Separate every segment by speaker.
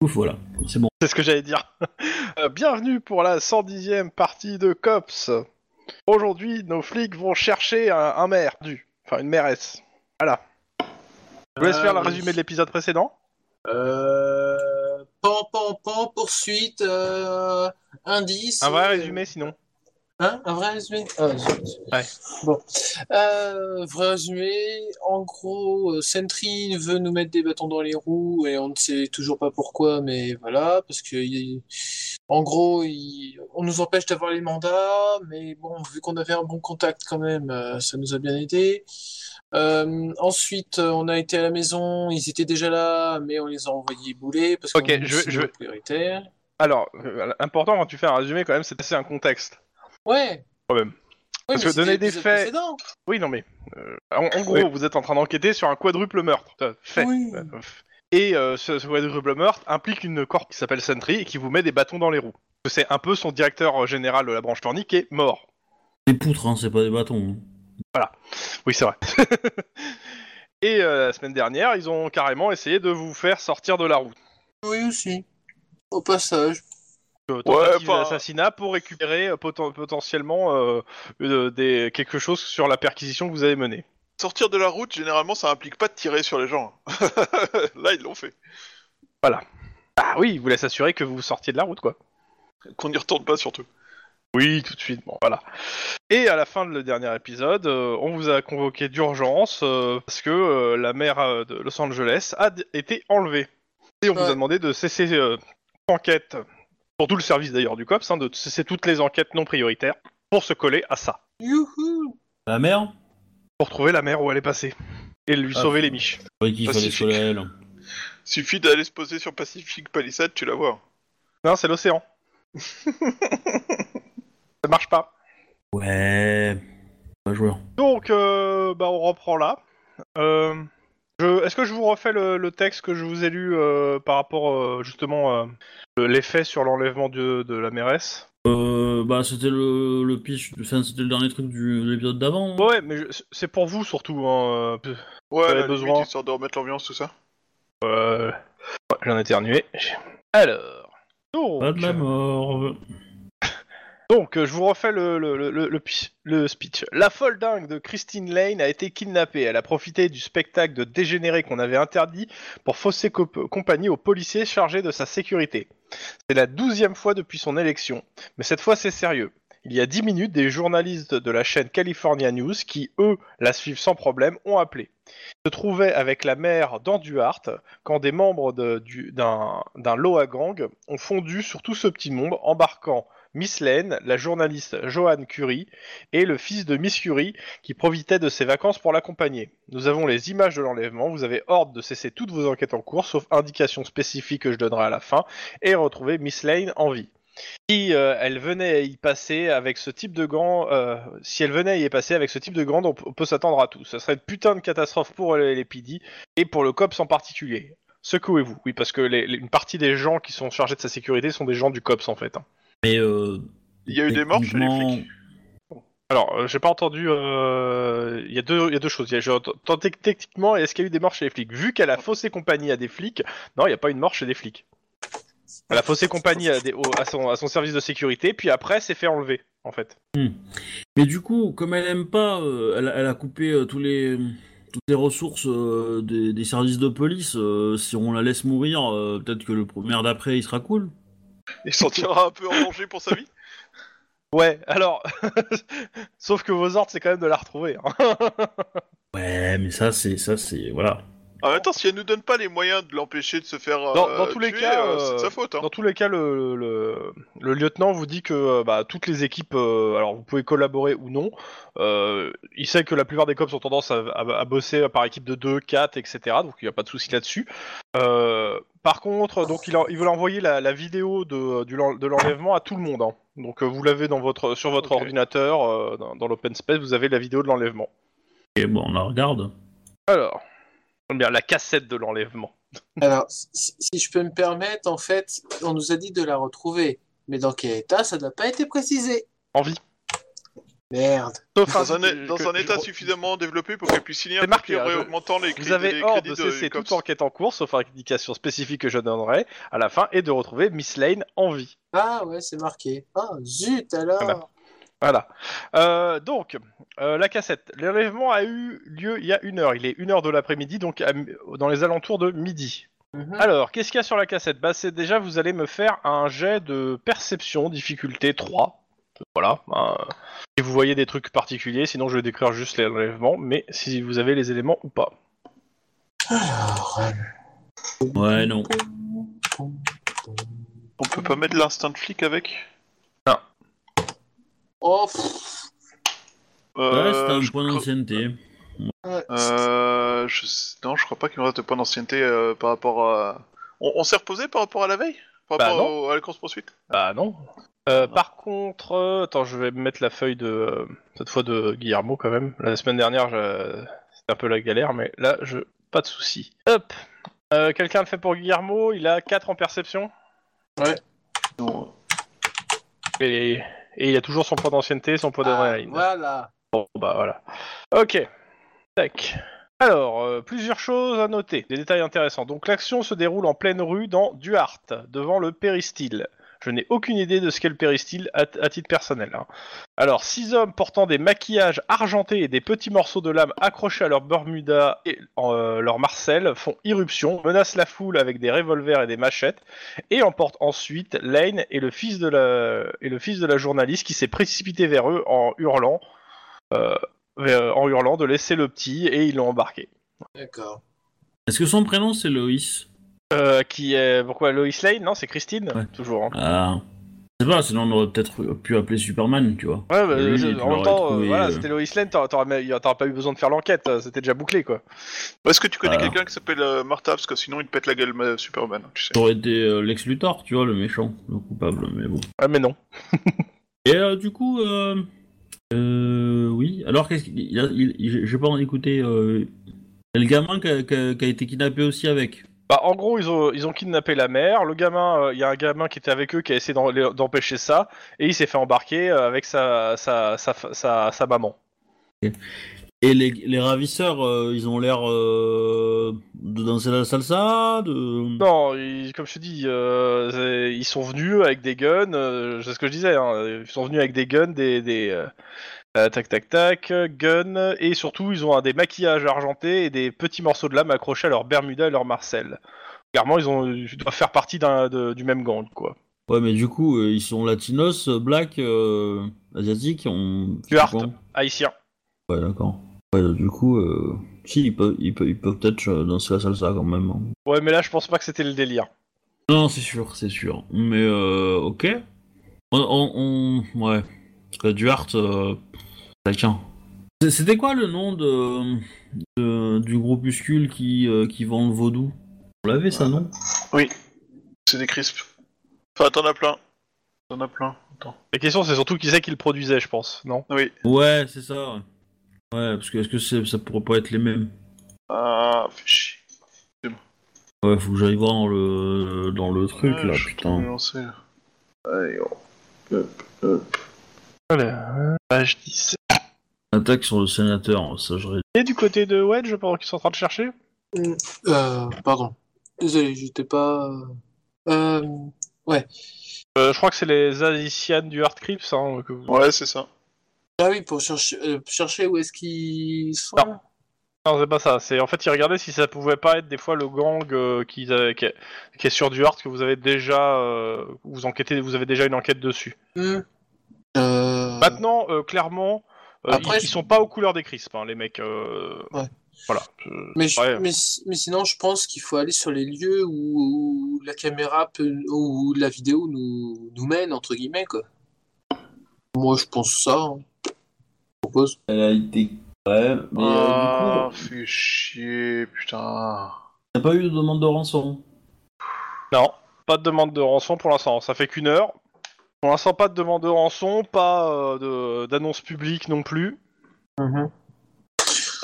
Speaker 1: Ouf, voilà, c'est bon.
Speaker 2: C'est ce que j'allais dire. Euh, bienvenue pour la 110e partie de COPS. Aujourd'hui, nos flics vont chercher un, un maire du. Enfin, une mairesse. Voilà. Je vous laisse faire le
Speaker 3: Euh,
Speaker 2: résumé de l'épisode précédent.
Speaker 3: Euh, pan, pan, pan, poursuite, euh, indice.
Speaker 2: Un vrai
Speaker 3: euh,
Speaker 2: résumé, sinon.
Speaker 3: Hein, un vrai résumé Ah, zut.
Speaker 2: Ouais.
Speaker 3: Bon. Euh, vrai résumé, en gros, euh, Sentry veut nous mettre des bâtons dans les roues et on ne sait toujours pas pourquoi, mais voilà, parce que il- en gros, il- on nous empêche d'avoir les mandats, mais bon, vu qu'on avait un bon contact quand même, euh, ça nous a bien aidé. Euh, ensuite, euh, on a été à la maison, ils étaient déjà là, mais on les a envoyés bouler parce
Speaker 2: Ok,
Speaker 3: qu'on
Speaker 2: je veux-
Speaker 3: c'est
Speaker 2: je veux-
Speaker 3: nos prioritaires.
Speaker 2: Alors, euh, l'important quand tu fais un résumé, quand même, c'est de passer un contexte.
Speaker 3: Ouais.
Speaker 2: Quand même.
Speaker 3: Oui,
Speaker 2: Parce
Speaker 3: mais
Speaker 2: que donner
Speaker 3: c'était
Speaker 2: des
Speaker 3: l'épisode
Speaker 2: faits-
Speaker 3: précédent.
Speaker 2: Oui, non, mais. euh, en, en gros, vous êtes en train d'enquêter sur un quadruple meurtre. Euh, Fait.
Speaker 3: Oui.
Speaker 2: Euh, f- Et euh, ce, ce quadruple meurtre implique une corps qui s'appelle Sentry et qui vous met des bâtons dans les roues. C'est un peu son directeur euh, général de la branche Torny qui est mort.
Speaker 1: Des poutres, hein, c'est pas des bâtons. hein.
Speaker 2: Oui, c'est vrai. Et euh, la semaine dernière, ils ont carrément essayé de vous faire sortir de la route.
Speaker 3: Oui aussi. Au passage.
Speaker 2: Euh,
Speaker 4: Ouais,
Speaker 2: tentative
Speaker 4: enfin-
Speaker 2: d'assassinat pour récupérer euh, poten- potentiellement euh, euh, des, quelque chose sur la perquisition que vous avez menée.
Speaker 4: Sortir de la route, généralement, ça implique pas de tirer sur les gens. Là, ils l'ont fait.
Speaker 2: Ah oui, ils voulaient s'assurer que vous sortiez de la route, quoi.
Speaker 4: Qu'on n'y retourne pas, surtout.
Speaker 2: Oui, tout de suite, bon, voilà. Et à la fin de le dernier épisode, euh, on vous a convoqué d'urgence euh, parce que euh, la mère euh, de Los Angeles a d- été enlevée. Et on vous a
Speaker 3: Ouais.
Speaker 2: demandé de cesser euh, enquête, pour tout le service d'ailleurs du COPS, hein, de cesser toutes les enquêtes non prioritaires pour se coller à ça.
Speaker 3: Youhou
Speaker 1: La mère
Speaker 2: Pour trouver la mère où elle est passée. Et lui
Speaker 1: Ah,
Speaker 2: sauver
Speaker 1: c'est-
Speaker 2: les miches.
Speaker 1: Oui, qu'il fallait
Speaker 4: Pacifique.
Speaker 1: coller à elle.
Speaker 4: Suffit d'aller se poser sur Pacific Palisade, tu la vois.
Speaker 2: Non, c'est l'océan. Ça marche pas.
Speaker 1: Ouais. Pas joueur.
Speaker 2: Donc, euh, bah, on reprend là. Euh, je- Est-ce que je vous refais le, le texte que je vous ai lu euh, par rapport euh, justement euh, le- l'effet sur l'enlèvement de, de la mairesse
Speaker 1: Euh, bah, c'était le, le pitch, enfin, c'était le dernier truc du, de l'épisode d'avant. hein.
Speaker 2: Ouais, mais je- c'est pour vous surtout. Hein, euh,
Speaker 4: Ouais,
Speaker 2: T'avais
Speaker 4: à la limite,
Speaker 2: besoin.
Speaker 4: histoire de remettre l'ambiance, tout ça.
Speaker 2: euh, ouais, J'en ai éternué. Alors. Donc,
Speaker 1: Pas de la mort.
Speaker 2: Donc, euh, je vous refais le, le, le, le- le pi- le speech. La folle dingue de Christine Lane a été kidnappée. Elle a profité du spectacle de dégénéré qu'on avait interdit pour fausser cop- compagnie aux policiers chargés de sa sécurité. C'est la douzième fois depuis son élection. Mais cette fois, c'est sérieux. Il y a dix minutes, des journalistes de la chaîne California News, qui, eux, la suivent sans problème, ont appelé. Ils se trouvaient avec la mère d'Anduhart quand des membres de- du- d'un d'un Loa Gang ont fondu sur tout ce petit monde, embarquant Miss Lane, la journaliste Joanne Curie et le fils de Miss Curie qui profitait de ses vacances pour l'accompagner. Nous avons les images de l'enlèvement, vous avez ordre de cesser toutes vos enquêtes en cours sauf indication spécifique que je donnerai à la fin et retrouver Miss Lane en vie. Si euh, elle venait à y passer avec ce type de gants, euh, si elle venait à y passer avec ce type de gants, on p- on peut s'attendre à tout. Ça serait une putain de catastrophe pour les les PD et pour le COPS en particulier. Secouez-vous, oui, parce que les- les- une partie des gens qui sont chargés de sa sécurité sont des gens du COPS en fait. hein.
Speaker 1: Mais euh.
Speaker 4: Il y a eu des morts chez les
Speaker 1: techniquement-
Speaker 4: flics.
Speaker 2: Alors, euh, j'ai pas entendu. euh, Il y, a deux- il y a deux choses. Il y a- j'ai entendu- techniquement, est-ce qu'il y a eu des morts chez les flics Vu qu'elle a faussé compagnie à des flics, non, il n'y a pas eu de mort chez des flics. Elle a faussé compagnie à, des- au- à son, à son service de sécurité, puis après, s'est fait enlever, en fait.
Speaker 1: Mais du coup, comme elle aime pas, euh, elle, a- elle a coupé euh, tous les, toutes les ressources euh, des, des services de police. euh, si on la laisse mourir, euh, peut-être que le maire d'après, il sera cool.
Speaker 4: Il s'en tirera un peu en danger pour sa vie.
Speaker 2: Ouais, alors. Sauf que vos ordres, c'est quand même de la retrouver. hein.
Speaker 1: Ouais, mais ça, c'est... ça c'est Voilà.
Speaker 4: En même temps, Ah, si elle nous donne pas les moyens de l'empêcher de se faire. euh,
Speaker 2: Dans- dans tous les
Speaker 4: tuer,
Speaker 2: cas,
Speaker 4: euh, c'est de
Speaker 2: euh,
Speaker 4: sa faute. hein.
Speaker 2: Dans tous les cas, le, le- le lieutenant vous dit que euh, bah, toutes les équipes, euh, alors vous pouvez collaborer ou non, euh, il sait que la plupart des cops ont tendance à, à- à bosser par équipe de 2, 4, etc. Donc il n'y a pas de souci là-dessus. Euh, par contre, donc il, en- il veut envoyer la, la vidéo de, du l'en- de l'enlèvement à tout le monde. hein. Donc euh, vous l'avez dans votre, sur votre
Speaker 4: Ok.
Speaker 2: ordinateur, euh, dans, dans l'open space, vous avez la vidéo de l'enlèvement.
Speaker 1: Et bon, on la regarde.
Speaker 2: Alors, bien la cassette de l'enlèvement.
Speaker 3: Alors, si, si je peux me permettre, en fait, on nous a dit de la retrouver. Mais dans quel état, ça n'a pas été précisé.
Speaker 2: En vie.
Speaker 3: Merde.
Speaker 2: Sauf
Speaker 4: Dans un,
Speaker 2: que- que-
Speaker 4: dans un
Speaker 2: que-
Speaker 4: état
Speaker 2: je-
Speaker 4: suffisamment développé pour qu'elle puisse signer
Speaker 2: C'est
Speaker 4: un
Speaker 2: marqué,
Speaker 4: papier
Speaker 2: hein, je-
Speaker 4: augmentant les
Speaker 2: Vous
Speaker 4: crédits,
Speaker 2: avez
Speaker 4: les
Speaker 2: hors
Speaker 4: crédits
Speaker 2: de
Speaker 4: de
Speaker 2: cesser toute
Speaker 4: COPS.
Speaker 2: enquête en cours, sauf indication spécifique que je donnerai à la fin, et de retrouver Miss Lane en vie.
Speaker 3: Ah ouais, c'est marqué. Ah zut alors.
Speaker 2: Voilà. Voilà. Euh, donc, euh, la cassette. L'enlèvement a eu lieu il y a une heure. Il est une heure de l'après-midi, donc à mi- dans les alentours de midi.
Speaker 3: Mhm.
Speaker 2: Alors, qu'est-ce qu'il y a sur la cassette Bah, c'est déjà, vous allez me faire un jet de perception, difficulté 3. Voilà. hein. Si vous voyez des trucs particuliers, sinon je vais décrire juste l'enlèvement, mais si vous avez les éléments ou pas.
Speaker 3: Alors, euh,
Speaker 1: Ouais, non.
Speaker 4: On peut pas mettre l'instinct de flic avec
Speaker 3: Oh, pff,
Speaker 1: Ouais, c'est
Speaker 4: Euh,
Speaker 1: un
Speaker 4: je
Speaker 1: point
Speaker 4: cre-
Speaker 1: d'ancienneté.
Speaker 3: ouais.
Speaker 4: Euh, je... sais- Non, je crois qu'il me reste de points d'ancienneté euh, par rapport à. On, on s'est reposé par rapport à la veille Par
Speaker 2: Bah
Speaker 4: rapport
Speaker 2: non.
Speaker 4: au- à la course-poursuite
Speaker 2: Bah non. Euh, par contre, euh, attends, je vais mettre la feuille de euh, cette fois de Guillermo quand même. La semaine dernière, je- c'était un peu la galère, mais là, je pas de souci. Hop. Euh, Quelqu'un le fait pour Guillermo. Il a 4 en perception
Speaker 4: Non.
Speaker 2: et, et il a toujours son point d'ancienneté, son
Speaker 3: Ah,
Speaker 2: point d'adrénaline.
Speaker 3: voilà.
Speaker 2: Bon, bah voilà. Ok. Tac. Alors, euh, plusieurs choses à noter, des détails intéressants. Donc, l'action se déroule en pleine rue dans Duarte, devant le péristyle. Je n'ai aucune idée de ce qu'est le péristyle à, à titre personnel. hein. Alors, six hommes portant des maquillages argentés et des petits morceaux de lame accrochés à leur Bermuda et euh, leur marcel font irruption, menacent la foule avec des revolvers et des machettes, et emportent ensuite Lane et le fils de la, et le fils de la journaliste qui s'est précipité vers eux en hurlant euh, en hurlant de laisser le petit et ils l'ont embarqué.
Speaker 3: D'accord.
Speaker 1: Est-ce que son prénom c'est Loïs
Speaker 2: Euh, qui est pourquoi Lois Lane Non, c'est Christine,
Speaker 1: Ouais.
Speaker 2: toujours. hein.
Speaker 1: Ah. Je sais pas, sinon on aurait peut-être pu appeler Superman, tu vois.
Speaker 2: Ouais, bah,
Speaker 1: Lui,
Speaker 2: je-
Speaker 1: tu
Speaker 2: en même
Speaker 1: l'aurais
Speaker 2: temps, euh,
Speaker 1: trouvé,
Speaker 2: voilà,
Speaker 1: euh,
Speaker 2: c'était Lois Lane, t'aurais- t'aurais même- t'aurais pas eu besoin de faire l'enquête, euh, c'était déjà bouclé quoi.
Speaker 4: Est-ce que tu connais
Speaker 1: Ah.
Speaker 4: quelqu'un qui s'appelle euh, Martha Parce que sinon, il te pète la gueule, euh, Superman, tu sais.
Speaker 1: Ça aurait été euh, Lex Luthor, tu vois, le méchant, le coupable, mais bon.
Speaker 2: Ah, mais non.
Speaker 1: Et euh, du coup, euh, euh, oui. Alors qu'est-ce qu'il il a- il- il- J'ai pas écouté. Euh, et le gamin qui a, qui a- qui a été kidnappé aussi avec.
Speaker 2: Bah, en gros, ils ont, ils ont kidnappé la mère. Le gamin, euh, il y a un gamin qui était avec eux qui a essayé d'en- d'empêcher ça et il s'est fait embarquer euh, avec sa, sa, sa, fa- sa- sa maman.
Speaker 1: Et les, les ravisseurs, euh, ils ont l'air euh, de danser la salsa, de.
Speaker 2: Non, ils- comme je te dis, euh, c'est- ils sont venus avec des guns, euh, c'est ce que je disais, hein, ils sont venus avec des guns, des... des euh, euh, tac tac tac, euh, guns, et surtout ils ont un des maquillages argentés et des petits morceaux de lame accrochés à leur Bermuda et leur Marcel. Clairement, ils, ont, ils doivent faire partie d'un- de- du même gang, quoi.
Speaker 1: Ouais, mais du coup, euh, ils sont latinos, euh, black, euh, asiatiques, on.
Speaker 2: Stuart.
Speaker 1: Bon.
Speaker 2: Haïtiens.
Speaker 1: Ouais, d'accord. Ouais, euh, du coup, euh, si, ils peuvent, ils peuvent, ils peuvent peut-être euh, danser la salsa quand même. hein.
Speaker 2: Ouais, mais là, je pense pas que c'était le délire.
Speaker 1: Non, c'est sûr, c'est sûr. Mais euh, ok. On, on, on- ouais. Euh, Duarte, euh, chacun. C- C'était quoi le nom de, de- du groupuscule qui euh, qui vend le vaudou On l'avait ça non
Speaker 4: C'est des crisps. Enfin, t'en as plein. T'en as plein. Attends.
Speaker 2: La question, c'est surtout qui c'est qui le produisait, je pense, non
Speaker 4: Oui.
Speaker 1: Ouais, c'est ça. Ouais, Ouais, parce que est-ce que c'est- ça pourrait pas être les mêmes
Speaker 4: Ah, fais chier.
Speaker 1: Ouais, faut que j'aille voir dans le dans le truc
Speaker 4: Ah,
Speaker 1: là,
Speaker 4: je suis trop
Speaker 1: putain.
Speaker 4: lancé, là. Allez, on- hop, hop.
Speaker 2: Voilà, page 10.
Speaker 1: Attaque sur le sénateur, ça j'aurais.
Speaker 2: Et du côté de Wedge, je pense qu'ils sont en train de chercher
Speaker 3: Euh, pardon. Désolé, j'étais pas. Euh, ouais.
Speaker 2: Euh, je crois que c'est les Haïtiens du Hard Crips. Hein, que vous-
Speaker 4: Ouais, c'est ça.
Speaker 3: Ah oui, pour chercher, euh, chercher où est-ce qu'ils sont.
Speaker 2: Non. Non, c'est pas ça. C'est en fait, ils regardaient si ça pouvait pas être des fois le gang euh, qui, euh, qui est, qui est sur du Hard que vous avez déjà, euh, vous enquêtez, vous avez déjà une enquête dessus.
Speaker 3: Hmm. Euh,
Speaker 2: Maintenant, euh, clairement, euh,
Speaker 3: Après,
Speaker 2: ils, ils sont pas aux couleurs des crisps, hein, les mecs. euh,
Speaker 3: Ouais.
Speaker 2: Voilà. Euh,
Speaker 3: mais, je-
Speaker 2: ouais.
Speaker 3: mais, si- mais sinon, je pense qu'il faut aller sur les lieux où, où la caméra peut, où la vidéo nous, nous mène, entre guillemets, quoi. Moi, je pense ça. hein. Je propose.
Speaker 1: Elle a été. Ouais, mais euh,
Speaker 2: Bah.
Speaker 4: Ah, fais chier, putain. Ah,
Speaker 1: t'as pas eu de demande de rançon.
Speaker 2: Non, pas de demande de rançon pour l'instant. Ça fait qu'une heure. Pour l'instant, pas de demande de rançon, pas euh, de- d'annonce publique non plus.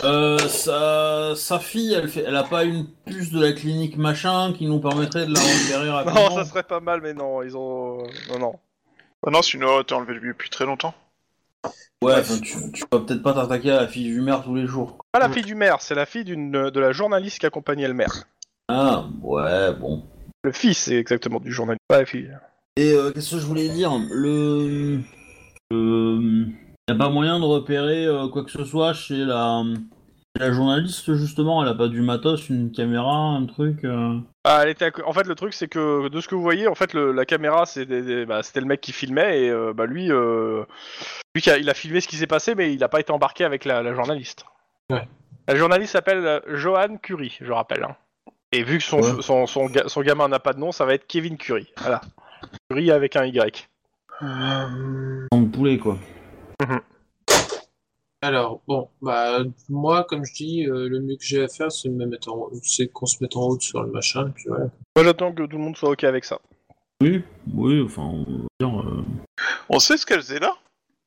Speaker 1: Euh, sa, sa fille, elle, fait, elle a pas une puce de la clinique machin qui nous permettrait de la récupérer
Speaker 2: Non,
Speaker 3: Ah,
Speaker 1: rapidement
Speaker 2: ça serait pas mal, mais non, ils ont. Non, non.
Speaker 4: Ah non, sinon, t'as enlevé depuis très longtemps.
Speaker 1: Ouais, enfin, tu, tu vas peut-être pas t'attaquer à la fille du maire tous les jours.
Speaker 2: Pas la fille du maire, c'est la fille d'une de la journaliste qui accompagnait le maire.
Speaker 1: Ah, ouais, bon.
Speaker 2: Le fils, c'est exactement du journaliste, pas la fille.
Speaker 1: Et euh, qu'est-ce que je voulais dire Le. Euh, y a pas moyen de repérer euh, quoi que ce soit chez la. chez La journaliste, justement, elle a pas du matos, une caméra, un truc. euh.
Speaker 2: Ah, elle était. acc- En fait, le truc, c'est que de ce que vous voyez, en fait, le- la caméra, c'est des- des- bah, c'était le mec qui filmait et euh, bah lui, euh, lui, qui a- il a filmé ce qui s'est passé, mais il n'a pas été embarqué avec la, la journaliste.
Speaker 3: Ouais.
Speaker 2: La journaliste s'appelle euh, Joanne Curie, je rappelle. hein. Et vu que son,
Speaker 1: Ouais.
Speaker 2: son, son, ga- son gamin n'a pas de nom, ça va être Kevin Curie. Voilà. Curie avec un Y.
Speaker 3: Euh,
Speaker 1: Sans le poulet, quoi.
Speaker 3: Alors, bon, bah, moi, comme je dis, euh, le mieux que j'ai à faire, c'est de me mettre en... c'est qu'on se mette en route sur le machin, et puis voilà.
Speaker 2: Moi, j'attends que tout le monde soit OK avec ça.
Speaker 1: Oui, oui, enfin, on va dire. euh,
Speaker 4: On sait ce qu'elle faisait là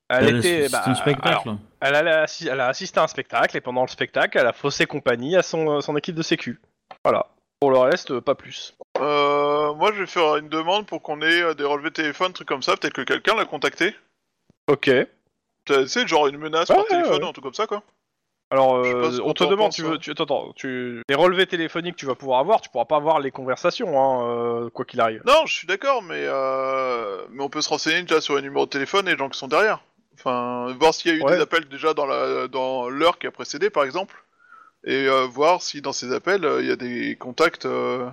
Speaker 2: Elle
Speaker 1: elle,
Speaker 2: était.
Speaker 1: c'est
Speaker 2: bah,
Speaker 1: un spectacle. hein.
Speaker 2: Elle a, assi- elle a assisté à un spectacle et pendant le spectacle, elle a faussé compagnie à son, son équipe de sécu. Voilà. Pour le reste, euh, pas plus.
Speaker 4: euh, Moi, je vais faire une demande pour qu'on ait euh, des relevés de téléphone, trucs comme ça. Peut-être que quelqu'un l'a contacté.
Speaker 2: Ok.
Speaker 4: Tu sais, genre une menace
Speaker 2: Ouais,
Speaker 4: par
Speaker 2: ouais,
Speaker 4: téléphone
Speaker 2: ouais.
Speaker 4: ou un truc comme ça, quoi.
Speaker 2: Alors,
Speaker 4: Je sais pas
Speaker 2: euh,
Speaker 4: ce qu'on
Speaker 2: on te
Speaker 4: t'en
Speaker 2: demande,
Speaker 4: pense,
Speaker 2: tu
Speaker 4: hein.
Speaker 2: veux, tu, attends, attends, tu, les relevés téléphoniques que tu vas pouvoir avoir, tu pourras pas avoir les conversations, hein, euh, quoi qu'il arrive.
Speaker 4: Non, je suis d'accord, mais euh, mais on peut se renseigner déjà sur les numéros de téléphone et les gens qui sont derrière. Enfin, voir s'il y a eu
Speaker 2: Ouais.
Speaker 4: des appels déjà dans la dans l'heure qui a précédé, par exemple, et euh, voir si dans ces appels euh, il y a des contacts. euh,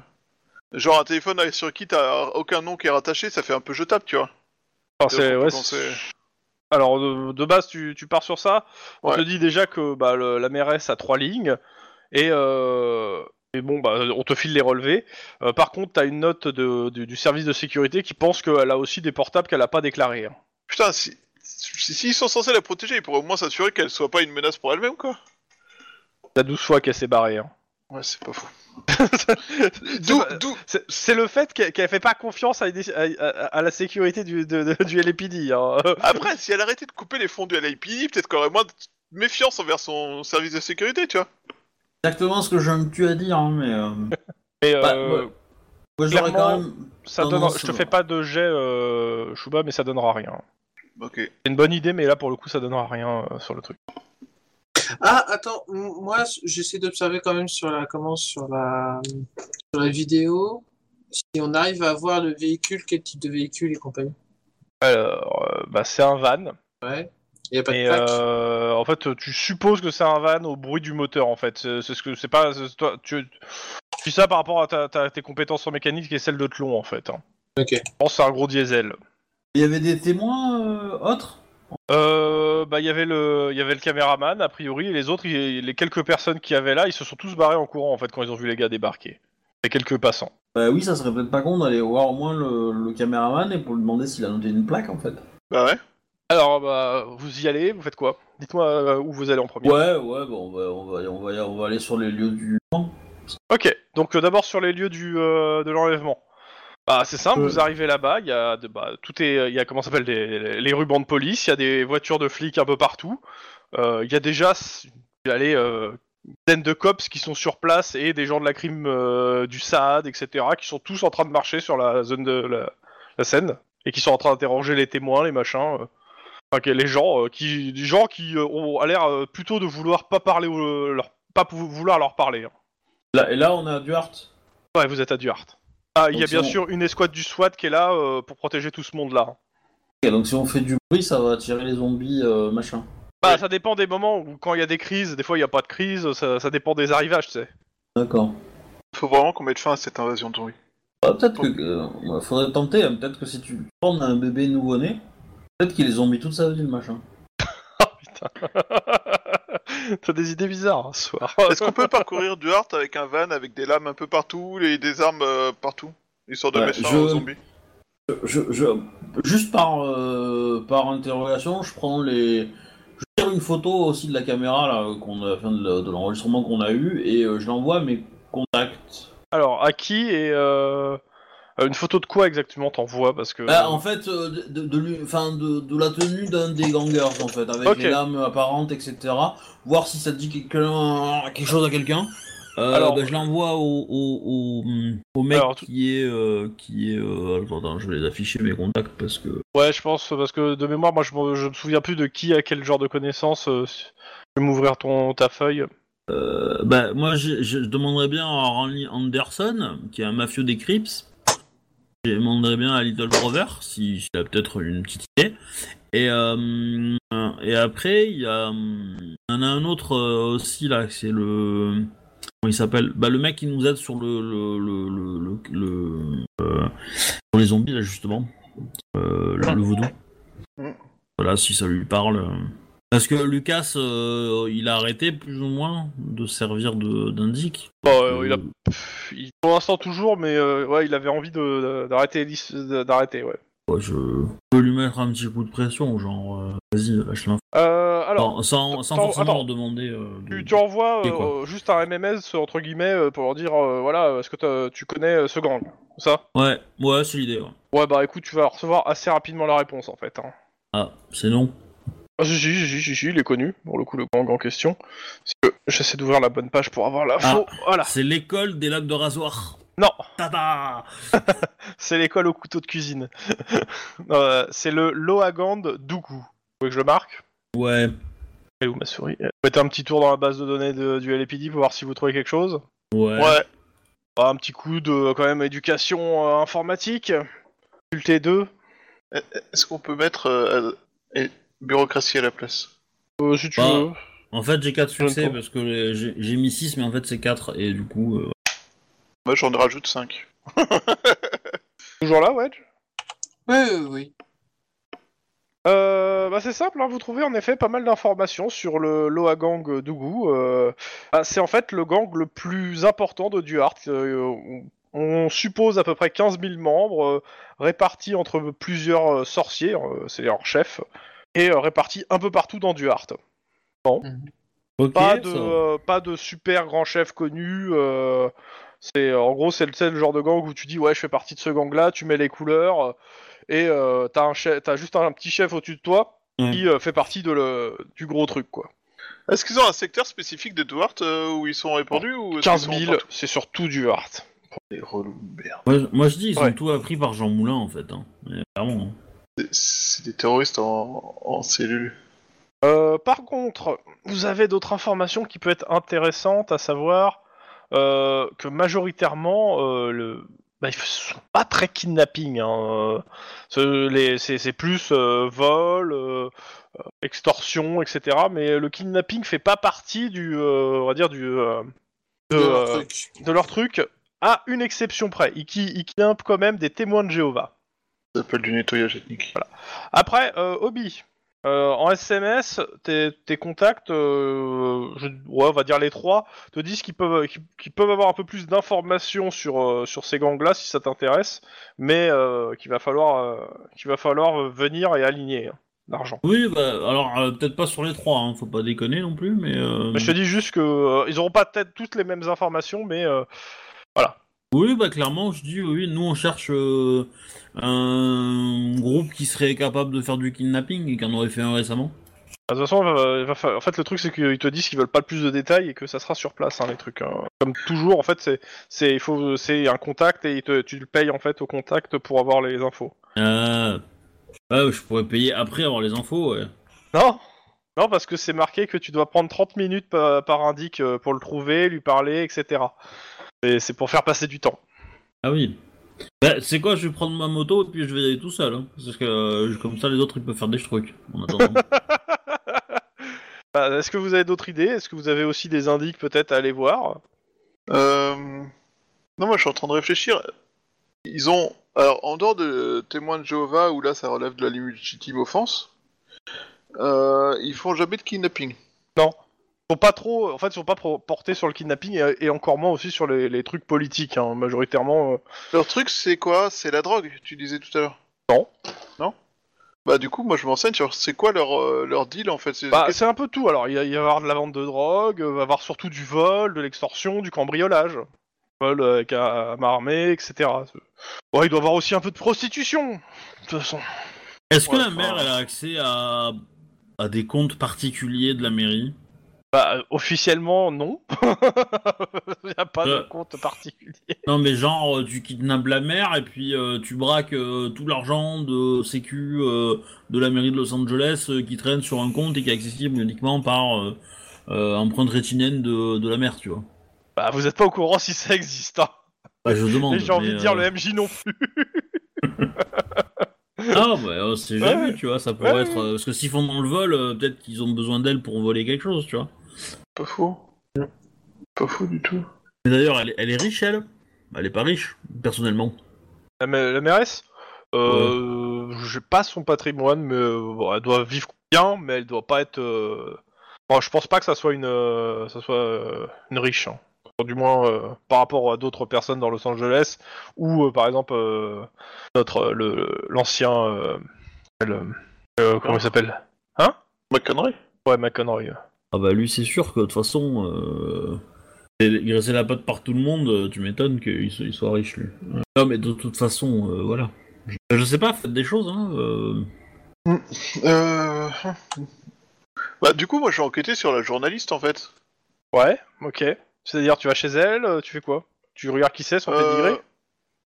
Speaker 4: Genre un téléphone avec- sur qui t'as aucun nom qui est rattaché, ça fait un peu jetable, tu vois.
Speaker 2: Enfin,
Speaker 4: Déjà,
Speaker 2: c'est-
Speaker 4: faut
Speaker 2: ouais,
Speaker 4: penser-
Speaker 2: c'est- Alors, de, de base, tu, tu pars sur ça. On
Speaker 4: Ouais.
Speaker 2: te dit déjà que bah, le- la mairesse a trois lignes. Et, euh, et bon, bah, on te file les relevés. Euh, par contre, t'as une note de- du, du service de sécurité qui pense qu'elle a aussi des portables qu'elle a pas déclarés. hein.
Speaker 4: Putain, si si- s'ils sont censés la protéger, ils pourraient au moins s'assurer qu'elle soit pas une menace pour elle-même, quoi.
Speaker 2: T'as 12 fois qu'elle s'est barrée. hein.
Speaker 4: Ouais, c'est pas fou.
Speaker 2: C'est
Speaker 4: D'où
Speaker 2: pas-
Speaker 4: d'où
Speaker 2: C'est- C'est le fait qu'elle qu'elle fait pas confiance à, une déc- à- à- à la sécurité du, de- de- du LAPD. hein.
Speaker 4: Après, si elle arrêtait de couper les fonds du LAPD, peut-être qu'elle aurait moins de méfiance envers son service de sécurité, tu vois.
Speaker 1: Exactement ce que je me tue à dire, hein, mais. euh,
Speaker 2: Mais, euh,
Speaker 1: bah, ouais. Moi, j'aurais quand
Speaker 2: clairement,
Speaker 1: même.
Speaker 2: ça
Speaker 1: Non,
Speaker 2: donne-
Speaker 1: non,
Speaker 2: je
Speaker 1: ça
Speaker 2: te
Speaker 1: va.
Speaker 2: fais pas de jet, euh, Shuba, mais ça donnera rien.
Speaker 4: Ok.
Speaker 2: C'est une bonne idée, mais là pour le coup, ça donnera rien euh, sur le truc.
Speaker 3: Ah, attends, m- moi, j'essaie d'observer quand même sur la, comment, sur la, sur la vidéo, si on arrive à voir le véhicule, quel type de véhicule et compagnie.
Speaker 2: Alors, euh, bah, c'est un van.
Speaker 3: Ouais. Il n'y a pas de
Speaker 2: Et
Speaker 3: plaque.
Speaker 2: euh, en fait, tu supposes que c'est un van au bruit du moteur. En fait, c'est c'est ce que c'est pas. c'est- Toi, tu tu dis ça par rapport à ta- ta- tes compétences en mécanique qui est celle de Tlon en fait. hein.
Speaker 3: Ok.
Speaker 2: Je pense que c'est un gros diesel.
Speaker 1: Il y avait des témoins euh, autres
Speaker 2: Euh, bah, il y avait le, il y avait le caméraman a priori et les autres, il- les quelques personnes qui avaient là, ils se sont tous barrés en courant en fait quand ils ont vu les gars débarquer. Les quelques passants.
Speaker 1: Bah oui, ça serait peut-être pas con d'aller voir au moins le, le caméraman et pour lui demander s'il a noté une plaque en fait.
Speaker 4: Bah ouais.
Speaker 2: Alors bah, vous y allez, vous faites quoi Dites-moi euh, où vous allez en premier.
Speaker 1: Ouais, ouais, bon, on va, on va, on va, on va aller sur les lieux du.
Speaker 2: Ok, donc euh, d'abord sur les lieux du, euh, de l'enlèvement. Bah, c'est simple,
Speaker 1: Euh.
Speaker 2: vous arrivez là-bas, il y a de- bah, tout est, il y a comment ça s'appelle des- les rubans de police, il y a des voitures de flics un peu partout. Euh, Il y a déjà s- allez, euh, une dizaine de cops qui sont sur place et des gens de la crime euh, du Saad, etc., qui sont tous en train de marcher sur la zone de la, la scène et qui sont en train d'interroger les témoins, les machins. euh. Enfin, que- les gens euh, qui, des gens qui euh, ont a l'air euh, plutôt de vouloir pas parler, au- leur, pas pou- vouloir leur parler. hein.
Speaker 1: Là, et là, on est à Duarte.
Speaker 2: Ouais, vous êtes à Duarte. Ah, il y a
Speaker 1: Donc,
Speaker 2: bien
Speaker 1: si on-
Speaker 2: sûr une escouade du SWAT qui est là euh, pour protéger tout ce monde-là.
Speaker 1: Ok, donc si on fait du bruit, ça va attirer les zombies, euh, machin.
Speaker 2: Bah, ça dépend des moments où, quand il y a des crises, des fois il n'y a pas de crise, ça, ça dépend des arrivages, tu sais.
Speaker 1: D'accord.
Speaker 4: Faut vraiment qu'on mette fin à cette invasion de zombies.
Speaker 1: Bah, peut-être que. euh, bah, faudrait tenter, hein, peut-être que si tu prends un bébé nouveau-né, peut-être qu'il est zombie toute sa vie, le machin.
Speaker 2: Ah, T'as des idées bizarres hein, ce soir.
Speaker 4: Est-ce qu'on peut parcourir Duarte avec un van, avec des lames un peu partout, et des armes euh, partout Histoire de
Speaker 1: Ouais,
Speaker 4: mettre fin
Speaker 1: je-
Speaker 4: aux zombies.
Speaker 1: Je, je, juste par, euh, par interrogation, je prends les. Je tire une photo aussi de la caméra là, qu'on a, enfin, de, de l'enregistrement qu'on a eu et euh, je l'envoie à mes contacts.
Speaker 2: Alors, à qui et. euh, euh, Une photo de quoi exactement t'envoies Parce que.
Speaker 1: Bah, en fait, euh, de, de, de lui- enfin, de- de la tenue d'un des gangers en fait, avec
Speaker 2: Ok.
Speaker 1: les lames apparentes, etc. Voir si ça dit quelqu'un- quelque chose à quelqu'un. Euh,
Speaker 2: Alors-
Speaker 1: bah, je l'envoie au, au, au, au mec
Speaker 2: Alors, tout-
Speaker 1: qui est. euh, qui est euh, alors, attends, je vais les afficher mes contacts parce que.
Speaker 2: Ouais, je pense, parce que de mémoire, moi, je, me- je me souviens plus de qui a quel genre de connaissances. euh, si- je vais m'ouvrir ton ta feuille.
Speaker 1: Euh, bah, moi, je, je demanderais bien à Randy Anderson, qui est un mafieux des Crips. Je demanderais bien à Little Brother, si- s'il a peut-être une petite idée. Et, euh, et après, il y a, euh, il y en a un autre euh, aussi, là, c'est le... Comment il s'appelle Bah, le mec qui nous aide sur le... le, le, le, le- le- euh, sur les zombies, là, justement. Euh, le, le vaudou.
Speaker 4: Mm.
Speaker 1: Voilà, si ça lui parle... euh. Parce que Lucas, euh, il a arrêté plus ou moins de servir de- d'indic.
Speaker 2: Bah, euh, il a- pff, il- pour l'instant, toujours, mais euh, ouais, il avait envie de- de- d'arrêter. l'is- de- D'arrêter, ouais.
Speaker 1: Ouais, je peux lui mettre un petit coup de pression, genre, euh, vas-y, lâche l'info.
Speaker 2: Euh,
Speaker 1: Sans,
Speaker 2: alors,
Speaker 1: sans, sans
Speaker 2: attends,
Speaker 1: forcément
Speaker 2: attends.
Speaker 1: leur demander... euh, de-
Speaker 2: tu, tu envoies
Speaker 1: Et quoi
Speaker 2: euh, juste un MMS, entre guillemets, euh, pour leur dire euh, voilà, est-ce que t'as- tu connais euh, ce gang Ça
Speaker 1: Ouais, ouais, c'est l'idée, ouais.
Speaker 2: Ouais, bah écoute, tu vas recevoir assez rapidement la réponse, en fait. hein.
Speaker 1: Ah, c'est non.
Speaker 2: Ah, si, si, si, si, si, il est connu, pour le coup, le gang en question. Parce que J'essaie d'ouvrir la bonne page pour avoir l'info. Voilà.
Speaker 1: C'est l'école des lacs de rasoir.
Speaker 2: Non,
Speaker 1: Tada
Speaker 2: c'est l'école au couteau de cuisine. Euh, c'est le Loagand Dougou. Vous voulez que je le marque
Speaker 1: Ouais,
Speaker 2: Elle est où ma souris Vous faites un petit tour dans la base de données de- du LPD pour voir si vous trouvez quelque chose
Speaker 1: ouais.
Speaker 2: Ouais. Ah, un petit coup de, quand même, éducation euh, informatique. Culté 2.
Speaker 4: Est-ce qu'on peut mettre euh, euh, bureaucratie à la place
Speaker 2: euh, si tu
Speaker 1: Ah.
Speaker 2: veux.
Speaker 1: En fait, j'ai 4 succès
Speaker 2: J'entends.
Speaker 1: parce que les- j'ai j'ai mis 6, mais en fait, c'est 4. Et du coup, euh,
Speaker 4: Moi j'en rajoute 5.
Speaker 2: Toujours là, Wedge
Speaker 3: Oui, oui, oui.
Speaker 2: Euh, bah c'est simple, hein, vous trouvez en effet pas mal d'informations sur le Loa Gang euh, d'Ougou. euh, bah, c'est en fait le gang le plus important de Duarte. euh, on, on suppose à peu près 15 000 membres, euh, répartis entre plusieurs euh, sorciers, euh, c'est leur chef, et euh, répartis un peu partout dans Duarte.
Speaker 1: ok,
Speaker 2: Pas, de,
Speaker 1: ça-
Speaker 2: euh, pas de super grand chef connu. euh, c'est En gros, c'est le, c'est le genre de gang où tu dis Ouais, je fais partie de ce gang-là, tu mets les couleurs, euh, et euh, t'as un chef- t'as juste un petit chef au-dessus de toi
Speaker 1: Ouais.
Speaker 2: qui euh, fait partie de le, du gros truc, quoi.
Speaker 4: Est-ce qu'ils ont un secteur spécifique de Duarte euh, où ils sont répandus ou est-ce
Speaker 2: 15
Speaker 4: qu'ils sont
Speaker 2: 000, c'est surtout du hard.
Speaker 4: Des relous, merde.
Speaker 1: moi, je- moi, je dis, ils
Speaker 2: Ouais.
Speaker 1: ont tout appris par Jean Moulin, en fait. Hein. Mais clairement. hein.
Speaker 4: C'est- C'est des terroristes en, en cellule.
Speaker 2: Euh, par contre, vous avez d'autres informations qui peuvent être intéressantes, à savoir euh, que majoritairement, euh, le... bah, ils sont pas très kidnapping. hein, euh, ce- les- C'est c'est plus euh, vol, euh, euh, extorsion, etc. Mais le kidnapping fait pas partie du, euh, on va dire du, euh, de,
Speaker 3: De leur
Speaker 2: euh,
Speaker 3: truc.
Speaker 2: de leur truc, à une exception près. Ils qui- ils kidnappent quand même des témoins de Jéhovah.
Speaker 4: Ça s'appelle du nettoyage ethnique.
Speaker 2: Après, euh, Obi, euh, en SMS, tes, tes contacts, euh, je- ouais, on va dire les trois, te disent qu'ils peuvent, qu'ils- qu'ils peuvent avoir un peu plus d'informations sur, euh, sur ces gangs-là si ça t'intéresse, mais euh, qu'il va, falloir, euh, qu'il va falloir euh, venir et aligner hein, l'argent.
Speaker 1: Oui, bah, alors, euh, peut-être pas sur les 3, hein, faut pas déconner non plus, mais... euh,
Speaker 2: Mais Bah, Je te dis juste que euh, ils auront pas peut-être toutes les mêmes informations, mais euh, voilà.
Speaker 1: Oui, bah clairement, je dis oui, nous on cherche euh, un groupe qui serait capable de faire du kidnapping et qui en aurait fait un récemment.
Speaker 2: Bah, De toute façon, il va- il va fa- en fait, le truc, c'est qu'ils te disent qu'ils veulent pas le plus de détails et que ça sera sur place, hein, les trucs. hein. Comme toujours, en fait, c'est- c'est il faut- c'est un contact et il te- tu le payes en fait au contact pour avoir les infos.
Speaker 1: Euh... ah, je pourrais payer après avoir les infos, ouais.
Speaker 2: Non Non, parce que c'est marqué que tu dois prendre 30 minutes par, par indic euh, pour le trouver, lui parler, etc. Et c'est pour faire passer du temps.
Speaker 1: Ah oui. Bah, c'est quoi, je vais prendre ma moto et puis je vais y aller tout seul. hein, parce que euh, comme ça, les autres ils peuvent faire des trucs en attendant.
Speaker 2: Bah, Est-ce que vous avez d'autres idées Est-ce que vous avez aussi des indices peut-être à aller voir
Speaker 4: Euh... Non, moi je suis en train de réfléchir. Ils ont. Alors, en dehors de témoins de Jéhovah, où là ça relève de la légitime offense, euh, ils font jamais de kidnapping.
Speaker 2: Non. Ils sont pas trop, en fait, ils sont pas pro- portés sur le kidnapping et, et encore moins aussi sur les, les trucs politiques, hein, majoritairement. euh,
Speaker 4: Leur truc c'est quoi C'est la drogue, tu disais tout à l'heure
Speaker 2: Non.
Speaker 4: Non Bah, du coup, moi je m'enseigne sur c'est quoi leur, euh, leur deal en fait. C'est-
Speaker 2: Bah,
Speaker 4: qu'est-ce-
Speaker 2: c'est un peu tout. Alors, il va y avoir de la vente de drogue, euh, il va y avoir surtout du vol, de l'extorsion, du cambriolage. Vol euh, avec un- à main armée, etc. Ouais, il doit y avoir aussi un peu de prostitution. De toute façon.
Speaker 1: Est-ce que
Speaker 4: Ouais,
Speaker 1: la mère
Speaker 4: enfin.
Speaker 1: elle a accès à... à des comptes particuliers de la mairie
Speaker 2: Bah, euh, officiellement, non. Il n'y a pas de
Speaker 1: Euh.
Speaker 2: compte particulier.
Speaker 1: Non, mais genre, euh, tu kidnappes la mère et puis euh, tu braques euh, tout l'argent de sécu euh, de la mairie de Los Angeles euh, qui traîne sur un compte et qui est accessible uniquement par euh, euh, empreinte rétinienne de, de la mère, tu vois.
Speaker 2: Bah, vous n'êtes pas au courant si ça existe. Hein.
Speaker 1: Bah, je demande.
Speaker 2: Et j'ai envie
Speaker 1: mais,
Speaker 2: de dire
Speaker 1: euh,
Speaker 2: le MJ non plus.
Speaker 1: Ah, bah, euh, c'est
Speaker 2: Ouais,
Speaker 1: jamais, tu vois, ça pourrait
Speaker 2: ouais,
Speaker 1: être. euh, parce que s'ils font dans le vol, euh, peut-être qu'ils ont besoin d'elle pour voler quelque chose, tu vois.
Speaker 4: Pas faux.
Speaker 2: Mm.
Speaker 4: Pas faux du tout.
Speaker 1: Mais d'ailleurs, elle, est- elle est riche, elle Elle est pas riche, personnellement.
Speaker 2: La, ma- la mairesse euh, J'ai pas son patrimoine, mais euh, bon, elle doit vivre bien, mais elle doit pas être. euh, bon, je pense pas que ça soit une, euh, ça soit euh, une riche. hein. Enfin, Du moins euh, par rapport à d'autres personnes dans Los Angeles, ou euh, par exemple euh, notre euh, le- l'ancien euh, le- euh, comment il s'appelle Hein
Speaker 4: Ma connerie.
Speaker 2: Ouais McConroy.
Speaker 1: Ah, bah, lui, c'est sûr que de toute façon. Euh... c'est- Il restait la pote par tout le monde, euh, tu m'étonnes qu'il se- il soit riche, lui. Ouais. Non, mais de toute façon, euh, voilà. Je, je sais pas, faites des choses, hein. euh.
Speaker 4: Euh... Bah du coup moi je vais enquêter sur la journaliste en fait.
Speaker 2: Ouais, ok. C'est-à-dire tu vas chez elle, euh, tu fais quoi Tu regardes qui c'est son
Speaker 4: Euh,
Speaker 2: pédigré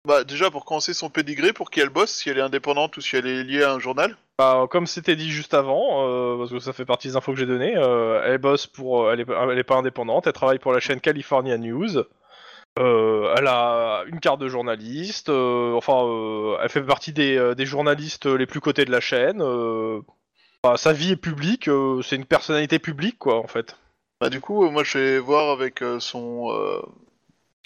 Speaker 4: Bah déjà pour commencer son pédigré, pour qui elle bosse, si elle est indépendante ou si elle est liée à un journal.
Speaker 2: Bah, comme c'était dit juste avant, euh, parce que ça fait partie des infos que j'ai données, euh, elle bosse pour, euh, elle, est, elle est pas indépendante, elle travaille pour la chaîne California News. Euh, elle a une carte de journaliste, euh, enfin, euh, elle fait partie des, euh, des journalistes les plus cotés de la chaîne. euh, enfin, sa vie est publique, euh, c'est une personnalité publique, quoi, en fait.
Speaker 4: Bah du coup euh, moi je vais voir avec euh, son... euh,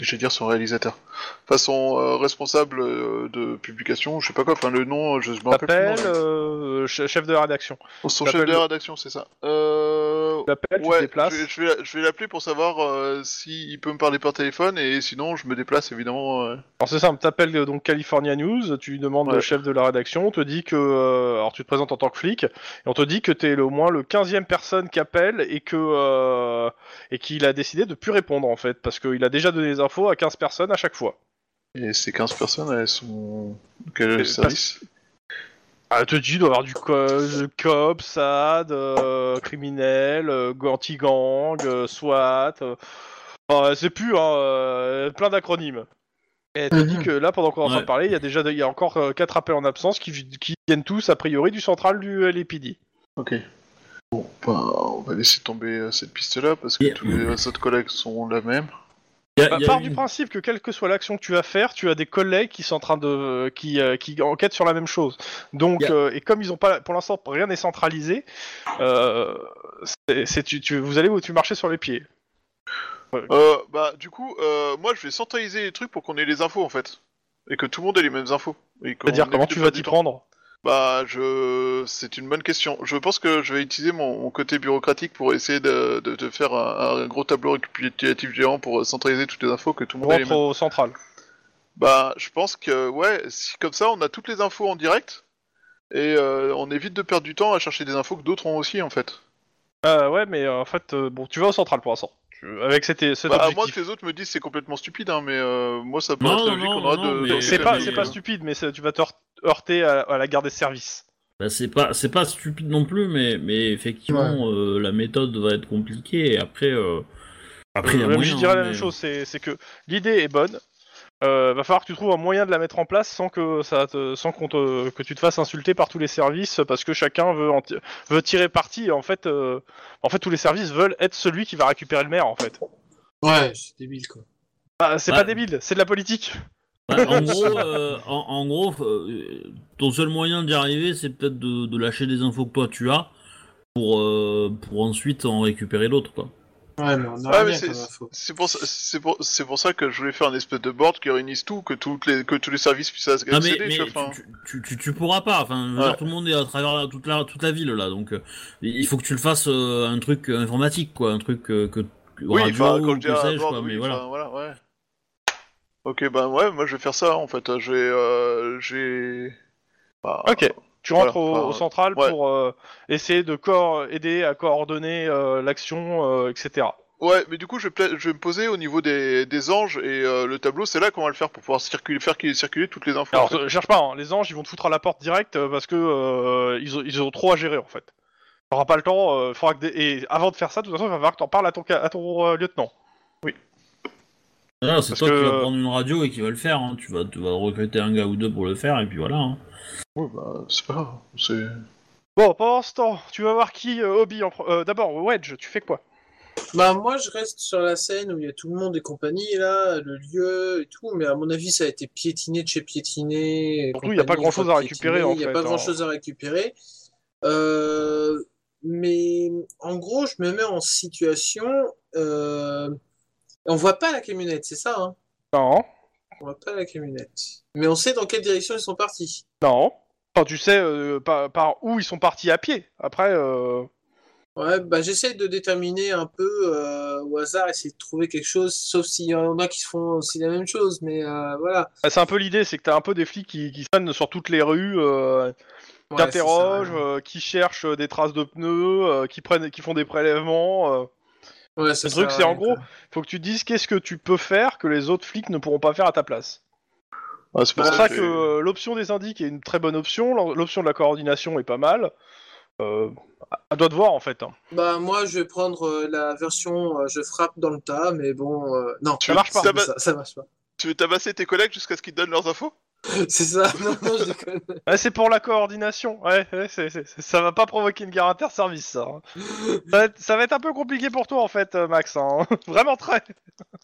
Speaker 4: Je vais dire son réalisateur. Enfin son euh, responsable euh, de publication, je sais pas quoi, enfin le nom, je, je me rappelle plus le nom.
Speaker 2: T'appelles, euh, che- chef de la rédaction.
Speaker 4: Son
Speaker 2: t'appelles
Speaker 4: chef de
Speaker 2: le-
Speaker 4: rédaction c'est ça. Euh...
Speaker 2: T'appelles, tu te
Speaker 4: Ouais,
Speaker 2: déplaces.
Speaker 4: je vais- je vais, je vais l'appeler pour savoir euh, s'il peut me parler par téléphone et sinon je me déplace évidemment. euh.
Speaker 2: Alors c'est simple, t'appelles euh, donc California News, tu lui demandes
Speaker 4: Ouais.
Speaker 2: le chef de la rédaction, on te dit que... euh, alors tu te présentes en tant que flic, et on te dit que t'es le- au moins le 15 e personne qui appelle et que... euh, et qu'il a décidé de plus répondre en fait, parce qu'il a déjà donné les infos à 15 personnes à chaque fois.
Speaker 4: Et ces 15 personnes, elles sont. Quel
Speaker 2: Euh,
Speaker 4: service
Speaker 2: Ah, elle te dit d'avoir du co- euh, cop, SAD, euh, criminel, euh, anti-gang, euh, SWAT... euh, enfin, c'est plus, hein, euh, plein d'acronymes. Et elle te dit que là, pendant qu'on est en train de
Speaker 1: Hmm. Ouais.
Speaker 2: parler, il y a déjà il y a encore euh, quatre appels en absence qui, vi- qui viennent tous, a priori, du central du euh, LPD.
Speaker 4: Ok. Bon, ben, on va laisser tomber euh, cette piste-là parce que
Speaker 1: Yeah.
Speaker 4: tous les autres collègues sont la même.
Speaker 1: Y a-
Speaker 2: Bah,
Speaker 1: y a
Speaker 2: part
Speaker 1: une-
Speaker 2: du principe que quelle que soit l'action que tu vas faire, tu as des collègues qui sont en train de qui, euh, qui enquêtent sur la même chose. Donc
Speaker 1: Yeah.
Speaker 2: euh, et comme ils ont pas pour l'instant rien n'est centralisé, euh, c'est- c'est- tu, tu- vous allez vous tu marchez sur les pieds.
Speaker 4: Euh, bah, du coup, euh, moi je vais centraliser les trucs pour qu'on ait les infos en fait. Et que tout le monde ait les mêmes infos. Et qu'on
Speaker 2: C'est-à-dire
Speaker 4: évite
Speaker 2: comment
Speaker 4: de
Speaker 2: tu
Speaker 4: perdre
Speaker 2: vas
Speaker 4: du
Speaker 2: t'y
Speaker 4: temps.
Speaker 2: prendre
Speaker 4: Bah, je. C'est une bonne question. Je pense que je vais utiliser mon, mon côté bureaucratique pour essayer de, de- de faire un, un gros tableau récapitulatif géant pour euh, centraliser toutes les infos que tout
Speaker 2: On
Speaker 4: le monde ait les
Speaker 2: rentre au central.
Speaker 4: Bah, je pense que, ouais, si, comme ça, on a toutes les infos en direct et euh, on évite de perdre du temps à chercher des infos que d'autres ont aussi, en fait.
Speaker 2: Euh, ouais, mais euh, en fait, euh, bon, tu vas au central pour l'instant. Tu- Avec cet, cet
Speaker 4: Bah, à moins
Speaker 2: objectif.
Speaker 4: que les autres me disent c'est complètement stupide, hein, mais euh, moi, ça peut
Speaker 1: Non,
Speaker 4: être
Speaker 1: non,
Speaker 4: logique
Speaker 1: non,
Speaker 4: qu'on aura
Speaker 1: non,
Speaker 4: de.
Speaker 1: mais-
Speaker 4: de-
Speaker 2: C'est
Speaker 4: de-
Speaker 2: pas,
Speaker 1: mais-
Speaker 2: c'est pas stupide, mais c'est- tu vas te heurt- heurter à, à la garde des services.
Speaker 1: Bah, c'est pas c'est pas stupide non plus, mais mais effectivement euh, la méthode va être compliquée. Et après euh, après il y a
Speaker 2: Même
Speaker 1: moyen,
Speaker 2: Euh, je dirais
Speaker 1: hein,
Speaker 2: la
Speaker 1: mais-
Speaker 2: même chose, c'est c'est que l'idée est bonne. Euh, va falloir que tu trouves un moyen de la mettre en place sans que ça te, sans qu'on te- que tu te fasses insulter par tous les services parce que chacun veut en ti- veut tirer parti. Et en fait, euh, en fait, tous les services veulent être celui qui va récupérer le maire. En fait,
Speaker 3: Ouais, c'est débile quoi.
Speaker 2: Ah, c'est
Speaker 1: Ouais.
Speaker 2: pas débile, c'est de la politique.
Speaker 1: Bah, en gros, euh, en, en gros euh, ton seul moyen d'y arriver, c'est peut-être de, de lâcher des infos que toi tu as pour, euh, pour ensuite en récupérer l'autre. quoi.
Speaker 3: Ouais, mais on a
Speaker 4: Ouais, mais
Speaker 3: rien
Speaker 4: c'est-
Speaker 3: comme info.
Speaker 4: C'est pour, ça- c'est pour, c'est pour ça que je voulais faire une espèce de board qui réunisse tout, que, toutes les, que tous les services puissent accéder.
Speaker 1: Non, mais, mais
Speaker 4: tu vois, enfin.
Speaker 1: tu, tu, tu- tu pourras pas. Enfin, je veux
Speaker 4: Ouais.
Speaker 1: dire, tout le monde est à travers la- toute, la, toute la ville là, donc euh, il faut que tu le fasses euh, un truc euh, informatique, quoi, un truc euh, que que-
Speaker 4: Oui,
Speaker 1: radio
Speaker 4: enfin, quand
Speaker 1: ou
Speaker 4: je dis
Speaker 1: que
Speaker 4: un
Speaker 1: sais-je,
Speaker 4: board,
Speaker 1: quoi.
Speaker 4: oui,
Speaker 1: mais voilà.
Speaker 4: enfin, voilà, ouais. Ok, bah ouais, moi je vais faire ça en fait. Je vais. Euh, j'ai. Bah,
Speaker 2: Ok. Tu rentres au,
Speaker 4: Voilà, enfin,
Speaker 2: au central
Speaker 4: ouais.
Speaker 2: pour euh, essayer de cor- aider à coordonner euh, l'action, euh, etc.
Speaker 4: Ouais, mais du coup, je vais, peut-être- je vais me poser au niveau des, des anges et euh, le tableau, c'est là qu'on va le faire pour pouvoir circuler, faire qu'il- circuler toutes les infos. en
Speaker 2: Alors,
Speaker 4: fait.
Speaker 2: euh, te- cherche pas, hein, les anges, ils vont te foutre à la porte direct euh, parce que euh, ils, ont, ils ont trop à gérer en fait. T'auras pas le temps, euh, faudra que des- et avant de faire ça, de toute façon, il va falloir que t'en parles à ton, ca- à ton euh, lieutenant.
Speaker 1: Ah, c'est
Speaker 2: Parce
Speaker 1: toi qui
Speaker 2: que-
Speaker 1: vas prendre une radio et qui va le faire. hein. Tu, vas, tu vas recruter un gars ou deux pour le faire, et puis voilà. hein.
Speaker 4: Ouais, bah, c'est pas grave. C'est... ah,
Speaker 2: Bon, pendant ce temps, tu vas voir qui, euh, Obi, en pre- euh, d'abord, Wedge, tu fais quoi
Speaker 3: Bah moi je reste sur la scène où il y a tout le monde et compagnie là, le lieu et tout, mais à mon avis ça a été piétiné de chez piétiné. et
Speaker 2: Surtout, il y a pas
Speaker 3: compagnie,
Speaker 2: grand-chose
Speaker 3: fois
Speaker 2: à récupérer,
Speaker 3: piétiné,
Speaker 2: en
Speaker 3: Il n'y a
Speaker 2: fait,
Speaker 3: pas
Speaker 2: hein.
Speaker 3: grand chose à récupérer. Euh, mais en gros je me mets en situation. Euh, on voit pas la camionnette, c'est ça, hein?
Speaker 2: Non,
Speaker 3: On voit pas la camionnette. Mais on sait dans quelle direction ils sont partis.
Speaker 2: non. Enfin, tu sais euh, par, par où ils sont partis à pied. Après, euh,
Speaker 3: Ouais, bah j'essaie de déterminer un peu euh, au hasard, essayer de trouver quelque chose, sauf s'il y en a qui font aussi la même chose, mais euh, voilà.
Speaker 2: bah, c'est un peu l'idée, c'est que t'as un peu des flics qui, qui sonnent sur toutes les rues, euh,
Speaker 3: Ouais, c'est ça,
Speaker 2: t'interrogent,
Speaker 3: ouais.
Speaker 2: euh, qui cherchent euh, des traces de pneus, euh, qui prennent, qui font des prélèvements. euh.
Speaker 3: Ouais, ça
Speaker 2: Le truc,
Speaker 3: sert à
Speaker 2: c'est en
Speaker 3: rien,
Speaker 2: gros,
Speaker 3: quoi.
Speaker 2: faut que tu te dises qu'est-ce que tu peux faire que les autres flics ne pourront pas faire à ta place.
Speaker 4: Ah, c'est
Speaker 2: C'est
Speaker 4: pour
Speaker 2: pour ça
Speaker 4: ça
Speaker 2: que euh, l'option des indices est une très bonne option, l'or- l'option de la coordination est pas mal. Euh, à- à toi de voir en fait. hein.
Speaker 3: Bah, moi, je vais prendre euh, la version euh, je frappe dans le tas, mais bon. euh, Non,
Speaker 4: Tu-
Speaker 3: ça marche pas.
Speaker 4: ça va-
Speaker 3: Ça, ça marche pas.
Speaker 4: Tu veux tabasser tes collègues jusqu'à ce qu'ils te donnent leurs infos
Speaker 3: C'est ça, non, non, je déconne.
Speaker 2: Ouais, Eh, c'est pour la coordination, ouais, ouais, c'est- c'est- c'est- ça va pas provoquer une guerre inter-service ça. hein. ça, va être, ça va être un peu compliqué pour toi en fait, euh, Max. hein. Vraiment très.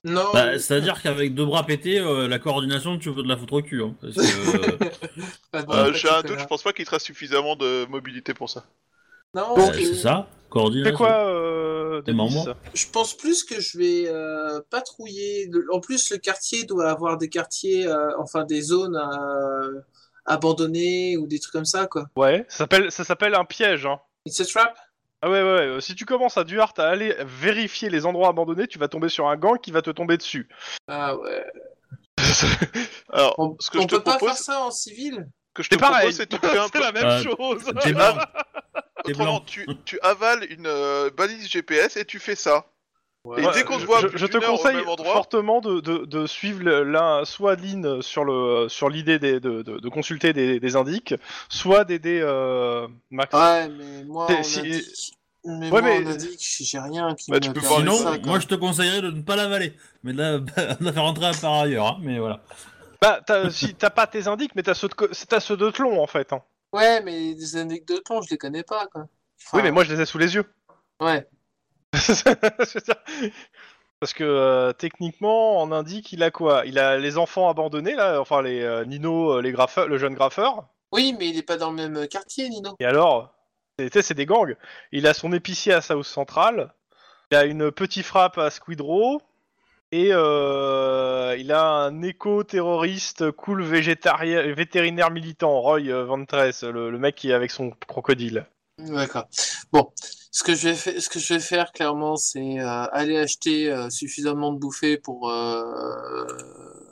Speaker 3: Non,
Speaker 1: Bah, C'est-à-dire qu'avec deux bras pétés, euh, la coordination, tu peux de la foutre au cul. hein, parce que, euh,
Speaker 3: pas de-
Speaker 4: Euh,
Speaker 3: pas de
Speaker 4: J'ai un
Speaker 3: connard.
Speaker 4: doute, je pense pas qu'il te reste suffisamment de mobilité pour ça.
Speaker 3: Non,
Speaker 1: bah,
Speaker 3: je-
Speaker 1: c'est ça,
Speaker 2: C'est
Speaker 1: coordination.
Speaker 2: quoi, euh,
Speaker 1: T'es
Speaker 2: Denis
Speaker 1: marmot
Speaker 3: je pense plus que je vais euh, patrouiller. Le- En plus, le quartier doit avoir des quartiers, euh, enfin des zones euh, abandonnées ou des trucs comme ça, quoi.
Speaker 2: Ouais, ça s'appelle- ça s'appelle un piège. Hein.
Speaker 3: It's a trap?
Speaker 2: Ah ouais, ouais, ouais, euh, si tu commences à Duarte à aller vérifier les endroits abandonnés, tu vas tomber sur un gang qui va te tomber dessus.
Speaker 3: Ah ouais.
Speaker 4: Alors,
Speaker 3: On,
Speaker 4: ce que
Speaker 3: on
Speaker 4: je te
Speaker 3: peut pas
Speaker 4: propose-
Speaker 3: faire ça en civil?
Speaker 4: que je te
Speaker 2: C'est pareil,
Speaker 4: propose, c'est
Speaker 2: c'est
Speaker 4: de te créer un peu.
Speaker 2: la même
Speaker 1: Euh,
Speaker 2: chose.
Speaker 1: T'es mort. T'es
Speaker 4: Autrement,
Speaker 1: blanc.
Speaker 4: tu, tu avales une euh, balise GPS et tu fais ça.
Speaker 3: Ouais.
Speaker 4: Et dès qu'on
Speaker 2: je-
Speaker 4: se voit
Speaker 2: je,
Speaker 4: plus
Speaker 2: je te
Speaker 4: d'une heure au
Speaker 2: conseille
Speaker 4: même endroit-
Speaker 2: fortement de, de- de suivre le- l'un, soit Lynn sur le sur l'idée des- de, de- de consulter des, des indices, soit d'aider euh, Max.
Speaker 3: Ouais, mais moi,
Speaker 2: T'es-
Speaker 3: on
Speaker 2: si-
Speaker 3: a dit... Mais
Speaker 2: Ouais,
Speaker 3: moi,
Speaker 2: mais-
Speaker 3: on a dit que j'ai rien qui
Speaker 4: Bah,
Speaker 3: me
Speaker 4: tu peux
Speaker 3: permet
Speaker 4: parler
Speaker 1: Sinon,
Speaker 4: de
Speaker 3: ça, quoi.
Speaker 1: moi je te conseillerais de ne pas l'avaler. Mais là, on a fait rentrer un par ailleurs. hein, mais voilà.
Speaker 2: Bah, t'as, si t'as pas tes indices, mais t'as ceux de, co- t'as ceux de Tlon en fait. hein.
Speaker 3: Ouais, mais des anecdotes longues, je les connais pas, quoi.
Speaker 2: Oui,
Speaker 3: Enfin,
Speaker 2: mais moi je les ai sous les yeux.
Speaker 3: Ouais.
Speaker 2: Je veux dire, Parce que euh, techniquement, en indique, il a quoi Il a les enfants abandonnés là, enfin les euh, Nino, euh, les graffeurs, le jeune graffeur.
Speaker 3: Oui, mais il est pas dans le même quartier, Nino.
Speaker 2: Et alors, c'est- tu sais, c'est des gangs. Il a son épicier à South Central, il a une petite frappe à Squid Row, et euh, il a un éco-terroriste cool végétarien, vétérinaire militant, Roy euh, Van Tress, le, le mec qui est avec son crocodile.
Speaker 3: D'accord. Bon, ce que je vais faire, ce que je vais faire clairement, c'est euh, aller acheter euh, suffisamment de bouffées pour euh,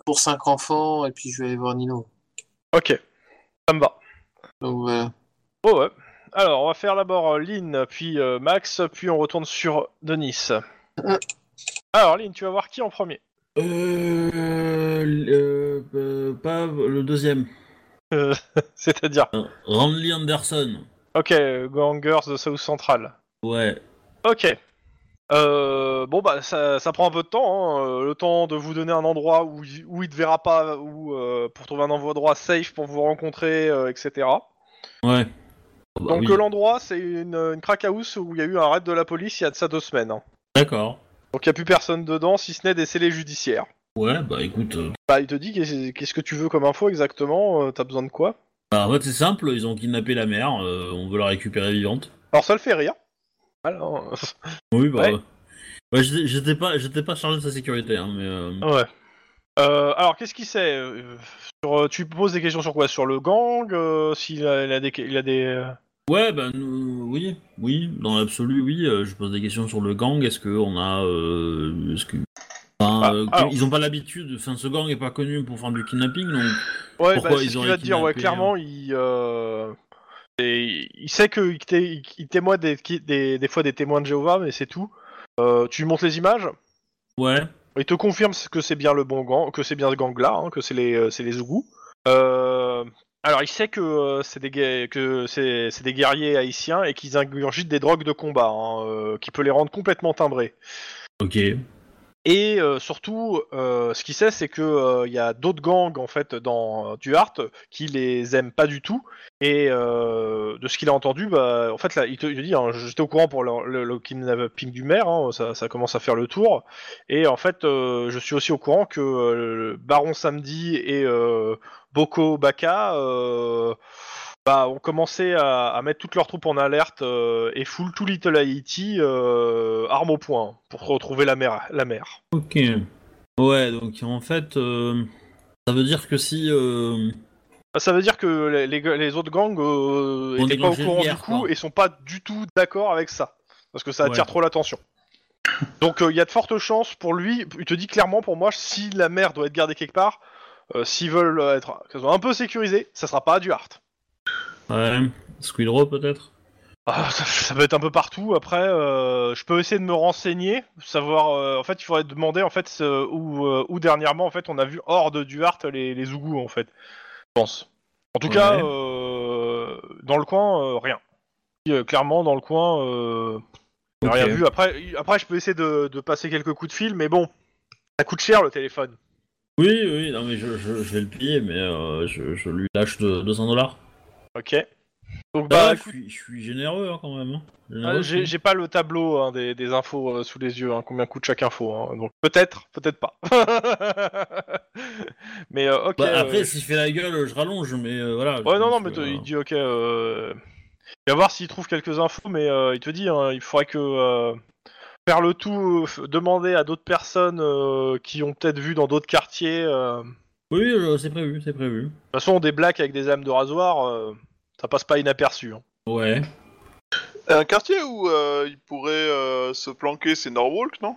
Speaker 3: pour cinq enfants, et puis je vais aller voir Nino.
Speaker 2: Ok, ça me va.
Speaker 3: Donc voilà.
Speaker 2: Bon, ouais. Alors, on va faire d'abord euh, Lynn, puis euh, Max, puis on retourne sur Denis.
Speaker 3: Ouais.
Speaker 2: Alors, Lynn, tu vas voir qui en premier
Speaker 1: Euh, euh, euh, pas le deuxième.
Speaker 2: C'est-à-dire,
Speaker 1: Euh, Randy Anderson.
Speaker 2: ok, Gangers de South Central.
Speaker 1: Ouais.
Speaker 2: Ok. Euh, bon bah ça, ça prend un peu de temps, hein, euh, le temps de vous donner un endroit où, il- où il ne verra pas, où, euh, pour trouver un endroit safe pour vous rencontrer, euh, etc.
Speaker 1: Ouais. Ah bah
Speaker 2: Donc
Speaker 1: oui,
Speaker 2: euh, l'endroit c'est une, une crack house où il y a eu un raid de la police il y a de ça deux semaines. hein.
Speaker 1: D'accord.
Speaker 2: Donc il n'y a plus personne dedans si ce n'est des scellés judiciaires.
Speaker 1: Ouais, bah écoute. euh,
Speaker 2: Bah il te dit qu'est- qu'est-ce que tu veux comme info exactement, euh, t'as besoin de quoi
Speaker 1: bah, en fait, c'est simple, ils ont kidnappé la mère, euh, on veut la récupérer vivante.
Speaker 2: Alors ça le fait rire. Alors,
Speaker 1: Oui, bah.
Speaker 2: Ouais.
Speaker 1: euh, ouais, j'étais- j'étais pas, j'étais pas chargé de sa sécurité, hein, mais. euh,
Speaker 2: Ouais. Euh, alors, qu'est-ce qu'il sait euh, sur, euh, Tu poses des questions sur quoi Sur le gang euh, S'il a, il a des. Il a des euh,
Speaker 1: Ouais, bah nous, oui, oui, dans l'absolu, oui. euh, je pose des questions sur le gang. Est-ce que on a, euh, est-ce que, enfin,
Speaker 2: Ah,
Speaker 1: euh,
Speaker 2: alors-
Speaker 1: ils ont pas l'habitude. Enfin, ce gang est pas connu pour faire du kidnapping, donc.
Speaker 2: Ouais,
Speaker 1: Pourquoi
Speaker 2: bah, c'est
Speaker 1: ils
Speaker 2: ce qu'il
Speaker 1: auraient
Speaker 2: va te dire. Ouais,
Speaker 1: kidnappé,
Speaker 2: clairement, il. euh, et il sait que il té- il témoigne des, qui- des, des fois des témoins de Jéhovah, mais c'est tout. Euh, tu montes les images.
Speaker 1: Ouais.
Speaker 2: Il te confirme que c'est bien le bon gang, que c'est bien ce gang-là, hein, que c'est les, euh, c'est les Zougous. Euh, Alors, il sait que euh, c'est des, guer- que c'est c'est des guerriers haïtiens et qu'ils ingurgitent des drogues de combat, hein, euh, qui peut les rendre complètement timbrés.
Speaker 1: Ok.
Speaker 2: Et euh, surtout, euh, ce qu'il sait, c'est que euh, il y a d'autres gangs en fait dans euh, Duarte qui les aiment pas du tout. Et euh, de ce qu'il a entendu, bah, en fait, là, il te, il te dit, hein, j'étais au courant pour le, le- le kidnapping du maire, hein, ça, ça commence à faire le tour. Et en fait, euh, je suis aussi au courant que euh, le Baron Samedi et euh, Boko Baka euh, bah, ont commencé à, à mettre toutes leurs troupes en alerte euh, et full tout Little Haiti, euh, arme au point, pour retrouver la mer. La mer.
Speaker 1: Ok. Ouais, donc en fait, euh, ça veut dire que si. euh,
Speaker 2: Bah, Ça veut dire que les, les- les autres gangs euh,
Speaker 1: On
Speaker 2: étaient
Speaker 1: est
Speaker 2: pas
Speaker 1: dans
Speaker 2: au
Speaker 1: une
Speaker 2: courant du
Speaker 1: guerre,
Speaker 2: coup
Speaker 1: quoi.
Speaker 2: et sont pas du tout d'accord avec ça. Parce que ça attire
Speaker 1: Ouais.
Speaker 2: trop l'attention. Donc euh, il y a de fortes chances pour lui, il te dit clairement pour moi, si la mer doit être gardée quelque part, euh, s'ils veulent euh, être qu'elles soient un peu sécurisés, ça sera pas à Duarte.
Speaker 1: Ouais, Squid Row peut-être
Speaker 2: Ah, ça, ça peut être un peu partout. Après, euh, je peux essayer de me renseigner, savoir. euh, en fait, il faudrait demander en fait ce- où, euh, où dernièrement en fait on a vu hors de Duarte les, les Zougous en fait. Je pense. En tout
Speaker 1: Ouais.
Speaker 2: cas, euh, dans le coin, euh, rien. Euh, clairement, dans le coin, euh, j'ai
Speaker 1: Ok.
Speaker 2: rien vu. Après, y- après, je peux essayer de, de passer quelques coups de fil, mais bon, ça coûte cher le téléphone.
Speaker 1: Oui, oui, non mais je, je- je vais le payer, mais euh, je, je lui lâche de- 200 dollars.
Speaker 2: Ok. Donc bah,
Speaker 1: je, suis, je suis généreux hein, quand même. hein. Généreux,
Speaker 2: Ah, J'ai j'ai pas le tableau hein, des, des infos euh, sous les yeux, hein, combien coûte chaque info. hein, donc peut-être, peut-être pas. mais euh, ok.
Speaker 1: Bah,
Speaker 2: euh,
Speaker 1: après, s'il fait la gueule, je rallonge, mais euh, voilà.
Speaker 2: ouais,
Speaker 1: je
Speaker 2: non, non,
Speaker 1: pense
Speaker 2: mais
Speaker 1: que,
Speaker 2: te-
Speaker 1: euh,
Speaker 2: il dit ok. Euh... Il va voir s'il trouve quelques infos, mais euh, il te dit hein, il faudrait que euh, faire le tout, euh, f- demander à d'autres personnes euh, qui ont peut-être vu dans d'autres quartiers. euh, De
Speaker 1: Oui, euh, c'est prévu, c'est prévu.
Speaker 2: toute façon, des blacks avec des âmes de rasoir, euh, ça passe pas inaperçu. hein.
Speaker 1: Ouais.
Speaker 4: Un quartier où euh, il pourrait euh, se planquer, c'est Norwalk, non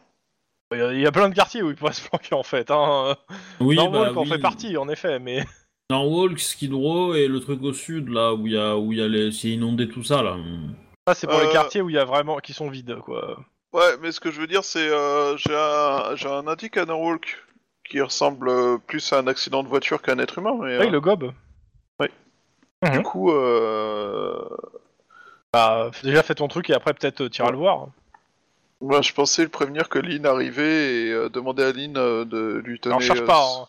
Speaker 2: Il y, a- il y a plein de quartiers où ils pourraient se planquer en fait. Hein.
Speaker 1: Oui,
Speaker 2: Normal
Speaker 1: bah,
Speaker 2: en
Speaker 1: oui.
Speaker 2: fait partie en effet, mais.
Speaker 1: Norwalk, Skid Row et le truc au sud, là, où il y a, où il y a les... c'est inondé tout ça, là.
Speaker 2: Ça, c'est pour les
Speaker 4: Euh,
Speaker 2: quartiers où il y a vraiment qui sont vides, quoi.
Speaker 4: Ouais, mais ce que je veux dire, c'est euh, j'ai un, j'ai un indice à Norwalk qui ressemble euh, plus à un accident de voiture qu'à un être humain, mais
Speaker 2: Oui,
Speaker 4: euh,
Speaker 2: le gob.
Speaker 4: du coup, euh,
Speaker 2: Bah, f- déjà fais ton truc et après peut-être euh, t'iras le voir.
Speaker 4: moi, je pensais le prévenir que Lynn arrivait et euh, demander à Lynn euh, de lui donner.
Speaker 2: Alors cherche
Speaker 4: euh,
Speaker 2: pas. hein.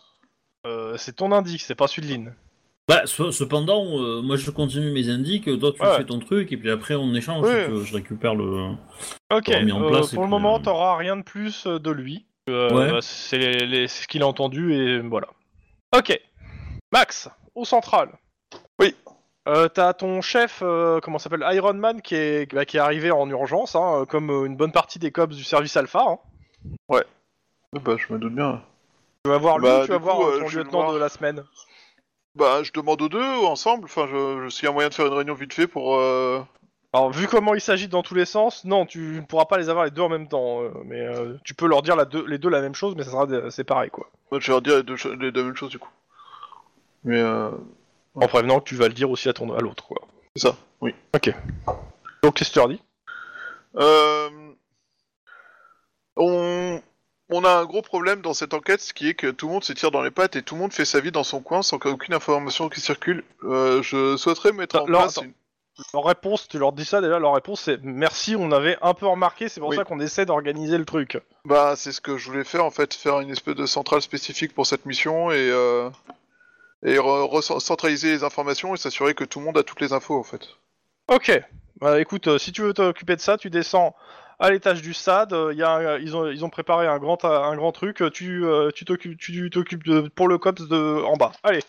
Speaker 2: Euh, c'est ton indice, c'est pas celui de Lynn.
Speaker 1: Bah, ce- cependant, euh, moi je continue mes indices, toi tu
Speaker 2: Ouais.
Speaker 1: fais ton truc, et puis après on échange,
Speaker 2: Ouais.
Speaker 1: et que je récupère le.
Speaker 2: Ok.
Speaker 1: T'auras mis en
Speaker 2: euh,
Speaker 1: place et
Speaker 2: pour le
Speaker 1: puis,
Speaker 2: moment,
Speaker 1: euh,
Speaker 2: t'auras rien de plus euh, de lui. Euh,
Speaker 1: Ouais.
Speaker 2: bah, c'est les- les- c'est ce qu'il a entendu et voilà. Ok. Max, au central.
Speaker 4: Oui.
Speaker 2: Euh, T'as ton chef, euh, comment ça s'appelle, Iron Man, qui est, bah, qui est arrivé en urgence, hein, comme euh, une bonne partie des cops du service Alpha. hein.
Speaker 4: Bah, je me doute bien.
Speaker 2: Tu vas voir lui,
Speaker 4: Bah,
Speaker 2: tu vas
Speaker 4: du
Speaker 2: voir
Speaker 4: coup,
Speaker 2: euh,
Speaker 4: euh,
Speaker 2: ton
Speaker 4: je vais le
Speaker 2: lieutenant
Speaker 4: voir.
Speaker 2: de la semaine.
Speaker 4: Bah, je demande aux deux ensemble. Enfin, je, je s'il y a moyen de faire une réunion vite fait pour. euh,
Speaker 2: Alors, vu comment il s'agit dans tous les sens, non, tu ne pourras pas les avoir les deux en même temps. euh, mais euh, tu peux leur dire la deux- les deux la même chose, mais ça sera de- séparé, quoi.
Speaker 4: Moi, je vais leur dire les deux, cho- les deux mêmes choses du coup. Mais euh,
Speaker 2: En prévenant que tu vas le dire aussi à, ton- à l'autre, quoi.
Speaker 4: C'est ça, oui.
Speaker 2: Ok. Donc, qu'est-ce que tu leur dis
Speaker 4: Euh, on, on a un gros problème dans cette enquête, ce qui est que tout le monde se tire dans les pattes et tout le monde fait sa vie dans son coin sans qu'aucune information qui circule. Euh, je souhaiterais mettre
Speaker 2: Attends,
Speaker 4: en
Speaker 2: Laure,
Speaker 4: place
Speaker 2: attends.
Speaker 4: une...
Speaker 2: Leur réponse, tu leur dis ça déjà, leur réponse c'est merci, on avait un peu remarqué, c'est pour
Speaker 4: Oui.
Speaker 2: ça qu'on essaie d'organiser le truc.
Speaker 4: Bah, c'est ce que je voulais faire en fait, faire une espèce de centrale spécifique pour cette mission et, euh, et re- recen- centraliser les informations et s'assurer que tout le monde a toutes les infos en fait.
Speaker 2: Ok. Bah écoute, euh, si tu veux t'occuper de ça, tu descends à l'étage du SAD. euh, y a un- ils, ont, ils ont préparé un grand, un grand truc. euh, Tu euh, tu t'occupes tu t'occupes de- pour le COPS de, en bas. Allez,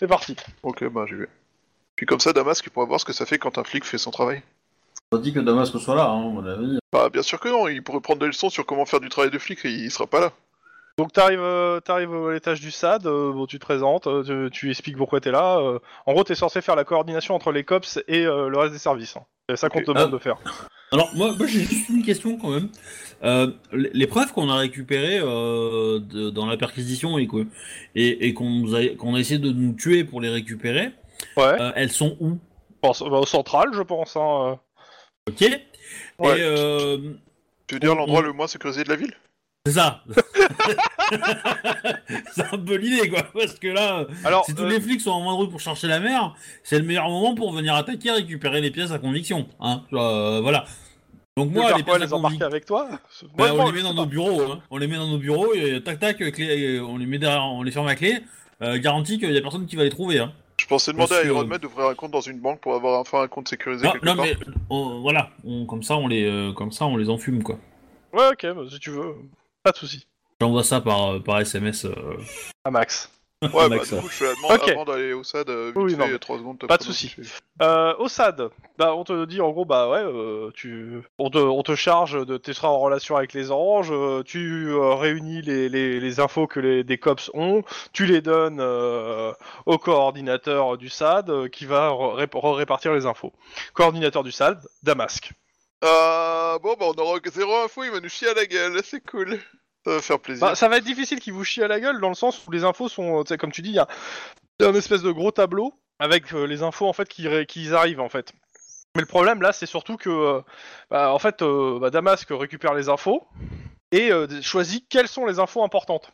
Speaker 2: c'est parti.
Speaker 4: Ok, bah j'y vais. Puis comme ça, Damas, il pourra voir ce que ça fait quand un flic fait son travail.
Speaker 1: On dit que Damasco soit là, hein, à mon avis.
Speaker 4: Bah, bien sûr que non, il pourrait prendre des leçons sur comment faire du travail de flic et il sera pas là.
Speaker 2: Donc t'arrives euh, t'arrives à l'étage du SAD, euh, bon, tu te présentes, euh, tu, tu expliques pourquoi t'es là. euh. en gros, t'es censé faire la coordination entre les COPS et euh, le reste des services. hein. C'est ça qu'on
Speaker 4: Ok.
Speaker 2: te demande
Speaker 1: Ah.
Speaker 2: de faire.
Speaker 1: Alors, moi, moi, j'ai juste une question quand même. Euh, les les preuves qu'on a récupérées euh, de- dans la perquisition et, que- et, et qu'on nous a, qu'on a essayé de nous tuer pour les récupérer,
Speaker 2: Ouais.
Speaker 1: euh, elles sont où
Speaker 2: Pense- bah, au central, je pense. hein, euh.
Speaker 1: Ok
Speaker 4: Ouais.
Speaker 1: Et euh,
Speaker 4: Tu veux dire
Speaker 1: On-
Speaker 4: l'endroit
Speaker 1: on-
Speaker 4: le moins sécurisé de la ville
Speaker 1: C'est ça. c'est un peu l'idée, quoi. Parce que là,
Speaker 2: Alors,
Speaker 1: si tous
Speaker 2: euh,
Speaker 1: les flics sont en moindre rue pour chercher la mer, c'est le meilleur moment pour venir attaquer et récupérer les pièces à conviction. Hein. Euh, voilà. Donc
Speaker 2: tu veux
Speaker 1: moi,
Speaker 2: faire
Speaker 1: les
Speaker 2: quoi,
Speaker 1: pièces à
Speaker 2: les embarquer
Speaker 1: conviction,
Speaker 2: avec toi
Speaker 1: bah,
Speaker 2: Moi,
Speaker 1: on
Speaker 2: non,
Speaker 1: les met
Speaker 2: je
Speaker 1: dans
Speaker 2: sais
Speaker 1: nos
Speaker 2: pas.
Speaker 1: bureaux. hein. On les met dans nos bureaux et euh, tac tac, avec les- on les met derrière, on les ferme à clé. Euh, garantie qu'il y a personne qui va les trouver. Hein.
Speaker 4: Je pensais demander
Speaker 1: Parce
Speaker 4: à
Speaker 1: que-
Speaker 4: Iron Man d'ouvrir un compte dans une banque pour avoir enfin un compte sécurisé
Speaker 1: Non,
Speaker 4: quelque
Speaker 1: non,
Speaker 4: part.
Speaker 1: mais euh, on- voilà, on- comme ça on les, euh, comme ça on les enfume quoi.
Speaker 2: Ouais, ok, bah, si tu veux, pas de soucis.
Speaker 1: J'envoie ça par, euh, par SMS. euh,
Speaker 2: À Max.
Speaker 4: Ouais, bah
Speaker 1: Max,
Speaker 4: du
Speaker 1: ouais.
Speaker 4: coup, je fais la demande
Speaker 2: Ok.
Speaker 4: avant d'aller au SAD, euh, vite
Speaker 2: Oui,
Speaker 4: fait,
Speaker 2: non, mais
Speaker 4: 3 secondes. t'as
Speaker 2: pas de
Speaker 4: pris mon
Speaker 2: souci.
Speaker 4: fichier.
Speaker 2: Euh, au SAD, bah, on te dit en gros, bah ouais, euh, tu, on, te, on te charge de t'être en relation avec les oranges, euh, tu euh, réunis les, les, les infos que les, des cops ont, tu les donnes euh, au coordinateur du SAD euh, qui va re- ré- re- répartir les infos. Coordinateur du SAD, Damasque.
Speaker 4: Ah, bon, bah on aura que zéro info, il va nous chier à la gueule, c'est cool. Ça va faire plaisir.
Speaker 2: Bah, ça va être difficile qu'ils vous chient à la gueule dans le sens où les infos sont, euh, tu sais, comme tu dis, il y a il y a un espèce de gros tableau avec euh, les infos en fait qui, ré- qui arrivent en fait. Mais le problème là, c'est surtout que euh, bah, en fait, euh, bah, Damasque récupère les infos et euh, choisit quelles sont les infos importantes.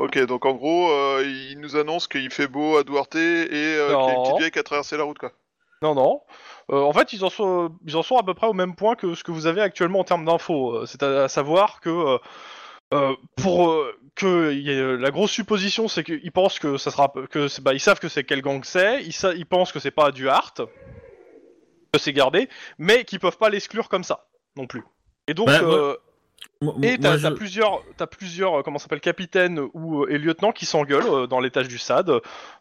Speaker 4: Ok, donc en gros, euh, il nous annonce qu'il fait beau à Duarte et euh, qu'il y a une
Speaker 2: Non.
Speaker 4: petite vieille qui a traversé la route, quoi.
Speaker 2: Non, non. Euh, en fait, ils en, sont, ils en sont à peu près au même point que ce que vous avez actuellement en termes d'infos. Euh, C'est à, à savoir que euh, euh, pour euh, que il y ait- la grosse supposition, c'est qu'ils pensent que ça sera que c'est- bah, ils savent que c'est quel gang c'est, ils, sa- ils pensent que c'est pas du Hart, que c'est gardé, mais qu'ils peuvent pas l'exclure comme ça non plus. Et donc,
Speaker 1: Bah, moi-
Speaker 2: euh,
Speaker 1: Moi-
Speaker 2: et
Speaker 1: moi,
Speaker 2: t'as
Speaker 1: je-
Speaker 2: t'as plusieurs, t'as plusieurs, euh, comment ça s'appelle, capitaines ou euh, et lieutenants qui s'engueulent euh, dans l'étage du SAD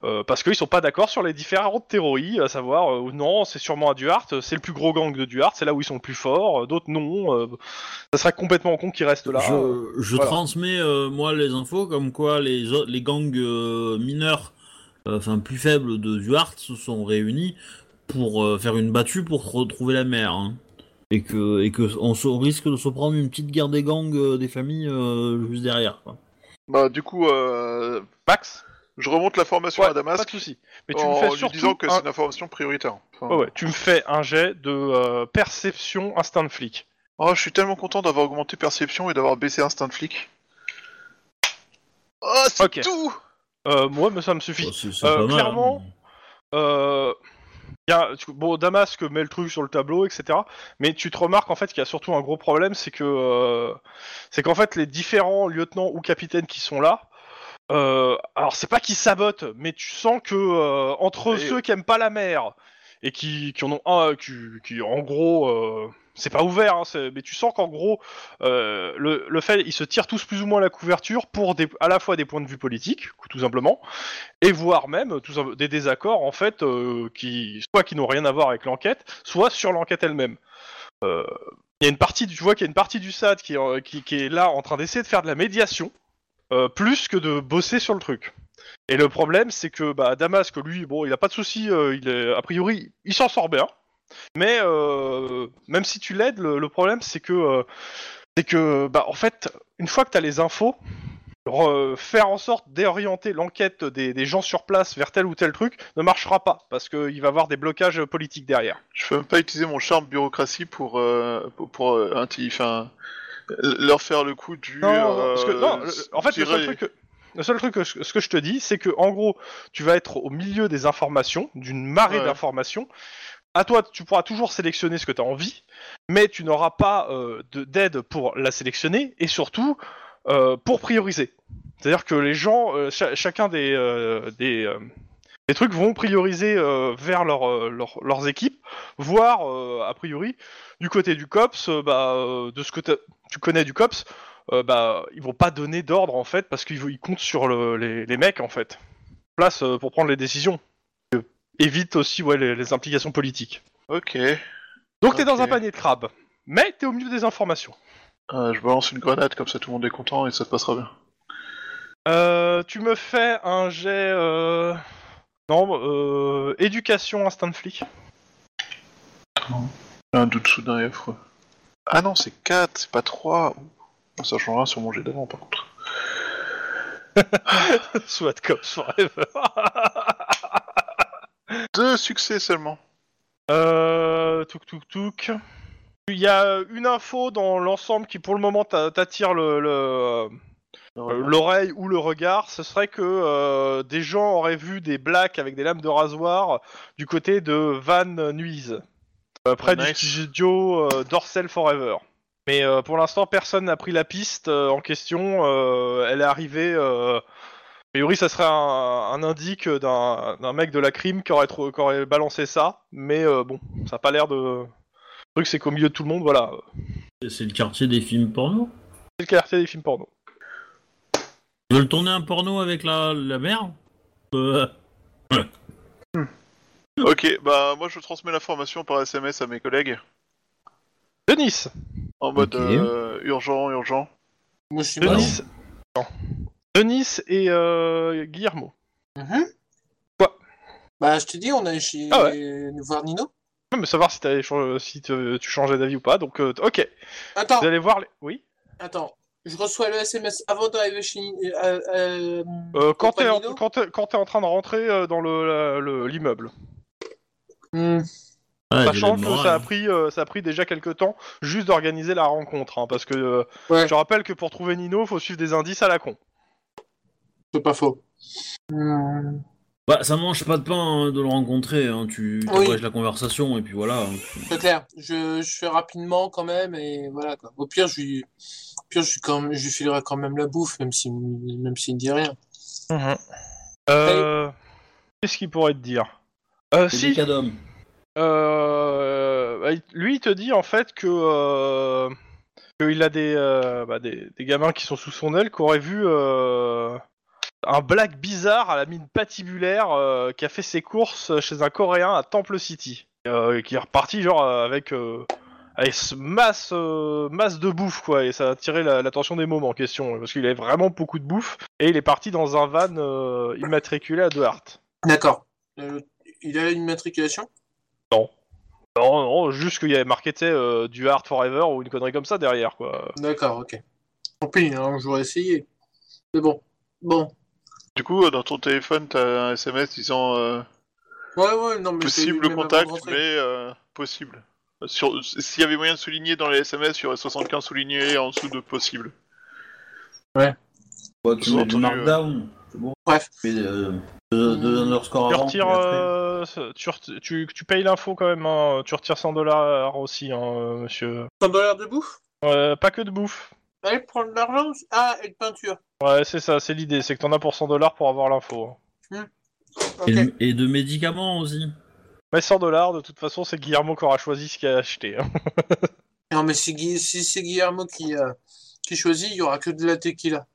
Speaker 2: euh, parce qu'ils sont pas d'accord sur les différentes théories, à savoir euh, non, c'est sûrement à Duarte, euh, c'est le plus gros gang de Duarte, c'est là où ils sont le plus forts, euh, d'autres non, euh, ça serait complètement con qu'ils restent là. euh.
Speaker 1: Je, je
Speaker 2: voilà.
Speaker 1: transmets euh, moi les infos comme quoi les, autres- les gangs euh, mineurs, euh, enfin plus faibles de Duarte, se sont réunis pour euh, faire une battue pour retrouver la mer. hein. Et que, et que on, se- on risque de se prendre une petite guerre des gangs euh, des familles euh, juste derrière. quoi.
Speaker 4: Bah, du coup, euh,
Speaker 2: Max,
Speaker 4: je remonte la formation
Speaker 2: Ouais,
Speaker 4: à
Speaker 2: pas
Speaker 4: Damasque
Speaker 2: de souci. Mais tu me
Speaker 4: en
Speaker 2: fais
Speaker 4: lui
Speaker 2: surtout
Speaker 4: disant que
Speaker 2: un-
Speaker 4: c'est une information prioritaire. Enfin,
Speaker 2: Ouais, ouais, tu me fais un jet de euh, perception instinct de flic.
Speaker 4: Oh, je suis tellement content d'avoir augmenté perception et d'avoir baissé instinct de flic. Oh, c'est
Speaker 2: Ok.
Speaker 4: tout
Speaker 2: Euh, moi, mais ça me suffit.
Speaker 1: Bah, c'est- c'est
Speaker 2: Euh,
Speaker 1: pas mal, hein.
Speaker 2: clairement, Euh, y a- tu- bon, Damasque met le truc sur le tableau, etc. Mais tu te remarques en fait qu'il y a surtout un gros problème, c'est que euh, c'est qu'en fait les différents lieutenants ou capitaines qui sont là, euh, alors c'est pas qu'ils sabotent, mais tu sens que euh, entre
Speaker 4: Et-
Speaker 2: ceux qui aiment pas la mer et qui, qui en ont un, qui, qui, en gros, euh, c'est pas ouvert, hein, c'est- mais tu sens qu'en gros euh, le, le fait, ils se tirent tous plus ou moins la couverture pour des, à la fois des points de vue politiques, tout simplement et voire même tout simplement, des désaccords en fait euh, qui soit qui n'ont rien à voir avec l'enquête, soit sur l'enquête elle-même. Euh, Il y a une partie, du- tu vois, qu'il y a une partie du SAD qui, est en- qui, qui est là en train d'essayer de faire de la médiation euh, plus que de bosser sur le truc. Et le problème, c'est que bah, Damasque, lui, bon, il a pas de souci, euh, il est a priori, il s'en sort bien. Mais euh, même si tu l'aides, le, le problème, c'est que euh, c'est que bah en fait, une fois que t'as les infos, re- faire en sorte d'orienter l'enquête des, des gens sur place vers tel ou tel truc ne marchera pas, parce qu'il va y avoir des blocages politiques derrière.
Speaker 4: Je peux même pas utiliser mon charme bureaucratie pour, euh, pour, pour, euh, inti- enfin, euh, leur faire le coup du.
Speaker 2: parce que-
Speaker 4: euh,
Speaker 2: non, le- en fait, le seul
Speaker 4: tirer-
Speaker 2: truc que, le seul truc que je- ce que je te dis, c'est que en gros, tu vas être au milieu des informations, d'une marée
Speaker 4: Ouais.
Speaker 2: d'informations. À toi, tu pourras toujours sélectionner ce que tu as envie, mais tu n'auras pas euh, de- d'aide pour la sélectionner et surtout euh, pour prioriser. C'est-à-dire que les gens, euh, cha- chacun des, euh, des, euh, les trucs vont prioriser euh, vers leur, euh, leur- leurs équipes, voire, euh, a priori, du côté du COPS, euh, bah, euh, de ce que t'as- tu connais du COPS, euh, bah, ils vont pas donner d'ordre, en fait, parce qu'ils vont- ils comptent sur le- les, les mecs, en fait, place euh, pour prendre les décisions. Euh, Évite aussi ouais, les, les implications politiques.
Speaker 4: Ok. Euh,
Speaker 2: Donc t'es dans
Speaker 4: Ok.
Speaker 2: un panier de crabes, mais t'es au milieu des informations.
Speaker 4: Euh, je balance une grenade, comme ça tout le monde est content et ça se passera bien.
Speaker 2: Euh, tu me fais un jet... euh, Non, euh, éducation, instinct de flic.
Speaker 4: Un doute soudain et affreux. Ah non, c'est 4, c'est pas 3. Ça change rien sur mon jet d'avant, par contre.
Speaker 2: Soit cops forever.
Speaker 4: Deux succès seulement.
Speaker 2: Euh, touk touk touk. Il y a euh, une info dans l'ensemble qui, pour le moment, t'a- t'attire le- le, euh, l'oreille ou le regard, ce serait que euh, des gens auraient vu des blacks avec des lames de rasoir du côté de Van Nuys, euh, près
Speaker 4: Nice.
Speaker 2: du studio euh, Dorsel Forever. Mais euh, pour l'instant, personne n'a pris la piste euh, en question. euh, elle est arrivée. euh, a priori, ça serait un, un indique d'un d'un mec de la crime qui aurait, trou- qui aurait balancé ça. Mais euh, bon, ça n'a pas l'air de. Le truc, c'est qu'au milieu de tout le monde, voilà.
Speaker 1: C'est- C'est le quartier des films porno.
Speaker 2: C'est le quartier des films porno.
Speaker 1: Ils veulent tourner un porno avec la, la mère Euh,
Speaker 4: Ok, bah moi je transmets l'information par SMS à mes collègues
Speaker 2: Denis
Speaker 4: en mode
Speaker 1: Ok.
Speaker 4: euh, urgent, urgent.
Speaker 3: Moi, je suis mort.
Speaker 2: Denis. Non. Denis et euh, Guillermo.
Speaker 3: Mhm.
Speaker 2: Quoi
Speaker 3: Bah, je te dis, on a chez
Speaker 2: Ah
Speaker 3: voir Nino.
Speaker 2: Même savoir si, t'avais chang- si te- tu changeais d'avis ou pas. Donc, euh, t- ok.
Speaker 3: Attends,
Speaker 2: Vous allez voir. Les... Oui.
Speaker 3: attends. Je reçois le SMS avant d'arriver chez. Ni- euh, euh,
Speaker 2: Euh, quand
Speaker 3: Contre
Speaker 2: t'es en,
Speaker 3: Nino
Speaker 2: quand t'es- quand t'es en train de rentrer euh, dans le- la- le- l'immeuble,
Speaker 3: hmm,
Speaker 1: ouais,
Speaker 2: sachant
Speaker 1: j'ai
Speaker 2: que
Speaker 1: la morale.
Speaker 2: ça a pris euh, ça a pris déjà quelques temps juste d'organiser la rencontre, hein, parce que euh,
Speaker 3: Ouais.
Speaker 2: je rappelle que pour trouver Nino, faut suivre des indices à la con.
Speaker 3: c'est pas faux. Hmm.
Speaker 1: Bah, ça mange pas de pain hein, de le rencontrer. hein, Tu
Speaker 3: Oui.
Speaker 1: t'engages la conversation et puis voilà. hein, tu-
Speaker 3: C'est clair, je, je fais rapidement quand même et voilà quoi. Au pire, je lui, au pire, je lui, quand même- je lui filerai quand même la bouffe, même s'il même s'il ne dit rien.
Speaker 2: Euh, Qu'est-ce qu'il pourrait te dire Euh,
Speaker 1: C'est
Speaker 2: Si.
Speaker 1: des cas d'homme.
Speaker 2: Euh, bah, il- lui, il te dit en fait que euh, qu'il a des, euh, bah, des des gamins qui sont sous son aile qui auraient vu euh, un black bizarre à la mine patibulaire euh, qui a fait ses courses chez un Coréen à Temple City, euh, qui est reparti genre euh, avec euh, avec ce masse euh, masse de bouffe quoi et ça a attiré la- l'attention des mômes en question parce qu'il avait vraiment beaucoup de bouffe et il est parti dans un van euh, immatriculé à Duarte.
Speaker 3: D'accord. Euh, il a une matriculation
Speaker 2: Non, non, juste qu'il y avait marqué tu sais, euh, du Hard Forever ou une connerie comme ça derrière, quoi.
Speaker 3: D'accord, ok. Tant pis, hein, j'aurais essayé. Mais bon. Bon.
Speaker 4: Du coup, euh, dans ton téléphone, t'as un SMS disant euh,
Speaker 3: Ouais, ouais, non, mais c'est
Speaker 4: possible
Speaker 3: même avant de
Speaker 4: contact,
Speaker 3: rentrer.
Speaker 4: mais euh, possible. Sur- S'il y avait moyen de souligner dans les SMS, il y aurait 75 soulignés en dessous de possible.
Speaker 1: Bah, tu
Speaker 4: Ils ont
Speaker 1: mets du
Speaker 4: entendu,
Speaker 1: markdown. C'est bon.
Speaker 3: Bref.
Speaker 1: Mais, euh, deux, deux underscores
Speaker 2: Tu
Speaker 1: avant.
Speaker 2: retires,
Speaker 1: puis après.
Speaker 2: euh, ce- tu, ret- tu, tu payes l'info quand même, hein. tu retires 100 dollars aussi, hein, euh, monsieur.
Speaker 3: 100 dollars de bouffe
Speaker 2: Euh, pas que de bouffe.
Speaker 3: Allez prendre Bah, de l'argent Ah, et de peinture.
Speaker 2: Ouais, c'est ça, c'est l'idée, c'est que t'en as pour 100 dollars pour avoir l'info. hein.
Speaker 3: Ok.
Speaker 1: Et, de- et de médicaments aussi.
Speaker 2: Mais 100 dollars, de toute façon, c'est Guillermo qui aura choisi ce qu'il a acheté. hein.
Speaker 3: Non, mais c'est Gui- si c'est Guillermo qui, euh, qui choisit, il y aura que de la tequila.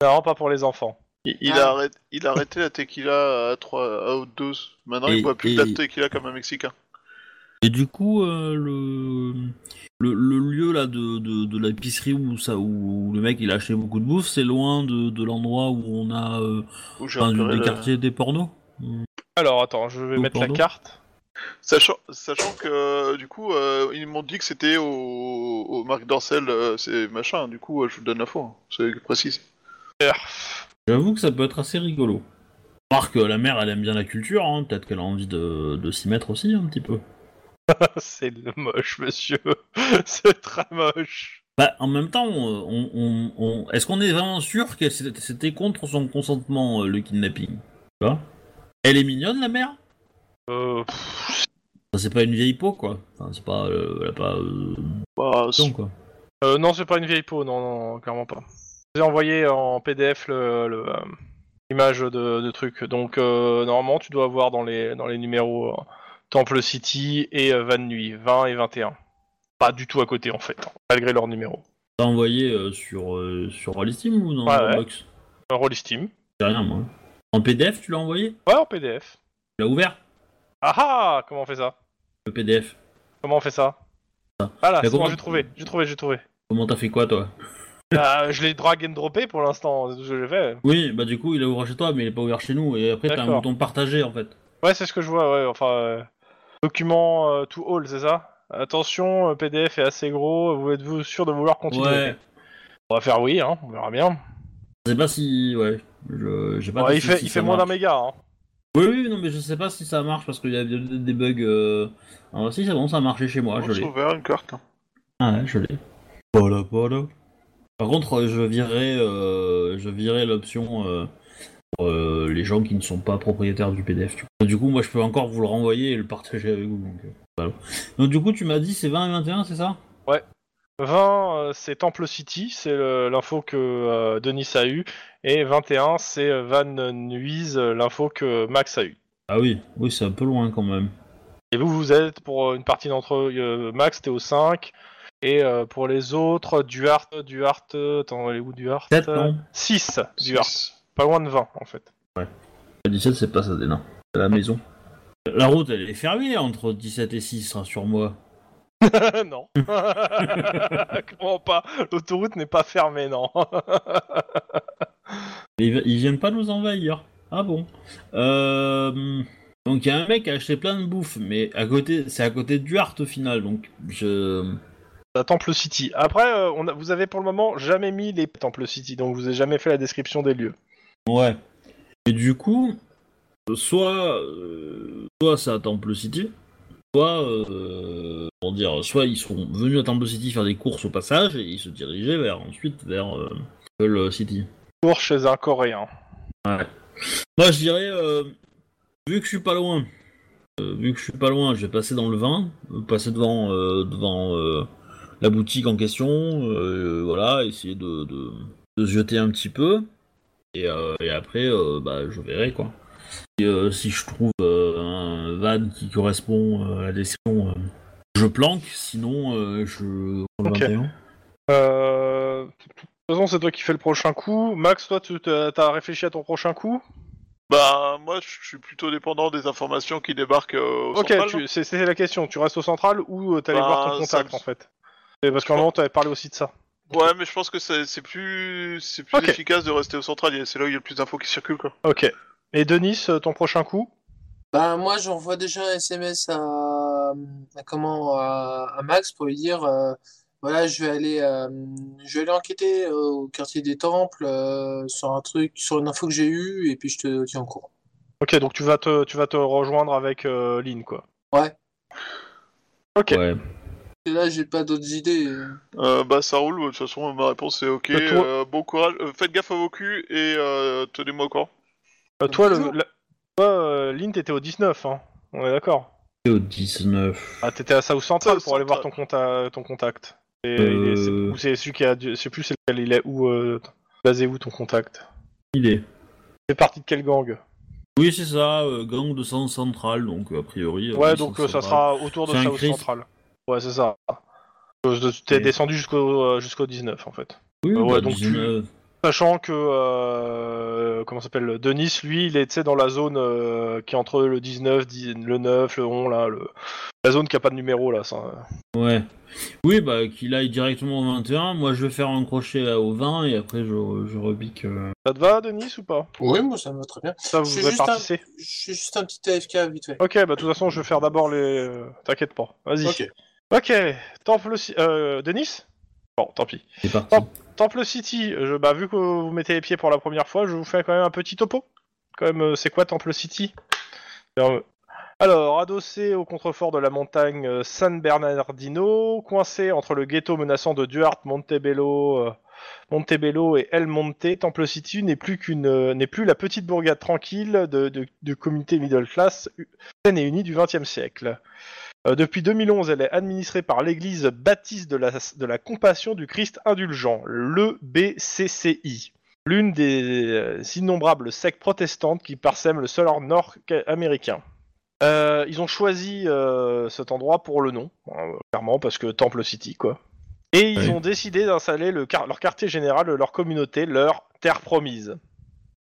Speaker 2: Non, pas pour les enfants.
Speaker 4: Il, il
Speaker 3: Ah.
Speaker 4: a arrêté, il a arrêté la tequila à 3 à haute dose. Maintenant,
Speaker 1: Et-
Speaker 4: il boit plus
Speaker 1: et-
Speaker 4: de la tequila comme un Mexicain.
Speaker 1: Et du coup, euh, le... Le, le lieu là de, de, de l'épicerie où ça où le mec il a acheté beaucoup de bouffe, c'est loin de, de l'endroit où on a euh,
Speaker 4: Où j'ai
Speaker 1: enfin, du-
Speaker 4: repéré
Speaker 1: des
Speaker 4: le-
Speaker 1: quartiers des pornos.
Speaker 2: Alors, attends, je vais
Speaker 1: Oh,
Speaker 2: mettre
Speaker 1: pardon.
Speaker 2: la carte.
Speaker 4: Sachant, sachant que euh, du coup, euh, ils m'ont dit que c'était au, au Marc Dorcel, euh, c'est machin. Du coup, euh, je vous donne l'info. hein, C'est précis.
Speaker 2: Perf.
Speaker 1: J'avoue que ça peut être assez rigolo. Remarque que la mère elle aime bien la culture, hein, peut-être qu'elle a envie de, de s'y mettre aussi un petit peu.
Speaker 2: c'est le moche, monsieur. c'est très moche.
Speaker 1: Bah, en même temps, on, on- on- est-ce qu'on est vraiment sûr que c'était c'était contre son consentement euh, le kidnapping Tu vois Elle est mignonne la mère
Speaker 2: Euh, pff,
Speaker 1: Enfin, C'est pas une vieille peau quoi. Enfin, c'est pas, euh, elle a pas euh,
Speaker 4: Bah,
Speaker 1: non, quoi.
Speaker 2: Euh, non, c'est pas une vieille peau, non, non, non, clairement pas. J'ai envoyé en PDF le, le, euh, l'image de, de truc. Donc euh, normalement, tu dois avoir dans les dans les numéros euh, Temple City et euh, Van Nuit, 20 et 21. Pas du tout à côté en fait, hein, malgré leur numéro.
Speaker 1: T'as envoyé euh, sur, euh, sur Rollistim ou dans
Speaker 2: Ouais, ouais.
Speaker 1: Dropbox
Speaker 2: Un Roll Steam.
Speaker 1: J'ai rien, moi. En PDF, tu l'as envoyé Tu
Speaker 2: Ouais, en PDF.
Speaker 1: l'as ouvert,
Speaker 2: Ah ah, comment on fait ça
Speaker 1: le PDF
Speaker 2: Comment on fait ça Voilà,
Speaker 1: Ah. Mais
Speaker 2: c'est bon,
Speaker 1: comment-
Speaker 2: j'ai trouvé, j'ai trouvé, j'ai trouvé.
Speaker 1: Comment t'as fait quoi, toi
Speaker 2: Ah, je l'ai drag and droppé pour l'instant, c'est tout ce que j'ai fait.
Speaker 1: Oui, bah du coup, il a ouvert chez toi, mais il est pas ouvert chez nous. Et après, t'as un
Speaker 2: D'accord.
Speaker 1: bouton partagé, en fait.
Speaker 2: Ouais, c'est ce que je vois, ouais, enfin... euh, document euh, to all, c'est ça Attention, euh, PDF est assez gros, vous êtes-vous sûr de vouloir continuer
Speaker 1: Ouais.
Speaker 2: On va faire oui, hein, on verra bien.
Speaker 1: Je sais pas si... Ouais. Je- j'ai pas
Speaker 2: Ouais, il
Speaker 1: testé
Speaker 2: fait,
Speaker 1: Bah, si
Speaker 2: il
Speaker 1: ça
Speaker 2: fait moins d'un
Speaker 1: marche.
Speaker 2: méga, hein.
Speaker 1: Oui, oui, non, mais je sais pas si ça marche, parce qu'il y a des des bugs... Euh... Alors si, c'est bon, ça a marché chez moi,
Speaker 4: on
Speaker 1: je l'ai.
Speaker 4: s'ouvre une carte. hein.
Speaker 1: Ah ouais, je l'ai. Polo, polo. Par contre, euh, je virerai, euh, je virerai l'option euh, pour euh, les gens qui ne sont pas propriétaires du PDF. du coup. Du coup, moi, je peux encore vous le renvoyer et le partager avec vous. Donc, euh, voilà. donc du coup, tu m'as dit c'est 20 et 21, c'est ça
Speaker 2: 20, euh, c'est Temple City, c'est le- l'info que euh, Denis a eue. Et 21, c'est euh, Van Nuys, euh, l'info que Max a eue.
Speaker 1: Ah oui, oui, c'est un peu loin quand même.
Speaker 2: Et vous, vous êtes pour euh, une partie d'entre eux, euh, Max, t'es au 5. Et euh, pour les autres, Duarte, Duarte, attends, elle est où Duarte
Speaker 1: 7, non
Speaker 2: 6, Duarte. Pas loin de 20, en fait.
Speaker 1: Le 17, c'est pas ça, Déna. C'est la maison. La route, elle est fermée entre 17 et 6, rassure-moi.
Speaker 2: non. Comment pas L'autoroute n'est pas fermée, non.
Speaker 1: Mais Ils, ils viennent pas nous envahir. Ah bon Euh, Donc il y a un mec qui a acheté plein de bouffe, mais à côté, c'est à côté de Duarte au final, donc je...
Speaker 2: La Temple City. Après, euh, on a- vous avez pour le moment jamais mis les Temple City, donc vous avez jamais fait la description des lieux.
Speaker 1: Ouais. Et du coup, soit, euh, soit c'est à Temple City, soit, euh, comment dire, soit ils sont venus à Temple City faire des courses au passage et ils se dirigeaient vers ensuite vers euh, Temple City.
Speaker 2: Pour chez un Coréen.
Speaker 1: Ouais. Moi, je dirais, euh, vu que je suis pas loin, euh, vu que je suis pas loin, je vais passer dans le vin, euh, passer devant, euh, devant euh, la boutique en question, euh, voilà, essayer de, de, de se jeter un petit peu, et, euh, et après, euh, bah, je verrai quoi. Et, euh, si je trouve euh, un van qui correspond euh, à la description, euh, je planque, sinon euh, je.
Speaker 2: Ok.
Speaker 1: 21.
Speaker 2: Euh, De toute façon, c'est toi qui fais le prochain coup. Max, toi, tu t'as t'as réfléchi à ton prochain coup
Speaker 4: Bah, moi, je suis plutôt dépendant des informations qui débarquent euh, au
Speaker 2: Ok,
Speaker 4: central.
Speaker 2: tu- c'est c'est la question. Tu restes au central ou euh, t'allais
Speaker 4: Bah,
Speaker 2: voir ton contact,
Speaker 4: ça-
Speaker 2: en fait Et Parce qu'à un moment, t'avais parlé aussi de ça.
Speaker 4: Ouais, mais je pense que c'est c'est plus, c'est plus
Speaker 2: Ok.
Speaker 4: efficace de rester au central. il y a- C'est là où il y a le plus d'infos qui circulent, quoi.
Speaker 2: Ok. Et Denis, euh, ton prochain coup
Speaker 3: Ben, moi, j'envoie déjà un SMS à, à comment, à, à Max pour lui dire, euh, voilà, je vais aller, euh, je vais aller enquêter euh, au quartier des Temples euh, sur un truc, sur une info que j'ai eue, et puis je te tiens au courant.
Speaker 2: Ok, donc tu vas te, tu vas te rejoindre avec euh, Lynn, quoi. Ok.
Speaker 1: Ouais.
Speaker 3: Et là, j'ai pas d'autres idées.
Speaker 4: Euh, bah, ça roule. De toute façon, ma réponse c'est ok.
Speaker 2: Euh, toi-
Speaker 4: euh, bon courage. euh, faites gaffe à vos culs et euh, tenez-moi au courant.
Speaker 2: Euh, toi, le,
Speaker 3: Bonjour.
Speaker 2: la- toi, euh, Lynn, t'étais au 19, hein. On est d'accord
Speaker 1: Et au 19.
Speaker 2: Ah, t'étais à South Central
Speaker 4: South
Speaker 2: pour aller voir ton, conta- ton contact. Et il est- c'est-
Speaker 1: Euh.
Speaker 2: ou c'est celui qui a. du- Je sais plus c'est lequel il est où. euh, basé où ton contact
Speaker 1: Il est.
Speaker 2: C'est parti de quel
Speaker 1: Euh,
Speaker 2: gang
Speaker 1: Oui, c'est ça, euh, gang de South Central, donc euh, a priori. euh,
Speaker 2: Ouais,
Speaker 1: oui,
Speaker 2: donc
Speaker 1: South
Speaker 2: euh, ça
Speaker 1: Central.
Speaker 2: sera autour de
Speaker 1: C'est un
Speaker 2: South
Speaker 1: Chris.
Speaker 2: Central. Ouais, c'est ça. Euh, je- T'es
Speaker 1: Et-
Speaker 2: descendu jusqu'au euh, jusqu'au 19 en fait.
Speaker 1: Oui,
Speaker 2: Euh, ouais,
Speaker 1: bah,
Speaker 2: donc tu-
Speaker 1: 19.
Speaker 2: Sachant que. Euh, comment ça s'appelle Denis, lui, il est tu sais, dans la zone euh, qui est entre le 19, dix- le 9, le 11, là. Le... La zone qui a pas de numéro là. Ça.
Speaker 1: Ouais. Oui, bah qu'il aille directement au 21. Moi, je vais faire un crochet là, au 20 et après je, je repique. euh.
Speaker 2: ça te va, Denis, ou pas
Speaker 3: Oui, moi, ça me va très bien.
Speaker 2: Ça,
Speaker 3: Je suis
Speaker 2: vous
Speaker 3: juste un-
Speaker 2: répartissez
Speaker 3: Je suis juste un petit AFK vite fait.
Speaker 2: Ok, bah de toute façon, je vais faire d'abord les. euh, T'inquiète pas, vas-y.
Speaker 3: Ok.
Speaker 2: Ok, Temple Ci- Euh, Denis Bon, tant pis.
Speaker 1: C'est parti.
Speaker 2: Oh. Temple City, je, bah, vu que vous mettez les pieds pour la première fois, je vous fais quand même un petit topo. Quand même, euh, c'est quoi Temple City Alors, euh, alors, adossé au contrefort de la montagne euh, San Bernardino, coincé entre le ghetto menaçant de Duarte, Montebello, euh, Montebello et El Monte, Temple City n'est plus qu'une, euh, n'est plus la petite bourgade tranquille de, de, du comité middle class u- saine et unie du XXe siècle. Euh, depuis 2011, elle est administrée par l'église baptiste de la, de la compassion du Christ indulgent, le BCCI, l'une des euh, innombrables sectes protestantes qui parsèment le sol nord ca- américain. Euh, ils ont choisi euh, cet endroit pour le nom, euh, clairement, parce que Temple City, quoi. Et ils
Speaker 1: Oui.
Speaker 2: ont décidé d'installer le quar- leur quartier général, leur communauté, leur terre promise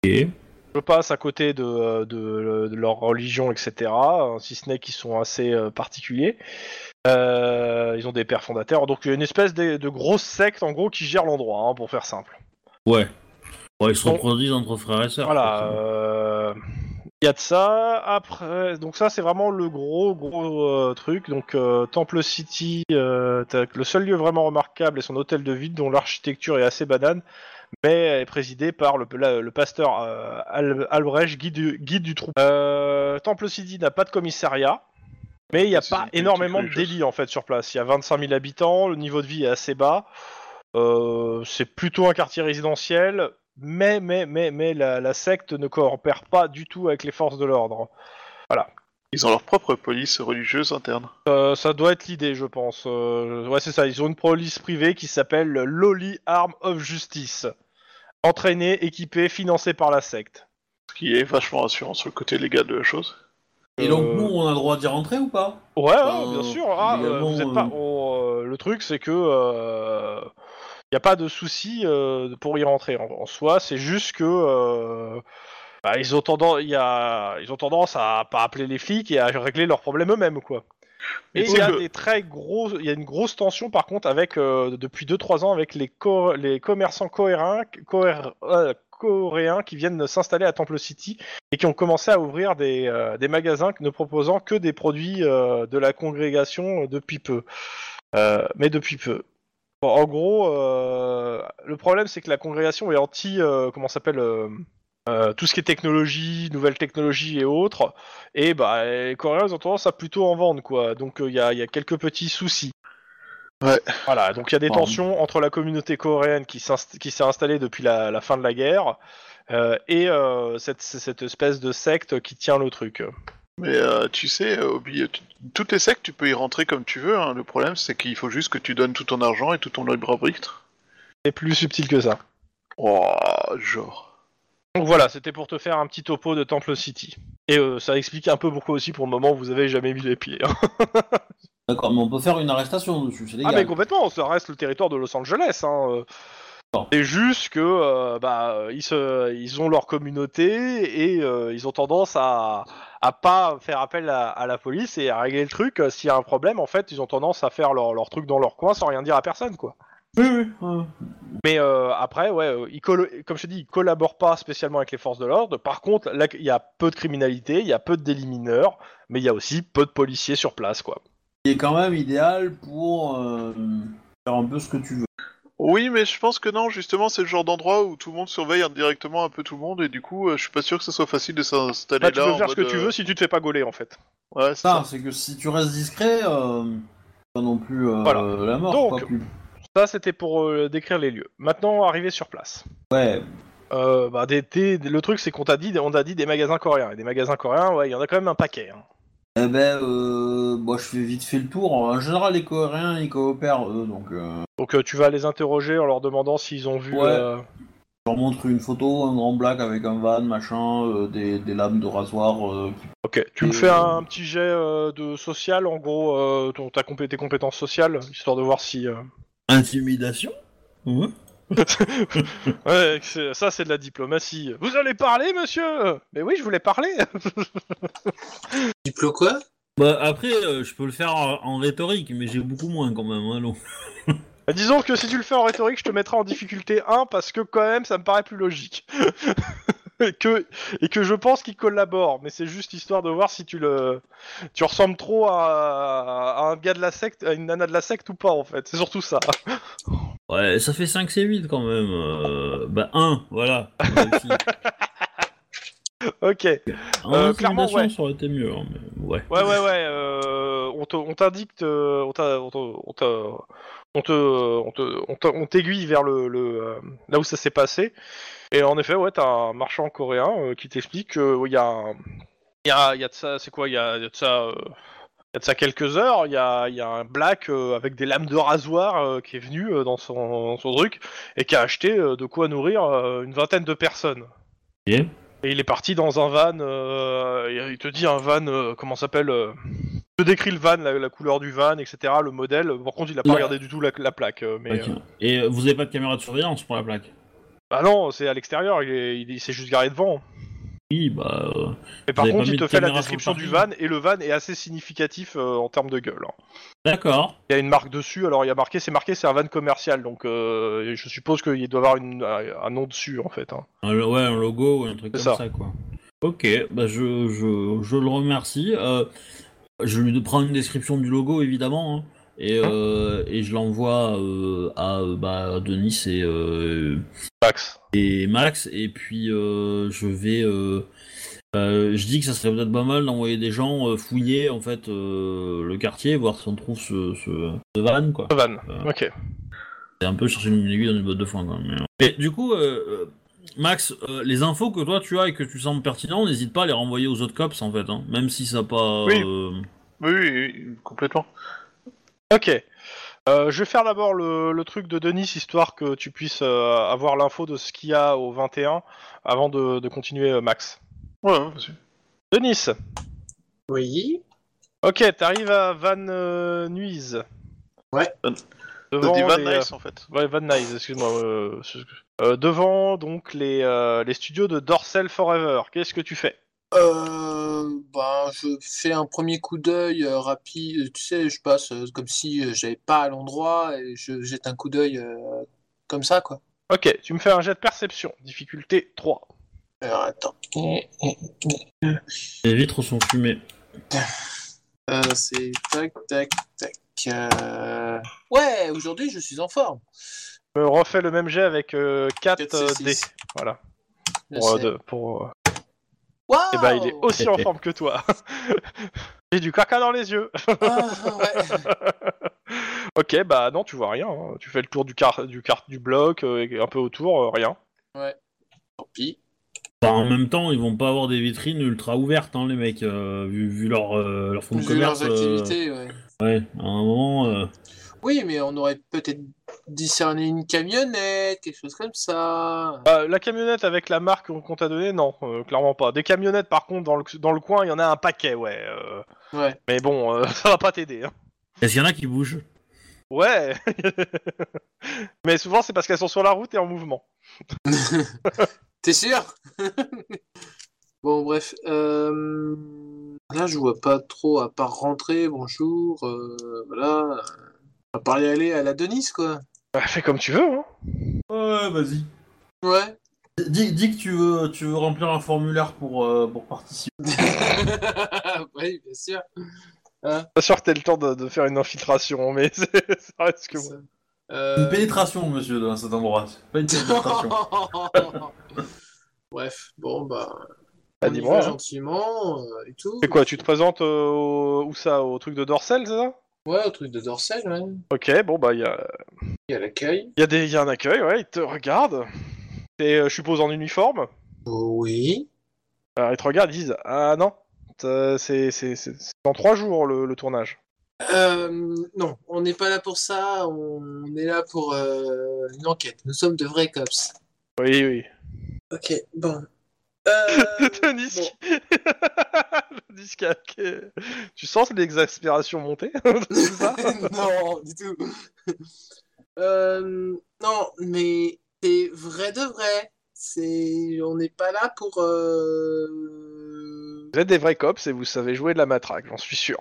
Speaker 1: Ok.
Speaker 2: je passe à côté de, euh, de- de leur religion, etc. hein, Si ce n'est qu'ils sont assez euh, particuliers. Euh, ils ont des pères fondateurs. Donc une espèce de, de grosse secte, en gros, qui gère l'endroit, hein, pour faire simple.
Speaker 1: Ouais. Ouais, ils se
Speaker 2: Bon.
Speaker 1: reproduisent entre frères et sœurs.
Speaker 2: Voilà.
Speaker 1: quoi,
Speaker 2: euh, Il y a de ça. Après, donc ça, c'est vraiment le gros, gros euh, truc. Donc euh, Temple City, euh, t'as le seul lieu vraiment remarquable est son hôtel de ville, dont l'architecture est assez banane, mais est présidée par le, la- le pasteur euh, Al- Albrecht, guide du, guide du troupeau. Euh, Temple City n'a pas de commissariat. Mais il n'y a
Speaker 4: C'est
Speaker 2: pas
Speaker 4: une petite
Speaker 2: énormément de
Speaker 4: quelque chose.
Speaker 2: délits en fait sur place. Il y a 25 000 habitants, le niveau de vie est assez bas. Euh, c'est plutôt un quartier résidentiel, mais mais mais mais la, la secte ne coopère pas du tout avec les forces de l'ordre.
Speaker 4: Ils ont leur propre police religieuse interne.
Speaker 2: Euh, ça doit être l'idée, je pense. Euh, ouais, c'est ça. Ils ont une police privée qui s'appelle Loli Arm of Justice, entraînée, équipée, financée par la secte.
Speaker 4: Ce qui est vachement rassurant sur le côté légal de la chose.
Speaker 1: Et donc,
Speaker 2: Euh,
Speaker 1: nous, on a le droit d'y rentrer ou pas
Speaker 2: Ouais, ouais,
Speaker 1: Euh,
Speaker 2: bien sûr. Ah, euh,
Speaker 1: évidemment,
Speaker 2: vous êtes
Speaker 1: euh,
Speaker 2: pas. on, euh, le truc, c'est que il n'y a pas de souci euh, pour y rentrer en, en soi. C'est juste que euh, bah, ils ont tendance, il y a, ils ont tendance à pas appeler les flics et à régler leurs problèmes eux-mêmes, quoi.
Speaker 4: Mais
Speaker 2: Et il
Speaker 4: c'est
Speaker 2: y a
Speaker 4: que-
Speaker 2: des très gros, il y a une grosse tension par contre avec euh, depuis 2-3 ans avec les co- les commerçants coréens, coréens, euh, coréens qui viennent s'installer à Temple City et qui ont commencé à ouvrir des, euh, des magasins ne proposant que des produits euh, de la congrégation depuis peu. Euh, mais depuis peu. Bon, en gros, euh, le problème c'est que la congrégation est anti, euh, comment ça s'appelle, euh, euh, tout ce qui est technologie, nouvelles technologies et autres. Et bah, les Coréens ils ont tendance à plutôt en vendre quoi. Donc euh, il y, a, y a quelques petits soucis.
Speaker 4: Ouais.
Speaker 2: Voilà, donc il y a des
Speaker 1: Pardon.
Speaker 2: tensions entre la communauté coréenne qui s'inst- qui s'est installée depuis la, la fin de la guerre euh, et euh, cette, cette espèce de secte qui tient le truc.
Speaker 4: Mais euh, tu sais, euh, Obi, tu- toutes les sectes, tu peux y rentrer comme tu veux. hein. Le problème, c'est qu'il faut juste que tu donnes tout ton argent et tout ton libre arbitre.
Speaker 2: C'est plus subtil que ça.
Speaker 4: Oh, genre.
Speaker 2: Donc voilà, c'était pour te faire un petit topo de Temple City. Et euh, ça explique un peu pourquoi aussi pour le moment vous avez jamais mis les pieds. hein.
Speaker 1: D'accord, mais on peut faire une arrestation dessus, c'est
Speaker 2: Ah
Speaker 1: légal.
Speaker 2: mais complètement, ça reste le territoire de Los Angeles. Hein. euh.
Speaker 1: Bon.
Speaker 2: C'est juste que euh, bah ils se, ils ont leur communauté et euh, ils ont tendance à à pas faire appel à, à la police et à régler le truc. Euh, S'il y a un problème, en fait, ils ont tendance à faire leur, leur truc dans leur coin sans rien dire à personne, quoi.
Speaker 1: Oui, oui, oui.
Speaker 2: Mais euh, après, ouais, euh, ils collo- comme je te dis, ils collaborent pas spécialement avec les forces de l'ordre. Par contre, là, il y a peu de criminalité, il y a peu de délits mineurs, mais il y a aussi peu de policiers sur place, quoi.
Speaker 1: Qui est quand même idéal pour euh, faire un peu ce que tu veux.
Speaker 4: Oui, mais je pense que non, justement, c'est le genre d'endroit où tout le monde surveille indirectement un peu tout le monde, et du coup, euh, je suis pas sûr que ce soit facile de s'installer
Speaker 2: Bah, tu
Speaker 4: là.
Speaker 2: peux
Speaker 4: en
Speaker 2: faire ce que
Speaker 4: mode,
Speaker 2: tu
Speaker 4: euh,
Speaker 2: veux si tu te fais pas gauler, en fait.
Speaker 4: Ouais, c'est
Speaker 1: Ça,
Speaker 4: ça.
Speaker 1: c'est que si tu restes discret, euh, pas non plus euh,
Speaker 2: Voilà.
Speaker 1: la mort.
Speaker 2: Donc-
Speaker 1: pas plus.
Speaker 2: Ça, c'était pour euh, décrire les lieux. Maintenant, arrivé sur place.
Speaker 1: Ouais,
Speaker 2: Euh, bah, des- des- le truc, c'est qu'on t'a dit, on t'a dit des magasins coréens. Et des magasins coréens, ouais, il y en a quand même un paquet. hein.
Speaker 1: Eh ben, euh, moi je fais vite fait le tour. En général, les Coréens ils coopèrent eux, donc euh,
Speaker 2: Donc, euh, tu vas les interroger en leur demandant s'ils ont vu.
Speaker 1: Ouais.
Speaker 2: euh,
Speaker 1: je leur montre une photo, un grand black avec un van, machin, euh, des, des lames de rasoir. euh, qui-
Speaker 2: Ok, tu me
Speaker 1: Et-
Speaker 2: fais un, petit jet euh, de social, en gros, euh, ton, ta compé- tes compétences sociales, histoire de voir si. euh,
Speaker 1: Intimidation Ouais.
Speaker 2: Ouais, c'est- ça c'est de la diplomatie. Vous allez parler, monsieur Mais oui, je voulais parler
Speaker 3: Diplo quoi
Speaker 1: Bah, après, euh, je peux le faire en, en rhétorique, mais j'ai beaucoup moins quand même. hein, donc.
Speaker 2: Bah, Disons que si tu le fais en rhétorique, je te mettrai en difficulté 1 parce que quand même ça me paraît plus logique. et, que, et que je pense qu'il collabore, mais c'est juste histoire de voir si tu le. Tu ressembles trop à, à un gars de la secte, à une nana de la secte ou pas en fait. C'est surtout ça.
Speaker 1: Ouais, ça fait 5 C8 quand même. euh, Bah, 1, voilà. on réussit.
Speaker 2: Euh, ok.
Speaker 1: En
Speaker 2: Euh,
Speaker 1: intimidation,
Speaker 2: clairement, ouais.
Speaker 1: ça aurait été mieux, hein, mais ouais.
Speaker 2: Ouais, ouais, ouais. euh, on te- on t'indique, euh, on t'a- on te, on t'a- on te, on te- on t'a- on t'aiguille vers le, le, euh, là où ça s'est passé. Et en effet, ouais, t'as un marchand coréen euh, qui t'explique qu'il y a, un- il y a, il y a de ça, c'est quoi, il y a, il y a de ça. euh, il y a de ça quelques heures, il y a, il y a un black euh, avec des lames de rasoir euh, qui est venu euh, dans, son, dans son truc et qui a acheté euh, de quoi nourrir euh, une vingtaine de personnes.
Speaker 1: Ok.
Speaker 2: Et il est parti dans un van, euh, et il te dit un van, euh, comment ça s'appelle euh, Je te décris le van, la, la couleur du van, etc., le modèle. Par contre, il a pas
Speaker 1: Ouais.
Speaker 2: regardé du tout la, la plaque. euh, mais,
Speaker 1: Ok.
Speaker 2: euh,
Speaker 1: Et euh, vous avez pas de caméra de surveillance pour la plaque
Speaker 2: bah non, c'est à l'extérieur, il, est- il, il s'est juste garé devant.
Speaker 1: Oui, bah. euh,
Speaker 2: Mais par
Speaker 1: avez
Speaker 2: contre,
Speaker 1: pas
Speaker 2: il
Speaker 1: mis
Speaker 2: te
Speaker 1: de
Speaker 2: fait la
Speaker 1: caméra sur le
Speaker 2: description du van,
Speaker 1: parking
Speaker 2: et le van est assez significatif euh, en termes de gueule. hein.
Speaker 1: D'accord.
Speaker 2: Il y a une marque dessus, alors il y a marqué, c'est marqué, c'est un van commercial, donc euh, je suppose qu'il doit avoir une, un un nom dessus en fait. hein.
Speaker 1: Un lo- ouais, un logo ou un truc comme
Speaker 2: C'est
Speaker 1: ça.
Speaker 2: ça.
Speaker 1: quoi. Ok, bah je, je, je le remercie. Euh, je lui prends une description du logo, évidemment. hein, et, euh, et je l'envoie euh, à euh, bah, Denis et, euh,
Speaker 2: Max.
Speaker 1: et Max. Et puis, euh, je vais... euh, Euh, je dis que ça serait peut-être pas mal d'envoyer des gens euh, fouiller en fait euh, le quartier, voir si on trouve ce, ce, ce van quoi.
Speaker 2: Van.
Speaker 1: Euh,
Speaker 2: Ok.
Speaker 1: C'est un peu chercher une aiguille dans une botte de foin quand même. Mais du coup, euh, euh, Max, euh, les infos que toi tu as et que tu sembles pertinent, n'hésite pas à les renvoyer aux autres cops en fait, hein, même si ça a pas.
Speaker 4: Oui.
Speaker 1: euh,
Speaker 4: Oui, oui, oui, complètement.
Speaker 2: Ok. Euh, je vais faire d'abord le, le truc de Denis, histoire que tu puisses euh, avoir l'info de ce qu'il y a au 21 avant de, de continuer, euh, Max.
Speaker 4: Ouais, hein, ouais, vas-y.
Speaker 2: Denis,
Speaker 3: Oui.
Speaker 2: ok, t'arrives à Van euh, Nuys.
Speaker 3: Ouais.
Speaker 4: T'as
Speaker 2: Devant
Speaker 4: dit Van
Speaker 2: les,
Speaker 4: Nice en fait.
Speaker 2: euh, ouais, Van Nuys, excuse-moi. euh, excuse- euh, devant donc les, euh, les studios de Dorsel Forever. Qu'est-ce que tu fais
Speaker 3: Euh, ben, je fais un premier coup d'œil euh, rapide. Tu sais, je passe euh, comme si euh, j'avais pas à l'endroit et je jette un coup d'œil euh, comme ça, quoi.
Speaker 2: Ok, tu me fais un jet de perception, difficulté 3.
Speaker 3: Alors, attends.
Speaker 1: les vitres sont fumées.
Speaker 3: Euh, c'est tac, tac, tac. euh. Ouais, aujourd'hui, je suis en forme.
Speaker 2: Je me refais le même jet avec 4
Speaker 3: 4, c'est
Speaker 2: dés.
Speaker 3: six.
Speaker 2: Voilà.
Speaker 3: Je
Speaker 2: Pour, euh,
Speaker 3: sais.
Speaker 2: deux- pour, euh,
Speaker 3: Waouh
Speaker 2: Eh ben, il est aussi en forme que toi. J'ai du caca dans les yeux.
Speaker 3: Ah, ouais.
Speaker 2: ok, bah non, tu vois rien. hein. Tu fais le tour du car du, car du bloc, euh, et un peu autour, euh, rien.
Speaker 3: Tant pis.
Speaker 1: Enfin, en même temps, ils vont pas avoir des vitrines ultra ouvertes, hein, les mecs, euh, vu, vu leur, euh, leur fond de
Speaker 3: Vu
Speaker 1: commerce.
Speaker 3: leurs
Speaker 1: euh,
Speaker 3: activités, ouais.
Speaker 1: ouais, à un moment. euh,
Speaker 3: Oui, mais on aurait peut-être discerné une camionnette, quelque chose comme ça.
Speaker 2: Bah, la camionnette avec la marque qu'on t'a donnée, non, euh, clairement pas. Des camionnettes, par contre, dans le, dans le coin, il y en a un paquet, ouais. euh.
Speaker 3: Ouais.
Speaker 2: Mais bon, euh, ça va pas t'aider. hein.
Speaker 1: Est-ce qu'il y en a qui bougent
Speaker 2: Ouais. Mais souvent, c'est parce qu'elles sont sur la route et en mouvement.
Speaker 3: T'es sûr Bon, bref. euh, Là, je vois pas trop, à part rentrer, bonjour, euh, voilà. À part y aller à la Denise, quoi.
Speaker 2: Bah, fais comme tu veux. Hein.
Speaker 1: Ouais, vas-y.
Speaker 3: Ouais.
Speaker 1: Dis, dis que tu veux, tu veux remplir un formulaire pour, euh, pour participer.
Speaker 3: oui, bien sûr.
Speaker 2: Pas sûr que t'aies le temps de, de faire une infiltration, mais c'est- ça reste que.
Speaker 3: Ça. Euh,
Speaker 1: Une pénétration, monsieur, dans cet endroit. C'est Pas une pénétration.
Speaker 3: Bref, bon, bah.
Speaker 2: Bah,
Speaker 3: on y
Speaker 2: dis-moi,
Speaker 3: va
Speaker 2: hein.
Speaker 3: gentiment euh, et tout.
Speaker 2: C'est quoi, tu te présentes euh, au... où ça Au truc de Dorsel, c'est ça
Speaker 3: Ouais, un truc de dorsal, ouais.
Speaker 2: Ok, bon bah il y a,
Speaker 3: Il y a l'accueil.
Speaker 2: y, a des- y a un accueil, ouais, ils te regardent. Et euh, je suppose en uniforme.
Speaker 3: Oui.
Speaker 2: Alors Euh, ils te regardent, ils disent Ah non, t'as- c'est c'est- c'est- c'est dans trois jours le, le tournage.
Speaker 3: Euh, non, on n'est pas là pour ça, on est là pour euh, une enquête. Nous sommes de vrais cops.
Speaker 2: Oui, oui.
Speaker 3: Ok, bon. Euh,
Speaker 2: Le disque. le disque a- euh, Tu sens l'exaspération monter c'est ça
Speaker 3: non, du tout. Euh, non, mais c'est vrai de vrai. C'est, on n'est pas là pour. euh,
Speaker 2: Vous êtes des vrais cops et vous savez jouer de la matraque, j'en suis sûr.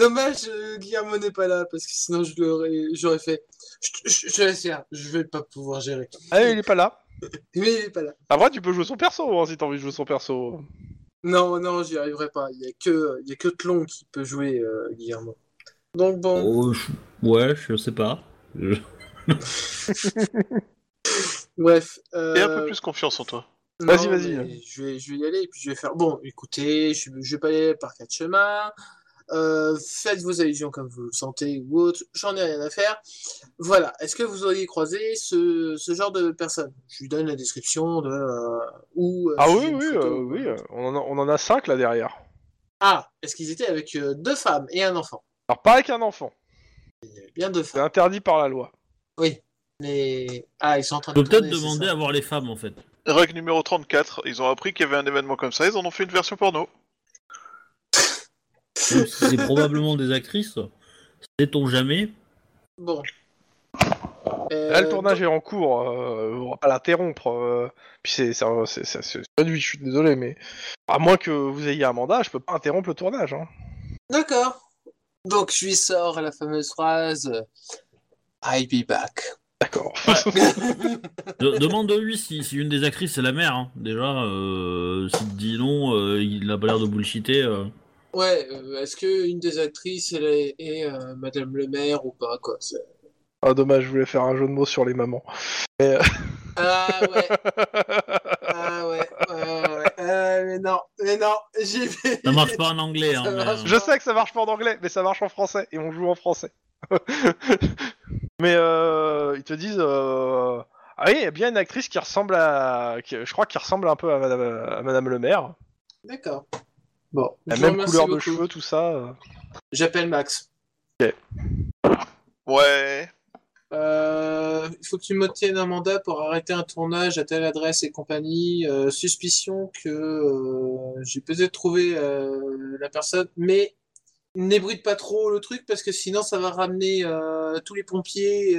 Speaker 3: Dommage, euh, Guillermo n'est pas là parce que sinon je l'aurais, j'aurais fait. Je, je, je te laisse faire. Je vais pas pouvoir gérer.
Speaker 2: Ah, il est pas là
Speaker 3: Mais il est pas là.
Speaker 2: En vrai, tu peux jouer son perso hein, si t'as envie de jouer son perso.
Speaker 3: Non, non, j'y arriverai pas. Il y a que, il y a que Tlon qui peut jouer euh, Guillermo. Donc bon,
Speaker 1: Oh, je- Ouais, je sais pas. Je-
Speaker 3: bref. euh,
Speaker 4: Et un peu plus confiance en toi.
Speaker 3: non,
Speaker 2: Vas-y, vas-y.
Speaker 3: mais Je vais, je vais y aller et puis je vais faire. Bon, écoutez, je, je vais pas y aller par quatre chemins. Euh, faites vos allusions comme vous le sentez ou autre. J'en ai rien à faire. Voilà. Est-ce que vous auriez croisé ce, ce genre de personne Je lui donne la description de euh, où. euh,
Speaker 2: Ah
Speaker 3: j'ai
Speaker 2: oui,
Speaker 3: une
Speaker 2: oui,
Speaker 3: photo.
Speaker 2: euh, oui, euh, on en a, on en a cinq là derrière.
Speaker 3: Ah, est-ce qu'ils étaient avec euh, deux femmes et un enfant
Speaker 2: Alors pas avec un enfant,
Speaker 3: Il y avait bien deux
Speaker 2: c'est
Speaker 3: femmes.
Speaker 2: interdit par la loi.
Speaker 3: Oui. Mais ah, ils sont en train
Speaker 1: On peut
Speaker 3: de.
Speaker 1: peut-être
Speaker 3: tourner, c'est
Speaker 1: demander
Speaker 3: ça.
Speaker 1: à voir les femmes en fait.
Speaker 4: Règle numéro 34, ils ont appris qu'il y avait un événement comme ça, ils en ont fait une version porno.
Speaker 1: Même si C'est probablement des actrices. Sait-on jamais
Speaker 3: Bon.
Speaker 2: Là,
Speaker 3: Euh,
Speaker 2: le tournage est en cours, euh, on va pas l'interrompre. euh, Puis c'est c'est un- c'est- c'est- c'est pas lui, je suis désolé, mais à moins que vous ayez un mandat, je peux pas interrompre le tournage. Hein.
Speaker 3: D'accord. Donc je lui sors la fameuse phrase euh, I'll be back.
Speaker 2: D'accord.
Speaker 1: De- Demande-lui si, si une des actrices c'est la mère. hein. Déjà, euh, s'il te dit non, euh, il a pas l'air de bullshiter. euh.
Speaker 3: Ouais, euh, est-ce que une des actrices elle est, est, euh, Madame le Maire ou pas quoi c'est-
Speaker 2: ah, dommage, je voulais faire un jeu de mots sur les mamans.
Speaker 3: Ah ouais, ah ouais, ouais, ouais, ouais, ah Mais non, mais non, j'y vais.
Speaker 1: Ça marche pas en anglais. Hein,
Speaker 3: Ça
Speaker 1: mais,
Speaker 3: marche.
Speaker 1: euh,
Speaker 2: Je sais que ça marche pas en anglais, mais ça marche en français, et on joue en français. mais euh, ils te disent... euh, Ah oui, il y a bien une actrice qui ressemble à... qui- je crois qu'il ressemble un peu à Madame, à Madame le Maire.
Speaker 3: D'accord. Bon,
Speaker 2: La
Speaker 3: je vous
Speaker 2: même
Speaker 3: remercie
Speaker 2: couleur de
Speaker 3: beaucoup.
Speaker 2: cheveux, tout ça. euh.
Speaker 3: J'appelle Max.
Speaker 4: Ouais.
Speaker 3: Euh, Il faut que tu m'obtiennes un mandat pour arrêter un tournage à telle adresse et compagnie. Euh, suspicion que euh, j'ai peut-être trouvé euh, la personne, mais n'ébruite pas trop le truc parce que sinon ça va ramener euh, tous les pompiers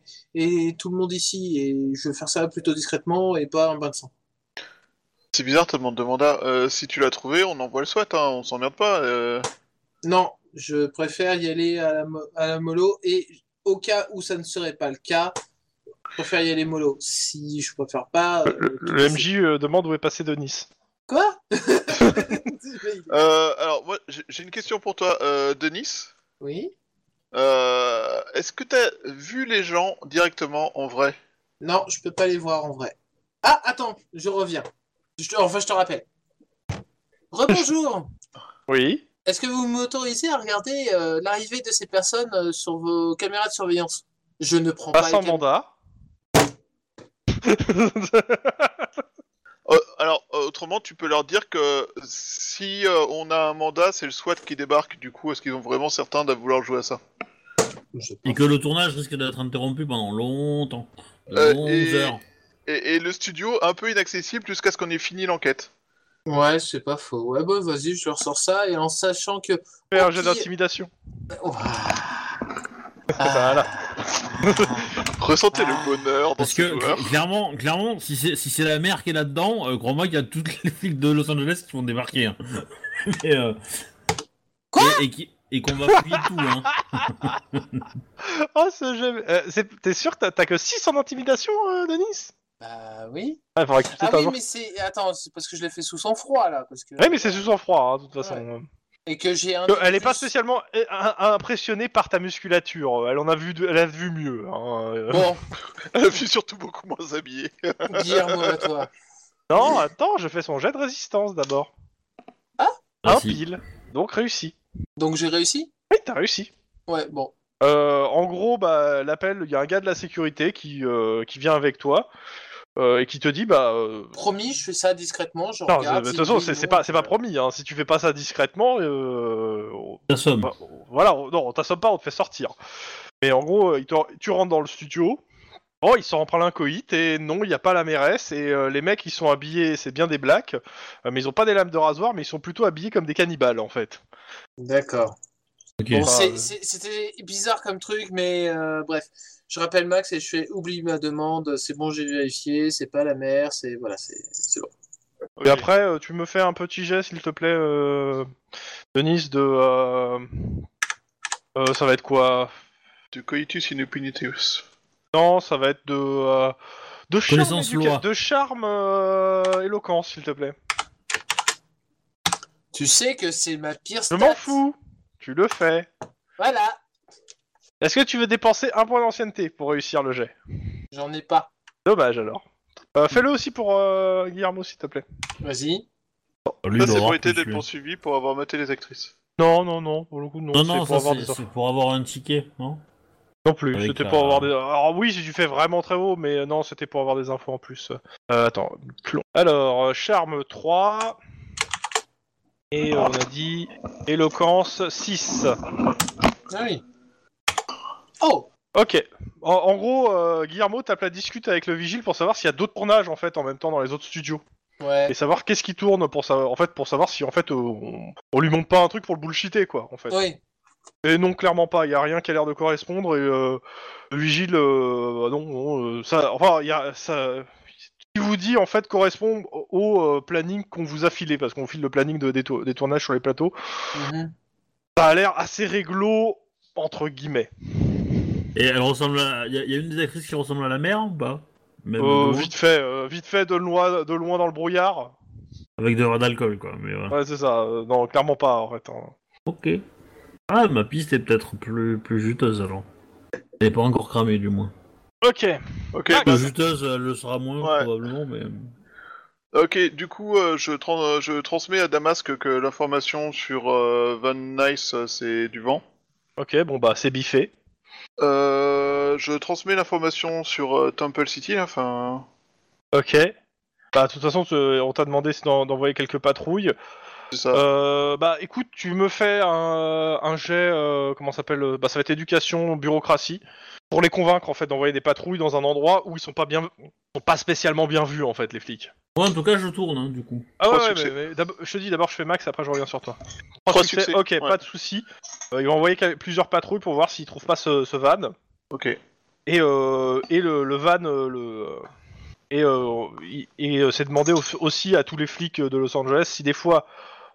Speaker 3: et, et tout le monde ici. Et je vais faire ça plutôt discrètement et pas un bain de sang.
Speaker 4: C'est bizarre, te demande demanda. euh, si tu l'as trouvé, on envoie le SWAT, hein, on s'emmerde pas. euh.
Speaker 3: Non, je préfère y aller à la, mo- à la mollo et au cas où ça ne serait pas le cas, je préfère y aller mollo. Si je préfère pas. euh,
Speaker 2: Le,
Speaker 3: tout
Speaker 2: le
Speaker 3: c'est-
Speaker 2: MJ euh, demande où est passé Denis.
Speaker 3: Quoi
Speaker 4: Euh, alors, moi, j'ai j'ai une question pour toi, euh, Denis.
Speaker 3: Oui
Speaker 4: Euh, Est-ce que t'as vu les gens directement en vrai
Speaker 3: Non, je peux pas les voir en vrai. Ah, attends, je reviens. Je te- Enfin, je te rappelle. Rebonjour
Speaker 2: Oui.
Speaker 3: Est-ce que vous m'autorisez à regarder euh, l'arrivée de ces personnes euh, sur vos caméras de surveillance Je ne prends pas,
Speaker 2: Pas
Speaker 3: les
Speaker 2: sans
Speaker 3: cam-
Speaker 2: mandat.
Speaker 4: Euh, Alors, euh, autrement, tu peux leur dire que si euh, on a un mandat, c'est le SWAT qui débarque. Du coup, est-ce qu'ils ont vraiment certains de vouloir jouer à ça
Speaker 3: Je
Speaker 1: Et que le tournage risque d'être interrompu pendant longtemps.
Speaker 4: Euh,
Speaker 1: 11
Speaker 4: et-
Speaker 1: heures.
Speaker 4: et, et le studio un peu inaccessible jusqu'à ce qu'on ait fini l'enquête.
Speaker 3: Ouais, c'est pas faux. Ouais, bah vas-y, je ressors ça et en sachant que.
Speaker 2: Fais un jet
Speaker 3: Qui-
Speaker 2: d'intimidation.
Speaker 3: Ouah.
Speaker 2: Voilà.
Speaker 4: Ressentez
Speaker 3: Ah.
Speaker 4: le bonheur dans
Speaker 1: Parce
Speaker 4: ce
Speaker 1: que
Speaker 4: joueur.
Speaker 1: cl- clairement, clairement, si c'est si c'est la mère qui est là-dedans, euh, crois-moi qu'il y a toutes les flics de Los Angeles qui vont débarquer. hein. et, euh,
Speaker 3: Quoi
Speaker 1: et, et qui- et qu'on va fouiller tout. Hein.
Speaker 2: Oh, ce jeu. euh, c'est- T'es sûr que t'as- t'as que 6 en intimidation, euh, Denis
Speaker 3: Bah oui.
Speaker 2: Ah, faudrait que tu
Speaker 3: Ah
Speaker 2: t'aies un
Speaker 3: oui,
Speaker 2: jour-
Speaker 3: mais c'est. Attends, c'est parce que je l'ai fait sous sang-froid là. Parce que...
Speaker 2: Ouais, mais c'est sous sang-froid, hein, de toute façon.
Speaker 3: Et que j'ai un.
Speaker 2: Euh, Elle est pas
Speaker 3: plus.
Speaker 2: spécialement euh, un- un- impressionnée par ta musculature. Elle en a vu, de- elle a vu mieux. hein, euh.
Speaker 3: Bon,
Speaker 4: Elle fut surtout beaucoup moins habillée.
Speaker 3: Guillermo, à toi.
Speaker 2: Non, attends, je fais son jet de résistance d'abord.
Speaker 3: Ah,
Speaker 2: un
Speaker 1: Merci.
Speaker 2: pile. Donc réussi.
Speaker 3: Donc j'ai réussi
Speaker 2: Oui, t'as réussi.
Speaker 3: Ouais, bon.
Speaker 2: Euh, en gros, bah, l'appel, il y a un gars de la sécurité qui, euh, qui vient avec toi euh, et qui te dit, bah, euh,
Speaker 3: Promis, je fais ça discrètement. Je
Speaker 2: Non,
Speaker 3: regarde.
Speaker 2: de
Speaker 3: si
Speaker 2: toute façon,
Speaker 3: oui,
Speaker 2: c'est
Speaker 3: non,
Speaker 2: c'est pas, c'est pas
Speaker 3: euh,
Speaker 2: promis. Hein. Si tu fais pas ça discrètement, euh, on-
Speaker 1: T'assommes.
Speaker 2: on- voilà, on- non, on t'assomme pas, on te fait sortir. Mais en gros, euh, il te- tu rentres dans le studio. Oh, ils sont en plein l'incoït et non, il n'y a pas la mairesse et euh, les mecs ils sont habillés, c'est bien des blacks, euh, mais ils ont pas des lames de rasoir, mais ils sont plutôt habillés comme des cannibales en fait.
Speaker 3: D'accord.
Speaker 1: Ok.
Speaker 3: Bon,
Speaker 2: Bah,
Speaker 3: c'est-
Speaker 2: euh.
Speaker 3: c'est- c'était bizarre comme truc, mais euh, bref. Je rappelle Max et je fais oublie ma demande. C'est bon, j'ai vérifié. C'est pas la mère. C'est voilà, c'est c'est bon.
Speaker 2: Et après, euh, tu me fais un petit jet s'il te plaît, euh, Denise de, euh, euh, ça va être quoi
Speaker 4: Du coitus inopinitus.
Speaker 2: Non, ça va être de euh, de charme,
Speaker 1: Connaissance
Speaker 2: éduca-
Speaker 1: loi.
Speaker 2: de charme euh, éloquence, s'il te plaît.
Speaker 3: Tu sais que c'est ma pire.
Speaker 2: Je
Speaker 3: stat.
Speaker 2: m'en fous. Tu le fais.
Speaker 3: Voilà.
Speaker 2: Est-ce que tu veux dépenser un point d'ancienneté pour réussir le jet
Speaker 3: J'en ai pas.
Speaker 2: Dommage alors. Euh, Fais-le aussi pour euh, Guillermo, s'il te plaît.
Speaker 3: Vas-y.
Speaker 1: Oh, Lui,
Speaker 4: ça,
Speaker 1: il
Speaker 4: c'est
Speaker 1: aura
Speaker 4: pour éviter
Speaker 1: plus,
Speaker 4: d'être
Speaker 1: lui.
Speaker 4: poursuivi pour avoir maté les actrices.
Speaker 2: Non, non, non, pour le coup, non.
Speaker 1: Non,
Speaker 2: c'est
Speaker 1: non,
Speaker 2: pour
Speaker 1: ça,
Speaker 2: avoir
Speaker 1: c'est
Speaker 2: des-
Speaker 1: c'est pour avoir un ticket, non
Speaker 2: Non plus,
Speaker 1: Avec
Speaker 2: c'était
Speaker 1: un-
Speaker 2: pour avoir des... Alors oui, si tu fais vraiment très haut, mais non, c'était pour avoir des infos en plus. Euh, attends, clon. Alors, euh, charme 3... Et euh, on a dit éloquence 6.
Speaker 3: Ah oui. Oh.
Speaker 2: Ok. En, en gros, euh, Guillermo tape la discute avec le vigile pour savoir s'il y a d'autres tournages en fait en même temps dans les autres studios
Speaker 3: Ouais.
Speaker 2: et savoir qu'est-ce qui tourne pour savoir en fait pour savoir si en fait euh, on, on lui monte pas un truc pour le bullshiter quoi en fait.
Speaker 3: Oui.
Speaker 2: Et non clairement pas. Il y a rien qui a l'air de correspondre et euh, le vigile euh, ah non, non, euh, ça enfin il y a ça ce qui vous dit en fait correspond au- au euh, planning qu'on vous a filé parce qu'on file le planning de, des, tour- des tournages sur les plateaux.
Speaker 3: Mhm.
Speaker 2: Ça a l'air assez réglo entre guillemets.
Speaker 1: Et elle ressemble à. Il y, a- il y a une des actrices qui ressemble à la mère ou pas Même
Speaker 2: Euh,
Speaker 1: de loin.
Speaker 2: vite fait, euh, vite fait de loin, de loin dans le brouillard.
Speaker 1: Avec de d'alcool, quoi. Mais ouais.
Speaker 2: Ouais, c'est ça. Euh, Non, clairement pas, en fait. hein.
Speaker 1: Ok. Ah, ma piste est peut-être plus, plus juteuse alors. Elle est pas encore cramée, du moins.
Speaker 2: Ok.
Speaker 4: Ok.
Speaker 2: Ah,
Speaker 1: Plus juteuse, elle le sera moins, euh.
Speaker 4: Ouais.
Speaker 1: probablement, mais.
Speaker 4: Ok, du coup, euh, je, tran- euh, je transmets à Damasque que l'information sur euh, Van Nice, euh, c'est du vent.
Speaker 2: Ok, bon bah c'est biffé.
Speaker 4: Euh, je transmets l'information sur euh, Temple City, là, enfin...
Speaker 2: Ok. Bah de toute façon, te- on t'a demandé si d'en- d'envoyer quelques patrouilles.
Speaker 4: C'est ça.
Speaker 2: Euh, bah écoute, tu me fais un, un jet, euh, comment ça s'appelle euh, Bah ça va être éducation, bureaucratie, pour les convaincre en fait d'envoyer des patrouilles dans un endroit où ils sont pas bien, sont pas spécialement bien vus en fait les flics.
Speaker 1: Bon, en tout cas, je tourne, hein, du coup.
Speaker 2: Ah ouais,
Speaker 4: Trois
Speaker 2: ouais,
Speaker 4: succès.
Speaker 2: mais- mais d'ab- je te dis d'abord je fais max, après je reviens sur toi. Trois,
Speaker 4: Trois
Speaker 2: succès,
Speaker 4: succès,
Speaker 2: ok,
Speaker 4: ouais.
Speaker 2: pas de souci. Euh, ils vont envoyer quel- plusieurs patrouilles pour voir s'ils trouvent pas ce, ce van
Speaker 4: Ok.
Speaker 2: et euh, et le, le van euh, le et, euh, il- et euh, c'est demandé au- aussi à tous les flics euh, de Los Angeles si des fois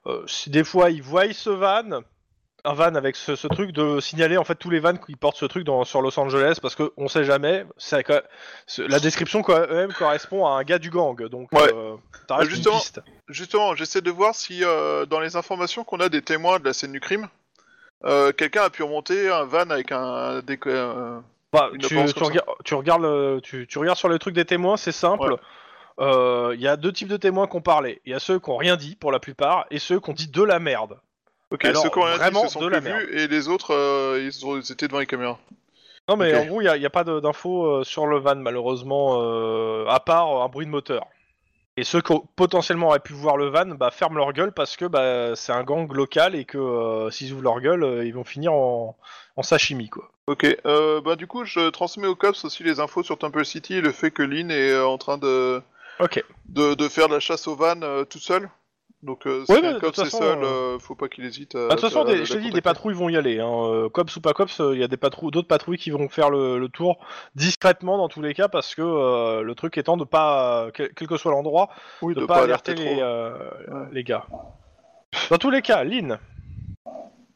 Speaker 2: euh, si des fois ils voient ce van un van avec ce, ce truc de signaler en fait tous les vans qui portent ce truc dans, sur Los Angeles parce que on sait jamais c'est quand- c'est- la description quand même correspond à un gars du gang donc
Speaker 4: Ouais.
Speaker 2: euh, t'as raison,
Speaker 4: justement.
Speaker 2: une piste.
Speaker 4: Justement, j'essaie de voir si euh, dans les informations qu'on a des témoins de la scène du crime, euh, quelqu'un a pu remonter un van avec un... Des... euh,
Speaker 2: Bah,
Speaker 4: Une
Speaker 2: tu, tu
Speaker 4: apparence comme ça.
Speaker 2: regardes, tu, regardes le- tu, tu regardes sur le truc des témoins, c'est simple.
Speaker 4: Ouais.
Speaker 2: Euh, Il y a deux types de témoins qui ont parlé. Il y a ceux qui ont rien dit pour la plupart et ceux qui ont dit de la merde.
Speaker 4: Ok,
Speaker 2: Alors,
Speaker 4: ceux qui ont rien dit
Speaker 2: vraiment
Speaker 4: se sont
Speaker 2: de
Speaker 4: plus
Speaker 2: la
Speaker 4: vus, et les autres, euh, ils, ont- ils étaient devant les caméras.
Speaker 2: Non mais
Speaker 4: Ok.
Speaker 2: en gros, il n'y a, il y a pas de- d'infos euh, sur le van malheureusement, euh, à part euh, un bruit de moteur. Et ceux qui ont- potentiellement auraient pu voir le van, bah, ferment leur gueule parce que bah, c'est un gang local et que euh, s'ils ouvrent leur gueule, euh, ils vont finir en, en sashimi quoi.
Speaker 4: Ok, euh, bah du coup, je transmets au cops aussi les infos sur Temple City et le fait que Lynn est euh, en train de...
Speaker 2: Ok.
Speaker 4: de, de faire de la chasse aux vannes euh, tout seul. Donc euh,
Speaker 2: Ouais,
Speaker 4: si
Speaker 2: mais
Speaker 4: un
Speaker 2: de
Speaker 4: cop
Speaker 2: toute
Speaker 4: c'est
Speaker 2: façon,
Speaker 4: seul,
Speaker 2: euh,
Speaker 4: euh, faut pas qu'il hésite. à-
Speaker 2: Bah, de toute façon,
Speaker 4: à- à
Speaker 2: des,
Speaker 4: la
Speaker 2: je t'ai dit,
Speaker 4: contacter.
Speaker 2: des patrouilles vont y aller. Hein. euh, Cops ou pas cops, il y a des patrou- d'autres patrouilles qui vont faire le, le tour discrètement dans tous les cas parce que euh, le truc étant de pas, euh, quel, quel que soit l'endroit,
Speaker 4: Oui,
Speaker 2: de, pas, alerter, les,
Speaker 4: trop.
Speaker 2: euh,
Speaker 4: Ouais.
Speaker 2: les gars. Dans tous les cas, Lynn,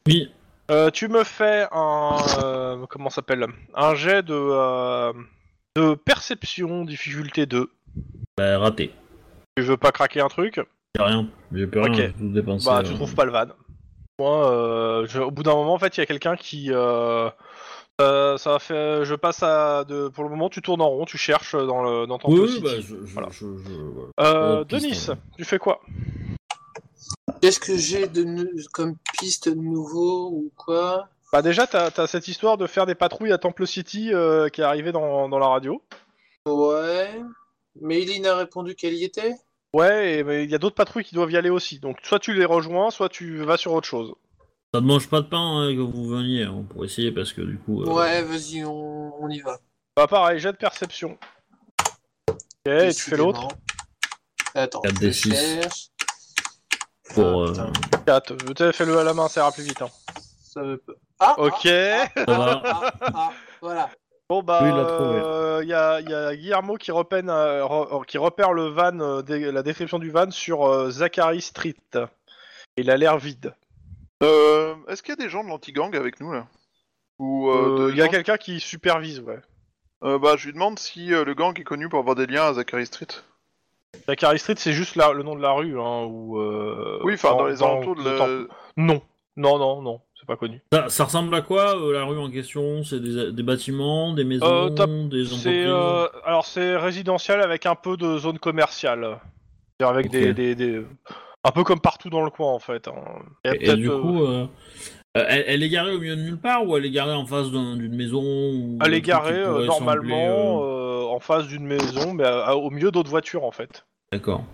Speaker 1: Oui.
Speaker 2: euh, tu me fais un euh, comment ça s'appelle un jet de euh, de perception difficulté 2.
Speaker 1: Bah, raté.
Speaker 2: Tu veux pas craquer un truc
Speaker 1: J'ai rien. J'ai plus rien,
Speaker 2: Ok.
Speaker 1: j'ai tout dépensé.
Speaker 2: Bah,
Speaker 1: euh.
Speaker 2: tu trouves pas le van. Moi, euh, je- au bout d'un moment, en fait, il y a quelqu'un qui. euh, euh, ça fait. Je passe à. De, pour le moment, tu tournes en rond, tu cherches dans, le, dans ton
Speaker 1: Oui, oui,
Speaker 2: City.
Speaker 1: bah, je. je,
Speaker 2: Voilà.
Speaker 1: je- je- voilà.
Speaker 2: Euh,
Speaker 1: euh,
Speaker 2: Denis,
Speaker 1: piston.
Speaker 2: tu fais quoi
Speaker 3: Qu'est-ce que j'ai de nou- comme piste de nouveau ou quoi
Speaker 2: Bah, déjà, t'as as cette histoire de faire des patrouilles à Temple City euh, qui est arrivée dans, dans la radio.
Speaker 3: Ouais. Mais Eileen a répondu qu'elle y était
Speaker 2: Ouais, et- mais il y a d'autres patrouilles qui doivent y aller aussi. Donc, soit tu les rejoins, soit tu vas sur autre chose.
Speaker 1: Ça ne mange pas de pain hein, que vous veniez, hein, pour essayer, parce que du coup. euh,
Speaker 3: Ouais, vas-y, on, on y va.
Speaker 2: Bah, pareil, jet de perception. Ok, et Eh, tu fais
Speaker 3: Décidément.
Speaker 2: l'autre
Speaker 3: Attends,
Speaker 1: 4
Speaker 3: je
Speaker 1: des six.
Speaker 3: cherche.
Speaker 1: Pour,
Speaker 3: Ah,
Speaker 1: euh,
Speaker 3: putain,
Speaker 2: 4. Fais-le à la main, ça ira plus vite. hein.
Speaker 3: ça veut pas- Ah,
Speaker 2: Ok.
Speaker 3: ah, ah,
Speaker 1: Voilà.
Speaker 3: ah, ah, voilà.
Speaker 2: Bon bah,
Speaker 1: Oui,
Speaker 2: il
Speaker 1: il l'a trouvé.
Speaker 2: y, a, y a Guillermo qui repère, euh, re- qui repère le van, euh, dé- la description du van sur euh, Zachary Street. Il a l'air vide.
Speaker 4: Euh, Est-ce qu'il y a des gens de l'anti-gang avec nous là Ou
Speaker 2: Il
Speaker 4: euh, de
Speaker 2: y a
Speaker 4: gens-
Speaker 2: quelqu'un qui supervise, ouais.
Speaker 4: Euh, Bah, je lui demande si euh, le gang est connu pour avoir des liens à Zachary Street.
Speaker 2: Zachary Street, c'est juste la- le nom de la rue, hein, ou. euh,
Speaker 4: oui, enfin dans, les alentours de.
Speaker 2: le
Speaker 4: la-
Speaker 2: temple. Non, non, non, non, c'est pas connu.
Speaker 1: Ça, Bah, ça ressemble à quoi euh, la rue en question C'est des, des bâtiments, des maisons,
Speaker 2: Euh, t'as-
Speaker 1: des entreprises
Speaker 2: C'est euh, alors c'est résidentiel avec un peu de zone commerciale, C'est-à-dire avec des,
Speaker 1: Ok.
Speaker 2: des, des- un peu comme partout dans le coin en fait. hein. Il y a
Speaker 1: Et,
Speaker 2: peut-être,
Speaker 1: du
Speaker 2: euh,
Speaker 1: coup, euh, euh, elle, elle est garée au milieu de nulle part ou elle est garée en face d'un- d'une maison ou
Speaker 2: Elle
Speaker 1: d'un
Speaker 2: est
Speaker 1: truc qui
Speaker 2: garée euh,
Speaker 1: pourrait
Speaker 2: normalement
Speaker 1: sembler, euh,
Speaker 2: euh, en face d'une maison, mais euh, au milieu d'autres voitures en fait.
Speaker 1: D'accord.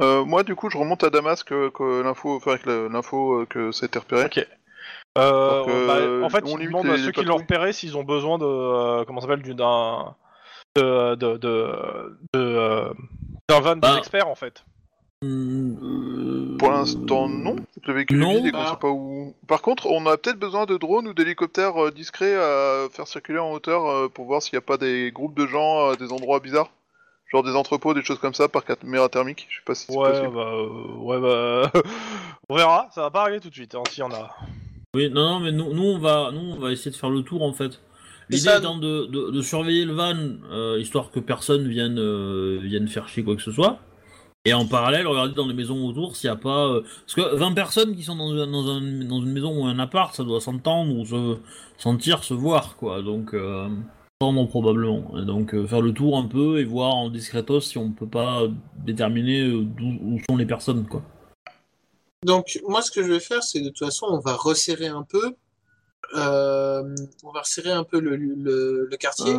Speaker 4: Euh, moi, du coup, je remonte à Damas que, que l'info, enfin, avec la- l'info euh, que ça a été repéré.
Speaker 2: Ok. Euh,
Speaker 4: Donc, euh,
Speaker 2: bah, en fait,
Speaker 4: on
Speaker 2: ils
Speaker 4: limite
Speaker 2: demandent
Speaker 4: les-
Speaker 2: à
Speaker 4: les
Speaker 2: ceux qui
Speaker 4: patrouilles.
Speaker 2: l'ont repéré s'ils ont besoin de euh, comment ça s'appelle d'une- d'un de de de- de, euh, d'un van
Speaker 1: Bah.
Speaker 2: des experts en fait.
Speaker 1: Hum, euh,
Speaker 4: Pour l'instant, non. Le véhicule
Speaker 1: Non.
Speaker 4: est vide et qu'on
Speaker 3: Ah.
Speaker 4: sait pas où. Par contre, on a peut-être besoin de drones ou d'hélicoptères euh, discrets à faire circuler en hauteur euh, pour voir s'il n'y a pas des groupes de gens à des endroits bizarres. Genre des entrepôts, des choses comme ça par caméra thermique. Je sais pas si c'est
Speaker 2: Ouais,
Speaker 4: possible.
Speaker 2: bah, euh, ouais, bah, on verra. Ça va pas arriver tout de suite hein, s'il y en a.
Speaker 1: Oui, non, non, mais nous, nous, on va, nous, on va essayer de faire le tour en fait. L'idée
Speaker 3: ça,
Speaker 1: étant de, de, de surveiller le van, euh, histoire que personne vienne, euh, vienne faire chier quoi que ce soit. Et en parallèle, regarder dans les maisons autour s'il n'y a pas. euh, Parce que 20 personnes qui sont dans, un- dans, un- dans une maison ou un appart, ça doit s'entendre ou se sentir, se voir quoi. Donc, euh, attendre probablement. Et donc euh, faire le tour un peu et voir en discretos si on peut pas déterminer euh, d'où où sont les personnes quoi.
Speaker 3: Donc, moi, ce que je vais faire, c'est de toute façon, on va resserrer un peu. euh, on va resserrer un peu le, le- le quartier.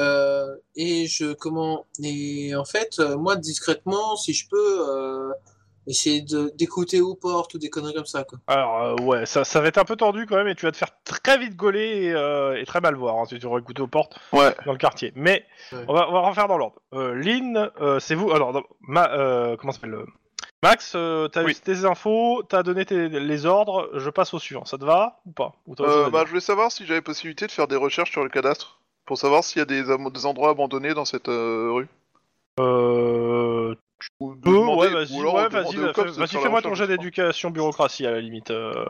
Speaker 3: Euh, et je comment et en fait euh, moi discrètement si je peux euh, essayer de d'écouter aux portes ou des conneries comme ça quoi.
Speaker 2: Alors, euh, ouais, ça, ça va être un peu tendu quand même, et tu vas te faire très vite gauler et, euh, et très mal voir hein, si tu écouté aux portes
Speaker 4: Ouais.
Speaker 2: dans le quartier. Mais
Speaker 3: Ouais.
Speaker 2: on, va, on va refaire dans l'ordre. Euh, Lynn, euh, c'est vous. Alors, non, ma, euh, comment s'appelle euh, Max, euh, t'as
Speaker 4: Oui.
Speaker 2: eu tes infos, t'as donné tes- les ordres, je passe au suivant. Ça te va ou pas Ou t'as autre chose
Speaker 4: Euh,
Speaker 2: à
Speaker 4: bah,
Speaker 2: dire
Speaker 4: je voulais savoir si j'avais possibilité de faire des recherches sur le cadastre pour savoir s'il y a des, am- des endroits abandonnés dans cette euh, rue.
Speaker 2: Euh,
Speaker 4: Ou de
Speaker 2: peu,
Speaker 4: demander-
Speaker 2: ouais, vas-y,
Speaker 4: ou alors
Speaker 2: ouais,
Speaker 4: de demander
Speaker 2: vas-y,
Speaker 4: au
Speaker 2: fais-
Speaker 4: cops de
Speaker 2: vas-y,
Speaker 4: faire la
Speaker 2: fais-moi ton
Speaker 4: recherche,
Speaker 2: jet
Speaker 4: je crois.
Speaker 2: d'éducation bureaucratie à la limite. euh.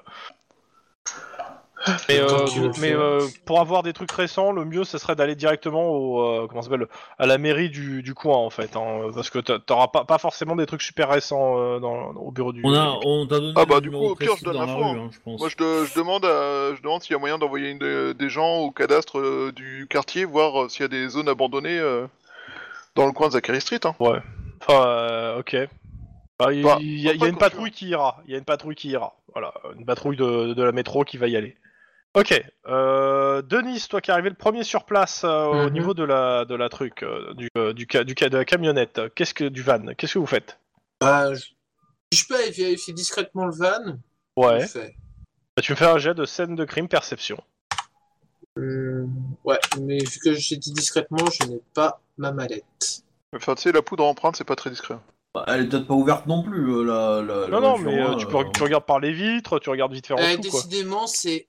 Speaker 2: Mais, euh,
Speaker 3: Tant qu'il veut Ah, le
Speaker 2: mais,
Speaker 3: faire.
Speaker 2: euh, pour avoir des trucs récents, le mieux, ce serait d'aller directement au, euh, comment ça s'appelle, à la mairie du, du coin en fait, hein, parce que t'a- t'auras pas, pas forcément des trucs super récents euh, dans, au bureau du.
Speaker 1: On a on t'a donné
Speaker 4: Ah, bah,
Speaker 1: le
Speaker 4: du
Speaker 1: numéro
Speaker 4: coup, au pire, je
Speaker 1: précis
Speaker 4: donne
Speaker 1: dans la
Speaker 4: l'info,
Speaker 1: rue
Speaker 4: hein.
Speaker 1: hein, je pense.
Speaker 4: Moi, je, de- je demande, à- je demande s'il y a moyen d'envoyer une de- des gens au cadastre euh, du quartier, voir euh, s'il y a des zones abandonnées euh, dans le coin de Zachary Street. Hein.
Speaker 2: Enfin, euh, ok. Bah, Il
Speaker 4: Bah,
Speaker 2: il y, a- il y a
Speaker 4: après,
Speaker 2: une
Speaker 4: quand
Speaker 2: patrouille qui ira. Il y a une patrouille qui ira. Voilà, une patrouille de, de la métro qui va y aller. Ok. Euh, Denis, toi qui es arrivé le premier sur place euh, au
Speaker 3: Mhm.
Speaker 2: niveau de la de la truc euh, du euh, du, ca- du ca- de la camionnette. euh, Qu'est-ce que du van Qu'est-ce que vous faites
Speaker 3: Bah, je... si je peux aller vérifier discrètement le van. je le
Speaker 2: Ouais.
Speaker 3: fais.
Speaker 2: Bah, tu me fais un jet de scène de crime perception.
Speaker 3: Euh, ouais mais vu que j'ai dit discrètement je n'ai pas ma mallette.
Speaker 4: Enfin, tu sais, la poudre empreinte, c'est pas très discret.
Speaker 1: Bah, Elle est peut-être pas ouverte non plus euh, la, la- la
Speaker 2: Non non,
Speaker 1: rue
Speaker 2: mais
Speaker 1: Furin,
Speaker 2: euh, tu,
Speaker 1: euh,
Speaker 2: peux- tu regardes par les vitres, tu regardes vite fait en
Speaker 3: Euh,
Speaker 2: dessous quoi.
Speaker 3: décidément c'est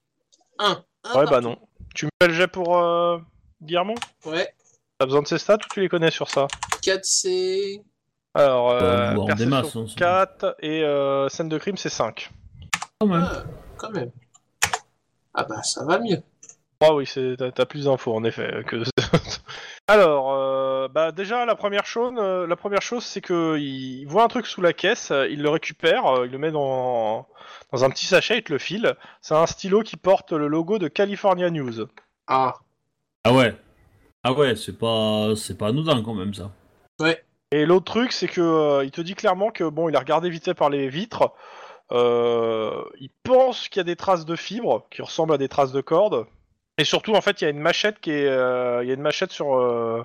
Speaker 3: un. Un
Speaker 2: Ouais bah
Speaker 3: partout.
Speaker 2: non. Tu me fais le jet pour euh, Guillermo
Speaker 3: Ouais
Speaker 2: T'as besoin de ces stats ou tu les connais sur ça
Speaker 3: 4 c'est
Speaker 2: Alors,
Speaker 1: Euh,
Speaker 2: euh,
Speaker 1: on
Speaker 2: perception
Speaker 1: démasse, hein, c'est-
Speaker 2: 4 et euh, scène de crime, c'est 5.
Speaker 1: quand même.
Speaker 3: Ah, quand même. Ah bah ça va mieux.
Speaker 2: Ah oui, c'est- t'as t'as plus d'infos en effet. Que... Alors, euh, bah déjà la première chose, euh, la première chose, c'est que il voit un truc sous la caisse, euh, il le récupère, euh, il le met dans dans un petit sachet et te le file. C'est un stylo qui porte le logo de California News.
Speaker 3: Ah
Speaker 1: Ah ouais. Ah ouais, c'est pas c'est pas anodin quand même ça.
Speaker 2: Et l'autre truc, c'est que euh, il te dit clairement que bon, il a regardé vite fait par les vitres. Euh, il pense qu'il y a des traces de fibres qui ressemblent à des traces de cordes. Et surtout, en fait, il y a une machette qui est, euh, il y a une machette sur euh,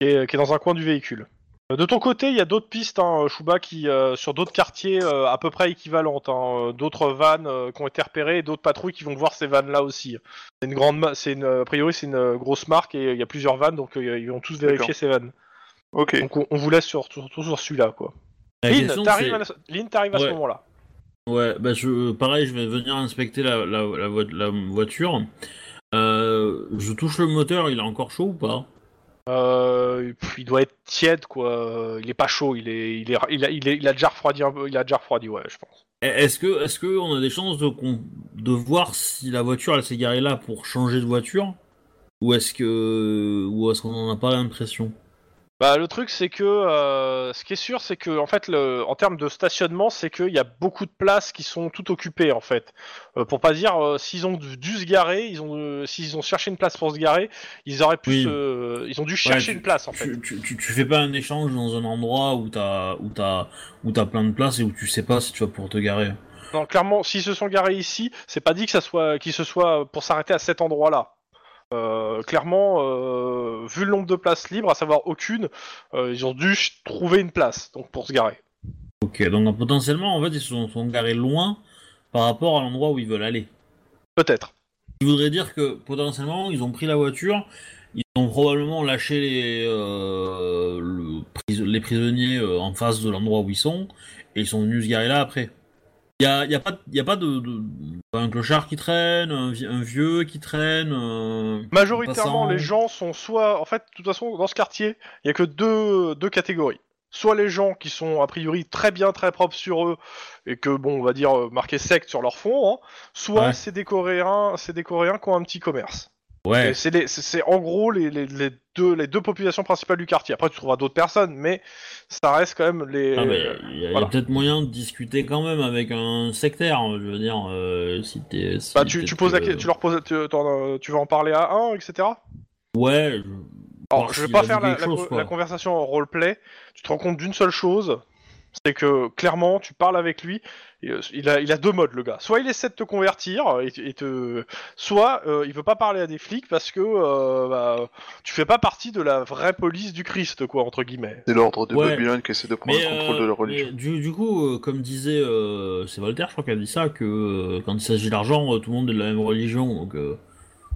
Speaker 2: qui, est, qui est dans un coin du véhicule. Euh, De ton côté, il y a d'autres pistes, hein, Chouba, qui euh, sur d'autres quartiers euh, à peu près équivalentes, hein, euh, d'autres vannes euh, qui ont été repérées et d'autres patrouilles qui vont voir ces vannes-là aussi. C'est une grande, ma- c'est une, a priori, c'est une euh, grosse marque et il y a plusieurs vannes, donc euh, ils vont tous vérifier
Speaker 4: D'accord.
Speaker 2: ces vannes.
Speaker 4: Ok.
Speaker 2: Donc on, on vous laisse sur- surtout sur celui-là quoi.
Speaker 1: La
Speaker 2: Lynn,
Speaker 1: question,
Speaker 2: t'arrives
Speaker 1: c'est-
Speaker 2: à, la- Lynn, t'arrives à ce
Speaker 1: Ouais.
Speaker 2: moment-là.
Speaker 1: Ouais, bah je, pareil, je vais venir inspecter la, la, la, vo- la voiture. Euh, je touche le moteur, il est encore chaud ou pas
Speaker 2: Euh, pff, il doit être tiède quoi. Il est pas chaud, il est, il est, il a, il est- il a déjà refroidi un peu, il a déjà refroidi ouais je pense.
Speaker 1: E- Est-ce que, est-ce que on a des chances de, qu'on- de voir si la voiture elle s'est garée là pour changer de voiture ou est-ce que ou est-ce qu'on en a pas l'impression
Speaker 2: Bah le truc c'est que euh, ce qui est sûr c'est que en fait le, en termes de stationnement c'est qu'il y a beaucoup de places qui sont toutes occupées en fait. Euh, pour pas dire euh, s'ils ont dû se garer, ils ont euh, s'ils ont cherché une place pour se garer, ils auraient pu
Speaker 1: Oui.
Speaker 2: se- ils ont dû chercher
Speaker 1: tu-
Speaker 2: une place en fait.
Speaker 1: tu, tu, tu, tu fais pas un échange dans un endroit où t'as où t'as où t'as plein de places et où tu sais pas si tu vas pouvoir te garer.
Speaker 2: Non, clairement, s'ils se sont garés ici, c'est pas dit que ça soit qu'ils se soient euh, pour s'arrêter à cet endroit-là. Euh, clairement, euh, vu le nombre de places libres, à savoir aucune, euh, ils ont dû ch- trouver une place donc pour se garer.
Speaker 1: Ok, donc euh, potentiellement en fait ils se sont, sont garés loin par rapport à l'endroit où ils veulent aller.
Speaker 2: Peut-être.
Speaker 1: Je voudrais dire que potentiellement, ils ont pris la voiture, ils ont probablement lâché les, euh, le pris- les prisonniers euh, en face de l'endroit où ils sont, et ils sont venus se garer là après. Il n'y a, y a pas, y a pas de, de- un clochard qui traîne, un, vi- un vieux qui traîne. euh,
Speaker 2: Majoritairement,
Speaker 1: Passant.
Speaker 2: les gens sont soit, en fait, de toute façon, dans ce quartier, il y a que deux, deux catégories. Soit les gens qui sont a priori très bien, très propres sur eux, et que bon, on va dire euh, marqués secte sur leur fond, hein, soit
Speaker 1: Ouais.
Speaker 2: c'est des Coréens, c'est des Coréens qui ont un petit commerce.
Speaker 1: Ouais,
Speaker 2: Et C'est les- c'est- c'est en gros les, les- les deux, les deux populations principales du quartier. Après, tu trouveras d'autres personnes, mais ça reste quand même les.
Speaker 1: Ah, mais il y a, y a
Speaker 2: euh, voilà.
Speaker 1: peut-être moyen de discuter quand même avec un sectaire, hein, je veux dire, euh, si t'es. si
Speaker 2: Bah, tu,
Speaker 1: t'es-
Speaker 2: tu poses la
Speaker 1: euh,
Speaker 2: que- tu leur poses, tu, t'en, euh, tu veux en parler à un, etc.
Speaker 1: Ouais. je-
Speaker 2: Alors,
Speaker 1: voir
Speaker 2: je vais
Speaker 1: s'il
Speaker 2: pas
Speaker 1: a
Speaker 2: faire
Speaker 1: dit
Speaker 2: la,
Speaker 1: quelque
Speaker 2: la
Speaker 1: chose,
Speaker 2: co-
Speaker 1: quoi.
Speaker 2: la conversation en roleplay. Tu te rends compte d'une seule chose, c'est que clairement, tu parles avec lui. et, euh, Il a, il a deux modes, le gars. Soit il essaie de te convertir, euh, et, et te... soit euh, il veut pas parler à des flics parce que euh, bah, tu fais pas partie de la vraie police du Christ, quoi, entre guillemets.
Speaker 4: C'est l'ordre de
Speaker 1: Ouais.
Speaker 4: Babylone qui essaie de prendre
Speaker 1: Mais,
Speaker 4: le contrôle
Speaker 1: euh,
Speaker 4: de la religion.
Speaker 1: mais du, du coup, euh, comme disait, euh, c'est Voltaire, je crois qu'il a dit ça, que euh, quand il s'agit d'argent, euh, tout le monde est de la même religion. Donc, euh,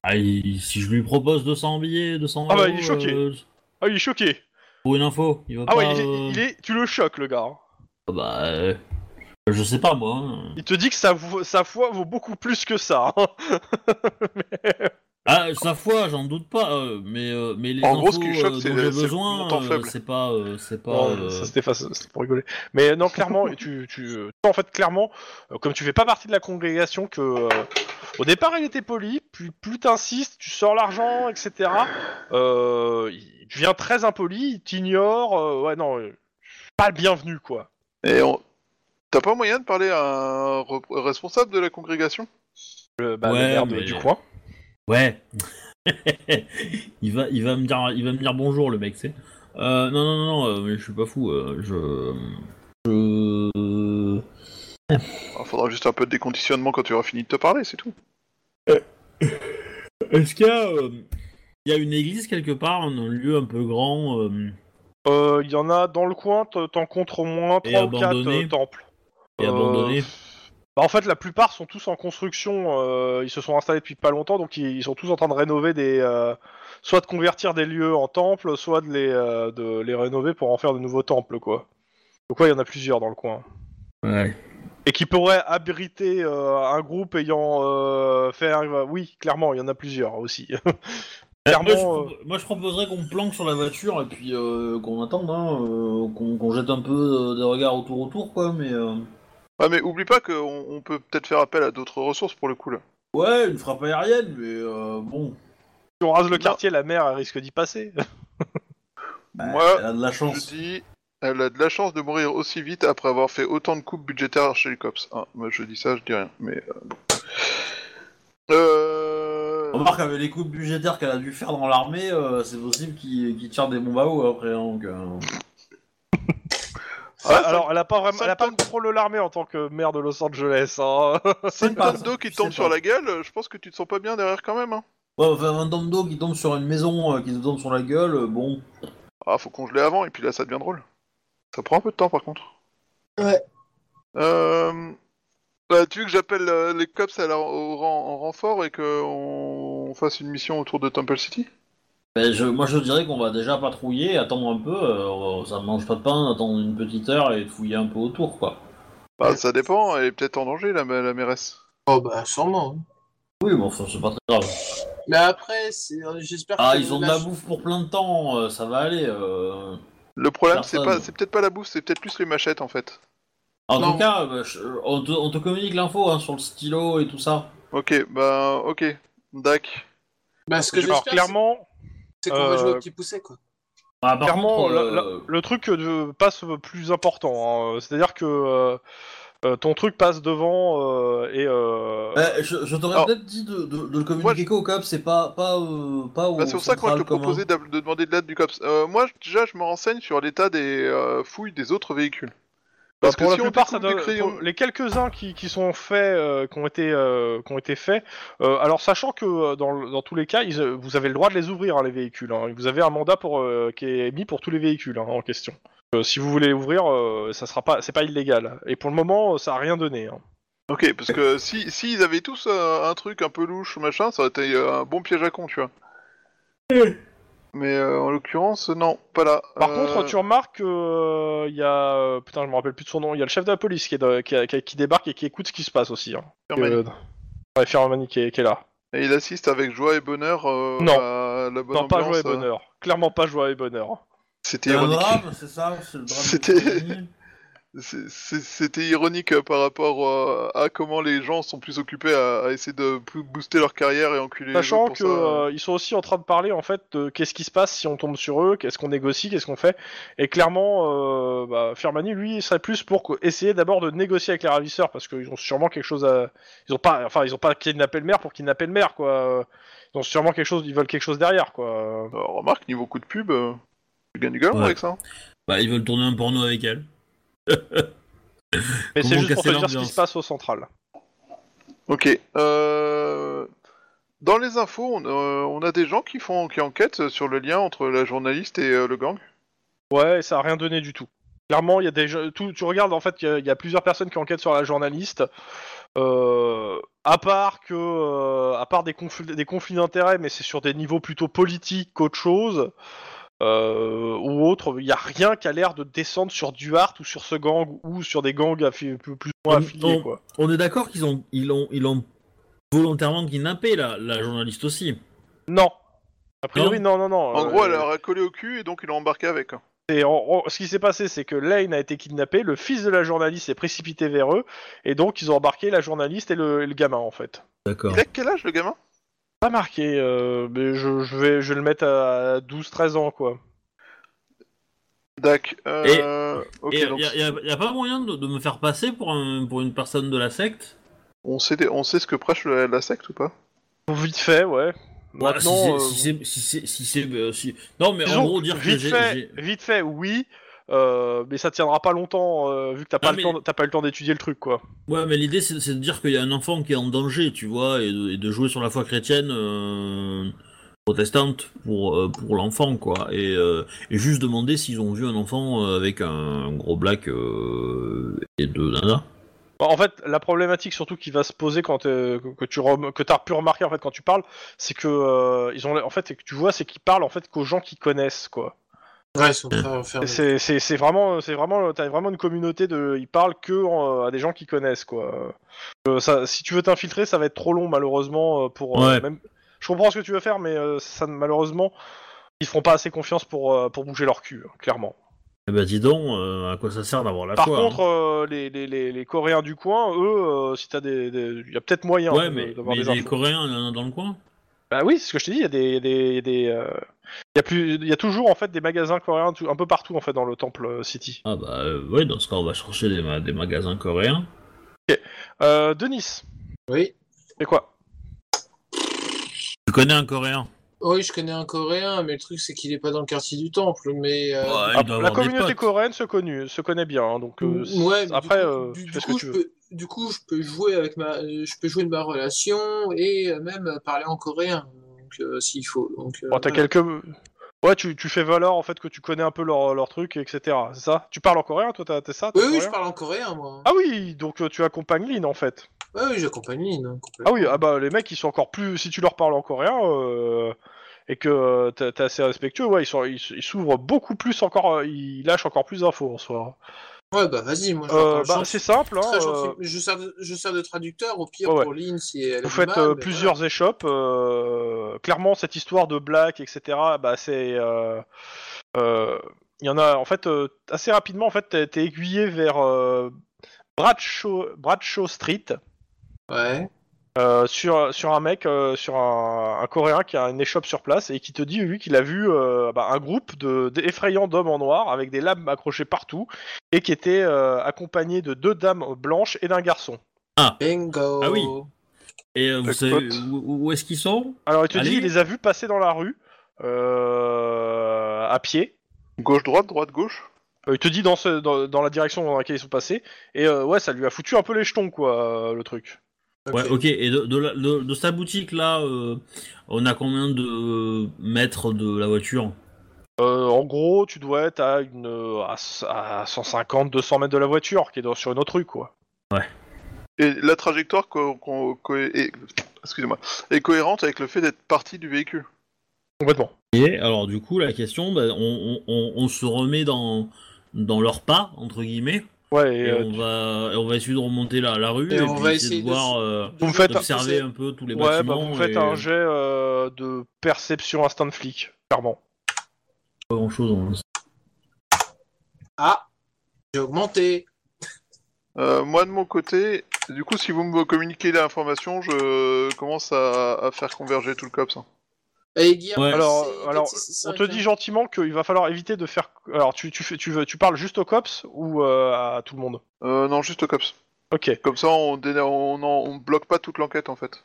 Speaker 1: ah, il- si je lui propose 200 billets, 200
Speaker 2: Ah bah,
Speaker 1: euros,
Speaker 2: il est choqué.
Speaker 1: euh,
Speaker 2: Ah, il est choqué.
Speaker 1: pour une info, il va
Speaker 2: Ah
Speaker 1: pas.
Speaker 2: ouais, il est,
Speaker 1: euh,
Speaker 2: il est- tu le choques, le gars. hein.
Speaker 1: ah Bah, euh, je sais pas moi. hein.
Speaker 2: Il te dit que sa, vo- sa foi vaut beaucoup plus que ça. hein.
Speaker 1: Ah, sa foi, j'en doute pas. euh, mais euh, mais les
Speaker 4: En gros,
Speaker 1: infos
Speaker 4: ce qui choque,
Speaker 1: euh,
Speaker 4: c'est-
Speaker 1: dont
Speaker 4: c'est
Speaker 1: j'ai
Speaker 4: le
Speaker 1: besoin,
Speaker 4: montant
Speaker 1: euh,
Speaker 4: faible.
Speaker 1: c'est pas, euh, c'est pas.
Speaker 2: Non,
Speaker 1: euh,
Speaker 2: ça, c'était fa- c'était pour rigoler. Mais non, clairement, tu, tu, euh, en fait, clairement, euh, comme tu fais pas partie de la congrégation, que euh, au départ il était poli, puis plus t'insistes, tu sors l'argent, etc. Euh, il devient très impoli, il t'ignore. euh, ouais, non, euh, pas le bienvenu, quoi.
Speaker 4: Et on... t'as pas moyen de parler à un rep- responsable de la congrégation
Speaker 2: Le, bah, le
Speaker 1: Ouais,
Speaker 2: maire de-
Speaker 1: mais-
Speaker 2: du coin.
Speaker 1: Ouais. il va, il va me dire, il va me dire bonjour le mec, tu sais. Euh, non, non, non, non, euh, mais je suis pas fou. euh, je, je,
Speaker 4: Il Ah, Faudra juste un peu de déconditionnement quand tu auras fini de te parler, c'est tout.
Speaker 1: Est-ce qu'il y a, euh, il y a une église quelque part, un lieu un peu grand euh,
Speaker 2: Euh, Il y en a dans le coin, t- t'en comptes au moins
Speaker 1: Et
Speaker 2: 3 ou 4
Speaker 1: abandonné.
Speaker 2: temples.
Speaker 1: et
Speaker 2: Euh,
Speaker 1: abandonné
Speaker 2: Bah, en fait, la plupart sont tous en construction. euh, ils se sont installés depuis pas longtemps, donc ils, ils sont tous en train de rénover des, euh, soit de convertir des lieux en temples, soit de les, euh, de les rénover pour en faire de nouveaux temples, quoi. Donc ouais, il y en a plusieurs dans le coin.
Speaker 1: Ouais.
Speaker 2: Et qui pourraient abriter euh, un groupe ayant euh, fait. un- Oui, clairement, il y en a plusieurs aussi. Clairement,
Speaker 1: Euh, moi,
Speaker 2: euh,
Speaker 1: je, propo- moi, je proposerais qu'on planque sur la voiture et puis euh, qu'on attende, hein, euh, qu'on qu'on jette un peu euh, des regards autour autour quoi, mais euh,
Speaker 4: Ah, mais oublie pas qu'on on peut peut-être faire appel à d'autres ressources pour le coup là.
Speaker 1: ouais, une frappe aérienne, mais euh, bon,
Speaker 2: si on rase le
Speaker 4: Non.
Speaker 2: quartier, la mer elle risque d'y passer.
Speaker 1: bah,
Speaker 4: Moi,
Speaker 1: elle a de la
Speaker 4: Je
Speaker 1: chance.
Speaker 4: dis, elle a de la chance de mourir aussi vite après avoir fait autant de coupes budgétaires chez les cops. Ah, moi je dis ça, je dis rien, mais euh, bon. Euh,
Speaker 1: Remarque, avec les coupes budgétaires qu'elle a dû faire dans l'armée, euh, c'est possible qu'il qu'il tire des bombes à eau après. hein, donc, euh.
Speaker 4: Ah, ça-
Speaker 2: Alors, elle a pas vraiment,
Speaker 4: ça
Speaker 2: elle a pas
Speaker 4: tombe.
Speaker 2: le contrôle de l'armée en tant que maire de Los Angeles. hein.
Speaker 1: C'est
Speaker 4: une tonne d'eau qui te tombe sur la gueule, je pense que tu te sens pas bien derrière quand même. Hein.
Speaker 1: Ouais, enfin, un dame d'eau qui tombe sur une maison, euh, qui te tombe sur la gueule, euh, bon.
Speaker 4: Ah, faut congeler avant, et puis là ça devient drôle. Ça prend un peu de temps par contre.
Speaker 3: Ouais.
Speaker 4: Euh... bah, tu veux que j'appelle euh, les cops à la- au ren- en renfort et qu'on on fasse une mission autour de Temple City
Speaker 1: Ben, je, moi je dirais qu'on va déjà patrouiller, attendre un peu, euh, ça ne mange pas de pain, attendre une petite heure et fouiller un peu autour quoi.
Speaker 4: Bah, ça dépend, elle est peut-être en danger la, la mairesse.
Speaker 3: Oh bah sûrement. hein.
Speaker 1: Oui, bon, ça, c'est pas très grave.
Speaker 3: Mais après, c'est- euh, j'espère
Speaker 1: Ah,
Speaker 3: que
Speaker 1: ils ont de
Speaker 3: la-
Speaker 1: la bouffe pour plein de temps, euh, ça va aller. euh.
Speaker 4: Le problème, c'est
Speaker 1: Personne.
Speaker 4: pas, c'est peut-être pas la bouffe, c'est peut-être plus les machettes en fait.
Speaker 1: En
Speaker 3: Non.
Speaker 1: tout cas, euh, je- on, te, on te communique l'info hein, sur le stylo et tout ça.
Speaker 4: Ok, bah, ok, Dac.
Speaker 3: Bah, ce que
Speaker 2: Alors,
Speaker 3: j'espère, c'est-
Speaker 2: clairement,
Speaker 3: c'est qu'on va
Speaker 2: euh,
Speaker 3: jouer au petit poussé quoi.
Speaker 1: Ah, par
Speaker 2: Clairement,
Speaker 1: contre,
Speaker 2: la-
Speaker 1: euh,
Speaker 2: Le truc de, passe plus important. hein. C'est-à-dire que euh, euh, ton truc passe devant euh, et. euh,
Speaker 1: ben, je, je t'aurais
Speaker 4: Alors,
Speaker 1: peut-être dit de, de- de le communiquer
Speaker 4: moi, je-
Speaker 1: qu'au COP, c'est pas, pas, euh, pas au
Speaker 4: Bah, c'est pour ça que moi je
Speaker 1: central
Speaker 4: te
Speaker 1: commun.
Speaker 4: proposais d'app- de demander de l'aide du cops. Euh, moi, déjà, je me renseigne sur l'état des euh, fouilles des autres véhicules. Parce
Speaker 2: Bah, pour
Speaker 4: que
Speaker 2: la
Speaker 4: si on
Speaker 2: plupart, ça
Speaker 4: découvre des
Speaker 2: doit-
Speaker 4: crayons-
Speaker 2: pour les quelques-uns qui, qui sont faits, euh, qui ont été, euh, qui ont été faits. euh, alors sachant que euh, dans, le- dans tous les cas, ils, euh, vous avez le droit de les ouvrir hein, les véhicules. hein. Vous avez un mandat pour euh, qui est mis pour tous les véhicules hein, en question. Euh, si vous voulez ouvrir, euh, ça sera pas, c'est pas illégal. Et pour le moment, ça a rien donné. hein.
Speaker 4: Ok, parce que si s'ils avaient tous euh, un truc un peu louche, machin, ça aurait été euh, un bon piège à con, tu vois. Mais euh, en l'occurrence, non, pas là.
Speaker 2: Par
Speaker 4: Euh,
Speaker 2: contre, tu remarques qu'il y a. euh, Putain, je me rappelle plus de son nom. Il y a le chef de la police qui, est de- qui, qui- qui débarque et qui écoute ce qui se passe aussi. Hein.
Speaker 4: Firmani.
Speaker 2: Euh, ouais, Firmani qui est, qui est là.
Speaker 4: Et il assiste avec joie et bonheur euh,
Speaker 2: Non.
Speaker 4: à la bonne
Speaker 2: non, pas
Speaker 4: ambiance,
Speaker 2: joie et
Speaker 4: euh,
Speaker 2: bonheur. Ah, Clairement pas joie et bonheur.
Speaker 4: C'était
Speaker 1: C'est un
Speaker 4: ironique.
Speaker 1: drame, c'est ça C'est le drame de
Speaker 4: C'était-
Speaker 1: Sony
Speaker 4: c'est- c'est- C'était ironique euh, par rapport euh, à comment les gens sont plus occupés à, à essayer de bou- booster leur carrière et enculer les
Speaker 2: Sachant
Speaker 4: autres pour
Speaker 2: que
Speaker 4: ça.
Speaker 2: euh, ils sont aussi en train de parler en fait de qu'est-ce qui se passe si on tombe sur eux, qu'est-ce qu'on négocie, qu'est-ce qu'on fait. Et clairement, euh, bah, Firmani lui il serait plus pour co- essayer d'abord de négocier avec les ravisseurs parce qu'ils ont sûrement quelque chose à, ils ont pas, enfin ils ont pas kidnappé le maire pour kidnapper le maire quoi. Ils ont sûrement quelque chose, ils veulent quelque chose derrière quoi.
Speaker 4: Euh, remarque, niveau coup de pub, euh, tu gagnes du hein. gamme
Speaker 1: Ouais.
Speaker 4: avec ça.
Speaker 1: Bah, ils veulent tourner un porno avec elle.
Speaker 2: Mais c'est
Speaker 1: Comment
Speaker 2: juste pour te
Speaker 1: casser
Speaker 2: dire ce qui
Speaker 1: l'ambiance
Speaker 2: se passe au central.
Speaker 4: Ok. euh, Dans les infos, on, euh, on a des gens qui font qui enquêtent sur le lien entre la journaliste et euh, le gang.
Speaker 2: Ouais, et ça a rien donné du tout. Clairement, il y a des gens- tout, tu regardes en fait, il y a- il y, a plusieurs personnes qui enquêtent sur la journaliste. Euh, à part que, euh, à part des conflits, des conflits d'intérêts, mais c'est sur des niveaux plutôt politiques qu'autre chose euh, ou autre. Il y a rien qui a l'air de descendre sur Duarte ou sur ce gang ou sur des gangs affi- plus, plus ou moins
Speaker 1: On-
Speaker 2: affiliés.
Speaker 1: on-
Speaker 2: Quoi.
Speaker 1: On est d'accord qu'ils ont, ils ont, ils ont volontairement kidnappé la, la journaliste aussi.
Speaker 2: Non. A priori, non, non, non.
Speaker 4: En
Speaker 2: Euh,
Speaker 4: gros, elle leur a collé au cul et donc ils l'ont embarqué avec.
Speaker 2: Et en- en- ce qui s'est passé, c'est que Lane a été kidnappé, le fils de la journaliste s'est précipité vers eux, et donc ils ont embarqué la journaliste et le, et le gamin en fait.
Speaker 1: D'accord.
Speaker 4: Il a quel âge le gamin
Speaker 2: Pas marqué, euh, mais je, je vais, je vais le mettre à 12-13 ans quoi.
Speaker 4: Dac. Euh... ok,
Speaker 1: Et y a,
Speaker 4: donc
Speaker 1: y a- y a pas moyen de, de me faire passer pour, un- pour une personne de la secte
Speaker 4: on sait, des- on sait ce que prêche le- la secte ou pas
Speaker 2: Vite fait, ouais.
Speaker 1: Bah, si c'est-
Speaker 2: Maintenant,
Speaker 1: si
Speaker 2: euh,
Speaker 1: c'est, si c'est, si c'est, euh, si- non mais
Speaker 2: disons,
Speaker 1: en gros dire que
Speaker 2: vite
Speaker 1: j'ai,
Speaker 2: fait,
Speaker 1: j'ai-
Speaker 2: vite fait, oui, euh, mais ça tiendra pas longtemps euh, vu que t'as pas,
Speaker 1: Ah,
Speaker 2: le
Speaker 1: mais-
Speaker 2: temps- t'as pas le temps d'étudier le truc quoi.
Speaker 1: ouais mais l'idée c'est, c'est de dire qu'il y a un enfant qui est en danger, tu vois, et de, et de jouer sur la foi chrétienne euh, protestante pour euh, pour l'enfant quoi, et, euh, et juste demander s'ils ont vu un enfant euh, avec un, gros black euh, et deux nanas.
Speaker 2: Bah, En fait, la problématique surtout qui va se poser quand euh, que que tu rem- que t'as pu remarquer en fait quand tu parles, c'est que euh, ils ont en fait c'est que tu vois c'est qu'ils parlent en fait qu'aux gens qu'ils connaissent quoi.
Speaker 3: Ouais, ils sont prêts à faire.
Speaker 2: Et C'est c'est c'est vraiment c'est vraiment t'as vraiment une communauté de ils parlent que en- euh, à des gens qu'ils connaissent quoi. Euh, ça, si tu veux t'infiltrer, ça va être trop long malheureusement euh, pour euh,
Speaker 1: Ouais.
Speaker 2: même. Je comprends ce que tu veux faire, mais euh, ça malheureusement ils feront pas assez confiance pour euh, pour bouger leur cul hein, clairement.
Speaker 1: Eh ben dis donc, euh, à quoi ça sert d'avoir la
Speaker 2: Par
Speaker 1: foi
Speaker 2: contre,
Speaker 1: hein
Speaker 2: euh, les, les, les, les Coréens du coin, eux, euh, si t'as des, des- y a peut-être moyen
Speaker 1: Ouais
Speaker 2: en fait,
Speaker 1: mais,
Speaker 2: euh, d'avoir
Speaker 1: mais
Speaker 2: des
Speaker 1: les
Speaker 2: infos.
Speaker 1: Coréens il y en a dans le coin.
Speaker 2: Bah oui, c'est ce que je t'ai dit. Il y a des, y a des, y a des euh, y a plus, y a toujours en fait des magasins coréens tout- un peu partout en fait dans le temple euh, City.
Speaker 1: Ah bah euh, ouais, dans ce cas on va chercher des, ma- des magasins coréens.
Speaker 2: Euh, Denis,
Speaker 3: Oui.
Speaker 2: c'est quoi
Speaker 1: Tu connais un coréen
Speaker 3: Oh, Oui, je connais un Coréen, mais le truc c'est qu'il est pas dans le quartier du temple, mais. euh,
Speaker 1: Ouais, il
Speaker 2: Ah,
Speaker 1: doit
Speaker 2: La
Speaker 1: avoir des potes.
Speaker 2: communauté coréenne se, connue, se connaît bien, hein, donc euh,
Speaker 3: Mm, ouais, mais
Speaker 2: c'est-
Speaker 3: du
Speaker 2: après,
Speaker 3: coup-
Speaker 2: euh,
Speaker 3: du,
Speaker 2: tu
Speaker 3: du
Speaker 2: fais ce
Speaker 3: coup,
Speaker 2: que tu veux.
Speaker 3: je peux, du coup, je peux jouer avec ma, euh, je peux jouer de ma relation et euh, même euh, parler en coréen, donc euh, s'il faut. Donc, euh,
Speaker 2: Bon, t'as
Speaker 3: voilà.
Speaker 2: quelques... Ouais, tu, tu fais valoir en fait que tu connais un peu leur, leur truc, etc. C'est ça Tu parles en coréen, toi, t'as- t'es ça t'es
Speaker 3: Oui, oui,
Speaker 2: coréen
Speaker 3: je parle en coréen, moi.
Speaker 2: Ah oui, donc euh, tu accompagnes Lynn en fait.
Speaker 3: Oui, oui, j'accompagne Lynn.
Speaker 2: Ah
Speaker 3: hein, complètement.
Speaker 2: oui, ah bah les mecs ils sont encore plus. Si tu leur parles en coréen euh, et que euh, t'es t'es assez respectueux, ouais, ils sont ils ils s'ouvrent beaucoup plus encore, euh, ils lâchent encore plus d'infos en soi. hein.
Speaker 3: Ouais, bah vas-y, moi je
Speaker 2: Euh,
Speaker 3: parle
Speaker 2: bah,
Speaker 3: gentil-
Speaker 2: c'est simple, hein,
Speaker 3: très
Speaker 2: euh,
Speaker 3: gentil. Je, sers de, je sers de traducteur, au pire
Speaker 2: Ouais, ouais.
Speaker 3: pour Lynn si elle a
Speaker 2: vous
Speaker 3: du
Speaker 2: faites
Speaker 3: mal,
Speaker 2: euh,
Speaker 3: mais
Speaker 2: plusieurs échoppes. euh, clairement, cette histoire de black, etc. Bah c'est euh, euh, il y en a en fait euh, assez rapidement en fait t'es t'es aiguillé vers euh, Bradshaw, Bradshaw Street.
Speaker 3: voilà. Ouais.
Speaker 2: Euh, sur, sur un mec, euh, sur un, un Coréen qui a une échoppe sur place et qui te dit, lui, qu'il a vu euh, bah, un groupe de- d'effrayants d'hommes en noir avec des lames accrochées partout et qui était euh, accompagné de deux dames blanches et d'un garçon.
Speaker 3: Bingo.
Speaker 1: Ah oui. Et euh, vous
Speaker 4: Jackpot.
Speaker 1: savez où, où- où est-ce qu'ils sont
Speaker 2: Alors il te dit,
Speaker 1: Allez.
Speaker 2: il les a vus passer dans la rue euh, à pied.
Speaker 4: Gauche-droite, droite-gauche
Speaker 2: Euh, il te dit dans, ce, dans, dans la direction dans laquelle ils sont passés. Et euh, ouais, ça lui a foutu un peu les jetons, quoi, euh, le truc.
Speaker 3: Ok.
Speaker 1: Ouais, ok. Et de, de, la- de- de sa boutique là, euh, on a combien de mètres de la voiture
Speaker 2: Euh, en gros, tu dois être à, une, à, à 150, 200 mètres de la voiture, qui est dans- sur une autre rue, quoi.
Speaker 4: Et la trajectoire co- co- co- est... Excusez-moi. est cohérente avec le fait d'être parti du véhicule.
Speaker 2: Complètement.
Speaker 1: Et alors du coup, la question, bah, on, on- on- on se remet dans dans leur pas entre guillemets
Speaker 2: Ouais, et,
Speaker 1: et,
Speaker 2: euh,
Speaker 1: on va et on va essayer de remonter la, la rue
Speaker 3: Et
Speaker 1: et,
Speaker 3: on
Speaker 1: puis
Speaker 3: va
Speaker 1: essayer
Speaker 3: essayer
Speaker 1: de
Speaker 3: de
Speaker 1: voir
Speaker 3: se-
Speaker 1: euh,
Speaker 3: de-
Speaker 2: Vous faites-
Speaker 1: d'observer un peu tous les
Speaker 2: Ouais, bah
Speaker 1: bâtiments
Speaker 2: vous faites
Speaker 1: et-
Speaker 2: un jet euh, de perception instant flic, clairement.
Speaker 1: hein. pas grand chose
Speaker 3: Ah, j'ai augmenté.
Speaker 4: Euh, moi de mon côté, du coup, si vous me communiquez l'information, je commence à, à faire converger tout le COPS. hein.
Speaker 3: Allez, Eh, Guillaume,
Speaker 1: Ouais.
Speaker 2: Alors,
Speaker 3: c'est-
Speaker 2: alors,
Speaker 3: c'est- c'est-
Speaker 2: on
Speaker 3: c'est
Speaker 2: te
Speaker 3: vrai
Speaker 2: dit
Speaker 3: que-
Speaker 2: gentiment qu'il va falloir éviter de faire. Alors, tu, tu, fais, tu, veux, tu parles juste au cops ou euh, à tout le monde
Speaker 4: Euh, non, juste au COPS.
Speaker 2: Ok.
Speaker 4: Comme ça, on, déna- on, en- on bloque pas toute l'enquête en fait.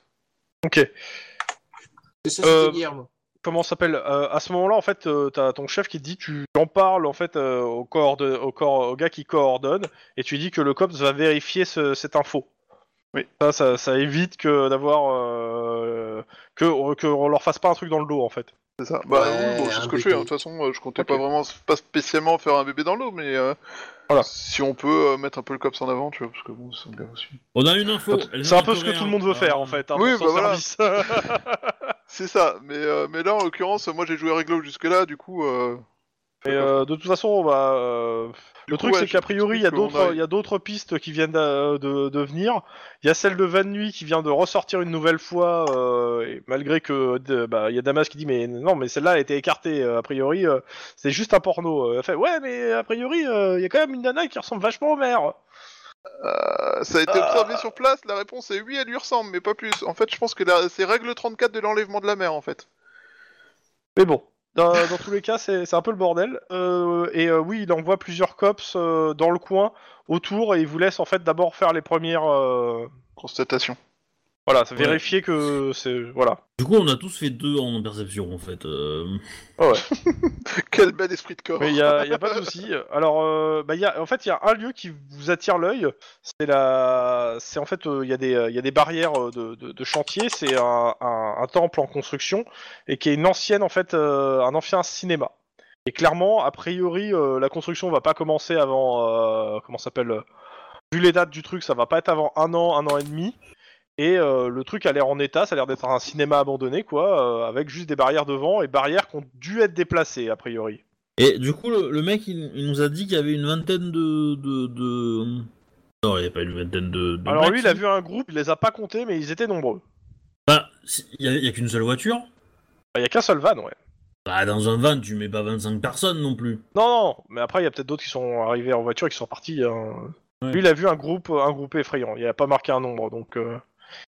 Speaker 3: c'est ça, c'était
Speaker 2: euh,
Speaker 3: Guillaume.
Speaker 2: Comment ça s'appelle Euh, À ce moment-là, en fait, euh, t'as ton chef qui te dit tu en parles en fait euh, au corps de, au corps, au gars qui coordonne, et tu dis que le cops va vérifier ce- cette info.
Speaker 4: Oui.
Speaker 2: Ça, ça, ça évite que d'avoir euh, que qu'on leur fasse pas un truc dans le dos en fait.
Speaker 4: C'est ça. Bah
Speaker 3: Ouais,
Speaker 4: oui, bon, c'est ce que je fais. hein. De toute façon, euh, je comptais
Speaker 2: Ok.
Speaker 4: pas vraiment, pas spécialement faire un bébé dans l'eau, mais euh,
Speaker 2: Voilà.
Speaker 4: Si on peut euh, mettre un peu le cops en avant, tu vois, parce que bon, c'est un gars aussi.
Speaker 1: On a une info. elle
Speaker 2: C'est
Speaker 1: vient
Speaker 2: un
Speaker 1: de
Speaker 2: peu ce que
Speaker 1: Corée,
Speaker 2: tout le
Speaker 1: hein.
Speaker 2: monde veut faire
Speaker 1: Euh,
Speaker 2: en fait. Hein,
Speaker 4: Oui,
Speaker 2: pour
Speaker 4: bah
Speaker 2: son
Speaker 4: voilà.
Speaker 2: service.
Speaker 4: C'est ça. Mais euh, mais là, en l'occurrence, moi, j'ai joué réglo jusque là, du coup. euh,
Speaker 2: Mais euh, de toute façon, on va. euh,
Speaker 4: Du
Speaker 2: Le
Speaker 4: coup,
Speaker 2: truc,
Speaker 4: ouais,
Speaker 2: c'est
Speaker 4: je-
Speaker 2: qu'a priori, il y a
Speaker 4: je trouve qu'on
Speaker 2: d'autres,
Speaker 4: a-
Speaker 2: il y a d'autres pistes qui viennent d'a- de, de venir. Il y a celle de Van Nuy qui vient de ressortir une nouvelle fois, euh, et malgré que de- bah, il y a Damas qui dit mais non, mais celle-là a été écartée. euh, a priori, euh, c'est juste un porno. Elle fait ouais, mais a priori, euh, il y a quand même une nana qui ressemble vachement au maire.
Speaker 4: Euh, Ça a été
Speaker 2: Ah.
Speaker 4: observé sur place, la réponse est oui, elle lui ressemble, mais pas plus. En fait, je pense que la- c'est règle 34 de l'enlèvement de la mer, en fait.
Speaker 2: Mais bon. Dans, dans tous les cas, c'est c'est un peu le bordel. Euh, et euh, oui, il envoie plusieurs cops euh, dans le coin, autour, et il vous laisse en fait d'abord faire les premières. euh,
Speaker 4: Constatation.
Speaker 2: Voilà,
Speaker 1: Ouais.
Speaker 2: vérifier que c'est. Voilà.
Speaker 1: Du coup, on a tous fait deux en perception en fait. euh.
Speaker 4: Quel bel esprit de corps.
Speaker 2: Mais il y a, y a pas de souci. Alors, euh, bah, y a, en fait, il y a un lieu qui vous attire l'œil. C'est la, c'est en fait, il y, a des, euh, y a des barrières euh, de, de, de chantier. C'est un, un, un temple en construction et qui est une ancienne, en fait, euh, un ancien cinéma. Et clairement, a priori, euh, la construction va pas commencer avant, euh, comment ça s'appelle, euh, vu les dates du truc, ça va pas être avant un an, un an et demi. Et euh, le truc a l'air en état, ça a l'air d'être un cinéma abandonné, quoi, euh, avec juste des barrières devant et barrières qui ont dû être déplacées, a priori.
Speaker 1: Et du coup, le, le mec, il, il nous a dit qu'il y avait une vingtaine de, de, de- Non, il n'y a pas une vingtaine de. de
Speaker 2: Alors
Speaker 1: mecs,
Speaker 2: lui, il a vu un groupe, il les a pas comptés, mais ils étaient nombreux.
Speaker 1: Bah, si- il n'y a, il y a qu'une seule voiture.
Speaker 2: Il y a qu'un seul van, ouais.
Speaker 1: Bah, dans un van, tu mets pas 25 personnes non plus.
Speaker 2: Non, non, mais après, il y a peut-être d'autres qui sont arrivés en voiture et qui sont partis. hein.
Speaker 1: Ouais.
Speaker 2: Lui, il a vu un groupe, un groupe effrayant. Il a pas marqué un nombre, donc. euh,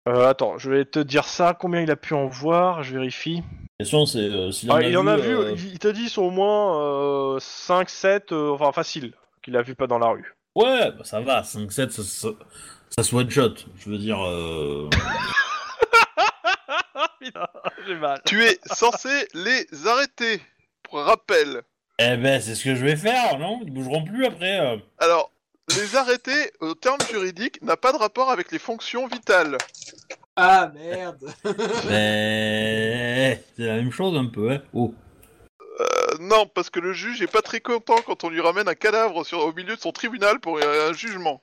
Speaker 2: euh, attends, je vais te dire ça. Combien il a pu en voir Je vérifie.
Speaker 1: La question, c'est euh, s'il
Speaker 2: Ah, il en a vu,
Speaker 1: euh,
Speaker 2: il il t'a dit, ils sont au moins euh, 5, 7, euh, enfin facile, qu'il a vu pas dans la rue.
Speaker 1: Ouais, bah, ça va, 5-7, ça, se- ça se one-shot. Je veux dire. euh,
Speaker 2: J'ai mal.
Speaker 4: Tu es censé les arrêter. Pour rappel.
Speaker 1: eh ben, c'est ce que je vais faire, non Ils bougeront plus après. euh.
Speaker 4: Alors, les arrêter, au terme juridique, n'a pas de rapport avec les fonctions vitales.
Speaker 3: Ah merde
Speaker 1: Mais. Ben, C'est la même chose un peu, hein. Oh.
Speaker 4: Euh, non, parce que le juge est pas très content quand on lui ramène un cadavre sur, au milieu de son tribunal pour euh, un jugement.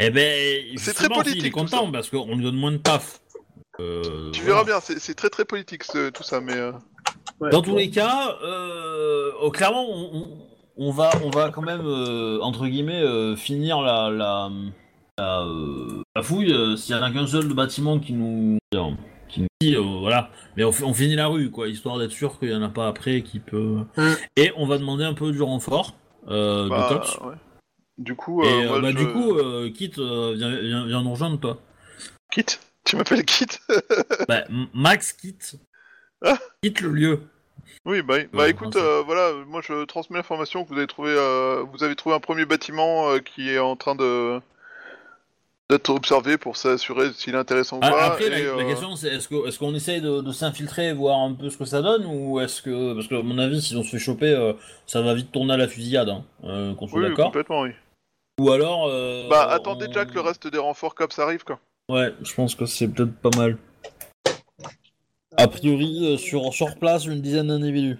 Speaker 1: Eh ben,
Speaker 4: C'est
Speaker 1: justement,
Speaker 4: très politique,
Speaker 1: Il est
Speaker 4: tout
Speaker 1: content parce qu'on lui donne moins de taf. Euh,
Speaker 4: Tu
Speaker 1: voilà.
Speaker 4: verras bien, c'est c'est très très politique ce- tout ça, mais... euh,
Speaker 1: Dans tous les cas, euh, oh, clairement, on, on- on va, on va quand même, euh, entre guillemets, euh, finir la, la, la, euh, la fouille. euh, S'il y en a qu'un seul de bâtiment qui nous, qui nous dit, euh, voilà. Mais on, fi- on finit la rue, quoi, histoire d'être sûr qu'il n'y en a pas après qui peut.
Speaker 3: Mm.
Speaker 1: Et on va demander un peu du renfort euh,
Speaker 4: bah,
Speaker 1: de cops.
Speaker 4: ouais. Du coup... euh,
Speaker 1: Et euh,
Speaker 4: moi,
Speaker 1: bah,
Speaker 4: je-
Speaker 1: du coup, euh, quitte, euh, viens, viens, viens nous rejoindre, toi.
Speaker 4: Kit Tu m'appelles Kit
Speaker 1: bah, M- Max quitte.
Speaker 4: Ah.
Speaker 1: Quitte le lieu.
Speaker 4: Oui, bah, oui. bah
Speaker 1: Ouais,
Speaker 4: écoute,
Speaker 1: enfin,
Speaker 4: euh, voilà, moi je transmets l'information que vous avez trouvé, euh, vous avez trouvé un premier bâtiment euh, qui est en train de d'être observé pour s'assurer s'il est intéressant ou
Speaker 1: Ah,
Speaker 4: pas.
Speaker 1: Après, la,
Speaker 4: et,
Speaker 1: la
Speaker 4: euh,
Speaker 1: question, c'est est-ce qu'on est qu'on essaye de, de s'infiltrer et voir un peu ce que ça donne Ou est-ce que. Parce que, à mon avis, si on se fait choper, euh, ça va vite tourner à la fusillade, hein, euh, qu'on soit
Speaker 4: oui,
Speaker 1: d'accord.
Speaker 4: complètement, oui.
Speaker 1: Ou alors. euh,
Speaker 4: bah attendez
Speaker 1: on-
Speaker 4: déjà que le reste des renforts cops arrive, quoi.
Speaker 1: Ouais, je pense que c'est peut-être pas mal. A priori, euh, sur, sur place, une dizaine d'individus.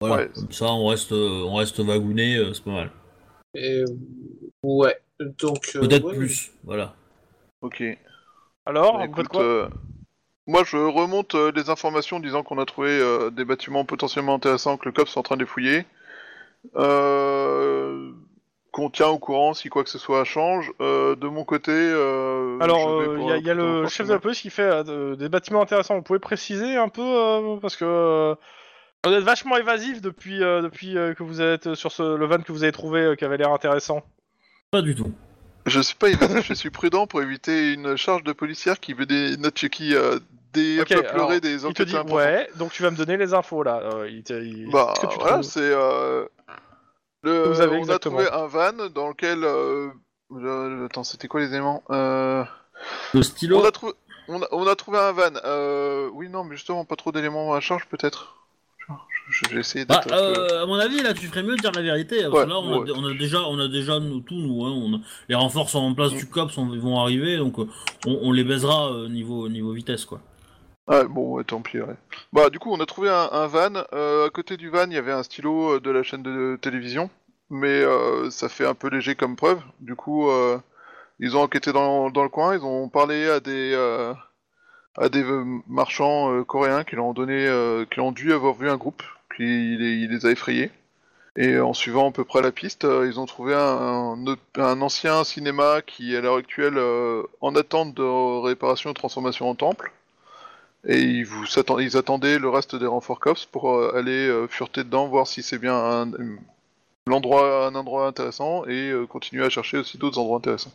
Speaker 1: Voilà,
Speaker 4: Ouais.
Speaker 1: comme ça, on reste, euh, on reste vagouné, euh, c'est pas mal.
Speaker 3: Et, euh, Ouais, donc. euh,
Speaker 1: Peut-être
Speaker 3: ouais.
Speaker 1: plus, voilà.
Speaker 4: Ok.
Speaker 2: Alors, vous
Speaker 4: Bah, écoute,
Speaker 2: faites quoi
Speaker 4: euh, moi je remonte euh, les informations disant qu'on a trouvé euh, des bâtiments potentiellement intéressants que le cops est en train de fouiller. Euh, qu'on tient au courant si quoi que ce soit change. Euh, de mon côté, euh,
Speaker 2: Alors,
Speaker 4: je vais
Speaker 2: il
Speaker 4: pour-
Speaker 2: y a, y a
Speaker 4: pour-
Speaker 2: le
Speaker 4: pour-
Speaker 2: chef de la police qui fait euh, de- des bâtiments intéressants. Vous pouvez préciser un peu euh, parce que euh, vous êtes vachement évasif depuis euh, depuis euh, que vous êtes sur ce, le van que vous avez trouvé euh, qui avait l'air intéressant.
Speaker 1: Pas du tout.
Speaker 4: Je suis pas évasif, je suis prudent pour éviter une charge de policière qui veut des notes qui euh,
Speaker 2: Ok,
Speaker 4: dépeuplerait
Speaker 2: alors,
Speaker 4: des
Speaker 2: Il te
Speaker 4: enquêtes
Speaker 2: dit,
Speaker 4: importantes.
Speaker 2: ouais, donc tu vas me donner les infos là. Euh, il te- il-
Speaker 4: Bah
Speaker 2: est-ce que tu
Speaker 4: voilà,
Speaker 2: trouves
Speaker 4: c'est euh, le-
Speaker 2: Vous avez
Speaker 4: on a
Speaker 2: exactement.
Speaker 4: trouvé un van dans lequel euh, le- attends, c'était quoi les éléments Euh,
Speaker 1: Le
Speaker 4: on
Speaker 1: stylo.
Speaker 4: a trouvé on a, on a trouvé un van. Euh, oui non, mais justement pas trop d'éléments à charge peut-être. Je- je- J'ai essayé
Speaker 1: Bah,
Speaker 4: d'être un peu-
Speaker 1: euh, à mon avis, là, tu ferais mieux de dire la vérité. Parce que
Speaker 4: Ouais,
Speaker 1: là, on,
Speaker 4: ouais.
Speaker 1: a, on a déjà, on a déjà nous, tout, nous. hein, on a- les renforts sont en place du COPS, on, ils vont arriver, donc euh, on, on les baisera euh, niveau, niveau vitesse, quoi.
Speaker 4: Ouais, Ah, bon, ouais, tant pis, ouais. Bah, du coup, on a trouvé un, un van. Euh, à côté du van, il y avait un stylo euh, de la chaîne de télévision. Mais euh, ça fait un peu léger comme preuve. Du coup, euh, ils ont enquêté dans, dans le coin. Ils ont parlé à des, euh, à des euh, marchands euh, coréens qui leur ont donné, euh, qui ont dû avoir vu un groupe qui les, il les a effrayés. Et en suivant à peu près la piste, euh, ils ont trouvé un, un ancien cinéma qui, à l'heure actuelle, euh, en attente de réparation et de transformation en temple. Et ils, vous s'attend- ils attendaient le reste des renforts cops pour euh, aller euh, fureter dedans, voir si c'est bien un, euh, l'endroit, un endroit intéressant et euh, continuer à chercher aussi d'autres endroits intéressants.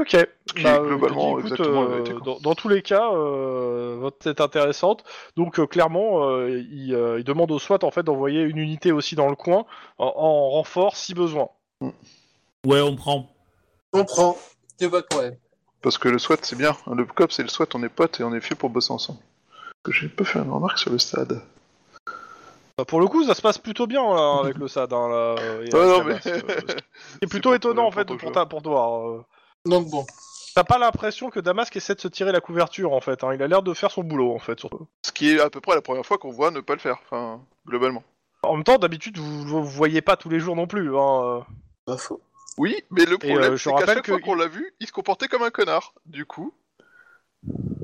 Speaker 2: Ok,
Speaker 4: qui
Speaker 2: Bah,
Speaker 4: est
Speaker 2: euh, il te
Speaker 4: globalement
Speaker 2: dit, écoute,
Speaker 4: exactement la
Speaker 2: euh,
Speaker 4: vérité, quoi.
Speaker 2: dans, dans tous les cas, euh, votre tête est intéressante. Donc euh, clairement, euh, il, euh, il demande au SWAT en fait d'envoyer une unité aussi dans le coin en, en renfort si besoin.
Speaker 1: Ouais, on prend.
Speaker 3: On prend. C'est pas de problème.
Speaker 4: Parce que le SWAT, c'est bien. Le cops et le SWAT, on est potes et on est fait pour bosser ensemble. Que j'ai pas fait une remarque sur le stade.
Speaker 2: Bah, pour le coup, ça se passe plutôt bien là, avec le SAD. hein, là, euh, et
Speaker 4: Ah,
Speaker 2: avec
Speaker 4: non,
Speaker 2: la
Speaker 4: mais-
Speaker 2: base, euh, C'est plutôt
Speaker 4: pour-
Speaker 2: étonnant en
Speaker 4: pour
Speaker 2: fait
Speaker 4: ton
Speaker 2: pour,
Speaker 4: joueur.
Speaker 2: ta- pour toi. euh.
Speaker 3: Donc bon.
Speaker 2: T'as pas l'impression que Damask essaie de se tirer la couverture en fait. hein. Il a l'air de faire son boulot en fait. surtout.
Speaker 4: Ce qui est à peu près la première fois qu'on voit ne pas le faire, enfin, globalement.
Speaker 2: En même temps, d'habitude, vous, vous voyez pas tous les jours non plus. hein, euh.
Speaker 3: Pas faux.
Speaker 4: Oui, mais le
Speaker 2: Et,
Speaker 4: problème,
Speaker 2: euh, je
Speaker 4: c'est qu'à
Speaker 2: rappelle
Speaker 4: chaque
Speaker 2: que
Speaker 4: fois
Speaker 2: il-
Speaker 4: qu'on l'a vu, il se comportait comme un connard. Du coup,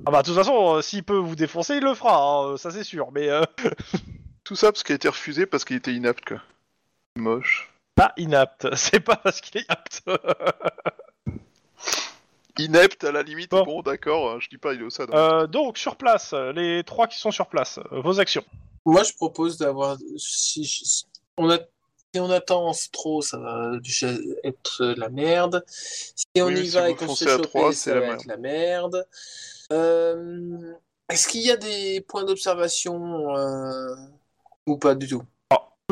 Speaker 2: Ah bah de toute façon, euh, s'il peut vous défoncer, il le fera. hein, ça c'est sûr. Mais euh,
Speaker 4: tout ça parce qu'il a été refusé parce qu'il était inapte, quoi. Moche.
Speaker 2: pas inapte. C'est pas parce qu'il est apte.
Speaker 4: Inepte, à la limite,
Speaker 2: Bon.
Speaker 4: bon, d'accord, euh, je dis pas, il est au SAD.
Speaker 2: Euh, donc sur place, euh, les trois qui sont sur place, euh, vos actions.
Speaker 3: Moi, je propose d'avoir. Si, je- on a... si on attend trop, ça va déjà être la merde. Si on
Speaker 4: Oui,
Speaker 3: y
Speaker 4: si
Speaker 3: va
Speaker 4: vous
Speaker 3: et qu'on se
Speaker 4: foncez
Speaker 3: fait
Speaker 4: à
Speaker 3: choper,
Speaker 4: trois, c'est
Speaker 3: ça
Speaker 4: la
Speaker 3: va
Speaker 4: merde.
Speaker 3: être la merde. Euh, Est-ce qu'il y a des points d'observation euh, ou pas du tout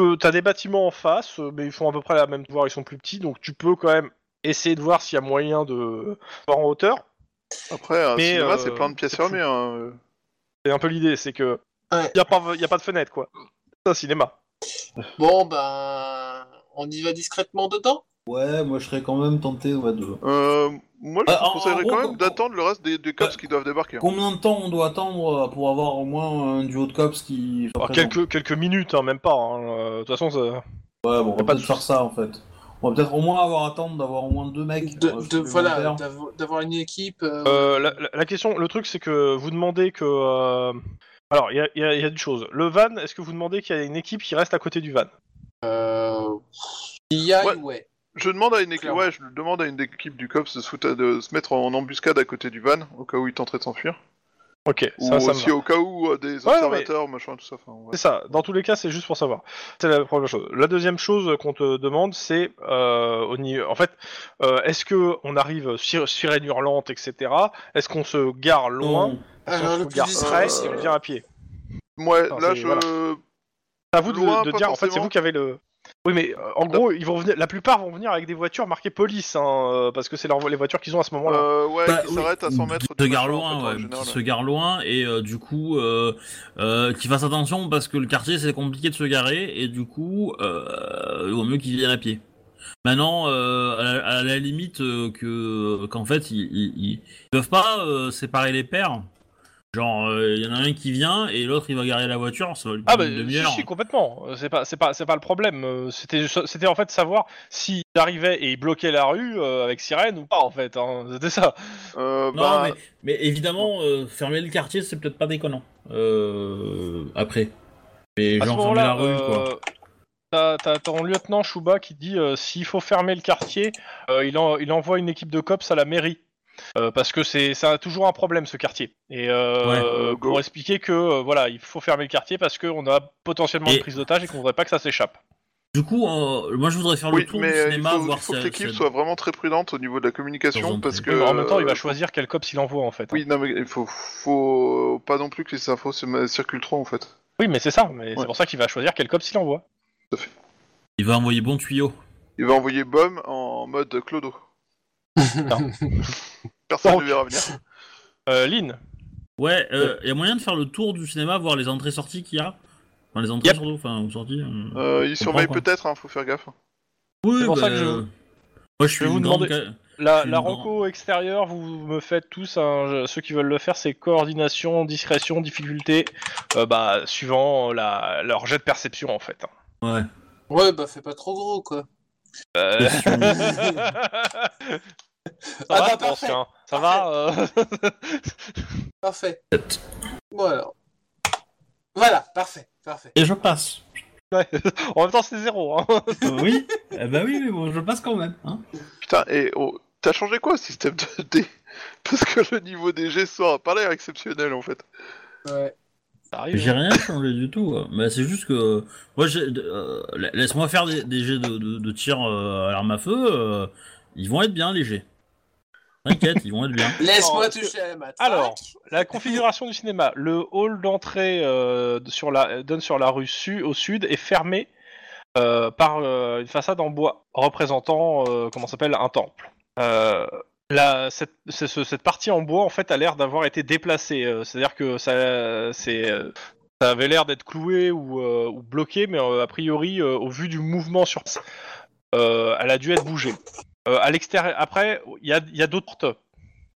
Speaker 2: Euh, T'as des bâtiments en face, euh, mais ils font à peu près la même voir, ils sont plus petits, donc tu peux quand même essayer de voir s'il y a moyen de voir en hauteur.
Speaker 4: Après, un
Speaker 2: mais,
Speaker 4: cinéma,
Speaker 2: euh,
Speaker 4: c'est plein de pièces
Speaker 2: c'est fou.
Speaker 4: fermées. hein, euh.
Speaker 2: C'est un peu l'idée, c'est que
Speaker 3: Ouais.
Speaker 2: y a pas y a pas de fenêtre quoi. C'est un cinéma.
Speaker 3: Bon, ben, on y va discrètement dedans.
Speaker 1: Ouais, moi je serais quand même tenté ouais, de.
Speaker 4: Euh, moi, je
Speaker 1: Euh,
Speaker 4: vous
Speaker 1: en-
Speaker 4: conseillerais
Speaker 1: en gros,
Speaker 4: quand même
Speaker 1: quand-
Speaker 4: d'attendre le reste des, des cops
Speaker 1: Ouais.
Speaker 4: qui doivent débarquer. hein.
Speaker 1: Combien de temps on doit attendre euh, pour avoir au moins un duo de cops qui. soit
Speaker 2: Alors,
Speaker 1: présent
Speaker 2: quelques quelques minutes, hein, même pas. hein, euh, De toute façon, ça-
Speaker 1: Ouais, bon, on va
Speaker 2: Y a pas
Speaker 1: peut-être
Speaker 2: de
Speaker 1: faire ça en fait. On va peut-être au moins avoir à attendre d'avoir au moins deux mecs.
Speaker 3: De,
Speaker 1: euh,
Speaker 3: de- voilà,
Speaker 1: supplémentaires.
Speaker 3: d'avo- d'avoir une équipe. euh,
Speaker 2: Euh, la, la- la question, le truc, c'est que vous demandez que. euh, Alors, il y a, y a- y a deux choses. Le van, est-ce que vous demandez qu'il y a une équipe qui reste à côté du van
Speaker 3: euh, Il y a,
Speaker 4: Ouais.
Speaker 3: ouais.
Speaker 4: Je demande à une équipe,
Speaker 3: Clairement.
Speaker 4: ouais, je demande à une équipe du cops de se, foutre à- de se mettre en embuscade à côté du van, au cas où ils tenteraient de s'enfuir.
Speaker 2: Ok,
Speaker 4: Ou
Speaker 2: ça, ça me va.
Speaker 4: aussi au cas où euh, des
Speaker 2: Ouais,
Speaker 4: observateurs, machin, tout ça. enfin, ouais.
Speaker 2: C'est ça, dans tous les cas, c'est juste pour savoir. C'est la première chose. La deuxième chose qu'on te demande, c'est euh, au niveau- en fait, euh, est-ce que on arrive sur sirène hurlante, etc. Est-ce qu'on se gare loin
Speaker 1: Non.
Speaker 2: Est-ce qu'on
Speaker 3: Alors,
Speaker 2: se
Speaker 3: Ah, le plus
Speaker 2: gare
Speaker 3: discret,
Speaker 2: près
Speaker 3: c'est
Speaker 2: et on
Speaker 4: euh,
Speaker 2: vient à pied
Speaker 4: Ouais,
Speaker 2: Enfin,
Speaker 4: là,
Speaker 2: c'est-
Speaker 4: je. euh,
Speaker 2: voilà. C'est à vous de,
Speaker 4: loin,
Speaker 2: de
Speaker 4: pas
Speaker 2: dire, en fait, c'est
Speaker 4: forcément.
Speaker 2: vous qui avez le. Oui, mais euh, en gros, ils vont venir. La plupart vont venir avec des voitures marquées police, hein, euh, parce que c'est leur- les voitures qu'ils ont à ce moment-là.
Speaker 4: euh, ouais,
Speaker 1: Bah,
Speaker 4: qui
Speaker 1: oui,
Speaker 4: s'arrête à 100 mètres.
Speaker 1: Qui se
Speaker 4: du
Speaker 1: gare
Speaker 4: machin,
Speaker 1: loin,
Speaker 5: hein,
Speaker 4: en fait, en
Speaker 1: ouais,
Speaker 4: général,
Speaker 1: qui se gare loin, et euh, du coup, euh, euh, qui fasse attention parce que le quartier c'est compliqué de se garer, et du coup, euh, il vaut mieux qu'ils viennent à pied. Maintenant, euh, à, la, à la limite, euh, que qu'en fait, ils, ils, ils- ils peuvent pas euh, séparer les paires. Genre, euh, il y en a un qui vient et l'autre il va garer la voiture, ça va lui
Speaker 2: Ah bah
Speaker 1: prendre une
Speaker 2: si,
Speaker 1: demi-heure.
Speaker 2: si, complètement. Euh, C'est pas c'est pas c'est pas le problème. Euh, C'était juste- c'était en fait savoir s'ils arrivaient et ils bloquaient la rue euh, avec sirène ou pas en fait. hein. C'était ça.
Speaker 4: Euh,
Speaker 1: Non,
Speaker 4: bah,
Speaker 1: mais, mais évidemment, euh, fermer le quartier, c'est peut-être pas déconnant. Euh, après. Mais
Speaker 2: À ce
Speaker 1: genre, fermer la
Speaker 2: moment-là,
Speaker 1: rue, quoi.
Speaker 2: euh, t'as t'as ton lieutenant Chouba qui dit euh, s'il faut fermer le quartier, euh, il, en- il envoie une équipe de cops à la mairie. Euh, parce que c'est c'est un- toujours un problème ce quartier. Et euh,
Speaker 4: Ouais.
Speaker 2: pour
Speaker 4: Go.
Speaker 2: expliquer que euh, voilà, il faut fermer le quartier parce qu'on a potentiellement
Speaker 1: Et-
Speaker 2: une prise d'otage et qu'on voudrait pas que ça s'échappe.
Speaker 5: Du coup, euh, moi je voudrais faire le
Speaker 4: Oui,
Speaker 5: tour du
Speaker 4: mais euh, il
Speaker 5: cinéma,
Speaker 4: faut,
Speaker 5: voir
Speaker 4: il faut
Speaker 5: si-
Speaker 4: que l'équipe
Speaker 5: si-
Speaker 4: soit vraiment très prudente au niveau de la communication
Speaker 5: Dans un
Speaker 4: parce que. euh,
Speaker 5: truc.
Speaker 2: Oui, mais en même temps, il va choisir quel cops il envoie en fait. hein.
Speaker 4: Oui, non, mais il faut, faut pas non plus que les infos se ma- circulent trop en fait.
Speaker 2: Oui, mais c'est ça. Mais
Speaker 4: Ouais.
Speaker 2: c'est pour ça qu'il va choisir quel cops il envoie.
Speaker 5: Il va envoyer bon tuyau.
Speaker 4: Il va envoyer Bum en mode Clodo. Personne
Speaker 2: Donc.
Speaker 4: ne verra venir.
Speaker 2: Euh, Lynn.
Speaker 5: Ouais, euh, il y a moyen de faire le tour du cinéma, voir les entrées-sorties qu'il y a. Enfin, les entrées
Speaker 2: Yep.
Speaker 5: surtout, enfin, ou sorties. euh.
Speaker 4: Euh, il
Speaker 5: Comprends,
Speaker 4: surveille
Speaker 5: quoi.
Speaker 4: peut-être, hein, faut faire gaffe.
Speaker 5: Oui,
Speaker 2: c'est pour
Speaker 5: bah,
Speaker 2: ça que je-
Speaker 5: euh, Moi je suis
Speaker 2: vais vous
Speaker 5: une grande.
Speaker 2: demander-
Speaker 5: ca-
Speaker 2: La,
Speaker 5: Une
Speaker 2: la
Speaker 5: grande-
Speaker 2: renco extérieure, vous me faites tous, un- je- ceux qui veulent le faire, c'est coordination, discrétion, difficulté, euh, bah, suivant la, leur jet de perception en fait. hein.
Speaker 5: Ouais.
Speaker 3: Ouais, bah fais pas trop gros, quoi.
Speaker 2: Euh,
Speaker 5: Si on-
Speaker 2: ça
Speaker 3: Ah
Speaker 2: va,
Speaker 3: bah,
Speaker 2: je pense,
Speaker 3: parfait.
Speaker 2: hein. Ça va euh,
Speaker 3: Parfait.
Speaker 5: Sept.
Speaker 3: Bon alors. Voilà, parfait, parfait.
Speaker 5: Et je passe.
Speaker 2: ouais. En même temps, c'est zéro. Hein.
Speaker 5: oui Eh Bah oui, mais bon, je passe quand même. Hein.
Speaker 4: Putain, et oh, t'as changé quoi, système de dés Parce que le niveau des G sort pas l'air exceptionnel en fait.
Speaker 3: Ouais.
Speaker 2: Ça arrive,
Speaker 5: J'ai
Speaker 2: hein.
Speaker 5: rien changé du tout. quoi. Mais c'est juste que moi, j'ai- euh, la- laisse-moi faire des, des jets de, de- de tir euh, à l'arme à feu. euh, ils vont être bien légers. T'inquiète, ils vont être bien.
Speaker 3: Laisse-moi
Speaker 2: Non, parce
Speaker 3: toucher à la matraque.
Speaker 2: Alors, la configuration du cinéma. Le hall d'entrée euh, sur la, euh, donne sur la rue su- au sud est fermé euh, par euh, une façade en bois représentant, euh, comment ça s'appelle, un temple. Euh, la- cette, c'est ce- cette partie en bois, en fait, a l'air d'avoir été déplacée. euh, C'est-à-dire que ça, c'est, euh, ça avait l'air d'être cloué ou, euh, ou bloqué, mais euh, a priori, euh, au vu du mouvement sur place, euh, elle a dû être bougée. Euh, à l'extérieur, après, il y a, il y a d'autres portes.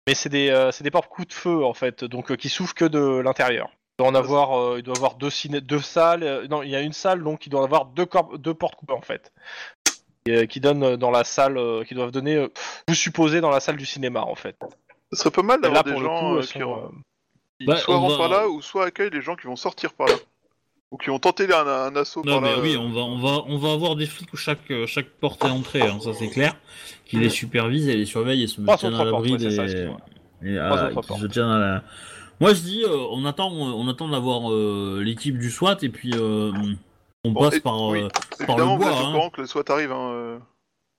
Speaker 2: Mais c'est des, euh, c'est des portes coups de feu en fait, donc euh, qui s'ouvrent que de l'intérieur. Il doit en avoir, euh, il doit avoir deux, ciné- deux salles. euh, non, il y a une salle donc il doit avoir deux, corps- deux portes coupées en fait, Et, euh, qui donnent euh, dans la salle, euh, qui doivent donner, euh, vous supposez, dans la salle du cinéma en fait.
Speaker 4: Ce serait pas mal
Speaker 2: Et là
Speaker 4: d'avoir
Speaker 2: pour
Speaker 4: des
Speaker 2: le
Speaker 4: gens
Speaker 2: coup,
Speaker 4: euh,
Speaker 2: elles
Speaker 4: qui,
Speaker 2: sont,
Speaker 4: re-
Speaker 2: euh,
Speaker 4: qui
Speaker 5: Bah,
Speaker 4: soit
Speaker 5: on
Speaker 4: rentrent par
Speaker 5: va-
Speaker 4: là ou soit accueillent les gens qui vont sortir par là. Ou qui ont tenté un, un assaut
Speaker 5: Non
Speaker 4: par
Speaker 5: mais
Speaker 4: là.
Speaker 5: oui,
Speaker 4: euh.
Speaker 5: on va, on va, on va avoir des flics où chaque, euh, chaque porte est entrée, hein, ça c'est clair, qui les supervisent et les surveillent et se
Speaker 2: Trois
Speaker 5: tiennent
Speaker 2: autres
Speaker 5: à l'abri
Speaker 2: portes, ouais, c'est ça,
Speaker 5: des,
Speaker 2: excuse-moi.
Speaker 5: et,
Speaker 2: Trois
Speaker 5: euh,
Speaker 2: autres
Speaker 5: qui
Speaker 2: portes.
Speaker 5: se tiennent à la. Moi je dis, euh, on attend, on attend d'avoir euh, l'équipe du SWAT et puis euh, on
Speaker 4: Bon,
Speaker 5: passe
Speaker 4: et-
Speaker 5: par,
Speaker 4: oui.
Speaker 5: euh, par le
Speaker 4: Évidemment, vous
Speaker 5: bois,
Speaker 4: êtes au
Speaker 5: hein.
Speaker 4: courant que le SWAT arrive. hein, euh.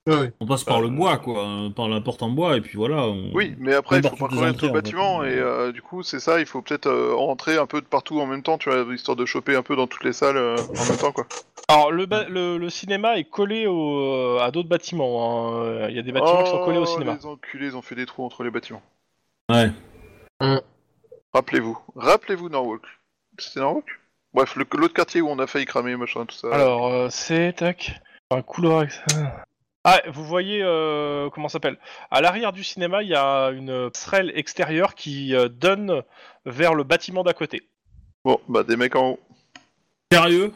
Speaker 3: Ouais, ouais.
Speaker 5: on passe par
Speaker 4: Euh,
Speaker 5: le bois quoi, euh, par la porte en bois et puis voilà. on-
Speaker 4: Oui, mais après, il
Speaker 5: Euh,
Speaker 4: faut
Speaker 5: Même par toutes les
Speaker 4: parcourir tout le
Speaker 5: entrées, en fait.
Speaker 4: bâtiment. Et euh, du coup, c'est ça, il faut peut-être euh, rentrer un peu de partout en même temps, tu vois, histoire de choper un peu dans toutes les salles euh, en même temps, quoi.
Speaker 2: Alors le, ba- le, le cinéma est collé au, euh, à d'autres bâtiments. hein. Il y a des bâtiments qui sont collés au
Speaker 4: Oh,
Speaker 2: cinéma.
Speaker 4: Les enculés, ils ont fait des trous entre les bâtiments.
Speaker 5: Ouais.
Speaker 4: Rappelez-vous, rappelez-vous Norwalk. C'était Norwalk Bref, le- l'autre quartier où on a failli cramer, machin, tout ça.
Speaker 2: Alors, euh, c'est tac. Un couloir. avec ça. Ah, vous voyez euh, comment ça s'appelle À l'arrière du cinéma, il y a une passerelle extérieure qui euh, donne vers le bâtiment d'à côté.
Speaker 4: Bon, bah des mecs en haut.
Speaker 5: Sérieux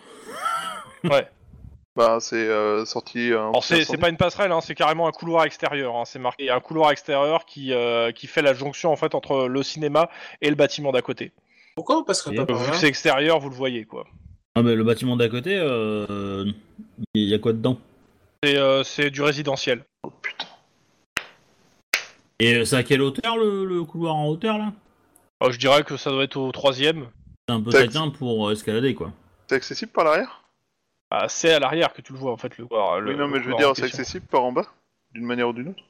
Speaker 4: Bah c'est euh, sorti. euh, en
Speaker 2: Alors, c'est,
Speaker 4: incendie.
Speaker 2: c'est pas une passerelle, hein, c'est carrément un couloir extérieur. hein, c'est marqué un couloir extérieur qui, euh, qui fait la jonction en fait entre le cinéma et le bâtiment d'à côté.
Speaker 3: Pourquoi on passerait
Speaker 5: Et
Speaker 3: pas
Speaker 2: Euh,
Speaker 3: par
Speaker 2: Vu
Speaker 3: là
Speaker 2: que c'est extérieur, vous le voyez quoi.
Speaker 5: Ah mais le bâtiment d'à côté, euh, il y a quoi dedans
Speaker 2: C'est, euh, c'est du résidentiel.
Speaker 4: Oh, putain.
Speaker 5: Et c'est à quelle hauteur le, le couloir en hauteur là
Speaker 2: Euh, je dirais que ça doit être au troisième.
Speaker 5: C'est un peu
Speaker 4: Tac.
Speaker 5: taquin pour euh, escalader quoi.
Speaker 4: C'est accessible par l'arrière
Speaker 2: Ah, c'est à l'arrière que tu le vois en fait le couloir. le-
Speaker 4: Oui, non, mais
Speaker 2: le
Speaker 4: je veux
Speaker 2: couloir en
Speaker 4: dire, c'est
Speaker 2: question.
Speaker 4: accessible par en bas, d'une manière ou d'une autre.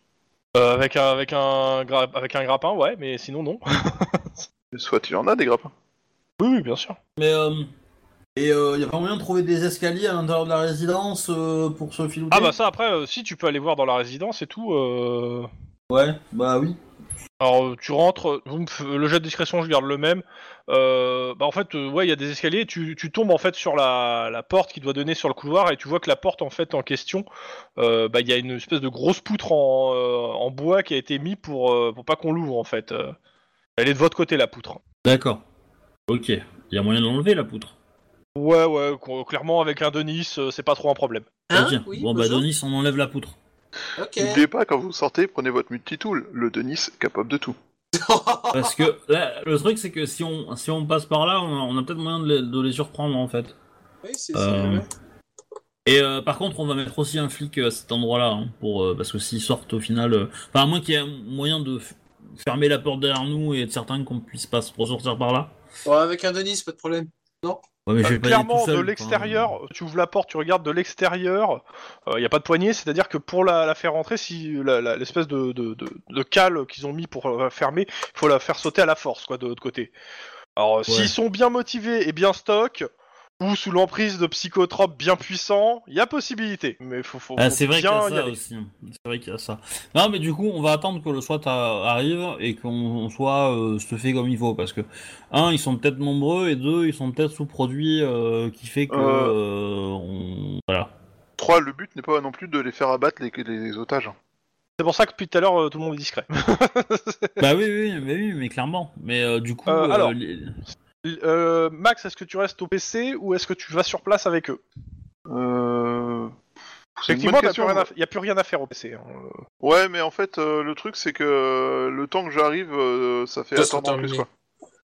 Speaker 2: Euh, avec un avec un gra- avec un grappin, ouais, mais sinon non.
Speaker 4: Mais Soit il en a des grappins.
Speaker 2: oui, oui, bien sûr.
Speaker 5: Mais euh, et il y a pas moyen de trouver des escaliers à l'intérieur de la résidence euh, pour se filouter
Speaker 2: Ah bah ça après, euh, si tu peux aller voir dans la résidence et tout. euh,
Speaker 5: ouais, bah oui.
Speaker 2: Alors euh, tu rentres, euh, vous me f- le jet de discrétion, je garde le même. Euh, Bah en fait, euh, ouais, il y a des escaliers. Tu, tu tombes en fait sur la, la porte qui doit donner sur le couloir et tu vois que la porte en fait en question, euh, bah il y a une espèce de grosse poutre en, euh, en bois qui a été mise pour euh, pour pas qu'on l'ouvre en fait. euh. Elle est de votre côté la poutre. hein.
Speaker 5: D'accord. Ok. Il y a moyen de l'enlever la poutre.
Speaker 2: Ouais ouais, co- clairement avec un Denis, euh, c'est pas trop un problème.
Speaker 3: Hein
Speaker 5: Ok.
Speaker 3: Oui,
Speaker 5: bon bah
Speaker 3: bonjour.
Speaker 5: Denis, on enlève la poutre.
Speaker 3: Ok.
Speaker 4: N'oubliez pas, quand vous sortez, prenez votre multitool. Le Denis est capable de tout.
Speaker 3: Oh,
Speaker 5: Parce que là, le truc c'est que si on si on passe par là, on a, on a peut-être moyen de les, de les surprendre en fait.
Speaker 3: Oui, c'est ça.
Speaker 5: Euh,
Speaker 3: ouais.
Speaker 5: Et euh, par contre, on va mettre aussi un flic à cet endroit-là, hein, pour euh, parce que s'ils sortent au final, euh, enfin à moins qu'il y ait un moyen de f- fermer la porte derrière nous et être certain qu'on puisse pas se ressortir par là.
Speaker 3: Bon, avec un Denis, pas de problème.
Speaker 5: Ouais, mais je vais
Speaker 2: Euh,
Speaker 5: pas y aller
Speaker 2: clairement,
Speaker 5: tout seul, hein.
Speaker 2: de
Speaker 5: enfin.
Speaker 2: l'extérieur, tu ouvres la porte, tu regardes de l'extérieur, il n'y a pas de poignée, c'est-à-dire que pour la, la faire rentrer, si la- la- l'espèce de, de, de, de cale qu'ils ont mis pour euh, la fermer, il faut la faire sauter à la force, quoi, de l'autre côté. Alors, euh, s'ils sont bien motivés et bien stock, ou sous l'emprise de psychotropes bien puissants, il y a possibilité. Mais faut, faut, faut
Speaker 5: Ah, c'est vrai qu'il y
Speaker 2: bien
Speaker 5: a
Speaker 2: y
Speaker 5: ça
Speaker 2: aller.
Speaker 5: aussi. C'est vrai qu'il y a ça. Non, mais du coup, on va attendre que le SWAT a- arrive et qu'on on soit euh, stuffé comme il faut. Parce que, un, ils sont peut-être nombreux et deux, ils sont peut-être sous-produits euh, qui fait que.
Speaker 4: Euh.
Speaker 5: euh, on- Voilà.
Speaker 4: 3. Le but n'est pas non plus de les faire abattre les, les otages.
Speaker 2: C'est pour ça que depuis tout à l'heure, euh, tout le monde est discret.
Speaker 5: bah oui, oui, mais, oui, mais clairement. Mais euh, du coup.
Speaker 2: Euh, alors.
Speaker 5: les-
Speaker 2: Euh, Max, est-ce que tu restes au PC ou est-ce que tu vas sur place avec eux
Speaker 4: Euh... c'est une bonne
Speaker 2: Effectivement,
Speaker 4: question.
Speaker 2: il n'y a plus rien à faire au PC. hein.
Speaker 4: Ouais, mais en fait, euh, le truc, c'est que euh, le temps que j'arrive, euh, ça fait
Speaker 3: Ça sera
Speaker 4: attendre en plus,
Speaker 3: terminé.
Speaker 4: quoi.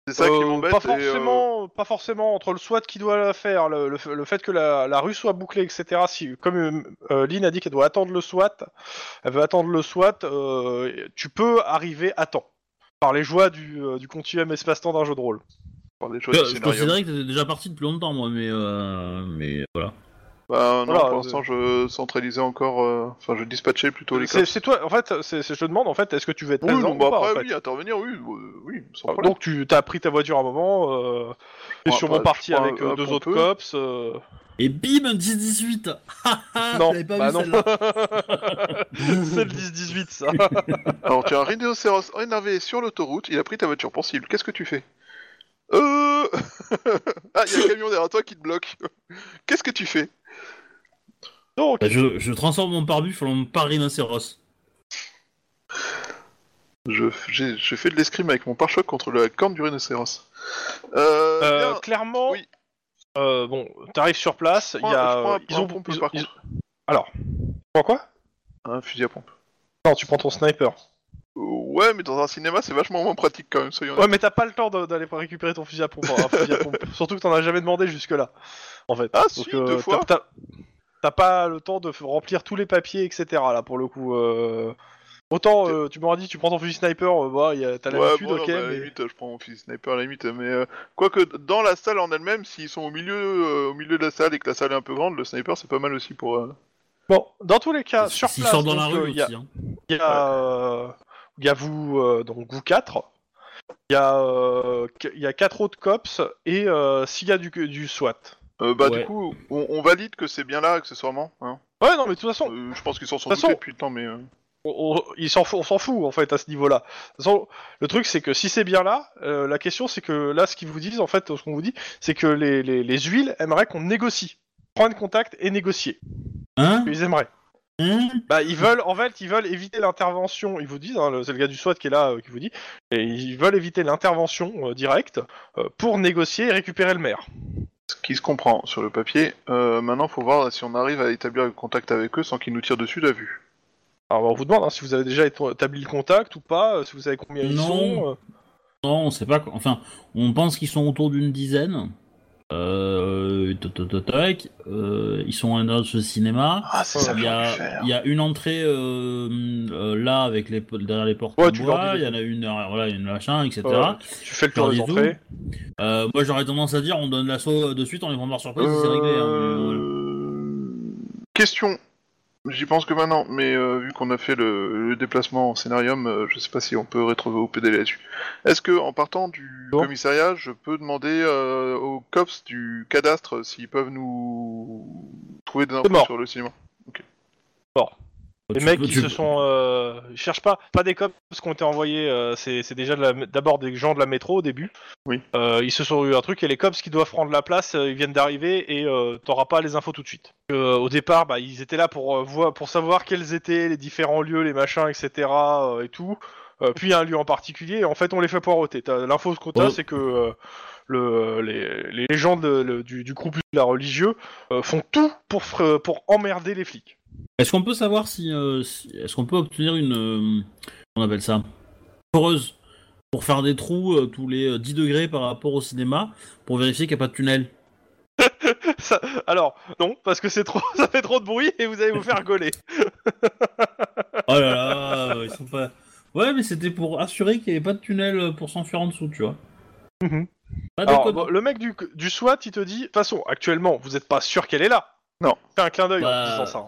Speaker 4: C'est ça qui
Speaker 2: Euh,
Speaker 4: m'embête.
Speaker 2: Pas
Speaker 4: et, euh,
Speaker 2: forcément, pas forcément entre le SWAT qui doit la faire, le, le f- le fait que la, la rue soit bouclée, etc. Si, comme euh, euh, Lynn a dit qu'elle doit attendre le SWAT, elle veut attendre le SWAT, euh, tu peux arriver à temps. Par les joies du, euh, du continuum espace-temps d'un jeu de rôle.
Speaker 4: par les
Speaker 5: Euh, Je,
Speaker 4: choix du
Speaker 5: je
Speaker 4: scénario.
Speaker 5: considérais que t'étais déjà parti depuis longtemps, moi, mais. euh, mais voilà.
Speaker 4: Bah, non,
Speaker 2: Voilà, euh,
Speaker 4: pour l'instant, je centralisais encore. euh, Enfin, je dispatchais plutôt les
Speaker 2: C'est
Speaker 4: cops.
Speaker 2: c'est toi, en fait, c'est c'est- je te demande, en fait, est-ce que tu vas être
Speaker 4: Oui,
Speaker 2: présent
Speaker 4: donc
Speaker 2: ou
Speaker 4: bah,
Speaker 2: pas, en
Speaker 4: après,
Speaker 2: fait
Speaker 4: oui, intervenir, oui, euh, oui, sans
Speaker 2: Ah,
Speaker 4: problème.
Speaker 2: Donc tu as pris ta voiture à un moment, euh, t'es
Speaker 4: Ouais,
Speaker 2: sûrement
Speaker 4: bah,
Speaker 2: parti
Speaker 4: je prends
Speaker 2: avec
Speaker 4: un-
Speaker 2: euh,
Speaker 4: un
Speaker 2: deux autres
Speaker 4: pompeux.
Speaker 2: cops. euh,
Speaker 5: Et bim, un 10-18 Ha, ha,
Speaker 2: Non,
Speaker 5: t'avais Ah, pas
Speaker 2: bah
Speaker 5: vu
Speaker 2: non.
Speaker 5: celle-là.
Speaker 2: c'est le 10-18 ça.
Speaker 4: Alors, tu as un rhinocéros énervé sur l'autoroute, il a pris ta voiture pensible, qu'est-ce que tu fais Euh Ah, il y a un camion derrière toi qui te bloque. Qu'est-ce que tu fais
Speaker 2: Donc,
Speaker 5: Bah, je, je transforme mon pare-buffle en pare-rhinocéros.
Speaker 4: Je, j'ai, je fais de l'escrime avec mon pare-choc contre la corne du rhinocéros. Euh,
Speaker 2: euh,
Speaker 4: bien,
Speaker 2: clairement,
Speaker 4: oui.
Speaker 2: euh, bon, t'arrives sur place, il
Speaker 4: prends-
Speaker 2: y a, euh,
Speaker 4: je prends un,
Speaker 2: ils
Speaker 4: un
Speaker 2: ont
Speaker 4: pompe,
Speaker 2: ils ont-
Speaker 4: par
Speaker 2: ils-
Speaker 4: contre.
Speaker 2: prends quoi
Speaker 4: Un fusil à pompe.
Speaker 2: Non, tu prends ton sniper.
Speaker 4: Ouais, mais dans un cinéma, c'est vachement moins pratique quand même, soyons
Speaker 2: Ouais, mais t'as pas le temps de- d'aller récupérer ton fusil à pompe. hein, un fusil à pompe. Surtout que t'en as jamais demandé jusque-là, en fait. euh,
Speaker 4: Ah, si, deux
Speaker 2: t'as-
Speaker 4: fois.
Speaker 2: T'as t'as pas le temps de f- remplir tous les papiers, etc. Là, pour le coup. euh, Autant euh, tu m'aurais dit, tu prends ton fusil sniper, euh, bah, y a- t'as
Speaker 4: Ouais,
Speaker 2: l'habitude,
Speaker 4: bon, non,
Speaker 2: ok.
Speaker 4: bah, à la
Speaker 2: mais-
Speaker 4: limite, je prends mon fusil sniper à la limite, mais euh, quoique dans la salle en elle-même, s'ils sont au milieu, euh, au milieu de la salle et que la salle est un peu grande, le sniper c'est pas mal aussi pour. euh,
Speaker 2: Bon, dans tous les cas, Ah, sur
Speaker 5: S'il
Speaker 2: place,
Speaker 5: sort dans la
Speaker 2: donc, euh,
Speaker 5: rue
Speaker 2: y a-
Speaker 5: aussi. hein.
Speaker 2: Il y a, euh, il y a vous, euh, donc vous quatre. Il y, a, euh, qu- il y a quatre autres cops et euh, s'il y a du, du SWAT.
Speaker 4: euh, bah
Speaker 5: Ouais.
Speaker 4: du coup, on, on valide que c'est bien là accessoirement. Hein.
Speaker 2: Ouais, non, mais de toute façon,
Speaker 4: Euh, je pense qu'ils s'en sont
Speaker 2: De toute
Speaker 4: doutés
Speaker 2: façon-
Speaker 4: depuis le temps, mais. euh,
Speaker 2: on, on- ils s'en fout- on s'en fout en fait à ce niveau-là. De toute façon, Le truc c'est que si c'est bien là, euh, la question c'est que là ce qu'ils vous disent en fait, ce qu'on vous dit, c'est que les, les- les huiles aimeraient qu'on négocie, prendre contact et négocier.
Speaker 5: Hein
Speaker 2: Ils aimeraient.
Speaker 5: Hein
Speaker 2: Bah ils veulent, en fait ils veulent éviter l'intervention. Ils vous disent, hein, le- c'est le gars du SWAT qui est là euh, qui vous dit, et ils veulent éviter l'intervention euh, directe euh, pour négocier et récupérer le maire.
Speaker 4: Ce qui se comprend sur le papier. Euh, maintenant, faut voir si on arrive à établir le contact avec eux sans qu'ils nous tirent dessus de la vue.
Speaker 2: Alors bah, on vous demande hein, si vous avez déjà éto- établi le contact ou pas, euh, si vous savez combien ils
Speaker 5: Non.
Speaker 2: sont. euh.
Speaker 5: Non, on sait pas. quoi. Enfin, on pense qu'ils sont autour d'une dizaine. Euh, toc, toc, toc, toc. Euh, ils sont à l'intérieur de ce cinéma.
Speaker 4: Ah, c'est
Speaker 2: ça
Speaker 5: Il y, a, il y a une entrée euh, euh, là avec les po- derrière les portes
Speaker 2: Ouais,
Speaker 5: en
Speaker 2: tu
Speaker 5: bois,
Speaker 2: leur dis
Speaker 5: il y en a une euh, voilà une machin etc.
Speaker 2: Ouais, tu fais le tour
Speaker 5: Genre
Speaker 2: des
Speaker 5: des
Speaker 2: entrées.
Speaker 5: zooms. Euh, moi j'aurais tendance à dire on donne l'assaut de suite, on les prend par surprise et c'est réglé. hein, mais,
Speaker 2: Euh,
Speaker 5: voilà.
Speaker 4: Euh, Question. J'y pense que maintenant, mais euh, vu qu'on a fait le, le déplacement en scénarium, euh, je sais pas si on peut retrouver au pédaler là-dessus. Est-ce que, en partant du
Speaker 2: Bon.
Speaker 4: commissariat, je peux demander euh, aux cops du cadastre s'ils peuvent nous trouver des
Speaker 2: C'est mort.
Speaker 4: infos sur le cinéma
Speaker 2: Les
Speaker 5: Tu
Speaker 2: mecs
Speaker 5: peux-
Speaker 2: qui
Speaker 5: tu-
Speaker 2: se sont, euh, ils cherchent pas, pas des cops qui ont été envoyés, euh, c'est c'est déjà de la- d'abord des gens de la métro au début.
Speaker 4: Oui.
Speaker 2: Euh, ils se sont eu un truc et les cops qui doivent prendre la place, euh, ils viennent d'arriver et euh, t'auras pas les infos tout de suite. Euh, au départ, bah, ils étaient là pour euh, voir, pour savoir quels étaient les différents lieux, les machins, etc. euh, et tout. Euh, puis un lieu en particulier. Et en fait, on les fait poireauter. T'as- L'info ce qu'on t'a,
Speaker 5: Ouais.
Speaker 2: c'est que euh, le, les, les gens de- le- du, du groupe de la religieux euh, font tout pour, fre- pour emmerder les flics.
Speaker 5: Est-ce qu'on peut savoir si, euh, si- est-ce qu'on peut obtenir une euh, on appelle ça foreuse pour faire des trous euh, tous les euh, 10 degrés par rapport au cinéma pour vérifier qu'il n'y a pas de tunnel.
Speaker 2: Ça- alors, non, parce que c'est trop, ça fait trop de bruit et vous allez vous faire gauler.
Speaker 5: Oh là là, euh, ils sont pas. Ouais, mais c'était pour assurer qu'il n'y avait pas de tunnel euh, pour s'enfuir en dessous, tu vois. Pas de
Speaker 2: Mhm. Alors,
Speaker 5: code.
Speaker 2: bon, le mec du, du SWAT, il te dit, de toute façon, actuellement, vous n'êtes pas sûr qu'elle est là.
Speaker 4: Non.
Speaker 2: Fais un clin d'œil
Speaker 5: Bah.
Speaker 2: en disant ça. hein.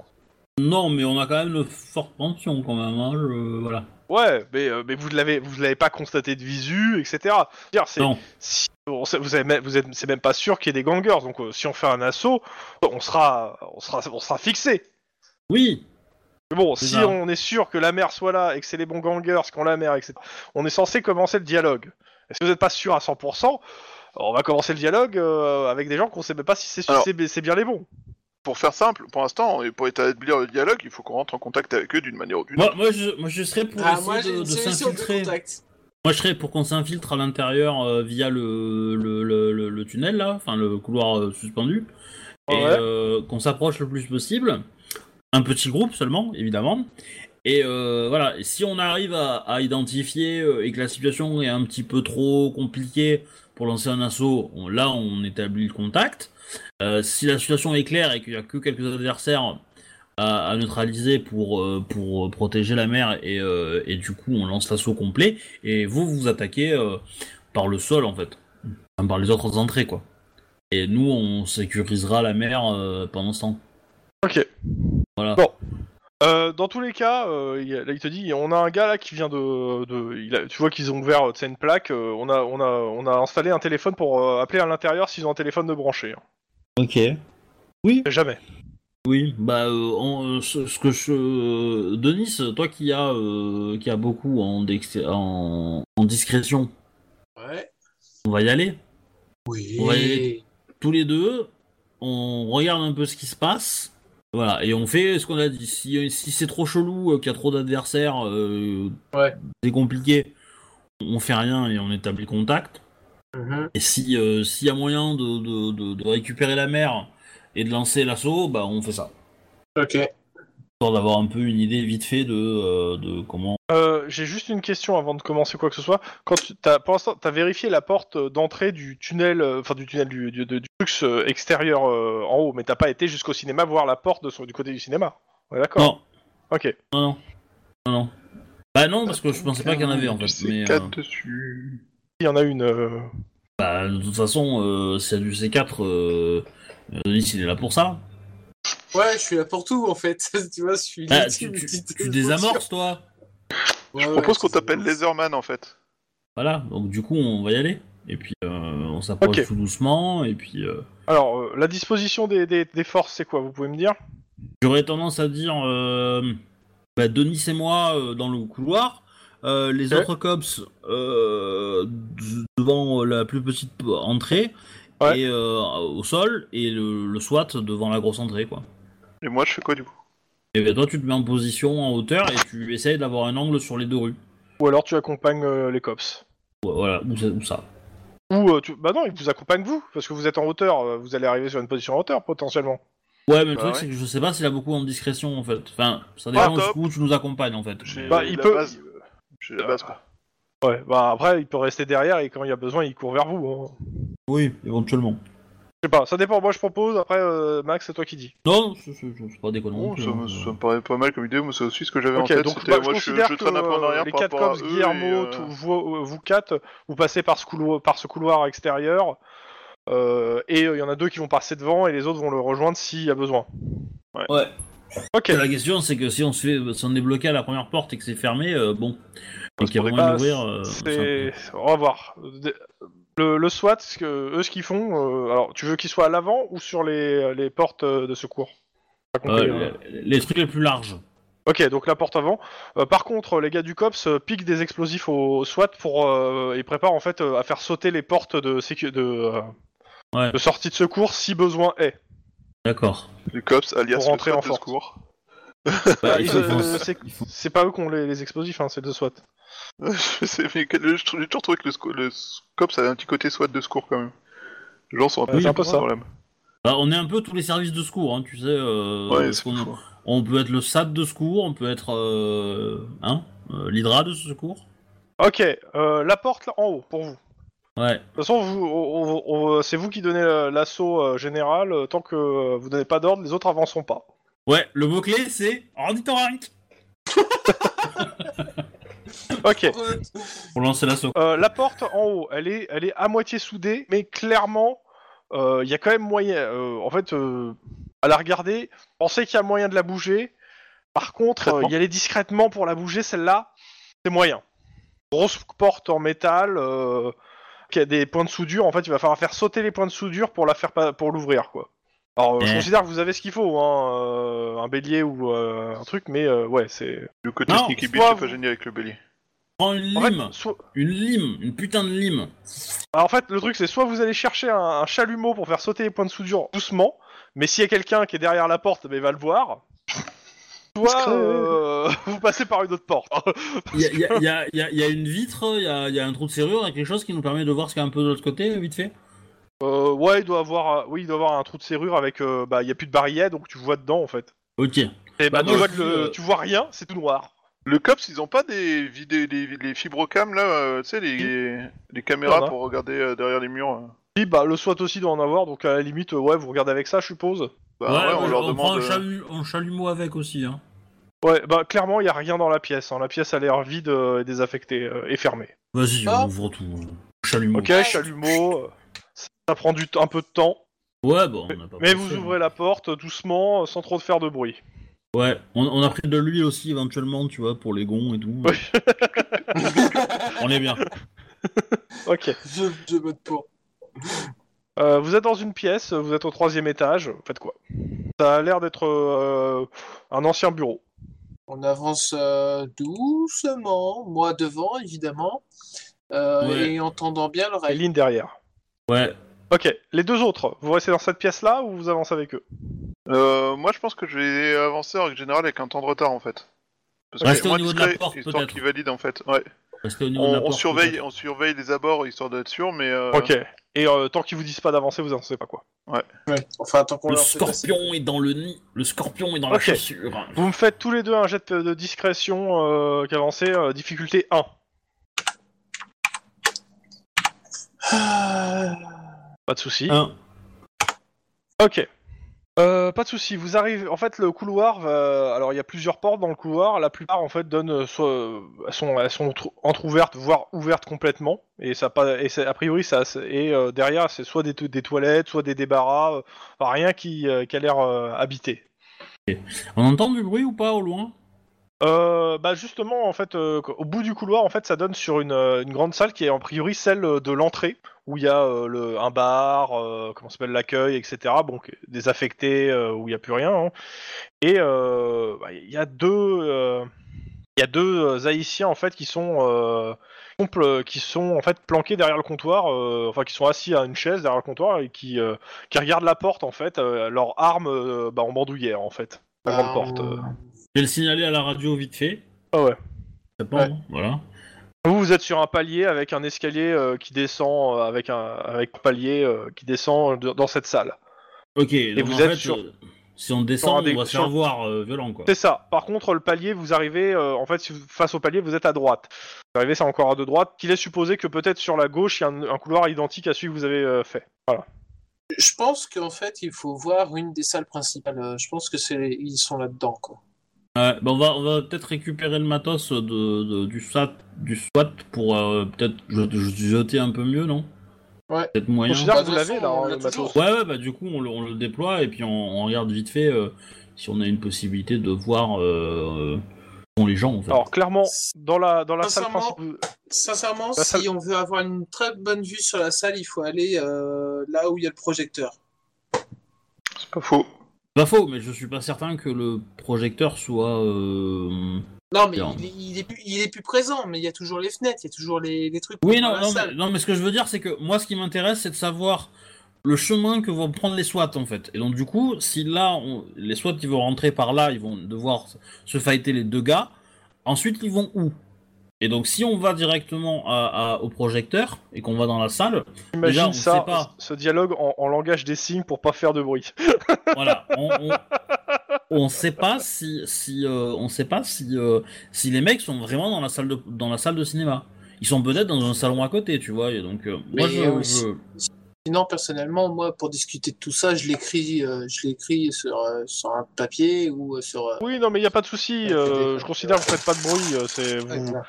Speaker 5: Non, mais on a quand même une forte pension quand même. hein, je- Voilà.
Speaker 2: Ouais, mais, euh, mais vous ne l'avez, vous ne l'avez pas constaté de visu, etc. Dire, c'est,
Speaker 5: Non.
Speaker 2: si- on sait- vous, avez même- vous êtes, c'est même pas sûr qu'il y ait des gangers, donc euh, si on fait un assaut, on sera, on sera, on sera fixé.
Speaker 5: Oui.
Speaker 2: Mais bon,
Speaker 5: C'est
Speaker 2: si
Speaker 5: ça. hein.
Speaker 2: on est sûr que la mère soit là et que c'est les bons gangers qui ont la mère, etc., on est censé commencer le dialogue. Et si vous n'êtes pas sûr à 100%, on va commencer le dialogue euh, avec des gens qu'on sait même pas si c'est, si
Speaker 4: Alors-
Speaker 2: c'est, c'est bien les bons.
Speaker 4: Pour faire simple, pour l'instant, et pour établir le dialogue, il faut qu'on rentre en contact avec eux d'une manière ou d'une autre.
Speaker 5: Moi, moi, je, moi, je serais pour
Speaker 3: Ah,
Speaker 5: essayer
Speaker 3: moi, j'ai
Speaker 5: de,
Speaker 3: une
Speaker 5: de
Speaker 3: solution de
Speaker 5: s'infiltrer.
Speaker 3: contact.
Speaker 5: Moi, je serais pour qu'on s'infiltre à l'intérieur euh, via le, le, le- le- le tunnel, là, enfin le couloir euh, suspendu, et
Speaker 2: Ouais.
Speaker 5: euh, qu'on s'approche le plus possible. Un petit groupe seulement, évidemment. Et euh, voilà, et si on arrive à, à identifier euh, et que la situation est un petit peu trop compliquée pour lancer un assaut, on- là, on établit le contact. Euh, si la situation est claire et qu'il n'y a que quelques adversaires à, à neutraliser pour, euh, pour protéger la mer et, euh, et du coup on lance l'assaut complet et vous vous attaquez euh, par le sol en fait, Enfin, par les autres entrées quoi. Et nous on sécurisera la mer euh, pendant ce temps.
Speaker 2: Ok.
Speaker 5: Voilà.
Speaker 2: Bon. Euh, dans tous les cas, euh, il, y a- là, il te dit, on a un gars là qui vient de, de- il a- tu vois qu'ils ont ouvert, euh, tu sais, une plaque. euh, on a, on a, on a installé un téléphone pour euh, appeler à l'intérieur s'ils ont un téléphone de branché. hein.
Speaker 5: Ok.
Speaker 2: On sait Jamais.
Speaker 5: Oui, bah euh, en- euh, ce, ce que je euh, Denis, toi qui a euh, qui a beaucoup en, dex- en en discrétion,
Speaker 3: Ouais.
Speaker 5: on va y aller.
Speaker 3: Oui.
Speaker 5: On va y aller. tous les deux, on regarde un peu ce qui se passe. Voilà, et on fait ce qu'on a dit. Si, si c'est trop chelou, euh, qu'il y a trop d'adversaires, euh,
Speaker 3: Ouais.
Speaker 5: c'est compliqué, on fait rien et on établit contact.
Speaker 3: Mhm.
Speaker 5: Et si euh, s'il y a moyen de, de- de- de récupérer la mer et de lancer l'assaut, bah on fait ça.
Speaker 3: Ok.
Speaker 5: Histoire d'avoir un peu une idée vite fait de, euh, de comment.
Speaker 2: Euh, J'ai juste une question avant de commencer quoi que ce soit. Quand tu, t'as, pour l'instant, t'as vérifié la porte euh, d'entrée du tunnel, euh, enfin du tunnel du, du, du- du luxe euh, extérieur euh, en haut, mais t'as pas été jusqu'au cinéma voir la porte de son- du côté du cinéma. Ouais, d'accord.
Speaker 5: Non,
Speaker 2: Ok.
Speaker 5: non, non, non, non. Bah non, parce que je pensais pas qu'il y en avait en fait.
Speaker 4: C'est
Speaker 5: Mais,
Speaker 4: quatre
Speaker 5: euh,
Speaker 4: dessus.
Speaker 2: Il y en a une. euh,
Speaker 5: bah, de toute façon, euh, s'il y a du C4, euh, Denis il est là pour ça.
Speaker 3: Ouais, je suis là pour tout en fait. tu vois, je suis.
Speaker 5: Ah, tu,
Speaker 3: l'ultime
Speaker 5: tu-
Speaker 3: petite-
Speaker 5: tu désamorces toi
Speaker 3: Ouais,
Speaker 4: Je
Speaker 3: ouais,
Speaker 4: propose qu'on
Speaker 3: c'est-
Speaker 4: t'appelle Laserman en fait.
Speaker 5: Voilà, donc du coup on va y aller. Et puis euh, on s'approche
Speaker 2: Ok.
Speaker 5: tout doucement. Et puis euh,
Speaker 2: Alors, euh, la disposition des, des- des forces, c'est quoi Vous pouvez me dire
Speaker 5: j'aurais tendance à dire euh, bah, Denis et moi euh, dans le couloir. euh, les
Speaker 2: Ouais.
Speaker 5: autres cops euh, d- devant euh, la plus petite p- entrée
Speaker 2: Ouais.
Speaker 5: et euh, au sol et le, le SWAT devant la grosse entrée quoi.
Speaker 4: Et moi, je fais quoi du coup
Speaker 5: Et ben, toi tu te mets en position en hauteur et tu essayes d'avoir un angle sur les deux rues.
Speaker 2: Ou alors tu accompagnes euh, les cops
Speaker 5: Voilà, ou ça. ou ça.
Speaker 2: Ou euh, tu... bah non, ils vous accompagnent vous, parce que vous êtes en hauteur, euh, vous allez arriver sur une position en hauteur potentiellement.
Speaker 5: Ouais, mais le
Speaker 4: Bah
Speaker 5: truc
Speaker 4: ouais.
Speaker 5: c'est que je sais pas s'il a beaucoup en discrétion en fait. Enfin, ça dépend
Speaker 4: top.
Speaker 5: jusqu'où tu nous accompagnes en fait.
Speaker 4: J'ai
Speaker 5: Mais-
Speaker 2: Bah, il
Speaker 4: la
Speaker 2: peut-
Speaker 4: base. J'ai la base quoi.
Speaker 2: Ouais, bah après il peut rester derrière et quand il y a besoin il court vers vous. hein.
Speaker 5: Oui, éventuellement.
Speaker 2: Je sais pas, ça dépend, moi je propose, après euh, Max c'est toi qui dis.
Speaker 5: Non, c'est c'est- c'est pas déconnant.
Speaker 4: Bon,
Speaker 5: non plus,
Speaker 4: Oh, ça,
Speaker 5: hein.
Speaker 4: me, ça me paraît pas mal comme idée, moi c'est aussi ce que j'avais Euh, en
Speaker 2: ok,
Speaker 4: tête.
Speaker 2: donc
Speaker 4: c'était-
Speaker 2: bah, je
Speaker 4: moi, je,
Speaker 2: considère
Speaker 4: je
Speaker 2: que
Speaker 4: traîne un peu en
Speaker 2: euh,
Speaker 4: arrière
Speaker 2: les
Speaker 4: par
Speaker 2: quatre
Speaker 4: rapport à
Speaker 2: cops,
Speaker 4: eux,
Speaker 2: Guillermo,
Speaker 4: et, euh,
Speaker 2: tout- vous, euh, vous quatre, vous passez par ce couloir, par ce couloir extérieur, euh, et euh, il y en a deux qui vont passer devant et les autres vont le rejoindre s'il y a besoin.
Speaker 5: Ouais.
Speaker 2: Ok,
Speaker 5: La question, c'est que si on se fait, si on est bloqué à la première porte et que c'est fermé, euh, bon, et qu'il y a
Speaker 4: se
Speaker 5: vraiment
Speaker 2: Bah,
Speaker 5: une ouvrir, euh, c'est un
Speaker 2: c'est... On va voir. De- Le, le SWAT, ce que, eux, ce qu'ils font, euh, alors tu veux qu'ils soient à l'avant ou sur les, les portes euh, de secours Pas
Speaker 5: peu-
Speaker 2: compris,
Speaker 5: euh,
Speaker 2: hein.
Speaker 5: les, les trucs les plus larges.
Speaker 2: Ok, donc la porte avant. Euh, par contre, les gars du COPS euh, piquent des explosifs au SWAT pour. euh, ils préparent en fait euh, à faire sauter les portes de, sécu- de, euh,
Speaker 5: Ouais.
Speaker 2: de sortie de secours si besoin est.
Speaker 5: D'accord.
Speaker 4: Du COPS alias
Speaker 2: Pour
Speaker 4: le
Speaker 2: rentrer
Speaker 4: SWAT
Speaker 2: en
Speaker 4: de
Speaker 2: force.
Speaker 4: secours.
Speaker 5: Bah,
Speaker 2: ils,
Speaker 5: il faut-
Speaker 2: euh,
Speaker 5: il faut-
Speaker 2: c'est-
Speaker 5: il faut-
Speaker 2: C'est pas eux qui ont les, les explosifs, hein, c'est le SWAT.
Speaker 4: je sais, mais quel- je trou- j'ai toujours trouvé que le, sco- le COPS avait un petit côté SWAT de secours quand même. Les gens sont un peu,
Speaker 2: Oui, c'est un peu ça.
Speaker 4: dans l'âme.
Speaker 5: bah, on est un peu tous les services de secours, hein, tu sais. euh,
Speaker 4: Ouais,
Speaker 5: parce
Speaker 4: c'est
Speaker 5: qu'on-
Speaker 4: fou.
Speaker 5: on peut être le SAD de secours, on peut être euh, hein, euh, l'hydra de secours.
Speaker 2: Ok, euh, la porte là, en haut pour vous.
Speaker 5: Ouais.
Speaker 2: De toute façon, vous- on- on- on- c'est vous qui donnez euh, l'assaut euh, général. euh, Tant que euh, vous donnez pas d'ordre, les autres avanceront pas.
Speaker 5: Ouais. Le mot clé, c'est ornithorynque.
Speaker 2: Ok.
Speaker 3: euh,
Speaker 5: Pour lancer l'assaut.
Speaker 2: Euh, la porte en haut, elle est, elle est à moitié soudée, mais clairement, euh, il y a quand même moyen. euh, en fait, euh, à la regarder, pensez qu'il y a moyen de la bouger. Par contre, euh, y aller discrètement pour la bouger, celle-là, c'est moyen. Grosse porte en métal, euh, qui a des points de soudure. En fait, il va falloir faire sauter les points de soudure pour la faire pas- pour l'ouvrir, quoi. Alors, euh, je
Speaker 5: Eh.
Speaker 2: considère que vous avez ce qu'il faut, hein, euh, un bélier ou euh, un truc, mais euh, ouais, c'est.
Speaker 4: Le côté
Speaker 5: Non,
Speaker 4: sneaky
Speaker 2: soit
Speaker 4: bitch, c'est
Speaker 2: vous-
Speaker 4: pas génial avec le bélier.
Speaker 5: Prends une
Speaker 2: En fait,
Speaker 5: lime,
Speaker 2: so-
Speaker 5: une lime, une putain de lime.
Speaker 2: Alors, Bah, en fait, le truc, c'est soit vous allez chercher un, un chalumeau pour faire sauter les points de soudure doucement, mais s'il y a quelqu'un qui est derrière la porte, ben, il va le voir. Soit euh, vous passez par une autre porte.
Speaker 5: Il y a, il y a- il y a- il y a- il y a une vitre, il y a, il y a un trou de serrure, il y a quelque chose qui nous permet de voir ce qu'il y a un peu de l'autre côté, vite fait.
Speaker 2: Euh, ouais, il doit avoir, euh, oui, il doit avoir un trou de serrure avec, euh, bah, il y a plus de barrière, donc tu vois dedans en fait.
Speaker 5: Ok.
Speaker 2: Et bah,
Speaker 5: Bah,
Speaker 2: tu,
Speaker 5: moi
Speaker 2: vois
Speaker 5: aussi,
Speaker 2: que le-
Speaker 5: euh,
Speaker 2: tu vois rien, c'est tout noir.
Speaker 4: Le COPS, ils ont pas des vidéos, les, les fibrocams là, euh, tu sais, les, les
Speaker 2: Ça
Speaker 4: caméras
Speaker 2: va.
Speaker 4: pour regarder euh, derrière les murs. euh.
Speaker 2: Oui, bah, le SWAT aussi doit en avoir, donc à la limite, euh, ouais, vous regardez avec ça, je suppose.
Speaker 4: Bah
Speaker 5: ouais,
Speaker 4: ouais, on
Speaker 5: on,
Speaker 4: leur
Speaker 5: on prend
Speaker 4: demande.
Speaker 5: un,
Speaker 4: euh,
Speaker 5: chalu- un chalumeau avec aussi. Hein.
Speaker 2: Ouais, bah, clairement, il y a rien dans la pièce. hein. La pièce a l'air vide euh, et désaffectée euh, et fermée.
Speaker 5: Vas-y,
Speaker 3: Ah.
Speaker 5: on ouvre tout. hein. Chalumeau.
Speaker 2: Ok, chalumeau, euh, ça prend du t- un peu de temps.
Speaker 5: Ouais, bon, on n'a pas
Speaker 2: Mais
Speaker 5: pensé,
Speaker 2: vous
Speaker 5: hein.
Speaker 2: ouvrez la porte euh, doucement, euh, sans trop de faire de bruit.
Speaker 5: Ouais, on, on a pris de l'huile aussi éventuellement, tu vois, pour les gonds et tout.
Speaker 2: Oui.
Speaker 5: on est bien.
Speaker 2: Ok.
Speaker 3: Je, je vote pour.
Speaker 2: Euh, vous êtes dans une pièce, vous êtes au troisième étage, faites quoi Ça a l'air d'être euh, un ancien bureau.
Speaker 3: On avance euh, doucement, moi devant évidemment, euh,
Speaker 5: Ouais.
Speaker 3: et entendant bien
Speaker 2: Et
Speaker 3: l'oreille.
Speaker 2: ligne derrière.
Speaker 5: Ouais.
Speaker 2: Ok, les deux autres, vous restez dans cette pièce-là ou vous avancez avec eux
Speaker 4: euh, moi, je pense que je vais avancer en général avec un temps de retard en fait. Parce
Speaker 5: Restez
Speaker 4: que
Speaker 5: au
Speaker 4: moi,
Speaker 5: niveau de la
Speaker 4: discret,
Speaker 5: porte,
Speaker 4: histoire
Speaker 5: peut-être.
Speaker 4: qu'ils valident en fait. Ouais.
Speaker 5: Parce qu'au niveau de
Speaker 4: On,
Speaker 5: la
Speaker 4: on
Speaker 5: porte,
Speaker 4: surveille,
Speaker 5: peut-être.
Speaker 4: on surveille les abords histoire d'être sûr, mais. euh,
Speaker 2: Ok. Et euh, tant qu'ils vous disent pas d'avancer, vous avancez pas quoi.
Speaker 3: Ouais. Enfin, tant qu'on
Speaker 5: Le
Speaker 3: leur fait passer-
Speaker 5: scorpion est dans le nid. Le scorpion est dans
Speaker 2: Ok.
Speaker 5: la chaussure.
Speaker 2: Vous me faites tous les deux un jet de de discrétion euh, qu'avancé, euh, difficulté 1.
Speaker 3: Ah,
Speaker 2: Pas de souci.
Speaker 5: Un.
Speaker 2: Ok. Euh, pas de souci. Vous arrivez. En fait, le couloir. va- Alors, il y a plusieurs portes dans le couloir. La plupart, en fait, donnent euh, soit elles sont, elles sont trou- entrouvertes, voire ouvertes complètement. Et ça, pas- et c'est- a priori, ça. c'est- Et euh, derrière, c'est soit des, to- des toilettes, soit des débarras. euh, Enfin, rien qui, euh, qui a l'air euh, habité.
Speaker 5: On entend du bruit ou pas au loin
Speaker 2: Euh, bah justement, en fait, euh, au bout du couloir, en fait, ça donne sur une, euh, une grande salle qui est en priori celle euh, de l'entrée, où il y a euh, le, un bar, euh, comment s'appelle l'accueil, etc. Bon, qui est désaffecté, euh, où il n'y a plus rien. hein. Et euh, bah, il y a deux, euh, il y a deux euh, haïtiens en fait qui sont, euh, qui sont pl- qui sont en fait planqués derrière le comptoir, euh, enfin qui sont assis à une chaise derrière le comptoir et qui, euh, qui regardent la porte en fait, euh, leurs armes euh, bah, en bandoulière en fait, la grande
Speaker 3: euh,
Speaker 2: porte. euh.
Speaker 5: Je vais le signaler à la radio vite fait.
Speaker 2: Ah ouais.
Speaker 5: Ça pend,
Speaker 3: Ouais.
Speaker 5: hein Voilà.
Speaker 2: Vous, vous êtes sur un palier avec un escalier euh, qui descend, euh, avec un avec un palier euh, qui descend de- dans cette salle.
Speaker 5: Ok, donc
Speaker 2: vous
Speaker 5: en
Speaker 2: êtes
Speaker 5: fait,
Speaker 2: sur-
Speaker 5: euh, si on descend,
Speaker 2: sur un
Speaker 5: on va
Speaker 2: des-
Speaker 5: se faire voir euh, violent, quoi.
Speaker 2: C'est ça. Par contre, le palier, vous arrivez, euh, en fait, si vous- face au palier, vous êtes à droite. Vous arrivez, c'est encore à de droite, qu'il est supposé que peut-être sur la gauche, il y a un, un couloir identique à celui que vous avez euh, fait.
Speaker 3: Je pense qu'en fait, il faut voir une des salles principales. Euh, Je pense que c'est ils sont là-dedans quoi.
Speaker 5: Ouais, bah on va, on va peut-être récupérer le matos de, de- du, SWAT, du SWAT pour euh, peut-être je- je- jeter un peu mieux, non
Speaker 3: Ouais.
Speaker 5: Peut-être moyen.
Speaker 2: Considère
Speaker 3: Bah,
Speaker 2: que vous
Speaker 3: de toute
Speaker 2: l'avez
Speaker 3: façon,
Speaker 2: là,
Speaker 3: on
Speaker 2: hein,
Speaker 3: l'a
Speaker 2: le matos.
Speaker 3: toujours.
Speaker 5: Ouais, ouais, bah du coup, on le, on le déploie et puis on, on regarde vite fait euh, si on a une possibilité de voir euh, euh, dont les gens, en fait.
Speaker 2: Alors clairement, dans la dans la salle
Speaker 3: Sincèrement,
Speaker 2: principale.
Speaker 3: Sincèrement,
Speaker 2: La
Speaker 3: si on veut avoir une très bonne vue sur la salle, il faut aller euh, là où il y a le projecteur.
Speaker 4: C'est pas faux.
Speaker 5: Pas faux, mais je suis pas certain que le projecteur soit. euh,
Speaker 3: Non, mais
Speaker 5: Non.
Speaker 3: Il, est, il est plus, il est plus présent, mais il y a toujours les fenêtres, il y a toujours les, les trucs
Speaker 5: Oui,
Speaker 3: dans
Speaker 5: non,
Speaker 3: la
Speaker 5: non, mais,
Speaker 3: salle.
Speaker 5: non, mais ce que je veux dire, c'est que moi, ce qui m'intéresse, c'est de savoir le chemin que vont prendre les SWAT, en fait. Et donc, du coup, si là, on- les SWAT, ils vont rentrer par là, ils vont devoir se fighter les deux gars, ensuite, ils vont où Et donc, si on va directement à- à- au projecteur et qu'on va dans la salle,
Speaker 2: Imagine
Speaker 5: on
Speaker 2: ça,
Speaker 5: sait pas.
Speaker 2: ce dialogue en, en langage des signes pour pas faire de bruit.
Speaker 5: voilà, on, on, on sait pas si, si euh, on sait pas si, euh, si les mecs sont vraiment dans la salle de, dans la salle de cinéma. Ils sont peut-être dans un salon à côté, tu vois. Et donc, euh, moi,
Speaker 3: Mais,
Speaker 5: je-
Speaker 3: euh,
Speaker 5: je...
Speaker 3: Sinon, personnellement, moi, pour discuter de tout ça, je l'écris, euh, je l'écris sur, euh, sur un papier ou euh, sur. euh,
Speaker 2: Oui, non, mais il y a pas de souci.
Speaker 3: Ouais,
Speaker 2: euh,
Speaker 3: Bah, c'est des-
Speaker 2: je considère que vous faites pas de bruit. euh, C'est vous,
Speaker 3: voilà.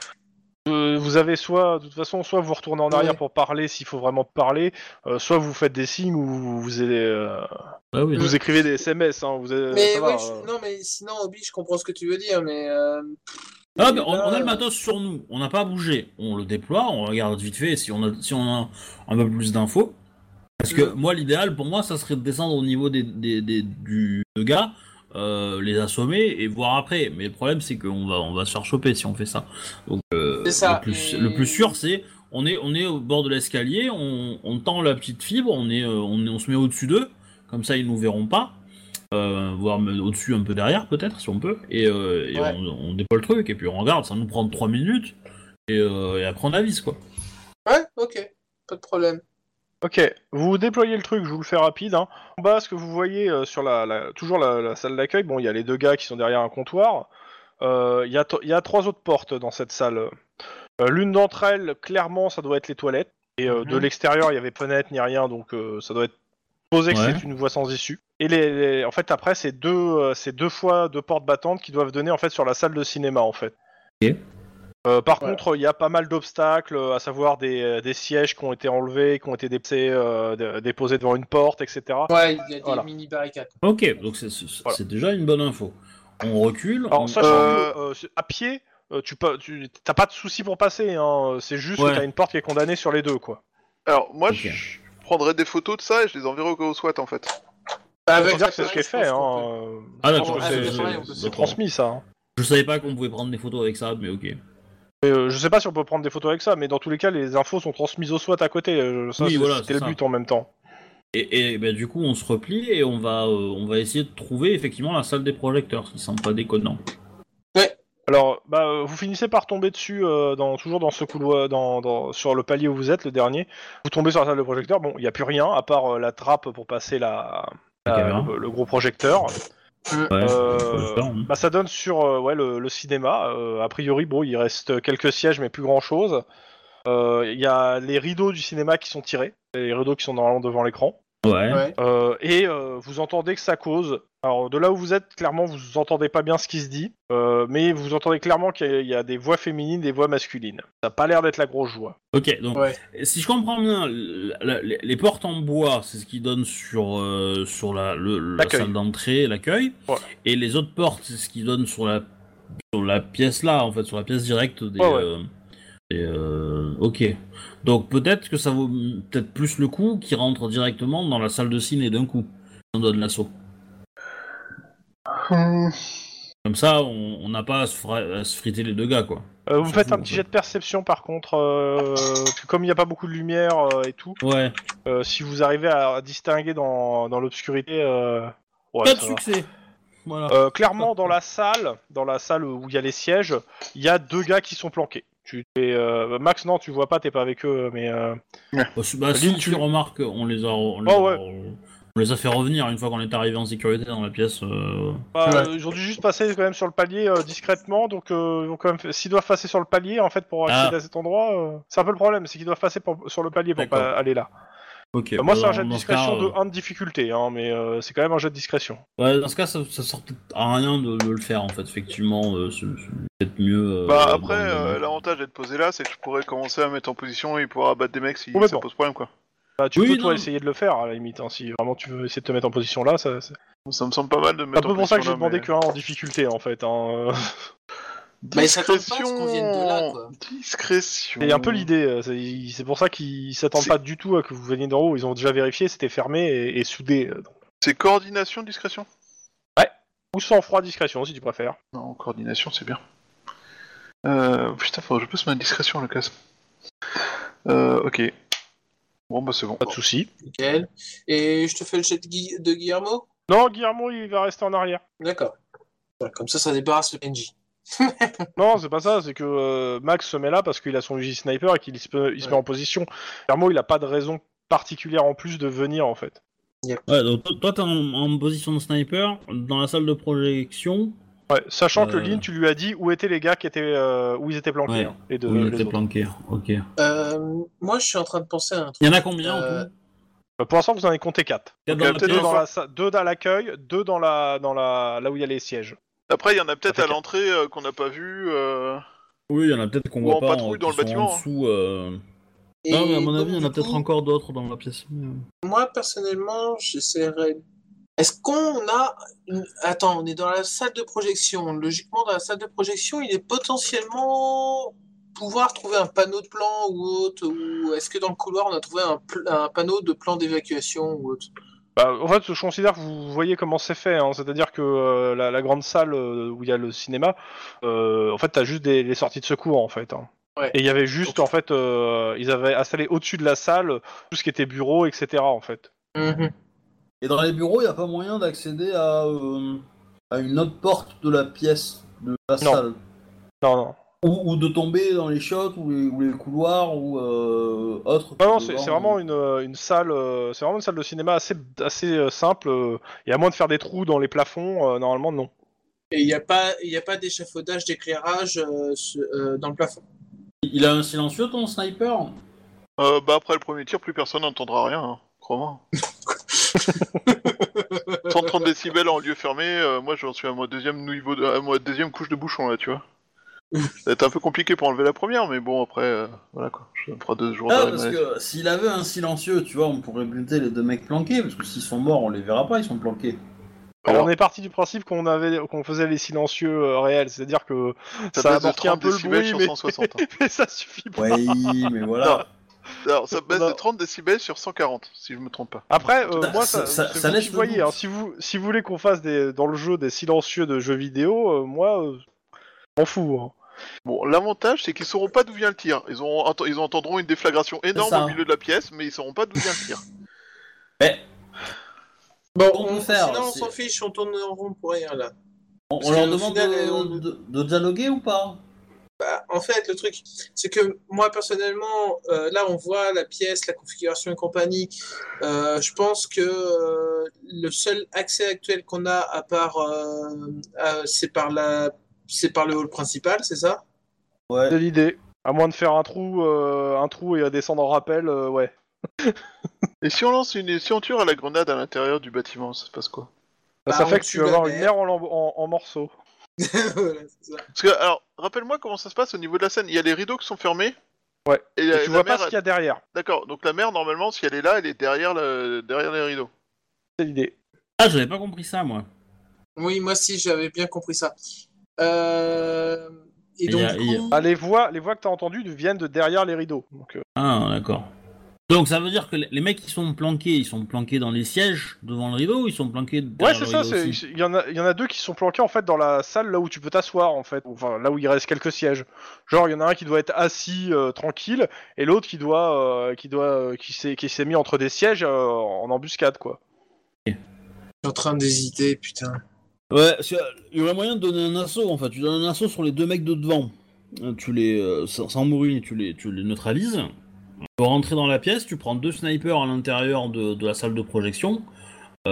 Speaker 2: euh, vous avez soit, de toute façon, soit vous retournez en arrière
Speaker 3: Ouais.
Speaker 2: pour parler s'il faut vraiment parler, euh, soit vous faites des signes ou vous, vous, allez, euh,
Speaker 5: Ah oui.
Speaker 2: vous écrivez des SMS. Hein, vous avez-
Speaker 3: mais
Speaker 2: ça va,
Speaker 3: ouais, je-
Speaker 2: euh.
Speaker 3: non, mais sinon, Obi, je comprends ce que tu veux dire, mais. euh,
Speaker 5: Ah, mais on,
Speaker 3: là,
Speaker 5: on a le
Speaker 3: euh,
Speaker 5: matos sur nous, on n'a pas bougé. On le déploie, on regarde vite fait si on a, si on a un peu plus d'infos. Parce que
Speaker 3: Mm.
Speaker 5: moi, l'idéal pour moi, ça serait de descendre au niveau des, des, des- du de gars, euh, les assommer et voir après. Mais le problème, c'est qu'on va, on va se faire choper si on fait ça. Donc, euh,
Speaker 3: C'est ça,
Speaker 5: le, plus,
Speaker 3: et-
Speaker 5: le plus sûr, c'est on est, on est au bord de l'escalier, on, on tend la petite fibre, on, est, euh, on, est- on se met au-dessus d'eux, comme ça ils nous verront pas. Euh, voire me- au-dessus, un peu derrière, peut-être, si on peut, et, euh, et
Speaker 3: Ouais.
Speaker 5: on, on déploie le truc, et puis on regarde, ça nous prend 3 minutes, et, euh, et après on avise, quoi.
Speaker 3: Ouais, ok, pas de problème.
Speaker 2: Ok, vous déployez le truc, je vous le fais rapide. Hein. En bas, ce que vous voyez euh, sur la, la- toujours la, la salle d'accueil, bon, il y a les deux gars qui sont derrière un comptoir. Euh, Il y, a to- il y a trois autres portes dans cette salle. Euh, L'une d'entre elles, clairement, ça doit être les toilettes. Et euh, de
Speaker 5: Mhm.
Speaker 2: l'extérieur, il y avait fenêtre ni rien, donc euh, ça doit être posé que
Speaker 5: Ouais.
Speaker 2: c'est une voie sans issue. Et les, les- en fait, après, c'est deux, euh, c'est deux fois deux portes battantes qui doivent donner en fait sur la salle de cinéma, en fait.
Speaker 5: Ok.
Speaker 2: Euh, par
Speaker 3: Ouais.
Speaker 2: contre, il y a pas mal d'obstacles, euh, à savoir des, euh, des sièges qui ont été enlevés, qui ont été déposés, euh, d- déposés devant une porte, etc.
Speaker 3: Ouais, il y a des
Speaker 2: Voilà.
Speaker 3: mini barricades.
Speaker 5: Ok, donc c'est c'est- c'est
Speaker 2: Voilà.
Speaker 5: déjà une bonne info. On recule,
Speaker 2: Alors,
Speaker 5: on-
Speaker 2: sachant
Speaker 4: Euh,
Speaker 2: que, euh, à pied, euh, tu peux, tu t'as pas de souci pour passer. Hein. C'est juste
Speaker 5: Ouais.
Speaker 2: que t'as une porte qui est condamnée sur les deux, quoi.
Speaker 4: Alors, moi,
Speaker 5: Ok.
Speaker 4: je prendrais des photos de ça et je les enverrai au gars SWAT, en fait.
Speaker 2: Sans dire que Bah, c'est ce qui est fait.
Speaker 3: Ah, bah, je
Speaker 2: Hein.
Speaker 3: pense qu'on peut.
Speaker 2: euh,
Speaker 5: Ah
Speaker 2: je pense
Speaker 5: d'accord,
Speaker 2: que
Speaker 3: Ah,
Speaker 2: c'est-
Speaker 3: c'est
Speaker 2: c'est-
Speaker 3: pareil, on peut se
Speaker 2: c'est
Speaker 5: d'accord.
Speaker 2: transmis, ça. hein.
Speaker 5: Je savais pas qu'on pouvait prendre des photos avec ça, mais ok.
Speaker 2: Et, euh, je sais pas si on peut prendre des photos avec ça, mais dans tous les cas, les infos sont transmises au SWAT à côté. euh, Ça,
Speaker 5: Oui,
Speaker 2: c'est-
Speaker 5: voilà,
Speaker 2: c'était
Speaker 5: c'est
Speaker 2: le
Speaker 5: ça.
Speaker 2: but en même temps.
Speaker 5: Et, et ben, du coup, on se replie et on va, euh, on va essayer de trouver effectivement la salle des projecteurs, ce qui semble pas déconnant.
Speaker 2: Alors, bah, euh, vous finissez par tomber dessus, euh, dans, toujours dans ce couloir, dans, dans- sur le palier où vous êtes, le dernier. Vous tombez sur la salle de projecteur. Bon, il n'y a plus rien, à part euh, la trappe pour passer la,
Speaker 5: La
Speaker 2: la-
Speaker 3: Euh,
Speaker 5: caméra.
Speaker 2: le, le gros projecteur.
Speaker 5: Ouais,
Speaker 2: Euh,
Speaker 5: c'est- c'est ça, hein.
Speaker 2: bah, ça donne sur euh, ouais, le, le cinéma. Euh, a priori, bon, il reste quelques sièges, mais plus grand-chose. Euh, Il y a les rideaux du cinéma qui sont tirés, les rideaux qui sont normalement devant l'écran.
Speaker 5: ouais.
Speaker 3: Ouais.
Speaker 2: Euh, et euh, vous entendez que ça cause. Alors de là où vous êtes, clairement, vous entendez pas bien ce qui se dit, euh, mais vous entendez clairement qu'il y, a- il y a des voix féminines, des voix masculines. Ça a pas l'air d'être la grosse joie.
Speaker 5: Ok, donc
Speaker 3: Ouais.
Speaker 5: si je comprends bien, la- la- les, les portes en bois, c'est ce qui donne sur, euh, sur la, le- la
Speaker 2: L'accueil.
Speaker 5: salle d'entrée, l'accueil,
Speaker 2: Ouais.
Speaker 5: et les autres portes, c'est ce qui donne sur la, sur la pièce là, en fait, sur la pièce directe des.
Speaker 2: Ouais, ouais.
Speaker 5: euh, des, euh, ok. Donc peut-être que ça vaut peut-être plus le coup qu'ils rentrent directement dans la salle de ciné d'un coup. On donne l'assaut. Comme ça, on on n'a pas à se, fra- à se friter les deux gars, quoi.
Speaker 2: Euh, vous
Speaker 5: C'est
Speaker 2: faites
Speaker 5: fou,
Speaker 2: un
Speaker 5: en
Speaker 2: petit
Speaker 5: fait.
Speaker 2: jet de perception par contre, euh, parce que comme il n'y a pas beaucoup de lumière euh, et tout,
Speaker 5: Ouais.
Speaker 2: euh, si vous arrivez à distinguer dans, dans l'obscurité, euh, ouais,
Speaker 5: Pas de
Speaker 2: ça va.
Speaker 5: succès. Voilà.
Speaker 2: Euh, clairement, dans la salle, dans la salle où il y a les sièges, il y a deux gars qui sont planqués. Tu, t'es, euh, Max, non, tu vois pas, t'es pas avec eux, mais euh,
Speaker 5: Bah, si- bah, si
Speaker 2: Lynn,
Speaker 5: tu
Speaker 2: tu-
Speaker 5: remarques, on les a, on les,
Speaker 2: Ah
Speaker 5: a-
Speaker 2: ouais.
Speaker 5: on les a fait revenir une fois qu'on est arrivé en sécurité dans la pièce. euh,
Speaker 2: Bah,
Speaker 3: Ouais.
Speaker 2: euh, ils ont dû juste passer quand même sur le palier euh, discrètement, donc euh, ils ont quand même fait- s'ils doivent passer sur le palier en fait pour accéder
Speaker 5: Ah.
Speaker 2: à cet endroit, euh, c'est un peu le problème, c'est qu'ils doivent passer pour- sur le palier pour
Speaker 5: D'accord.
Speaker 2: pas aller là.
Speaker 5: Ok.
Speaker 2: Euh, moi
Speaker 5: bah,
Speaker 2: c'est un
Speaker 5: dans-
Speaker 2: jet de
Speaker 5: dans ce cas,
Speaker 2: discrétion
Speaker 5: euh,
Speaker 2: de 1 de difficulté, hein, mais euh, c'est quand même un jet de discrétion.
Speaker 5: ouais, dans ce cas, ça, ça sort peut-être à rien de, de le faire en fait. Effectivement, euh, c'est c'est peut-être mieux. euh,
Speaker 4: Bah, après,
Speaker 5: dans-
Speaker 4: euh, l'avantage d'être posé là, c'est que je pourrais commencer à me mettre en position et pouvoir abattre des mecs si ça
Speaker 2: Complètement.
Speaker 4: pose problème, quoi.
Speaker 2: Bah, tu
Speaker 5: Oui,
Speaker 2: peux toi
Speaker 5: non.
Speaker 2: essayer de le faire à la limite, hein, si vraiment tu veux essayer de te mettre en position là, ça, c'est
Speaker 4: Ça me semble pas mal
Speaker 2: c'est
Speaker 4: de me
Speaker 2: un
Speaker 4: mettre
Speaker 2: peu
Speaker 4: en
Speaker 2: pour ça
Speaker 4: position
Speaker 2: que j'ai
Speaker 4: là,
Speaker 2: demandé
Speaker 4: mais-
Speaker 2: que 1 en difficulté en fait. Hein. euh,
Speaker 3: Mais ça compte Bah, pas, parce qu'on vient de là, quoi.
Speaker 4: Discrétion.
Speaker 2: C'est un
Speaker 5: Mmh.
Speaker 2: peu l'idée, euh, c'est il- c'est pour ça qu'ils s'attendent
Speaker 4: C'est-
Speaker 2: pas du tout à que vous veniez d'en haut, ils ont déjà vérifié, c'était fermé et, et soudé. euh, donc.
Speaker 4: C'est coordination, discrétion
Speaker 2: Ou sans froid discrétion si tu préfères.
Speaker 4: Non, coordination, c'est bien. Euh, putain, faut que je passe ma discrétion, Lucas. Euh, ok. Bon, bah c'est bon.
Speaker 2: Pas de soucis.
Speaker 3: Nickel. Et je te fais le jet de, Gui- de Guillermo
Speaker 2: Non, Guillermo, il va rester en arrière.
Speaker 3: D'accord. Voilà, Comme ça, ça débarrasse le PNJ.
Speaker 2: Non, c'est pas ça, c'est que euh, Max se met là parce qu'il a son UG sniper et qu'il se, peut- il se
Speaker 3: Ouais.
Speaker 2: met en position. Guillermo, il a pas de raison particulière en plus de venir en fait.
Speaker 5: Ouais, donc toi- toi, t'es en, en position de sniper dans la salle de projection
Speaker 2: Ouais, sachant que
Speaker 5: Euh.
Speaker 2: Lynn, tu lui as dit où étaient les gars qui étaient euh, où ils étaient planqués.
Speaker 5: Ouais,
Speaker 2: hein, les deux,
Speaker 5: où il
Speaker 2: les
Speaker 5: était
Speaker 2: autres.
Speaker 5: planqué. Ok. Il
Speaker 3: Euh, moi, je suis en train de penser à un
Speaker 5: y
Speaker 3: truc.
Speaker 5: en a combien en
Speaker 3: Euh,
Speaker 5: tout
Speaker 2: Euh, Pour l'instant, vous en avez compté 4.
Speaker 5: Quatre
Speaker 4: il y a
Speaker 5: dans la
Speaker 4: peut-être
Speaker 2: Deux
Speaker 5: pièce
Speaker 2: dans, la, sa- deux dans l'accueil, deux dans la dans la là où il y a les sièges.
Speaker 4: Après, il y en a peut-être
Speaker 2: Ça fait
Speaker 4: à l'entrée euh, qu'on n'a pas vu. euh,
Speaker 5: Oui, il y en a peut-être qu'on
Speaker 4: Ou
Speaker 5: voit
Speaker 4: en
Speaker 5: pas.
Speaker 4: patrouille dans
Speaker 5: qui
Speaker 4: le
Speaker 5: sont
Speaker 4: bâtiment,
Speaker 5: En dessous, euh, Non, mais à mon
Speaker 3: Et
Speaker 5: avis, il y en a
Speaker 3: donc, du
Speaker 5: peut-être
Speaker 3: coup,
Speaker 5: encore d'autres dans la pièce. mais, euh,
Speaker 3: Moi, personnellement, j'essaierais. Est-ce qu'on a. une- Attends, on est dans la salle de projection. Logiquement, dans la salle de projection, il est potentiellement pouvoir trouver un panneau de plan ou autre. Ou est-ce que dans le couloir, on a trouvé un, pl- un panneau de plan d'évacuation ou autre
Speaker 2: Bah, en fait, je considère que vous voyez comment c'est fait. hein. C'est-à-dire que euh, la, la grande salle euh, où il y a le cinéma, euh, en fait, t'as juste des, les sorties de secours, en fait. hein.
Speaker 3: Ouais.
Speaker 2: Et il y avait juste, en fait, euh, ils avaient installé au-dessus de la salle tout ce qui était bureau, etc. En fait.
Speaker 5: Mhm. Et dans les bureaux, il n'y a pas moyen d'accéder à, euh, à une autre porte de la pièce, de la
Speaker 2: Non.
Speaker 5: salle.
Speaker 2: Non, non.
Speaker 5: Ou, ou de tomber dans les chiottes ou les, ou les couloirs ou euh, autre.
Speaker 2: Ah Non, non, c'est
Speaker 5: Devant,
Speaker 2: c'est
Speaker 5: euh,
Speaker 2: vraiment une, euh, une salle, euh, c'est vraiment une salle de cinéma assez, assez euh, simple. euh, et à moins de faire des trous dans les plafonds, euh, normalement, non.
Speaker 3: Et il n'y a pas, il y a pas d'échafaudage d'éclairage euh, ce- euh, dans le plafond.
Speaker 5: Il a un silencieux ton sniper
Speaker 4: Euh, bah après le premier tir, plus personne n'entendra rien, hein. crois-moi. 130 décibels en lieu fermé, euh, moi j'en suis à ma deuxième niveau de, à ma deuxième couche de bouchon là, tu vois. Ça va être un peu compliqué pour enlever la première, mais bon après, euh, voilà quoi. Je me ferai deux jours
Speaker 5: Ah,
Speaker 2: bah,
Speaker 4: d'arrêt
Speaker 5: parce
Speaker 4: maladie.
Speaker 5: que s'il avait un silencieux, tu vois, on pourrait buter les deux mecs planqués, parce que s'ils sont morts, on les verra pas, ils sont planqués.
Speaker 2: Alors,
Speaker 4: Alors-
Speaker 2: on est parti du principe qu'on avait, qu'on faisait les silencieux euh, réels, c'est-à-dire que
Speaker 4: Ça,
Speaker 2: ça a
Speaker 4: baisse de
Speaker 2: marqué
Speaker 4: 30
Speaker 2: un peu le
Speaker 4: décibels
Speaker 2: bruit,
Speaker 4: sur
Speaker 2: mais-
Speaker 4: 160. hein.
Speaker 2: mais ça suffit pas.
Speaker 5: Oui, mais voilà.
Speaker 4: Alors ça baisse
Speaker 2: Non.
Speaker 4: de 30 décibels sur 140, si je me trompe pas.
Speaker 2: Après, euh,
Speaker 5: Ça-
Speaker 2: moi, ça,
Speaker 5: ça- ça-
Speaker 2: c'est
Speaker 5: ça
Speaker 2: vous
Speaker 5: laisse
Speaker 2: qui
Speaker 5: le
Speaker 2: voyez.
Speaker 5: doute.
Speaker 2: hein. Si vous, si vous voulez qu'on fasse des, dans le jeu des silencieux de jeux vidéo, euh, moi, euh, je m'en fous. hein.
Speaker 4: Bon, l'avantage c'est qu'ils sauront pas d'où vient le tir. Ils, auront ent- ils entendront une déflagration énorme
Speaker 5: ça.
Speaker 4: au milieu de la pièce, mais ils sauront pas d'où vient le tir.
Speaker 3: Bon,
Speaker 5: Qu'on peut
Speaker 3: on-
Speaker 5: faire,
Speaker 3: sinon, on
Speaker 5: c'est-
Speaker 3: s'en fiche, on tourne en rond pour rien là.
Speaker 5: On,
Speaker 3: Parce
Speaker 5: on leur
Speaker 3: que au
Speaker 5: demande
Speaker 3: final, euh,
Speaker 5: de,
Speaker 3: on-
Speaker 5: de- de dialoguer ou pas
Speaker 3: Bah, en fait, le truc, c'est que moi, personnellement, euh, là, on voit la pièce, la configuration et compagnie. Euh, je pense que euh, le seul accès actuel qu'on a, à part, euh, euh, c'est par la, c'est par le hall principal, c'est ça?
Speaker 5: Ouais.
Speaker 2: C'est l'idée. À moins de faire un trou, euh, un trou et à descendre en rappel, euh, ouais.
Speaker 4: Et si on lance une, si on tire à la grenade à l'intérieur du bâtiment, ça se passe quoi
Speaker 3: Bah,
Speaker 2: ça
Speaker 3: on
Speaker 2: fait que
Speaker 3: tue
Speaker 2: tu vas
Speaker 3: la
Speaker 2: avoir une
Speaker 3: mère.
Speaker 2: mer en, lambe- en- en morceaux.
Speaker 3: Voilà, c'est ça.
Speaker 4: Parce que, alors, rappelle-moi comment ça se passe au niveau de la scène. Il y a les rideaux qui sont fermés.
Speaker 2: Ouais.
Speaker 4: Et, la,
Speaker 2: Et tu
Speaker 4: la
Speaker 2: vois
Speaker 4: mer-
Speaker 2: pas ce qu'il y a derrière.
Speaker 4: D'accord. Donc la mer, normalement, si elle est là, elle est derrière, le- derrière les rideaux.
Speaker 2: C'est l'idée.
Speaker 5: Ah, j'avais pas compris ça, moi.
Speaker 3: Oui, moi si, j'avais bien compris ça. Euh, et
Speaker 5: Il
Speaker 3: donc,
Speaker 5: y a-
Speaker 3: du
Speaker 5: il y a-
Speaker 3: coup,
Speaker 2: Ah, les voix, les voix que t'as entendues viennent de derrière les rideaux. Donc, euh,
Speaker 5: Ah, d'accord. Donc ça veut dire que les les mecs qui sont planqués, ils sont planqués dans les sièges devant le rideau ou ils sont planqués
Speaker 2: Ouais,
Speaker 5: derrière
Speaker 2: c'est
Speaker 5: le
Speaker 2: ça.
Speaker 5: rideau
Speaker 2: c'est-
Speaker 5: aussi
Speaker 2: Il y, en a- il y en a deux qui sont planqués en fait dans la salle là où tu peux t'asseoir en fait, enfin là où il reste quelques sièges. Genre il y en a un qui doit être assis euh, tranquille et l'autre qui doit euh, qui doit euh, qui s'est qui s'est mis entre des sièges euh, en embuscade quoi.
Speaker 3: je suis en train d'hésiter, putain.
Speaker 5: Ouais, parce que, euh, il y aurait moyen de donner un assaut en fait. Tu donnes un assaut sur les deux mecs de devant. Euh, Tu les. euh, sans, sans mourir, tu les, tu les neutralises. Pour rentrer dans la pièce, tu prends deux snipers à l'intérieur de, de la salle de projection.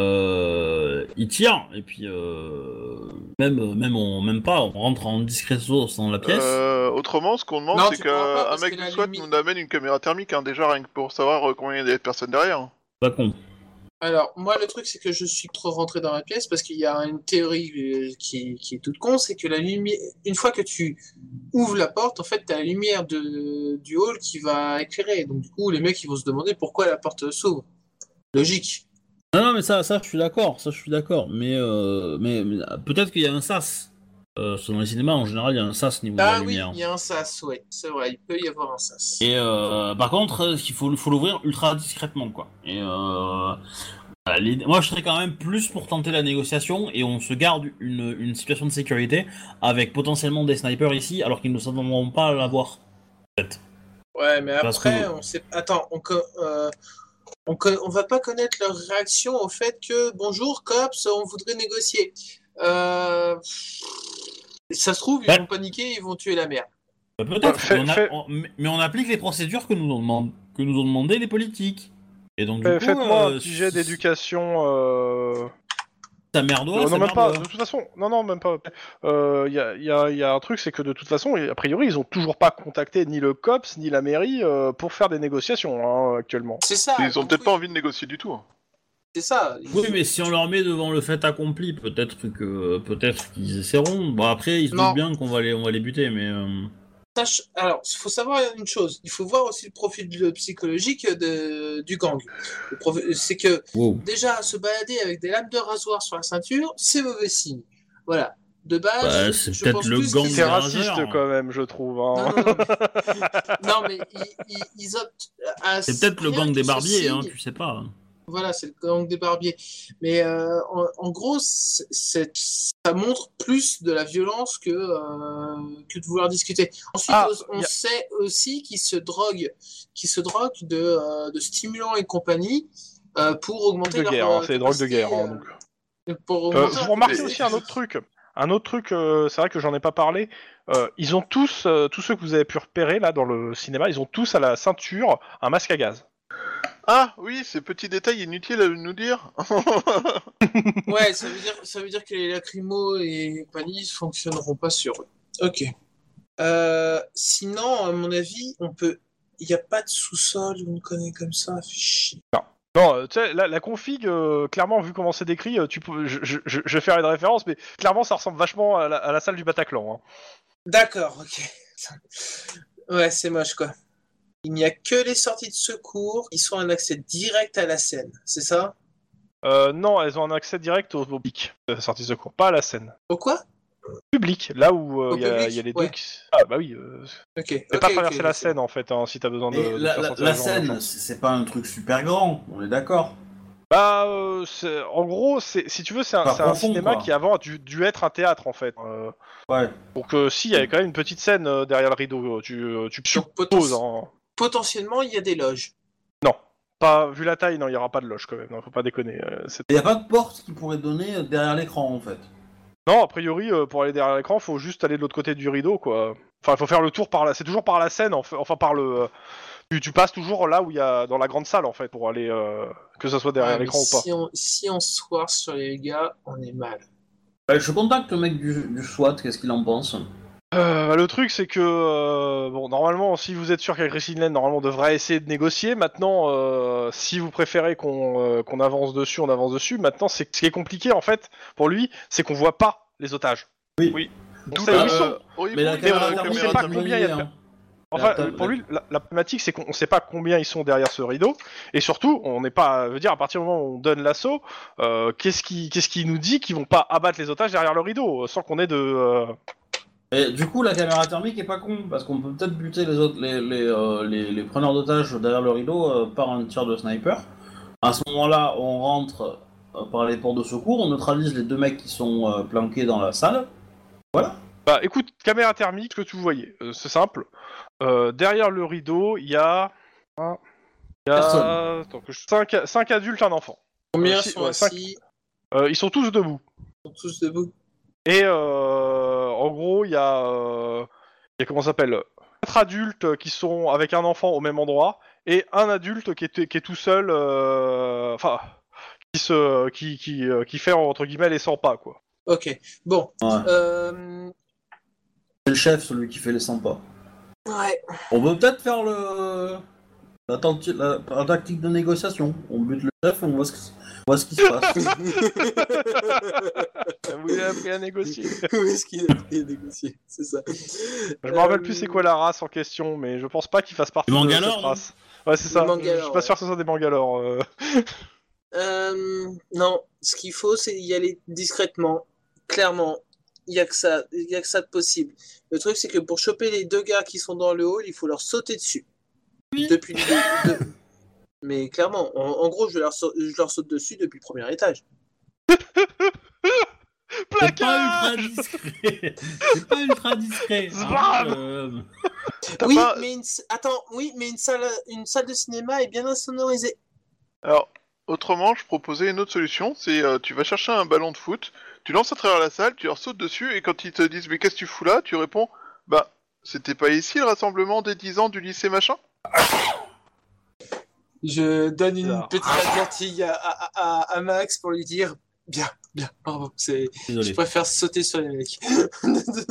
Speaker 5: Euh, ils tirent, et puis. euh, même, même, on, même pas, on rentre en discret sauce dans la pièce.
Speaker 4: Euh, autrement, ce qu'on demande,
Speaker 3: Non,
Speaker 4: c'est
Speaker 3: tu pourras pas,
Speaker 4: qu'un
Speaker 3: parce
Speaker 4: mec
Speaker 3: que
Speaker 4: du
Speaker 3: la
Speaker 4: SWAT
Speaker 3: lumi-
Speaker 4: nous amène une caméra thermique, hein, déjà rien que pour savoir euh, combien il y a de personnes derrière. hein.
Speaker 5: Pas con.
Speaker 3: Alors, moi, le truc, c'est que je suis trop rentré dans la pièce parce qu'il y a une théorie euh, qui, qui est toute con, c'est que la lumière, une fois que tu ouvres la porte, en fait, t'as la lumière de, du hall qui va éclairer. Donc, du coup, les mecs, ils vont se demander pourquoi la porte s'ouvre. Logique.
Speaker 5: Non, non, mais ça, ça je suis d'accord, ça je suis d'accord. Mais, euh, mais, mais, euh, peut-être qu'il y a un sas. Euh, parce que dans les cinémas, en général, il y a un sas au niveau de
Speaker 3: Ah
Speaker 5: la
Speaker 3: oui,
Speaker 5: lumière.
Speaker 3: il y a un sas, ouais, c'est vrai, il peut y avoir un sas.
Speaker 5: Et euh, par contre, euh, il faut, faut l'ouvrir ultra discrètement, quoi. Et euh, euh, l'idée- moi, je serais quand même plus pour tenter la négociation et on se garde une, une situation de sécurité avec potentiellement des snipers ici, alors qu'ils ne s'attendront pas à l'avoir.
Speaker 3: Ouais, mais
Speaker 5: Parce
Speaker 3: après,
Speaker 5: que-
Speaker 3: on sait. Attends, on, co- euh, on, co- on va pas connaître leur réaction au fait que bonjour, cops, on voudrait négocier. Euh, Ça se trouve, ils
Speaker 5: Ouais.
Speaker 3: vont paniquer, ils vont tuer la mère.
Speaker 5: Bah, Peut-être.
Speaker 2: Fait-
Speaker 5: mais on a-
Speaker 2: fait-
Speaker 5: on- mais- mais on applique les procédures que nous ont demandé, que nous ont demandé les politiques. Et donc, du
Speaker 2: Euh,
Speaker 5: coup,
Speaker 2: Faites-moi
Speaker 5: euh,
Speaker 2: un petit jet d'éducation. Euh...
Speaker 5: Ça merdoit,
Speaker 2: non,
Speaker 5: ça
Speaker 2: non, même pas.
Speaker 5: merdoit.
Speaker 2: De toute façon, non, non, même pas. Euh, Il y, a, il y, a, il y a un truc, c'est que de toute façon, a priori, ils ont toujours pas contacté ni le cops ni la mairie euh, pour faire des négociations hein, actuellement.
Speaker 3: C'est ça.
Speaker 4: ils ont
Speaker 3: Ah, donc
Speaker 4: peut-être
Speaker 3: oui,
Speaker 4: pas envie de négocier du tout. hein.
Speaker 3: C'est ça.
Speaker 5: Oui, mais si on leur met devant le fait accompli, peut-être que peut-être qu'ils essaieront. Bon, après, ils se
Speaker 3: Non.
Speaker 5: doutent bien qu'on va les, on va les buter, mais. euh,
Speaker 3: Sache, alors, il faut savoir une chose, il faut voir aussi le profil de- psychologique de- du gang. Le profi- C'est que
Speaker 1: Wow.
Speaker 3: déjà, se balader avec des lames de rasoir sur la ceinture, c'est mauvais signe. Voilà. De base,
Speaker 1: Bah, c'est
Speaker 3: je
Speaker 1: peut-être
Speaker 3: pense
Speaker 1: le
Speaker 3: plus
Speaker 1: gang
Speaker 3: qu'ils-
Speaker 2: C'est
Speaker 1: Ils ont
Speaker 2: raciste
Speaker 5: hein.
Speaker 1: raison.
Speaker 2: quand même, je trouve.
Speaker 3: Non,
Speaker 2: hein.
Speaker 3: non, non, mais- non, mais ils, ils- ils optent à.
Speaker 1: C'est peut-être le
Speaker 3: rien
Speaker 1: gang des
Speaker 3: qui se
Speaker 1: barbiers, hein,
Speaker 3: signe.
Speaker 1: tu sais pas.
Speaker 3: Voilà, c'est le gang des barbiers. Mais euh, en, en gros, c'est- c'est- ça montre plus de la violence que, euh, que de vouloir discuter. Ensuite,
Speaker 2: Ah,
Speaker 3: on, on
Speaker 2: y a-
Speaker 3: sait aussi qu'ils se droguent, qu'ils se droguent de, euh, de stimulants et compagnie euh, pour augmenter
Speaker 2: De
Speaker 3: leur
Speaker 2: guerre,
Speaker 3: euh,
Speaker 2: hein, c'est des drogues de
Speaker 3: capacité,
Speaker 2: guerre. hein,
Speaker 3: euh,
Speaker 2: donc.
Speaker 3: pour
Speaker 2: Euh,
Speaker 3: augmenter
Speaker 2: je
Speaker 3: leur
Speaker 2: vous remarquez
Speaker 4: Et-
Speaker 2: aussi un autre truc. Un autre truc, euh, c'est vrai que j'en ai pas parlé. euh, ils ont tous, euh, tous ceux que vous avez pu repérer là dans le cinéma, ils ont tous à la ceinture un masque à gaz.
Speaker 4: Ah oui, ces petits détails inutiles à nous dire.
Speaker 3: Ouais, ça veut dire, ça veut dire que les lacrymos et compagnie fonctionneront pas sur eux. Ok. Euh, sinon, à mon avis, on peut. Il n'y a pas de sous-sol ou une connerie comme ça. fait chier.
Speaker 2: Non, euh, tu sais, la, la config, euh, clairement, vu comment c'est décrit, euh, tu peux, je, je, je- je vais faire une référence, mais clairement, ça ressemble vachement à la, à la salle du Bataclan. hein.
Speaker 3: D'accord, ok. ouais, c'est moche quoi. Il n'y a que les sorties de secours qui sont un accès direct à la scène, c'est ça
Speaker 2: Euh, non, elles ont un accès direct au, au public, de la sortie de secours, pas à la scène.
Speaker 3: Pourquoi
Speaker 2: Public, là où euh,
Speaker 3: Au
Speaker 2: il y, a-
Speaker 3: public,
Speaker 2: il y a les
Speaker 3: ouais.
Speaker 2: deux qui... s- Ah bah oui, euh,
Speaker 3: Ok.
Speaker 2: c'est
Speaker 3: ok,
Speaker 2: pas
Speaker 3: ok,
Speaker 2: traverser la
Speaker 3: ok.
Speaker 2: scène en fait, hein, si t'as besoin de...
Speaker 5: Mais
Speaker 2: de
Speaker 5: la,
Speaker 2: faire
Speaker 5: la-
Speaker 2: sortir
Speaker 5: la
Speaker 2: les gens dans le champ.
Speaker 5: scène, c'est c'est pas un truc super grand, on est d'accord.
Speaker 2: Bah, euh, c'est- en gros, c'est si tu veux, c'est un,
Speaker 5: Enfin,
Speaker 2: c'est un
Speaker 5: profond,
Speaker 2: cinéma
Speaker 5: quoi.
Speaker 2: qui avant a dû, dû être un théâtre en fait. Euh,
Speaker 5: Ouais.
Speaker 2: donc euh, si, il y avait quand même une petite scène euh, derrière le rideau. euh, Tu, euh, tu
Speaker 3: Donc,
Speaker 2: supposes,
Speaker 3: poten-
Speaker 2: hein.
Speaker 3: potentiellement, il y a des loges.
Speaker 2: Pas vu la taille, non, il y aura pas de loge quand même. Non, faut pas déconner. euh, c'est-
Speaker 5: Il n'y a pas de porte qui pourrait donner euh, derrière l'écran, en fait.
Speaker 2: non, a priori, euh, pour aller derrière l'écran, faut juste aller de l'autre côté du rideau, quoi. Enfin, faut faire le tour par là. C'est toujours par la scène, en fait- enfin par le. euh, tu, tu passes toujours là où il y a dans la grande salle en fait pour aller euh, que ça soit derrière
Speaker 3: Ouais, mais
Speaker 2: l'écran ou pas.
Speaker 3: si on, si on se foire sur les gars, on est mal.
Speaker 5: Euh, je contacte le mec du, du SWAT, qu'est-ce qu'il en pense
Speaker 2: Euh, bah, le truc, c'est que euh, bon, normalement, si vous êtes sûr qu'avec Christine Lane, normalement, on devrait essayer de négocier. Maintenant, euh, si vous préférez qu'on euh, qu'on avance dessus, on avance dessus. Maintenant, c'est ce qui est compliqué en fait pour lui, c'est qu'on voit pas les otages.
Speaker 5: Oui.
Speaker 2: On
Speaker 4: D'où
Speaker 2: sait
Speaker 4: la-
Speaker 2: où ils sont.
Speaker 4: euh, oui,
Speaker 5: Mais la
Speaker 4: oui,
Speaker 5: caméra
Speaker 4: la
Speaker 5: thermique,
Speaker 2: sait
Speaker 4: caméra
Speaker 2: pas
Speaker 5: c'est
Speaker 4: thermique.
Speaker 2: combien il y a de-
Speaker 5: hein.
Speaker 2: Enfin,
Speaker 5: table-
Speaker 2: pour lui, la, la problématique, c'est qu'on ne sait pas combien ils sont derrière ce rideau, et surtout, on n'est pas, veut dire, à partir du moment où on donne l'assaut, euh, qu'est-ce qui, qu'est-ce qui nous dit qu'ils vont pas abattre les otages derrière le rideau, euh, sans qu'on ait de, euh,
Speaker 5: Et du coup, la caméra thermique est pas con, parce qu'on peut peut-être buter les autres, les, les, euh, les- les preneurs d'otages derrière le rideau euh, par un tir de sniper. À ce moment-là, on rentre euh, par les ports de secours, on neutralise les deux mecs qui sont euh, planqués dans la salle.
Speaker 2: Bah écoute, caméra thermique, ce que tu voyais, euh, c'est simple. Euh, derrière le rideau, il y a. un- Il y a.
Speaker 5: Personne.
Speaker 2: Attends, que je- cinq, cinq adultes, un enfant.
Speaker 3: Combien
Speaker 2: Euh, si-
Speaker 3: sont
Speaker 2: ouais, cinq.
Speaker 3: assis
Speaker 2: Euh, ils sont tous debout.
Speaker 3: Ils sont tous debout.
Speaker 2: Et euh, en gros, il y a. euh, Il y a comment ça s'appelle Quatre adultes qui sont avec un enfant au même endroit et un adulte qui est, qui est tout seul. euh, Enfin. Qui, se, qui, qui, euh, qui fait entre guillemets les 100 pas quoi.
Speaker 3: Ok. Bon.
Speaker 5: Ouais.
Speaker 3: Euh,
Speaker 5: C'est le chef, celui qui fait les 100 pas.
Speaker 3: Ouais.
Speaker 5: On peut peut-être faire le... La, tenti- la- la tactique de négociation. On bute le chef, on voit ce, qui- on voit ce qui se passe.
Speaker 2: Vous avez appris à négocier.
Speaker 3: Où est-ce qu'il a été négocié C'est ça. Euh,
Speaker 2: Je me rappelle plus c'est quoi la race en question, mais je pense pas qu'ils fassent partie
Speaker 1: Les
Speaker 2: de
Speaker 1: Mangalore,
Speaker 2: cette
Speaker 1: non
Speaker 2: race. Ouais, c'est
Speaker 3: Les
Speaker 2: ça. Je
Speaker 3: Mangalore,
Speaker 2: suis pas sûr que ce soit des Mangalores. euh.
Speaker 3: Euh, non, ce qu'il faut, c'est y aller discrètement, clairement. Il n'y a, que ça- il y a que ça de possible. Le truc, c'est que pour choper les deux gars qui sont dans le hall, il faut leur sauter dessus. Depuis le- de- Mais clairement, en, en gros, je leur, sau- je leur saute dessus depuis le premier étage.
Speaker 1: C'est pas ultra
Speaker 2: Placage
Speaker 1: discret. C'est pas ultra discret. hein.
Speaker 2: Zbam
Speaker 1: Euh,
Speaker 4: T'as
Speaker 3: Oui,
Speaker 4: pas-
Speaker 3: mais une, s- attends, oui, mais une salle, une salle de cinéma est bien insonorisée.
Speaker 4: Alors, autrement, je proposais une autre solution, c'est euh, tu vas chercher un ballon de foot, tu lances à travers la salle, tu leur sautes dessus, et quand ils te disent mais qu'est-ce que tu fous là, tu réponds bah c'était pas ici le rassemblement des 10 ans du lycée machin
Speaker 3: Je donne une
Speaker 2: Alors.
Speaker 3: petite avertie à, à- à- à Max pour lui dire bien, bien, bravo. C'est, je
Speaker 1: Désolé.
Speaker 3: préfère sauter sur les mecs.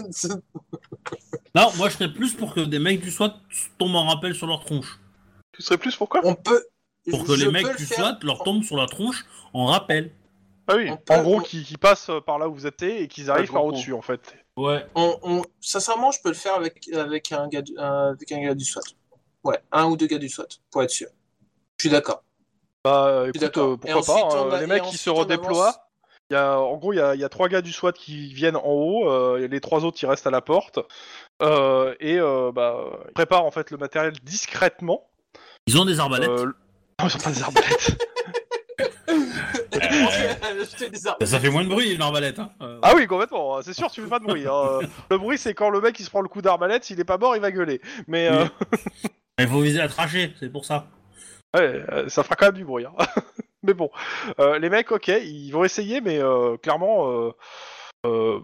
Speaker 1: Non, moi je serais plus pour que des mecs du SWAT tombent en rappel sur leur tronche.
Speaker 4: Tu serais plus
Speaker 5: Bah,
Speaker 4: pourquoi
Speaker 3: on peut.
Speaker 1: Pour que
Speaker 3: je
Speaker 1: les
Speaker 3: peux
Speaker 1: mecs
Speaker 3: le
Speaker 1: du
Speaker 3: faire.
Speaker 1: SWAT leur tombent sur la tronche en rappel.
Speaker 2: Ah oui,
Speaker 3: On peut-
Speaker 2: en gros,
Speaker 3: on-
Speaker 2: qui, qui passent euh, par là où vous êtes et qu'ils arrivent
Speaker 4: je
Speaker 2: par
Speaker 4: comprends.
Speaker 2: au-dessus en fait.
Speaker 5: Ouais.
Speaker 3: On, on- Sincèrement, je peux le faire avec, avec, un gars, du- un- avec un gars du SWAT. Ouais, un ou deux gars du SWAT, pour être sûr. Je suis d'accord.
Speaker 2: Bah,
Speaker 3: Je suis
Speaker 2: écoute,
Speaker 3: d'accord.
Speaker 2: euh,
Speaker 3: Et
Speaker 2: pourquoi
Speaker 3: ensuite,
Speaker 2: pas, hein,
Speaker 3: on a-
Speaker 2: les
Speaker 3: et
Speaker 2: mecs qui
Speaker 3: ensuite,
Speaker 2: se
Speaker 3: on avance.
Speaker 2: redéploient. Il y a, en gros, il y, a, il y a trois gars du SWAT qui viennent en haut, euh, et les trois autres ils restent à la porte. Euh, et euh, bah, ils préparent en fait le matériel discrètement.
Speaker 5: Ils ont des arbalètes.
Speaker 2: Euh, le- Non, ils ont pas des arbalètes.
Speaker 3: Acheter des armes.
Speaker 5: Ça fait moins de bruit une arbalète. Hein.
Speaker 1: Euh,
Speaker 2: ah oui, complètement, c'est sûr, tu fais pas de bruit. hein. Le bruit, c'est quand le mec il se prend le coup d'arbalète, s'il est pas mort, il va gueuler. Mais euh,
Speaker 5: Il faut viser à tracher, c'est pour ça.
Speaker 2: Ouais, euh, ça fera quand même du bruit. hein. mais bon, Euh, les mecs, ok, ils vont essayer, mais euh, clairement, euh, euh,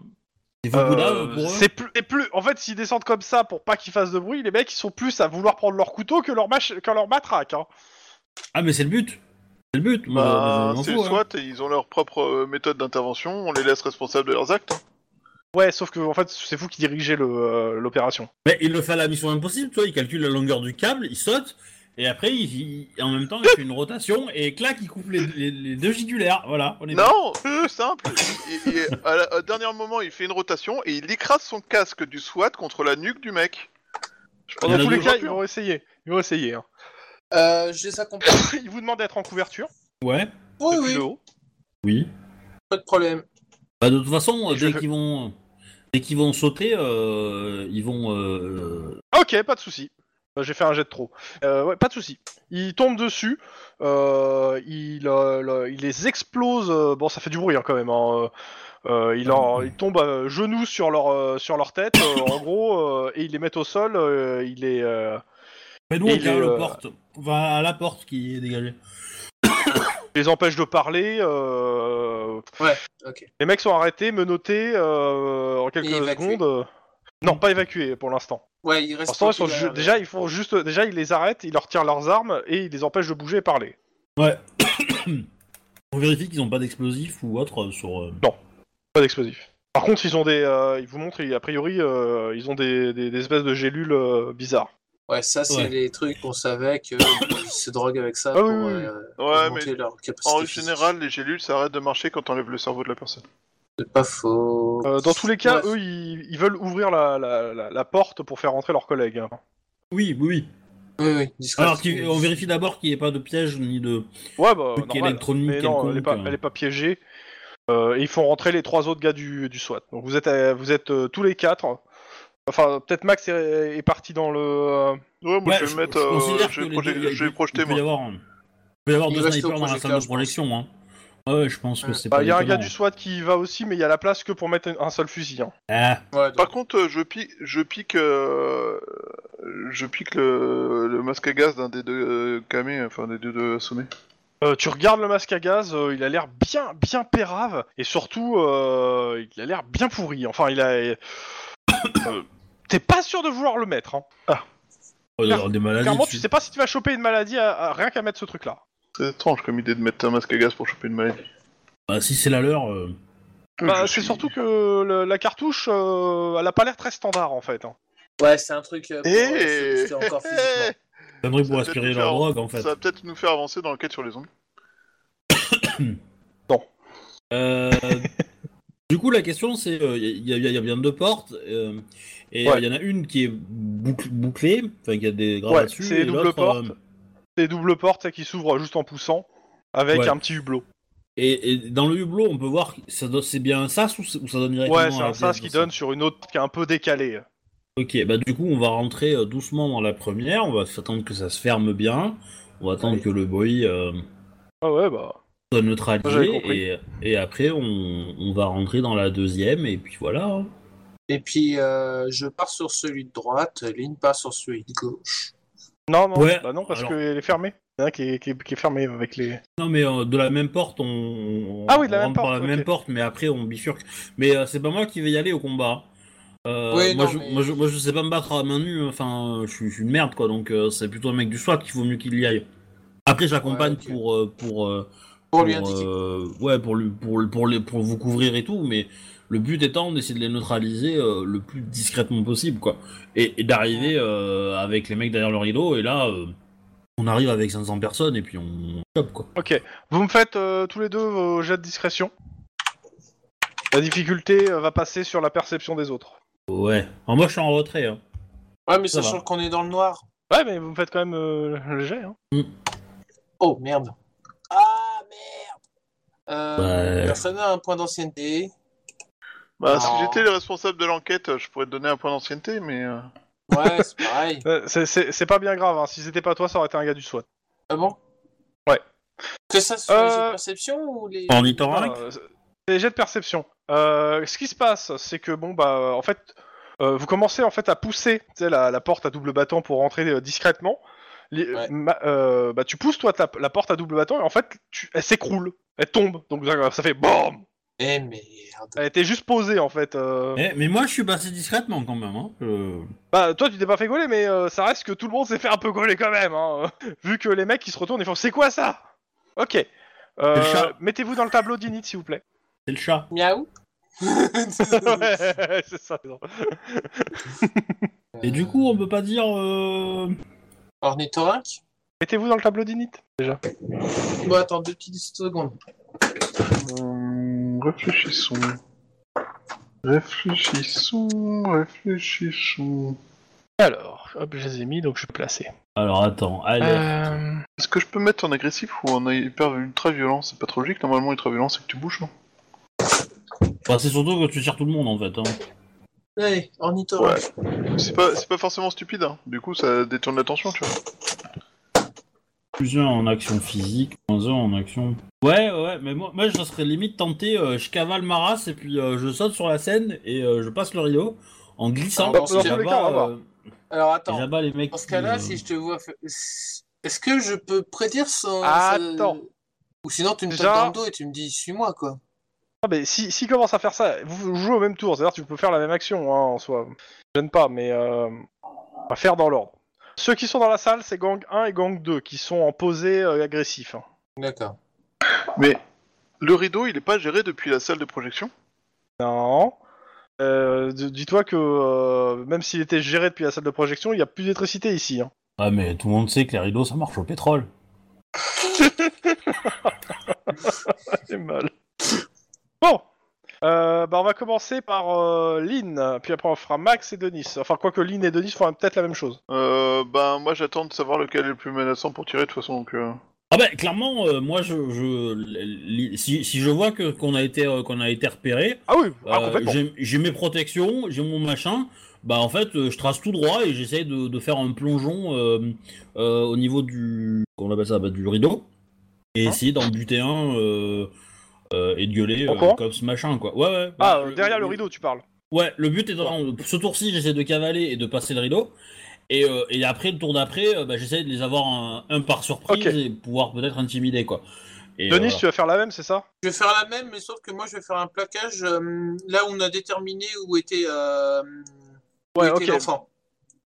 Speaker 5: Il faut
Speaker 2: euh,
Speaker 5: pour eux.
Speaker 2: c'est plus, et plus. En fait, s'ils descendent comme ça pour pas qu'ils fassent de bruit, les mecs, ils sont plus à vouloir prendre leur couteau que leur, mach... que leur matraque. hein.
Speaker 5: Ah mais c'est le but. C'est le but. Moi,
Speaker 4: Bah,
Speaker 5: je- je m'en
Speaker 4: c'est
Speaker 5: fous,
Speaker 4: le
Speaker 5: hein.
Speaker 4: SWAT et ils ont leur propre euh, méthode d'intervention, on les laisse responsables de leurs actes. hein.
Speaker 2: Ouais, sauf que en fait, c'est vous qui dirigez le, euh, l'opération.
Speaker 5: Mais il le fait à la mission impossible, tu vois, il calcule la longueur du câble, il saute, et après, il, il- en même temps, il fait une rotation, et clac, il coupe les, les- les deux giculaires, voilà. On est bon.
Speaker 4: Non, plus simple. Il- il- à la- au dernier moment, il fait une rotation et il écrase son casque du SWAT contre la nuque du mec. Je
Speaker 5: Il y en
Speaker 2: Dans
Speaker 5: a
Speaker 2: tous les
Speaker 5: deux
Speaker 2: cas,
Speaker 5: hein. jours,
Speaker 4: hein.
Speaker 2: ils vont essayer. Ils vont essayer. hein.
Speaker 3: Euh, je les accompagne.
Speaker 2: ils vous demandent d'être en couverture
Speaker 5: Ouais.
Speaker 2: depuis
Speaker 3: Oui, Oh oui,
Speaker 2: le haut.
Speaker 5: Oui.
Speaker 3: pas de problème.
Speaker 5: Bah, de toute façon,
Speaker 2: Je
Speaker 5: dès
Speaker 2: fais-
Speaker 5: qu'ils vont... Dès qu'ils vont sauter, euh, ils vont... euh,
Speaker 2: Ok, pas de souci. Euh, J'ai fait un jet de trop. Euh, ouais, pas de souci. Il tombe dessus, euh, il, euh, le- il les explose. euh, bon, ça fait du bruit hein, quand même. hein, euh, euh, il, en, il tombe euh, genoux sur leur euh, sur leur tête, euh, en gros, euh, et ils les mettent au sol. euh, il est euh,
Speaker 5: Fais-nous
Speaker 2: Et
Speaker 5: un câble
Speaker 2: le-
Speaker 5: aux portes. Enfin, à la porte qui est dégagée.
Speaker 2: il les empêche de parler. euh,
Speaker 3: Ok.
Speaker 2: les mecs sont arrêtés, menottés euh, en quelques
Speaker 3: Et évacués.
Speaker 2: secondes. euh. Non, pas évacués pour l'instant.
Speaker 3: Ouais, il reste.
Speaker 2: Pour l'instant, ils sont
Speaker 3: tranquille,
Speaker 2: ju-
Speaker 3: euh,
Speaker 2: déjà, ils font juste, déjà, ils les arrêtent, ils leur tirent leurs armes et ils les empêchent de bouger et parler.
Speaker 5: Ouais. on vérifie qu'ils n'ont pas d'explosifs ou autre sur... euh,
Speaker 2: Pas d'explosifs. Par contre, ils ont des, euh, ils vous montrent, a priori, euh, ils ont des, des- des espèces de gélules euh, bizarres.
Speaker 3: Ouais, ça, c'est
Speaker 5: Ouais.
Speaker 3: les trucs qu'on savait que ils se droguent avec ça
Speaker 2: Ah
Speaker 3: pour
Speaker 2: oui, oui, oui.
Speaker 3: euh,
Speaker 4: Ouais, mais
Speaker 3: augmenter leur capacité.
Speaker 4: en
Speaker 3: physique.
Speaker 4: général, les gélules, ça arrête de marcher quand on lève le cerveau de la personne.
Speaker 3: C'est pas faux.
Speaker 2: Euh, dans tous les cas,
Speaker 3: Ouais.
Speaker 2: eux, ils, ils veulent ouvrir la, la- la- la porte pour faire rentrer leurs collègues. hein.
Speaker 5: Oui, oui, oui.
Speaker 3: Oui, oui, discret.
Speaker 5: Alors, qu'il- on vérifie d'abord qu'il n'y ait pas de piège ni de...
Speaker 2: Ouais, bah,
Speaker 5: Truc
Speaker 2: normal.
Speaker 5: électronique
Speaker 2: Mais non, elle est, pas,
Speaker 5: quelconque, hein.
Speaker 2: elle est pas piégée. Euh, et ils font rentrer les trois autres gars du, du SWAT. Donc vous êtes, euh, vous êtes euh, tous les quatre. Enfin, peut-être Max est, est parti dans le. euh,
Speaker 4: Ouais, moi
Speaker 5: Ouais,
Speaker 4: je vais
Speaker 5: je-
Speaker 4: mettre.
Speaker 5: je
Speaker 4: euh,
Speaker 5: considère
Speaker 4: je
Speaker 5: que
Speaker 4: vais,
Speaker 5: les
Speaker 4: proje-
Speaker 5: deux-
Speaker 4: je vais
Speaker 5: il-
Speaker 4: projeter
Speaker 5: il peut
Speaker 4: moi.
Speaker 5: y avoir, un- il peut y avoir
Speaker 3: Il
Speaker 5: deux
Speaker 3: reste au
Speaker 5: snipers dans la salle
Speaker 3: projecteur,
Speaker 5: de
Speaker 3: je
Speaker 5: projection. Hein. Ouais, je pense que
Speaker 3: Ouais.
Speaker 5: c'est
Speaker 2: Bah,
Speaker 5: pas.
Speaker 2: il y a un gars
Speaker 5: déconnant.
Speaker 2: du SWAT qui va aussi, mais il y a la place que pour mettre un- un seul fusil. hein.
Speaker 5: Ah,
Speaker 3: Ouais,
Speaker 4: Par
Speaker 3: donc,
Speaker 4: contre, euh, je pique, je pique, euh, je pique le, le masque à gaz d'un des deux euh, camés, enfin des deux, deux assommés.
Speaker 2: Euh, tu regardes le masque à gaz, euh, il a l'air bien, bien pérave, et surtout, euh, il a l'air bien pourri. Enfin, il a. Euh, T'es pas sûr de vouloir le mettre. Hein.
Speaker 5: oh, il doit y avoir des maladies.
Speaker 2: Clairement,
Speaker 5: dessus.
Speaker 2: tu sais pas si tu vas choper une maladie à, à- rien qu'à mettre ce truc-là.
Speaker 4: C'est étrange comme idée de mettre un masque à gaz pour choper une maladie.
Speaker 5: Bah, si c'est la leur. euh,
Speaker 2: Bah,
Speaker 4: Je
Speaker 2: c'est
Speaker 4: suis-
Speaker 2: surtout que le- la cartouche, euh, elle a pas l'air très standard en fait. hein.
Speaker 3: ouais, c'est un truc. euh, pour,
Speaker 4: Eh
Speaker 3: euh, se booster encore physiquement.
Speaker 5: C'est un truc
Speaker 4: Ça
Speaker 5: pour
Speaker 4: va
Speaker 5: aspirer
Speaker 4: peut-être
Speaker 5: leur
Speaker 4: faire-
Speaker 5: drogue en fait.
Speaker 4: Ça va peut-être nous faire avancer dans l'enquête sur les zombies.
Speaker 5: Euh, du coup, la question c'est il y, a- y a- y a bien deux portes, euh, et il
Speaker 2: Ouais.
Speaker 5: y en a une qui est bouc- bouclée, enfin, qui a des gravats
Speaker 2: Ouais,
Speaker 5: dessus.
Speaker 2: c'est
Speaker 5: et
Speaker 2: double
Speaker 5: l'autre,
Speaker 2: porte.
Speaker 5: euh,
Speaker 2: Des doubles portes ça, qui s'ouvrent juste en poussant, avec
Speaker 5: Ouais.
Speaker 2: un petit hublot.
Speaker 5: et, et dans le hublot, on peut voir que ça donne- c'est bien un sas ou, c'est- ou ça donne directement
Speaker 2: Ouais,
Speaker 5: à
Speaker 2: c'est
Speaker 5: la
Speaker 2: un
Speaker 5: pièce
Speaker 2: sas qui
Speaker 5: de ça
Speaker 2: donne sur une autre qui est un peu décalée.
Speaker 5: Ok, bah du coup, on va rentrer euh, doucement dans la première. On va s'attendre que ça se ferme bien. On va attendre
Speaker 3: Allez.
Speaker 5: que le bruit euh,
Speaker 2: Ah ouais, bah.
Speaker 5: soit
Speaker 2: J'avais
Speaker 5: neutralisé.
Speaker 2: compris.
Speaker 5: Et, et après, on, on va rentrer dans la deuxième. Et puis voilà. hein.
Speaker 3: Et puis, euh, je pars sur celui de droite, Lynn part sur celui de gauche.
Speaker 2: Non, non,
Speaker 5: Ouais,
Speaker 2: bah non, parce
Speaker 5: alors-
Speaker 2: qu'elle est fermée. Il y en a un qui est, qui est- qui est fermé avec les.
Speaker 5: Non, mais euh, de la même porte, on, on-
Speaker 2: Ah oui, de la
Speaker 5: on
Speaker 2: même
Speaker 5: rentre par
Speaker 2: porte,
Speaker 5: la
Speaker 2: ok.
Speaker 5: même porte. Mais après, on bifurque. Mais euh, c'est pas moi qui vais y aller au combat. Euh,
Speaker 3: Oui,
Speaker 5: moi,
Speaker 3: non,
Speaker 5: je,
Speaker 3: mais-
Speaker 5: moi, je, moi, je sais pas me battre à main nue. Enfin, je, suis- je suis une merde, quoi. Donc, euh, c'est plutôt un mec du SWAT qu'il faut mieux qu'il y aille. Après, j'accompagne
Speaker 3: Ouais, ok.
Speaker 5: pour euh, pour euh,
Speaker 3: Pour lui indiquer.
Speaker 5: euh, ouais, pour, lui, pour, pour, les, pour vous couvrir et tout, mais le but étant d'essayer de les neutraliser euh, le plus discrètement possible, quoi. Et, et d'arriver euh, avec les mecs derrière le rideau, et là, euh, on arrive avec 500 personnes, et puis on chope, quoi.
Speaker 2: Ok, vous me faites euh, tous les deux vos jets de discrétion. La difficulté euh, va passer sur la perception des autres.
Speaker 5: Ouais. Alors, moi, je suis en retrait. hein.
Speaker 3: Ouais, mais
Speaker 5: Ça
Speaker 3: sachant
Speaker 5: va.
Speaker 3: qu'on est dans le noir.
Speaker 2: Ouais, mais vous me faites quand même euh, le jet. Hein.
Speaker 3: Oh merde. Ah merde. Euh,
Speaker 5: Ouais.
Speaker 3: Personne n'a un point d'ancienneté.
Speaker 4: Bah, si
Speaker 3: Non.
Speaker 4: j'étais le responsable de l'enquête, euh, je pourrais te donner un point d'ancienneté, mais. euh,
Speaker 3: Ouais, c'est pareil.
Speaker 2: Euh, c'est- C'est c'est pas bien grave, hein. si c'était pas toi, ça aurait été un gars du SWAT.
Speaker 3: Ah bon
Speaker 2: Ouais.
Speaker 3: Que ça soit les
Speaker 2: Euh,
Speaker 3: jeux de perception ou les.
Speaker 5: En dithorac
Speaker 2: Euh, c'est- c'est les jets de perception. Euh, ce qui se passe, c'est que bon bah euh, en fait, euh, vous commencez en fait à pousser tu sais, la, la porte à double battant pour rentrer euh, discrètement. Les-
Speaker 3: Ouais.
Speaker 2: ma- euh, bah tu pousses toi ta- la porte à double battant et en fait tu- elle s'écroule, elle tombe donc euh, ça fait BAM
Speaker 3: Eh merde.
Speaker 2: Elle était juste posée en fait. euh.
Speaker 5: Eh, mais moi, je suis passé discrètement quand même. Hein. Euh,
Speaker 2: Bah toi tu t'es pas fait gauler mais euh, ça reste que tout le monde s'est fait un peu gauler quand même. hein. Vu que les mecs ils se retournent et font c'est quoi ça Ok. Euh,
Speaker 5: Le chat.
Speaker 2: Mettez-vous dans le tableau d'init s'il vous plaît.
Speaker 5: C'est le chat.
Speaker 3: Miaou
Speaker 2: Ouais, c'est ça. non.
Speaker 5: Et du coup, on peut pas dire. euh,
Speaker 3: Ornithorynque
Speaker 2: Mettez-vous dans le tableau d'init.
Speaker 3: Bon, attends deux petites secondes.
Speaker 4: hum, réfléchissons. Réfléchissons, réfléchissons.
Speaker 2: Alors, hop, je les ai mis, donc je suis placé.
Speaker 5: Alors, attends. Allez.
Speaker 2: Euh,
Speaker 4: Est-ce que je peux mettre en agressif ou en hyper ultra violent C'est pas trop logique. Normalement, ultra violent, c'est que tu bouges, non
Speaker 5: Enfin, c'est surtout que tu tires tout le monde en fait. Hein.
Speaker 3: Allez, ornithorynque.
Speaker 4: C'est pas, c'est pas forcément stupide, hein. Du coup, ça détourne l'attention, tu vois.
Speaker 5: Plus un en action physique, moins un en action. Ouais, ouais, mais moi, moi je serais limite tenté, euh, je cavale ma race et puis euh, je saute sur la scène et euh, je passe le rideau en glissant.
Speaker 3: Alors, Ah, bah, dans
Speaker 5: Et
Speaker 3: tous les
Speaker 5: j'abats,
Speaker 2: cas, on va voir.
Speaker 5: euh,
Speaker 3: Alors
Speaker 5: et
Speaker 3: attends.
Speaker 5: j'abats les mecs.
Speaker 3: Dans ce
Speaker 5: qui, euh,
Speaker 3: cas-là, si je te vois. fa- Est-ce que je peux prédire sans.
Speaker 2: Attends.
Speaker 3: Ou sinon, tu me tapes
Speaker 2: Déjà-
Speaker 3: dans le dos et tu me dis suis-moi, quoi.
Speaker 2: ah, mais si, si commence à faire ça, vous jouez au même tour, c'est-à-dire que tu peux faire la même action hein, en soi. Je gêne pas, mais euh, on va faire dans l'ordre. Ceux qui sont dans la salle, c'est gang 1 et gang 2 qui sont en posé euh, agressif. hein.
Speaker 3: D'accord.
Speaker 4: Mais le rideau, il est pas géré depuis la salle de projection
Speaker 2: Non. Euh, d- Dis-toi que euh, même s'il était géré depuis la salle de projection, il n'y a plus d'électricité ici. hein.
Speaker 5: Ah, mais tout le monde sait que les rideaux ça marche au pétrole.
Speaker 2: J'ai mal. Bon. Euh, bah on va commencer par euh, Lynn, puis après on fera Max et Denis. Enfin, quoique Lynn et Denis feront peut-être la même chose.
Speaker 4: Euh, ben, moi, j'attends de savoir lequel est le plus menaçant pour tirer, de toute façon, donc... euh,
Speaker 5: Ah bah clairement, euh, moi je, je li- si, si je vois que qu'on a été euh, qu'on a été repéré,
Speaker 2: Ah oui, ah,
Speaker 5: euh,
Speaker 2: complètement.
Speaker 5: j'ai- j'ai mes protections, j'ai mon machin. Bah en fait, euh, je trace tout droit et j'essaye de, de faire un plongeon euh, euh, au niveau du qu'on appelle ça bah, du rideau et
Speaker 2: Hein
Speaker 5: essayer d'en buter un euh, euh, et de gueuler
Speaker 2: En
Speaker 5: euh,
Speaker 2: courant
Speaker 5: comme ce machin quoi. Ouais ouais.
Speaker 2: Ah, euh,
Speaker 5: Ouais,
Speaker 2: derrière le rideau, tu parles.
Speaker 5: Ouais, le but étant, ce tour-ci, j'essaie de cavaler et de passer le rideau. Et, euh, et après, le tour d'après, euh, bah, j'essaie de les avoir un, un par surprise
Speaker 2: Ok.
Speaker 5: et pouvoir peut-être intimider, quoi. Et,
Speaker 2: Denis,
Speaker 5: euh,
Speaker 2: tu vas faire la même, c'est ça
Speaker 3: Je vais faire la même, mais sauf que moi, je vais faire un plaquage euh, là où on a déterminé où était, euh, où
Speaker 2: Ouais,
Speaker 3: était
Speaker 2: ok.
Speaker 3: l'enfant.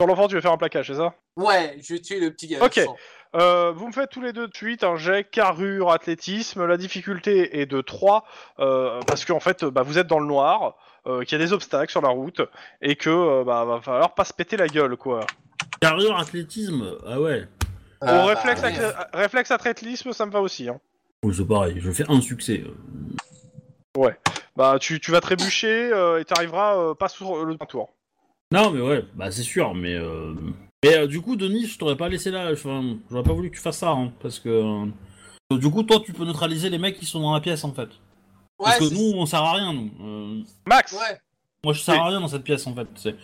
Speaker 2: Sur l'enfant, tu vas faire un plaquage, c'est ça
Speaker 3: Ouais, je vais tuer le petit gars.
Speaker 2: Ok.
Speaker 3: l'enfant.
Speaker 2: Euh, Vous me faites tous les deux de suite un jet carrure, athlétisme. La difficulté est de 3, euh, parce qu'en fait, euh, bah, vous êtes dans le noir, euh, qu'il y a des obstacles sur la route, et que euh, bah, va falloir pas se péter la gueule, quoi.
Speaker 5: Carrure, athlétisme, ah ouais.
Speaker 2: Au
Speaker 3: Ah, bah,
Speaker 2: réflexe,
Speaker 3: merde.
Speaker 2: ath- réflexe athlétisme, ça me va aussi. hein.
Speaker 5: Oui, c'est pareil, je fais un succès.
Speaker 2: Bah, tu, tu vas trébucher euh, et t'arriveras euh, pas sur le tour.
Speaker 5: Non, mais ouais, bah c'est sûr, mais... Euh... Mais euh, du coup, Denis, je t'aurais pas laissé là, enfin, j'aurais pas voulu que tu fasses ça, hein, parce que... euh, Du coup, toi, tu peux neutraliser les mecs qui sont dans la pièce, en fait.
Speaker 3: Ouais,
Speaker 5: parce que
Speaker 3: c'est-
Speaker 5: nous, on sert à rien, nous. Euh,
Speaker 2: Max
Speaker 3: ouais.
Speaker 5: moi, je sers à rien dans cette pièce, en fait. c'est-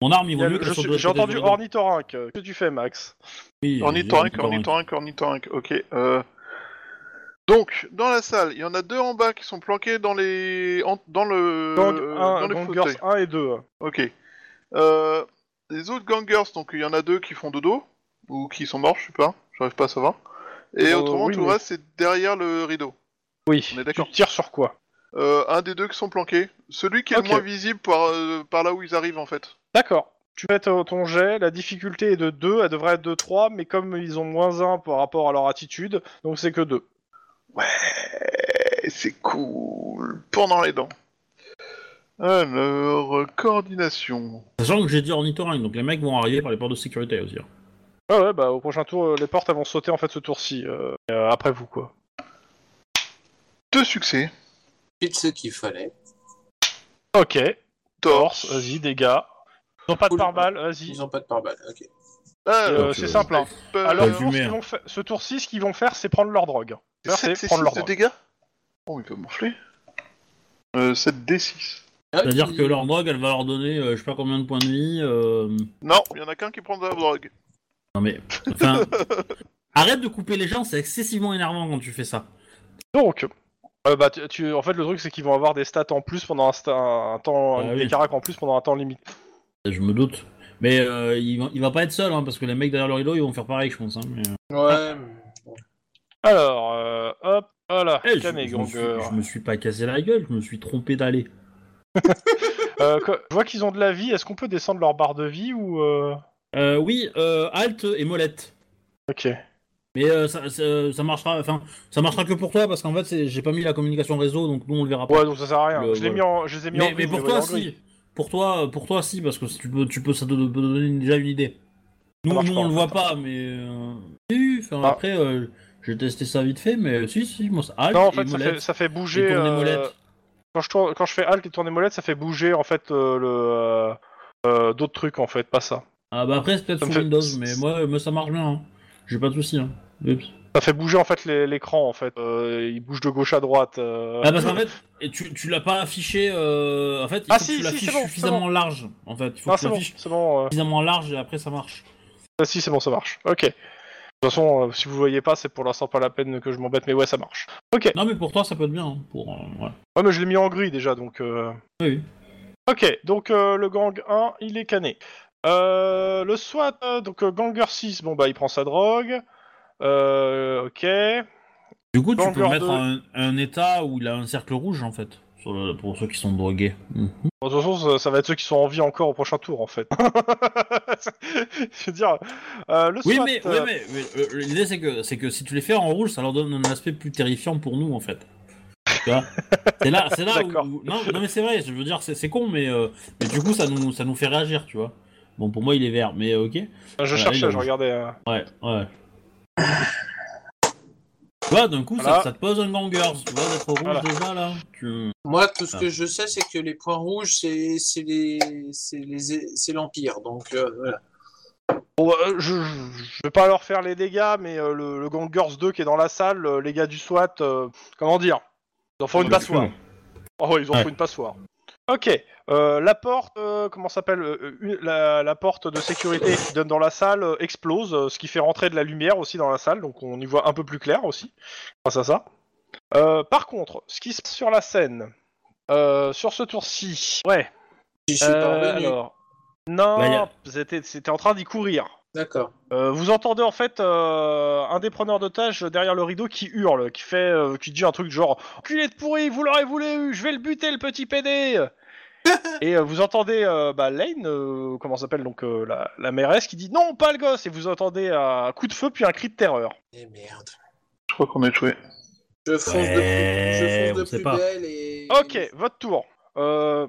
Speaker 5: Mon arme, il
Speaker 2: il
Speaker 5: vaut
Speaker 2: y a
Speaker 5: mieux
Speaker 2: le-
Speaker 5: qu'elle
Speaker 2: je
Speaker 5: soit de
Speaker 2: suis-
Speaker 5: l'autre
Speaker 2: J'ai
Speaker 5: côté du
Speaker 2: entendu
Speaker 5: rideau.
Speaker 2: ornithorynque. Qu'est-ce que tu fais, Max
Speaker 5: Oui,
Speaker 4: Ornithorynque,
Speaker 5: j'ai ornithorynque.
Speaker 4: ornithorynque, ornithorynque, ok. Euh... Donc, dans la salle, il y en a deux en bas qui sont planqués dans les... en- dans le...
Speaker 2: Gang
Speaker 4: Euh, dans
Speaker 2: 1,
Speaker 4: le
Speaker 2: Gang
Speaker 4: fauteuil.
Speaker 2: Girls 1 et 2.
Speaker 4: Ok. Euh, les autres gangers, donc il y en a deux qui font dodo, ou qui sont morts, je sais pas, j'arrive pas à savoir. Et
Speaker 2: Euh,
Speaker 4: autrement,
Speaker 2: oui,
Speaker 4: tout
Speaker 2: mais-
Speaker 4: le reste, c'est derrière le rideau.
Speaker 2: Oui.
Speaker 4: On est d'accord.
Speaker 2: Tu tires sur quoi
Speaker 4: Euh, un des deux qui sont planqués. Celui qui est
Speaker 2: Ok.
Speaker 4: le moins visible par, euh, par là où ils arrivent, en fait.
Speaker 2: D'accord. Tu mets ton ton jet, la difficulté est de 2, elle devrait être de 3, mais comme ils ont moins 1 par rapport à leur attitude, donc c'est que 2.
Speaker 4: Ouais, Eh, c'est cool. Pendant les dents. Alors, euh, coordination.
Speaker 5: Sachant que j'ai dit ornithorynque, donc les mecs vont arriver par les portes de sécurité aussi. hein.
Speaker 2: Ah ouais, bah au prochain tour, euh, les portes elles vont sauter en fait ce tour-ci, euh, euh, après vous quoi.
Speaker 4: Deux succès.
Speaker 3: Pile ce qu'il fallait.
Speaker 2: Ok,
Speaker 4: Torse.
Speaker 2: torse, vas-y, dégâts. Ils n'ont pas de
Speaker 3: Cool.
Speaker 2: pare-balles, vas-y.
Speaker 3: Ils ont pas de pare-balles. ok.
Speaker 4: Ah,
Speaker 2: Euh,
Speaker 5: Donc,
Speaker 2: c'est
Speaker 5: euh,
Speaker 2: simple. hein.
Speaker 4: euh,
Speaker 2: Alors,
Speaker 5: résumé,
Speaker 2: ce, qu'ils
Speaker 5: hein.
Speaker 2: vont fa- ce tour-ci, ce qu'ils vont faire, c'est prendre leur drogue.
Speaker 4: c'est 7
Speaker 2: c'est
Speaker 4: c'est
Speaker 2: prendre
Speaker 4: 6
Speaker 2: leur
Speaker 4: de
Speaker 2: drogue.
Speaker 4: dégâts Oh, il peut morfler. Euh, 7 D6.
Speaker 3: Ah,
Speaker 5: C'est-à-dire
Speaker 3: ils-
Speaker 5: que leur drogue, elle va leur donner euh, je sais pas combien de points de vie. euh,
Speaker 4: Non, il y en a qu'un qui prend de la drogue.
Speaker 5: Non mais. Enfin. arrête de couper les gens, c'est excessivement énervant quand tu fais ça.
Speaker 2: Donc, euh, bah, tu, tu- en fait, le truc, c'est qu'ils vont avoir des stats en plus pendant un, sta- un temps,
Speaker 5: Ah
Speaker 2: des
Speaker 5: oui.
Speaker 2: caracs en plus pendant un temps limite.
Speaker 5: Je me doute. Mais euh, il, va, il va pas être seul, hein, parce que les mecs derrière le rideau, ils vont faire pareil, je pense. Hein, mais, euh.
Speaker 3: Ouais. mais-
Speaker 2: Alors, euh, hop, voilà,
Speaker 5: Eh, je,
Speaker 2: Canet,
Speaker 5: je me suis,
Speaker 2: Gongueur.
Speaker 5: je me suis pas cassé la gueule, je me suis trompé d'aller.
Speaker 2: Euh, quoi- je vois qu'ils ont de la vie, est-ce qu'on peut descendre leur barre de vie ou... euh,
Speaker 5: Euh, oui, euh, halte et molette.
Speaker 2: Ok.
Speaker 5: Mais euh, ça, ça, ça marchera, enfin, ça marchera que pour toi parce qu'en fait, c'est- j'ai pas mis la communication réseau, donc nous on le verra pas.
Speaker 2: Ouais, donc ça sert à rien.
Speaker 5: Le-
Speaker 2: je, l'ai
Speaker 5: voilà.
Speaker 2: mis en, je les ai mis en
Speaker 5: mais,
Speaker 2: gris,
Speaker 5: mais
Speaker 2: vous
Speaker 5: pour
Speaker 2: les
Speaker 5: toi,
Speaker 2: voyez en gris.
Speaker 5: si. Pour toi, pour toi, si, parce que tu peux, tu peux, ça te, peut te donner déjà une idée. Nous,
Speaker 2: marche
Speaker 5: nous,
Speaker 2: pas,
Speaker 5: on
Speaker 2: en
Speaker 5: le
Speaker 2: fait.
Speaker 5: voit pas, mais euh, si, enfin,
Speaker 2: Ah.
Speaker 5: après, euh, j'ai testé ça vite fait, mais si, si, moi, ça- halte
Speaker 2: Non, en
Speaker 5: et
Speaker 2: fait, ça
Speaker 5: molette,
Speaker 2: fait, ça fait
Speaker 5: et
Speaker 2: bouger...
Speaker 5: tourner
Speaker 2: euh,
Speaker 5: molette.
Speaker 2: quand, je tourne- quand je fais Hulk et tourner molette, ça fait bouger, en fait, euh, le... euh, euh, d'autres trucs, en fait, pas ça.
Speaker 5: Ah bah après, c'est peut-être
Speaker 2: ça me
Speaker 5: sous
Speaker 2: fait-
Speaker 5: Windows, mais moi, moi, ça marche bien. hein. J'ai pas de soucis. Hein. Oups.
Speaker 2: Ça fait bouger, en fait, les- l'écran, en fait. Euh, il bouge de gauche à droite. euh.
Speaker 5: Ah parce qu'en fait, et tu, tu l'as pas affiché. euh, En fait, il
Speaker 2: Ah
Speaker 5: faut
Speaker 2: si,
Speaker 5: que tu
Speaker 2: si,
Speaker 5: l'affiches
Speaker 2: c'est bon, c'est
Speaker 5: suffisamment large. En fait, il faut
Speaker 2: Non,
Speaker 5: que tu
Speaker 2: c'est bon,
Speaker 5: l'affiches
Speaker 2: c'est bon. euh,
Speaker 5: suffisamment large et après ça marche.
Speaker 2: Ah, si, c'est bon, ça marche. Ok. De toute façon, euh, si vous voyez pas, c'est pour l'instant pas la peine que je m'embête, mais ouais, ça marche. Ok.
Speaker 5: Non mais pour toi, ça peut être bien. hein, Pour euh, voilà.
Speaker 2: Ouais, Oh, mais je l'ai mis en gris déjà, donc. euh,
Speaker 5: Oui.
Speaker 2: Ok, donc euh, le gang 1, il est cané. Euh, le SWAT, euh, donc euh, ganger 6, bon bah il prend sa drogue. Euh, ok.
Speaker 5: Du coup, tu
Speaker 2: Ganger
Speaker 5: peux mettre
Speaker 2: deux.
Speaker 5: un, un état où il a un cercle rouge en fait. sur le- pour ceux qui sont drogués. Mhm.
Speaker 2: Bon, de toute façon, ça, ça va être ceux qui sont en vie encore au prochain tour, en fait. je veux dire, euh, le SWAT.
Speaker 5: Oui, mais, oui,
Speaker 2: euh,
Speaker 5: mais, mais, euh, l'idée c'est que c'est que si tu les fais en rouge, ça leur donne un aspect plus terrifiant pour nous en fait. Tu vois C'est là, c'est là où,
Speaker 2: D'accord.
Speaker 5: où- non, non, mais c'est vrai. Je veux dire, c'est c'est con, mais euh, mais du coup, ça nous ça nous fait réagir, tu vois. Bon, pour moi, il est vert, mais euh, ok.
Speaker 2: Je
Speaker 5: Ah,
Speaker 2: cherchais,
Speaker 5: oui,
Speaker 2: je
Speaker 5: non.
Speaker 2: regardais. euh.
Speaker 5: Ouais, ouais. Tu vois, d'un coup, ça-
Speaker 2: Voilà.
Speaker 5: ça, te pose un gangers. Tu vois, d'être rouge
Speaker 2: Voilà.
Speaker 5: déjà, là. Tu-
Speaker 3: Moi, tout ce
Speaker 5: Ah.
Speaker 3: que je sais, c'est que les points rouges, c'est c'est les c'est les c'est l'empire. Donc euh, voilà.
Speaker 2: Bon, euh, je, je- je vais pas leur faire les dégâts, mais euh, le, le Gang Girls 2 qui est dans la salle, euh, les gars du SWAT, euh, comment dire Ils en font
Speaker 5: Bah,
Speaker 2: une passoire. Oh, ils en
Speaker 5: Ouais.
Speaker 2: font une passoire. Ok, euh, la porte, euh, comment ça s'appelle euh, une- la, la porte de sécurité qui donne dans la salle euh, explose, euh, ce qui fait rentrer de la lumière aussi dans la salle, donc on y voit un peu plus clair aussi, grâce à ça. Euh, par contre, ce qui se passe sur la scène, euh, sur ce tour-ci, ouais,
Speaker 3: Je suis pas
Speaker 2: euh,
Speaker 3: revenu.
Speaker 2: alors, non,
Speaker 5: Bah, y a-
Speaker 2: c'était c'était en train d'y courir.
Speaker 3: D'accord.
Speaker 2: Euh, vous entendez en fait euh, un des preneurs d'otages derrière le rideau qui hurle, qui fait, euh, qui dit un truc genre culé de pourri, vous l'aurez voulu, eu, je vais le buter le petit PD. et euh, vous entendez euh, bah, Lane, euh, comment s'appelle donc euh, la, la mairesse, qui dit non pas le gosse et vous entendez un coup de feu puis un cri de terreur.
Speaker 3: Eh merde.
Speaker 4: Je crois qu'on a échoué.
Speaker 3: Je fonce de
Speaker 5: Ouais,
Speaker 3: plus, je
Speaker 5: on
Speaker 3: fonce de
Speaker 5: sait
Speaker 3: plus
Speaker 5: pas.
Speaker 3: belle et.
Speaker 2: Ok, votre tour. Euh,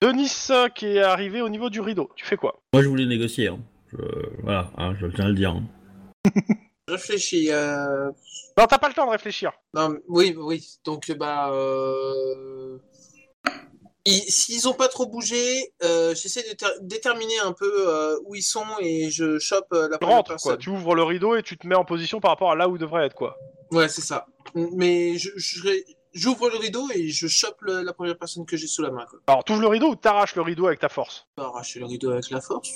Speaker 2: Denis euh, qui est arrivé au niveau du rideau, tu fais quoi
Speaker 5: Moi, je voulais négocier. hein. Je- Voilà, hein, je tiens à le dire. hein.
Speaker 3: Je réfléchis. euh,
Speaker 2: Non, t'as pas le temps de réfléchir.
Speaker 3: Non, oui, oui. Donc, bah, euh... ils- s'ils ont pas trop bougé, euh, j'essaie de ter- déterminer un peu euh, où ils sont et je chope euh, la
Speaker 2: Tu
Speaker 3: première
Speaker 2: rentres
Speaker 3: personne.
Speaker 2: quoi, tu ouvres le rideau et tu te mets en position par rapport à là où devrait être quoi.
Speaker 3: Ouais, c'est ça. Mais je- je ré- j'ouvre le rideau et je chope le- la première personne que j'ai sous la main. Quoi.
Speaker 2: Alors t'ouvres le rideau ou t'arraches le rideau avec ta force
Speaker 3: Je peux arracher le rideau avec la force.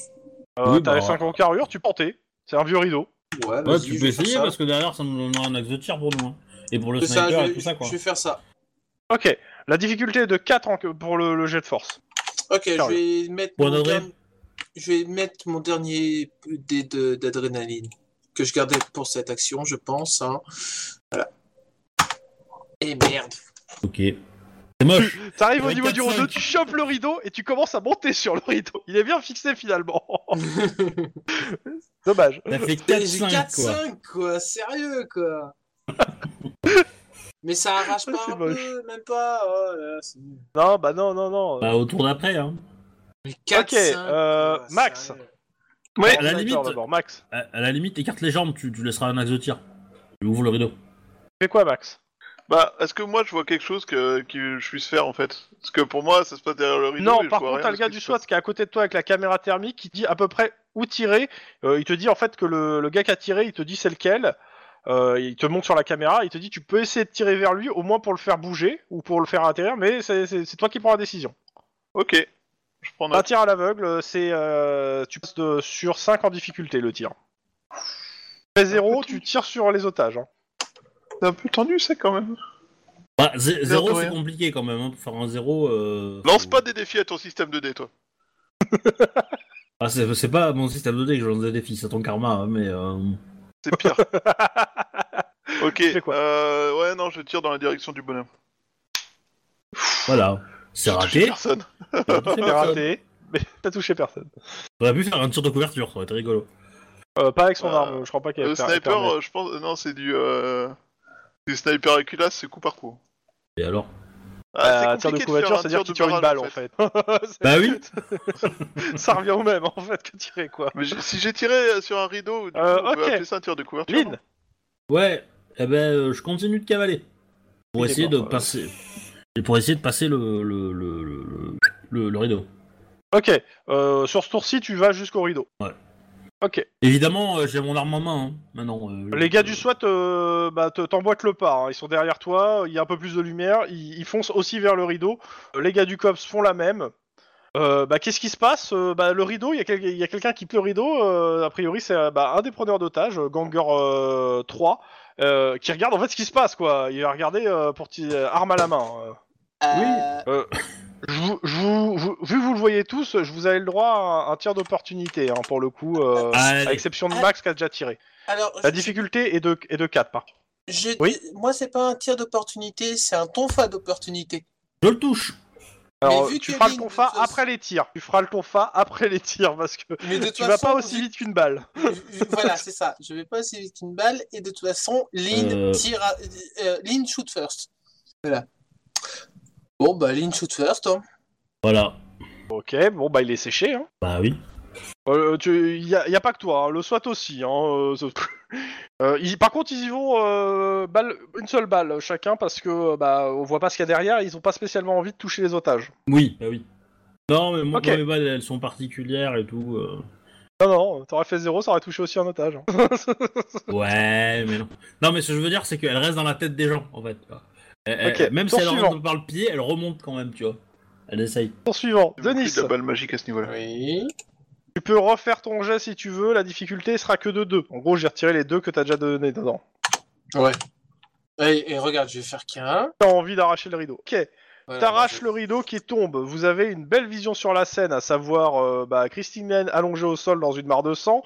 Speaker 2: Euh,
Speaker 5: Oui,
Speaker 2: T'avais
Speaker 5: bah,
Speaker 2: 5 ans de carrure, tu portais. C'est un vieux rideau.
Speaker 3: Ouais,
Speaker 5: Ouais,
Speaker 3: vas-y,
Speaker 5: tu
Speaker 3: je
Speaker 5: peux
Speaker 3: vais faire
Speaker 5: essayer
Speaker 3: ça.
Speaker 5: parce que derrière, ça nous donnera un axe de tir pour nous. hein. Et pour le
Speaker 3: C'est ça,
Speaker 5: sniper
Speaker 3: je,
Speaker 5: et tout ça, quoi.
Speaker 3: je vais faire ça.
Speaker 2: Ok. La difficulté est de 4 en... pour le, le jet de force.
Speaker 3: Ok,
Speaker 2: Charles.
Speaker 3: je vais mettre
Speaker 5: Point
Speaker 3: mon
Speaker 5: d'adré-
Speaker 3: derni- je vais mettre mon dernier dé de- d'adrénaline que je gardais pour cette action, je pense. hein. Voilà. Et merde.
Speaker 5: Ok. C'est moche.
Speaker 2: T'arrives au
Speaker 5: Avec
Speaker 2: niveau du
Speaker 5: 4-5.
Speaker 2: rideau, tu chopes le rideau et tu commences à monter sur le rideau. Il est bien fixé finalement. Dommage.
Speaker 5: T'as fait
Speaker 3: J'ai
Speaker 5: 4-5, quoi.
Speaker 3: 4-5 quoi, sérieux quoi. Mais ça arrache
Speaker 2: Ah,
Speaker 3: pas
Speaker 2: c'est
Speaker 3: un peu, même pas. Oh là là, c'est nul.
Speaker 2: Non, bah non, non, non.
Speaker 5: Bah, au tour d'après, hein.
Speaker 3: Mais 4,
Speaker 2: euh, Max.
Speaker 4: Ouais.
Speaker 5: à la
Speaker 2: Sniper,
Speaker 5: limite-
Speaker 2: d'abord, Max.
Speaker 5: À, à la limite, écarte les jambes, tu, tu laisseras un axe de tir. Tu ouvres le rideau.
Speaker 2: Tu fais quoi, Max
Speaker 4: Bah, est-ce que moi je vois quelque chose que, que je puisse faire en fait Parce que pour moi, ça se passe derrière le rideau. et
Speaker 2: Non,
Speaker 4: je
Speaker 2: par
Speaker 4: vois
Speaker 2: contre,
Speaker 4: rien
Speaker 2: t'as
Speaker 4: de
Speaker 2: le
Speaker 4: ce
Speaker 2: gars
Speaker 4: qui
Speaker 2: du
Speaker 4: se
Speaker 2: SWAT qui est à côté de toi avec la caméra thermique qui dit à peu près où tirer. Euh, il te dit en fait que le, le gars qui a tiré, il te dit c'est lequel. Euh, il te montre sur la caméra, il te dit tu peux essayer de tirer vers lui, au moins pour le faire bouger ou pour le faire atterrir, mais c'est- c'est c'est toi qui prends la décision.
Speaker 4: Ok, je prends
Speaker 2: Un
Speaker 4: note.
Speaker 2: tir à l'aveugle, c'est euh, tu passes de, sur 5 en difficulté le tir. Fais 0, tu tires sur les otages. hein.
Speaker 4: C'est un peu tendu ça quand même.
Speaker 5: Bah, zé- zéro,
Speaker 4: rien.
Speaker 5: c'est compliqué quand même. hein, Pour faire un zéro. euh,
Speaker 4: Lance
Speaker 5: faut-
Speaker 4: pas des défis à ton système de dés, toi.
Speaker 5: Ah, c'est c'est pas à mon système de dés que je lance des défis, c'est ton karma, hein, mais. euh,
Speaker 4: C'est pire. ok,
Speaker 2: fais quoi
Speaker 4: euh, ouais, non, je tire dans la direction du bonhomme.
Speaker 5: Voilà. C'est raté.
Speaker 4: Personne.
Speaker 2: T'es raté, mais t'as touché personne.
Speaker 5: T'aurais pu faire un tir de couverture, ça aurait été rigolo.
Speaker 2: Euh, pas avec son
Speaker 4: Euh,
Speaker 2: arme, je crois pas qu'il y
Speaker 4: Le
Speaker 2: a
Speaker 4: sniper, euh, je pense. Non, c'est du. euh, Du sniper à culasse, c'est coup par coup.
Speaker 5: Et alors
Speaker 4: Ah,
Speaker 2: Euh, tir de
Speaker 4: compliqué
Speaker 2: couverture,
Speaker 4: faire un
Speaker 2: c'est-à-dire que
Speaker 4: tir
Speaker 2: tu
Speaker 4: de
Speaker 2: tires une
Speaker 4: barrage,
Speaker 2: balle en fait. C'est-
Speaker 5: Bah oui.
Speaker 2: ça revient au même en fait que tirer quoi.
Speaker 4: Mais j'ai- si j'ai tiré euh, sur un rideau, du
Speaker 2: Euh,
Speaker 4: coup, on peut
Speaker 2: ok.
Speaker 4: appeler ça un tir de couverture.
Speaker 2: Lynn,
Speaker 5: Ouais, eh ben, euh, je continue de cavaler. Pour
Speaker 2: Oui,
Speaker 5: essayer de
Speaker 2: d'accord, euh.
Speaker 5: passer. Et pour essayer de passer le. le, le, le, le- le rideau.
Speaker 2: ok, euh, sur ce tour-ci, tu vas jusqu'au rideau.
Speaker 5: Ouais.
Speaker 2: Ok,
Speaker 5: Évidemment, euh, j'ai mon arme en main, hein, maintenant. euh,
Speaker 2: les gars
Speaker 5: euh,
Speaker 2: du SWAT euh, bah, te- t'emboîtent le pas, hein. ils sont derrière toi, il y a un peu plus de lumière, ils, ils foncent aussi vers le rideau, Euh, les gars du COPS font la même. Euh, bah, Qu'est-ce qui se passe Euh, bah, Le rideau, il y a, quel- il y a quelqu'un qui quitte le rideau, euh, a priori c'est euh, bah, un des preneurs d'otages, euh, Ganger euh, 3, euh, qui regarde en fait ce qui se passe quoi, il va regarder euh, pour t- euh, arme à la main. euh.
Speaker 3: Euh,
Speaker 5: Oui.
Speaker 2: Je vous, je vous- vous- vu que vous le voyez tous, je vous avez le droit à un, un tir d'opportunité, hein, pour le coup, euh,
Speaker 5: Ah, Allez.
Speaker 2: à exception de
Speaker 3: Ah.
Speaker 2: Max qui a déjà tiré.
Speaker 3: Alors,
Speaker 2: La
Speaker 3: je-
Speaker 2: difficulté est de, est de 4, par contre.
Speaker 3: je,
Speaker 2: Oui.
Speaker 3: moi, c'est pas un tir d'opportunité, c'est un tonfa d'opportunité.
Speaker 5: Je le touche
Speaker 2: Alors,
Speaker 3: Mais vu
Speaker 2: tu
Speaker 3: que
Speaker 2: feras le
Speaker 3: Lynn,
Speaker 2: tonfa
Speaker 3: de toute
Speaker 2: après les tirs. Tu feras le tonfa après les tirs, parce que
Speaker 3: Mais de
Speaker 2: tu
Speaker 3: toute
Speaker 2: vas
Speaker 3: façon,
Speaker 2: pas aussi
Speaker 3: vu-
Speaker 2: vite qu'une balle.
Speaker 3: vu- voilà, c'est ça. Je vais pas aussi vite qu'une balle, et de toute façon, Lynn
Speaker 5: Euh.
Speaker 3: tire à- euh, Lynn shoot first. Voilà. Bon, bah, Lynn shoot first. hein.
Speaker 5: Voilà.
Speaker 2: Ok, bon, bah, il est séché, hein.
Speaker 5: Bah oui.
Speaker 2: Euh, tu- y, a, y a pas que toi, hein, le SWAT aussi. Hein, euh, ça- Euh, ils- par contre, ils y vont euh, balle- une seule balle chacun parce que euh, bah on voit pas ce qu'il y a derrière. Ils ont pas spécialement envie de toucher les otages.
Speaker 5: Oui, bah oui. Non, mais moi,
Speaker 2: Ok.
Speaker 5: mes balles, elles sont particulières et tout. euh.
Speaker 2: Non, non, t'aurais fait zéro, ça aurait touché aussi un otage. hein.
Speaker 5: Ouais, mais non. Non, mais ce que je veux dire, c'est qu'elle reste dans la tête des gens, en fait. Elle-
Speaker 2: Ok,
Speaker 5: elle- même si
Speaker 2: tour
Speaker 5: elle
Speaker 2: suivant.
Speaker 5: rentre par le pied, elle remonte quand même, tu vois. Elle essaye.
Speaker 2: Tour suivant,
Speaker 4: J'ai
Speaker 2: Denis,
Speaker 4: plus de la balle magique à ce niveau-là.
Speaker 3: Oui.
Speaker 2: tu peux refaire ton jet si tu veux, la difficulté sera que de 2. En gros, j'ai retiré les deux que t'as déjà donné dedans.
Speaker 3: Ouais. Et, et regarde, je vais faire qu'un.
Speaker 2: T'as envie d'arracher le rideau. Ok,
Speaker 3: Voilà,
Speaker 2: t'arraches
Speaker 3: je-
Speaker 2: le rideau qui tombe. Vous avez une belle vision sur la scène, à savoir euh, bah, Christine Lane allongée au sol dans une mare de sang,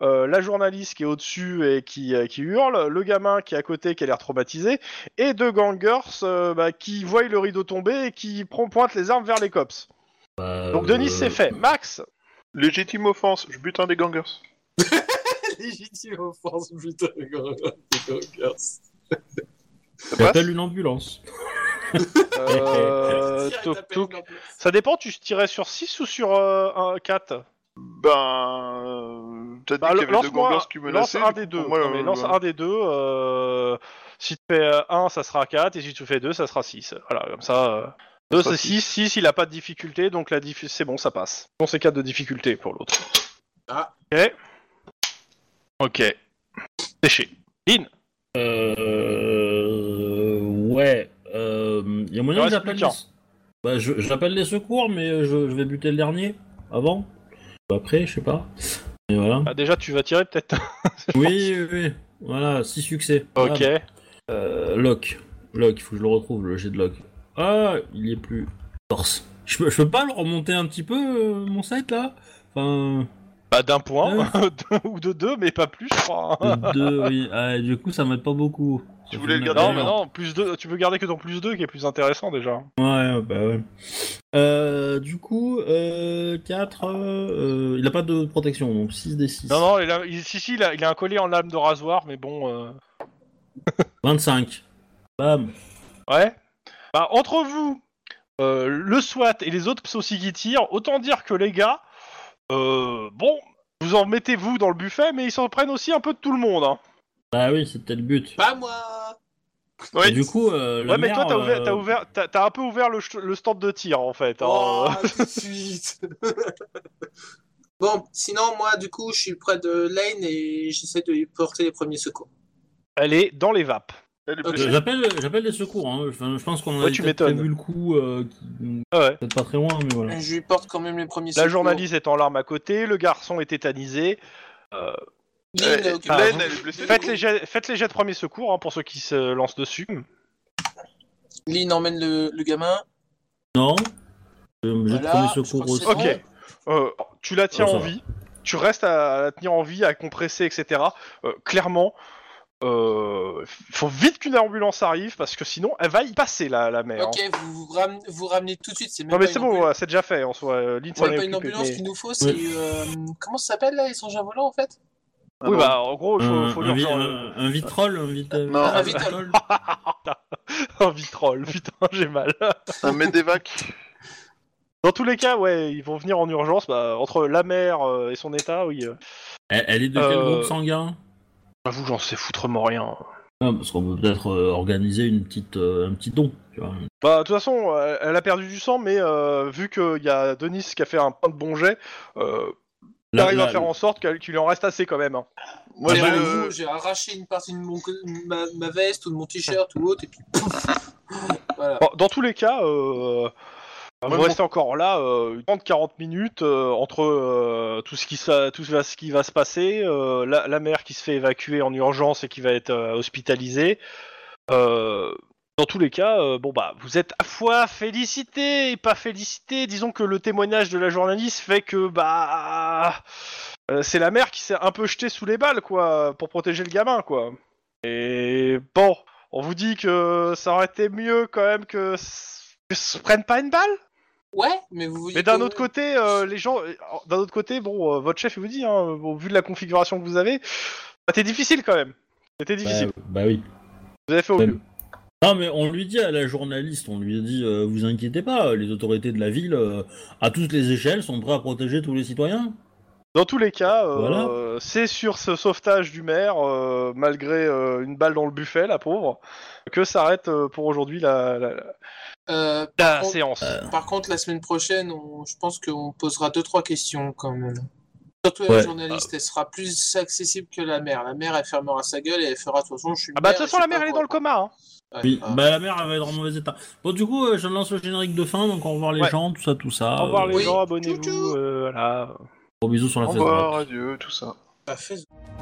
Speaker 2: euh, la journaliste qui est au-dessus et qui, euh, qui hurle, le gamin qui est à côté qui a l'air traumatisé, et deux gangers euh, bah, qui voient le rideau tomber et qui prend- pointent les armes vers les cops.
Speaker 5: Bah,
Speaker 2: Donc Denis,
Speaker 5: euh,
Speaker 2: c'est fait. Max,
Speaker 4: Légitime offense, je bute un des gangers.
Speaker 3: Légitime offense, putain, les gangers.
Speaker 4: Ça passe
Speaker 5: J'appelle une ambulance.
Speaker 2: euh,
Speaker 3: Tire et
Speaker 2: toc,
Speaker 3: t'appelles
Speaker 2: toc.
Speaker 3: une ambulance.
Speaker 2: Ça dépend, tu tirais sur 6 ou sur 4
Speaker 4: Ben. euh, T'as dit qu'il y avait deux gangers qui me
Speaker 2: Bah, lance
Speaker 4: menaçaient.
Speaker 2: un
Speaker 4: du
Speaker 2: des
Speaker 4: coup,
Speaker 2: deux.
Speaker 4: pour moi,
Speaker 2: Non, mais
Speaker 4: euh,
Speaker 2: lance
Speaker 4: euh,
Speaker 2: un des deux. euh, Si tu fais 1, ça sera 4, et si tu fais 2, ça sera 6. Voilà, comme ça. 2,
Speaker 4: sera
Speaker 2: c'est 6. 6, il a pas de difficulté, donc la diff- c'est bon, ça passe. Bon, c'est 4 de difficulté pour l'autre.
Speaker 3: Ah.
Speaker 2: Ok. Ok. Séché.
Speaker 5: Euh... Ouais. Euh... Il y
Speaker 2: Il
Speaker 5: a moyen que
Speaker 2: reste
Speaker 5: j'appelle
Speaker 2: plus qu'un.
Speaker 5: les... Bah, je- j'appelle les secours, mais euh, je, je vais buter le dernier. Avant Ou après, je sais pas. Mais voilà.
Speaker 2: Ah, déjà, tu vas tirer peut-être.
Speaker 5: Oui, oui, oui. Voilà, 6 succès.
Speaker 2: ok.
Speaker 5: Ah, euh, Locke. Locke, il faut que je le retrouve, le jet de Locke. Ah, il est plus... Torse. Je peux, je peux pas le remonter un petit peu, euh, mon set, là Enfin...
Speaker 2: Bah, d'un point, ou de deux, mais pas plus, je crois. hein.
Speaker 5: de deux, oui. Ah, du coup, ça m'aide pas beaucoup.
Speaker 4: Tu voulais le garder
Speaker 2: Non,
Speaker 4: D'ailleurs.
Speaker 2: mais non, plus deux, tu peux garder que ton plus 2 qui est plus intéressant déjà.
Speaker 5: Ouais, bah ouais. Euh, du coup, euh, 4, euh, il a pas de protection, donc 6 des 6.
Speaker 2: Non, non, il a, il- si, si, il a, il a un collier en lame de rasoir, mais bon. euh,
Speaker 5: 25. Bam.
Speaker 2: Ouais. Bah, entre vous, euh, le SWAT et les autres psoci qui tirent, autant dire que les gars, euh, bon, vous en mettez vous dans le buffet, mais ils s'en prennent aussi un peu de tout le monde. hein.
Speaker 5: Bah oui, c'était le but.
Speaker 3: Pas moi
Speaker 5: Et
Speaker 4: Oui.
Speaker 5: du coup, euh, la
Speaker 2: Ouais, mais
Speaker 5: mère,
Speaker 2: toi, t'as ouvert,
Speaker 5: euh,
Speaker 2: t'as ouvert, t'as, t'as un peu ouvert le, ch- le stand de tir en fait. hein.
Speaker 3: Oh, tout de suite. bon, sinon, moi, du coup, je suis près de Lane et j'essaie de lui porter les premiers secours.
Speaker 2: Elle est dans les vapes.
Speaker 4: Elle est
Speaker 3: Ok.
Speaker 4: blessée.
Speaker 5: J'appelle, j'appelle les secours. hein. Enfin, je pense qu'on a
Speaker 2: Ouais, tu m'étonnes.
Speaker 5: prévu le coup, euh, qui-
Speaker 2: Ah ouais.
Speaker 5: peut-être pas très loin, mais voilà.
Speaker 3: Je lui porte quand même les premiers secours.
Speaker 2: La journaliste est en larmes à côté, le garçon est tétanisé.
Speaker 3: Lane,
Speaker 4: Euh,
Speaker 3: ok,
Speaker 2: Ah,
Speaker 4: Lane,
Speaker 3: pardon.
Speaker 4: elle est blessée.
Speaker 2: Faites
Speaker 4: du coup.
Speaker 2: les, jets, faites les jets de premier secours hein, pour ceux qui se lancent dessus.
Speaker 3: Lynn emmène le, le gamin.
Speaker 5: Non. Euh, J'ai
Speaker 3: Voilà,
Speaker 5: premier
Speaker 3: je
Speaker 5: secours
Speaker 3: crois que
Speaker 5: aussi.
Speaker 3: c'est
Speaker 2: Ok.
Speaker 3: bon.
Speaker 2: Euh, tu la tiens
Speaker 5: Ah, ça
Speaker 2: en
Speaker 5: va.
Speaker 2: vie, tu restes à la tenir en vie, à compresser, etc. Euh, clairement, euh, faut vite qu'une ambulance arrive parce que sinon elle va y passer la, la mère. hein.
Speaker 3: Ok, vous vous ramenez, vous ramenez tout de suite. C'est même
Speaker 2: Non mais
Speaker 3: pas
Speaker 2: c'est
Speaker 3: une
Speaker 2: bon,
Speaker 3: ambulance,
Speaker 2: ouais, c'est déjà fait en soi. euh, Lynn
Speaker 3: c'est
Speaker 2: s'en
Speaker 3: même
Speaker 2: est
Speaker 3: pas une
Speaker 2: occupée,
Speaker 3: ambulance
Speaker 2: mais-
Speaker 3: qu'il nous faut. C'est
Speaker 5: Oui.
Speaker 3: euh, comment ça s'appelle là Ils sont javelants en fait.
Speaker 4: Ah
Speaker 2: Oui
Speaker 4: non.
Speaker 2: bah en gros, faut,
Speaker 5: Un,
Speaker 2: faut
Speaker 5: un
Speaker 2: lui euh,
Speaker 5: vi-
Speaker 2: refaire
Speaker 5: un- un vitrol, un vit-
Speaker 4: Non.
Speaker 2: Ah,
Speaker 5: un
Speaker 3: Un
Speaker 5: vitrol.
Speaker 3: vitrol.
Speaker 2: un vitrol. Putain, j'ai mal.
Speaker 4: Un Medevac.
Speaker 2: Dans tous les cas, ouais, ils vont venir en urgence. Bah, entre la mère euh, et son état, oui. euh.
Speaker 5: Elle, elle est de quel
Speaker 2: Euh,
Speaker 5: groupe sanguin
Speaker 2: J'avoue, j'en sais foutrement rien.
Speaker 5: Ah, Parce qu'on peut peut-être euh, organiser une petite, euh, un petit don. Tu vois.
Speaker 2: Bah, de toute façon, euh, elle a perdu du sang, mais euh, vu qu'il y a Denis qui a fait un pain de bon jet, euh,
Speaker 5: La-
Speaker 2: t'arrives
Speaker 5: la-
Speaker 2: à faire en sorte qu'elle- qu'il lui en reste assez quand même. hein.
Speaker 4: Moi,
Speaker 3: Et en
Speaker 4: je-
Speaker 3: gros, j'ai arraché une partie de mon, ma, ma veste ou de mon t-shirt ou autre et puis pouf. voilà.
Speaker 2: Bon, dans tous les cas, euh, vous
Speaker 4: bon.
Speaker 2: restez encore là, euh, 30-40 minutes euh, entre euh, tout, ce qui, sa- tout va- ce qui va se passer, euh, la, la mère qui se fait évacuer en urgence et qui va être euh, hospitalisée. Euh, dans tous les cas, euh, bon bah, vous êtes à fois félicité et pas félicité. Disons que le témoignage de la journaliste fait que bah, euh, c'est la mère qui s'est un peu jetée sous les balles quoi, pour protéger le gamin quoi. Et bon, on vous dit que ça aurait été mieux quand même que, s- que se prennent pas une balle.
Speaker 3: Ouais, mais vous voulez.
Speaker 2: Mais d'un
Speaker 3: que-
Speaker 2: autre côté, euh, les gens, euh, d'un autre côté, bon, euh, votre chef il vous dit, hein, au vu de la configuration que vous avez, c'était difficile quand même. C'était difficile.
Speaker 5: Bah, bah oui.
Speaker 2: vous avez fait au
Speaker 5: même.
Speaker 2: mieux.
Speaker 5: Non, mais on lui dit à la journaliste, on lui a dit euh, vous inquiétez pas, les autorités de la ville, euh, à toutes les échelles, sont prêts à protéger tous les citoyens.
Speaker 2: Ah. Dans tous les cas, euh,
Speaker 5: Voilà.
Speaker 2: c'est sur ce sauvetage du maire, euh, malgré euh, une balle dans le buffet, la pauvre, que s'arrête euh, pour aujourd'hui la, la, la-
Speaker 3: Euh,
Speaker 2: la
Speaker 3: Oh.
Speaker 2: séance.
Speaker 3: Par contre, la semaine prochaine, on- je pense qu'on posera deux trois questions quand même. Surtout à
Speaker 5: Ouais.
Speaker 3: la journaliste, elle sera plus accessible que la mère. La mère, elle fermera sa gueule et elle fera de toute façon, je suis.
Speaker 2: Ah bah de
Speaker 3: mère
Speaker 2: toute
Speaker 3: et
Speaker 2: façon,
Speaker 3: je
Speaker 2: la
Speaker 3: sais
Speaker 2: mère
Speaker 3: pas
Speaker 2: elle est
Speaker 3: quoi.
Speaker 2: dans le coma. hein.
Speaker 3: Ouais,
Speaker 5: Oui,
Speaker 3: ah.
Speaker 5: bah la mère elle va être en mauvais état. Bon, du coup, euh, je lance le générique de fin, donc au revoir les
Speaker 2: Ouais.
Speaker 5: gens, tout ça, tout ça.
Speaker 2: Au revoir les
Speaker 5: euh,
Speaker 3: Oui.
Speaker 2: gens,
Speaker 3: Tchou, tchou.
Speaker 2: abonnez-vous. euh, voilà.
Speaker 5: Gros bisous sur la
Speaker 4: Au
Speaker 5: fesse droite.
Speaker 4: revoir, adieu, Oh, tout ça.
Speaker 3: Bah, fais-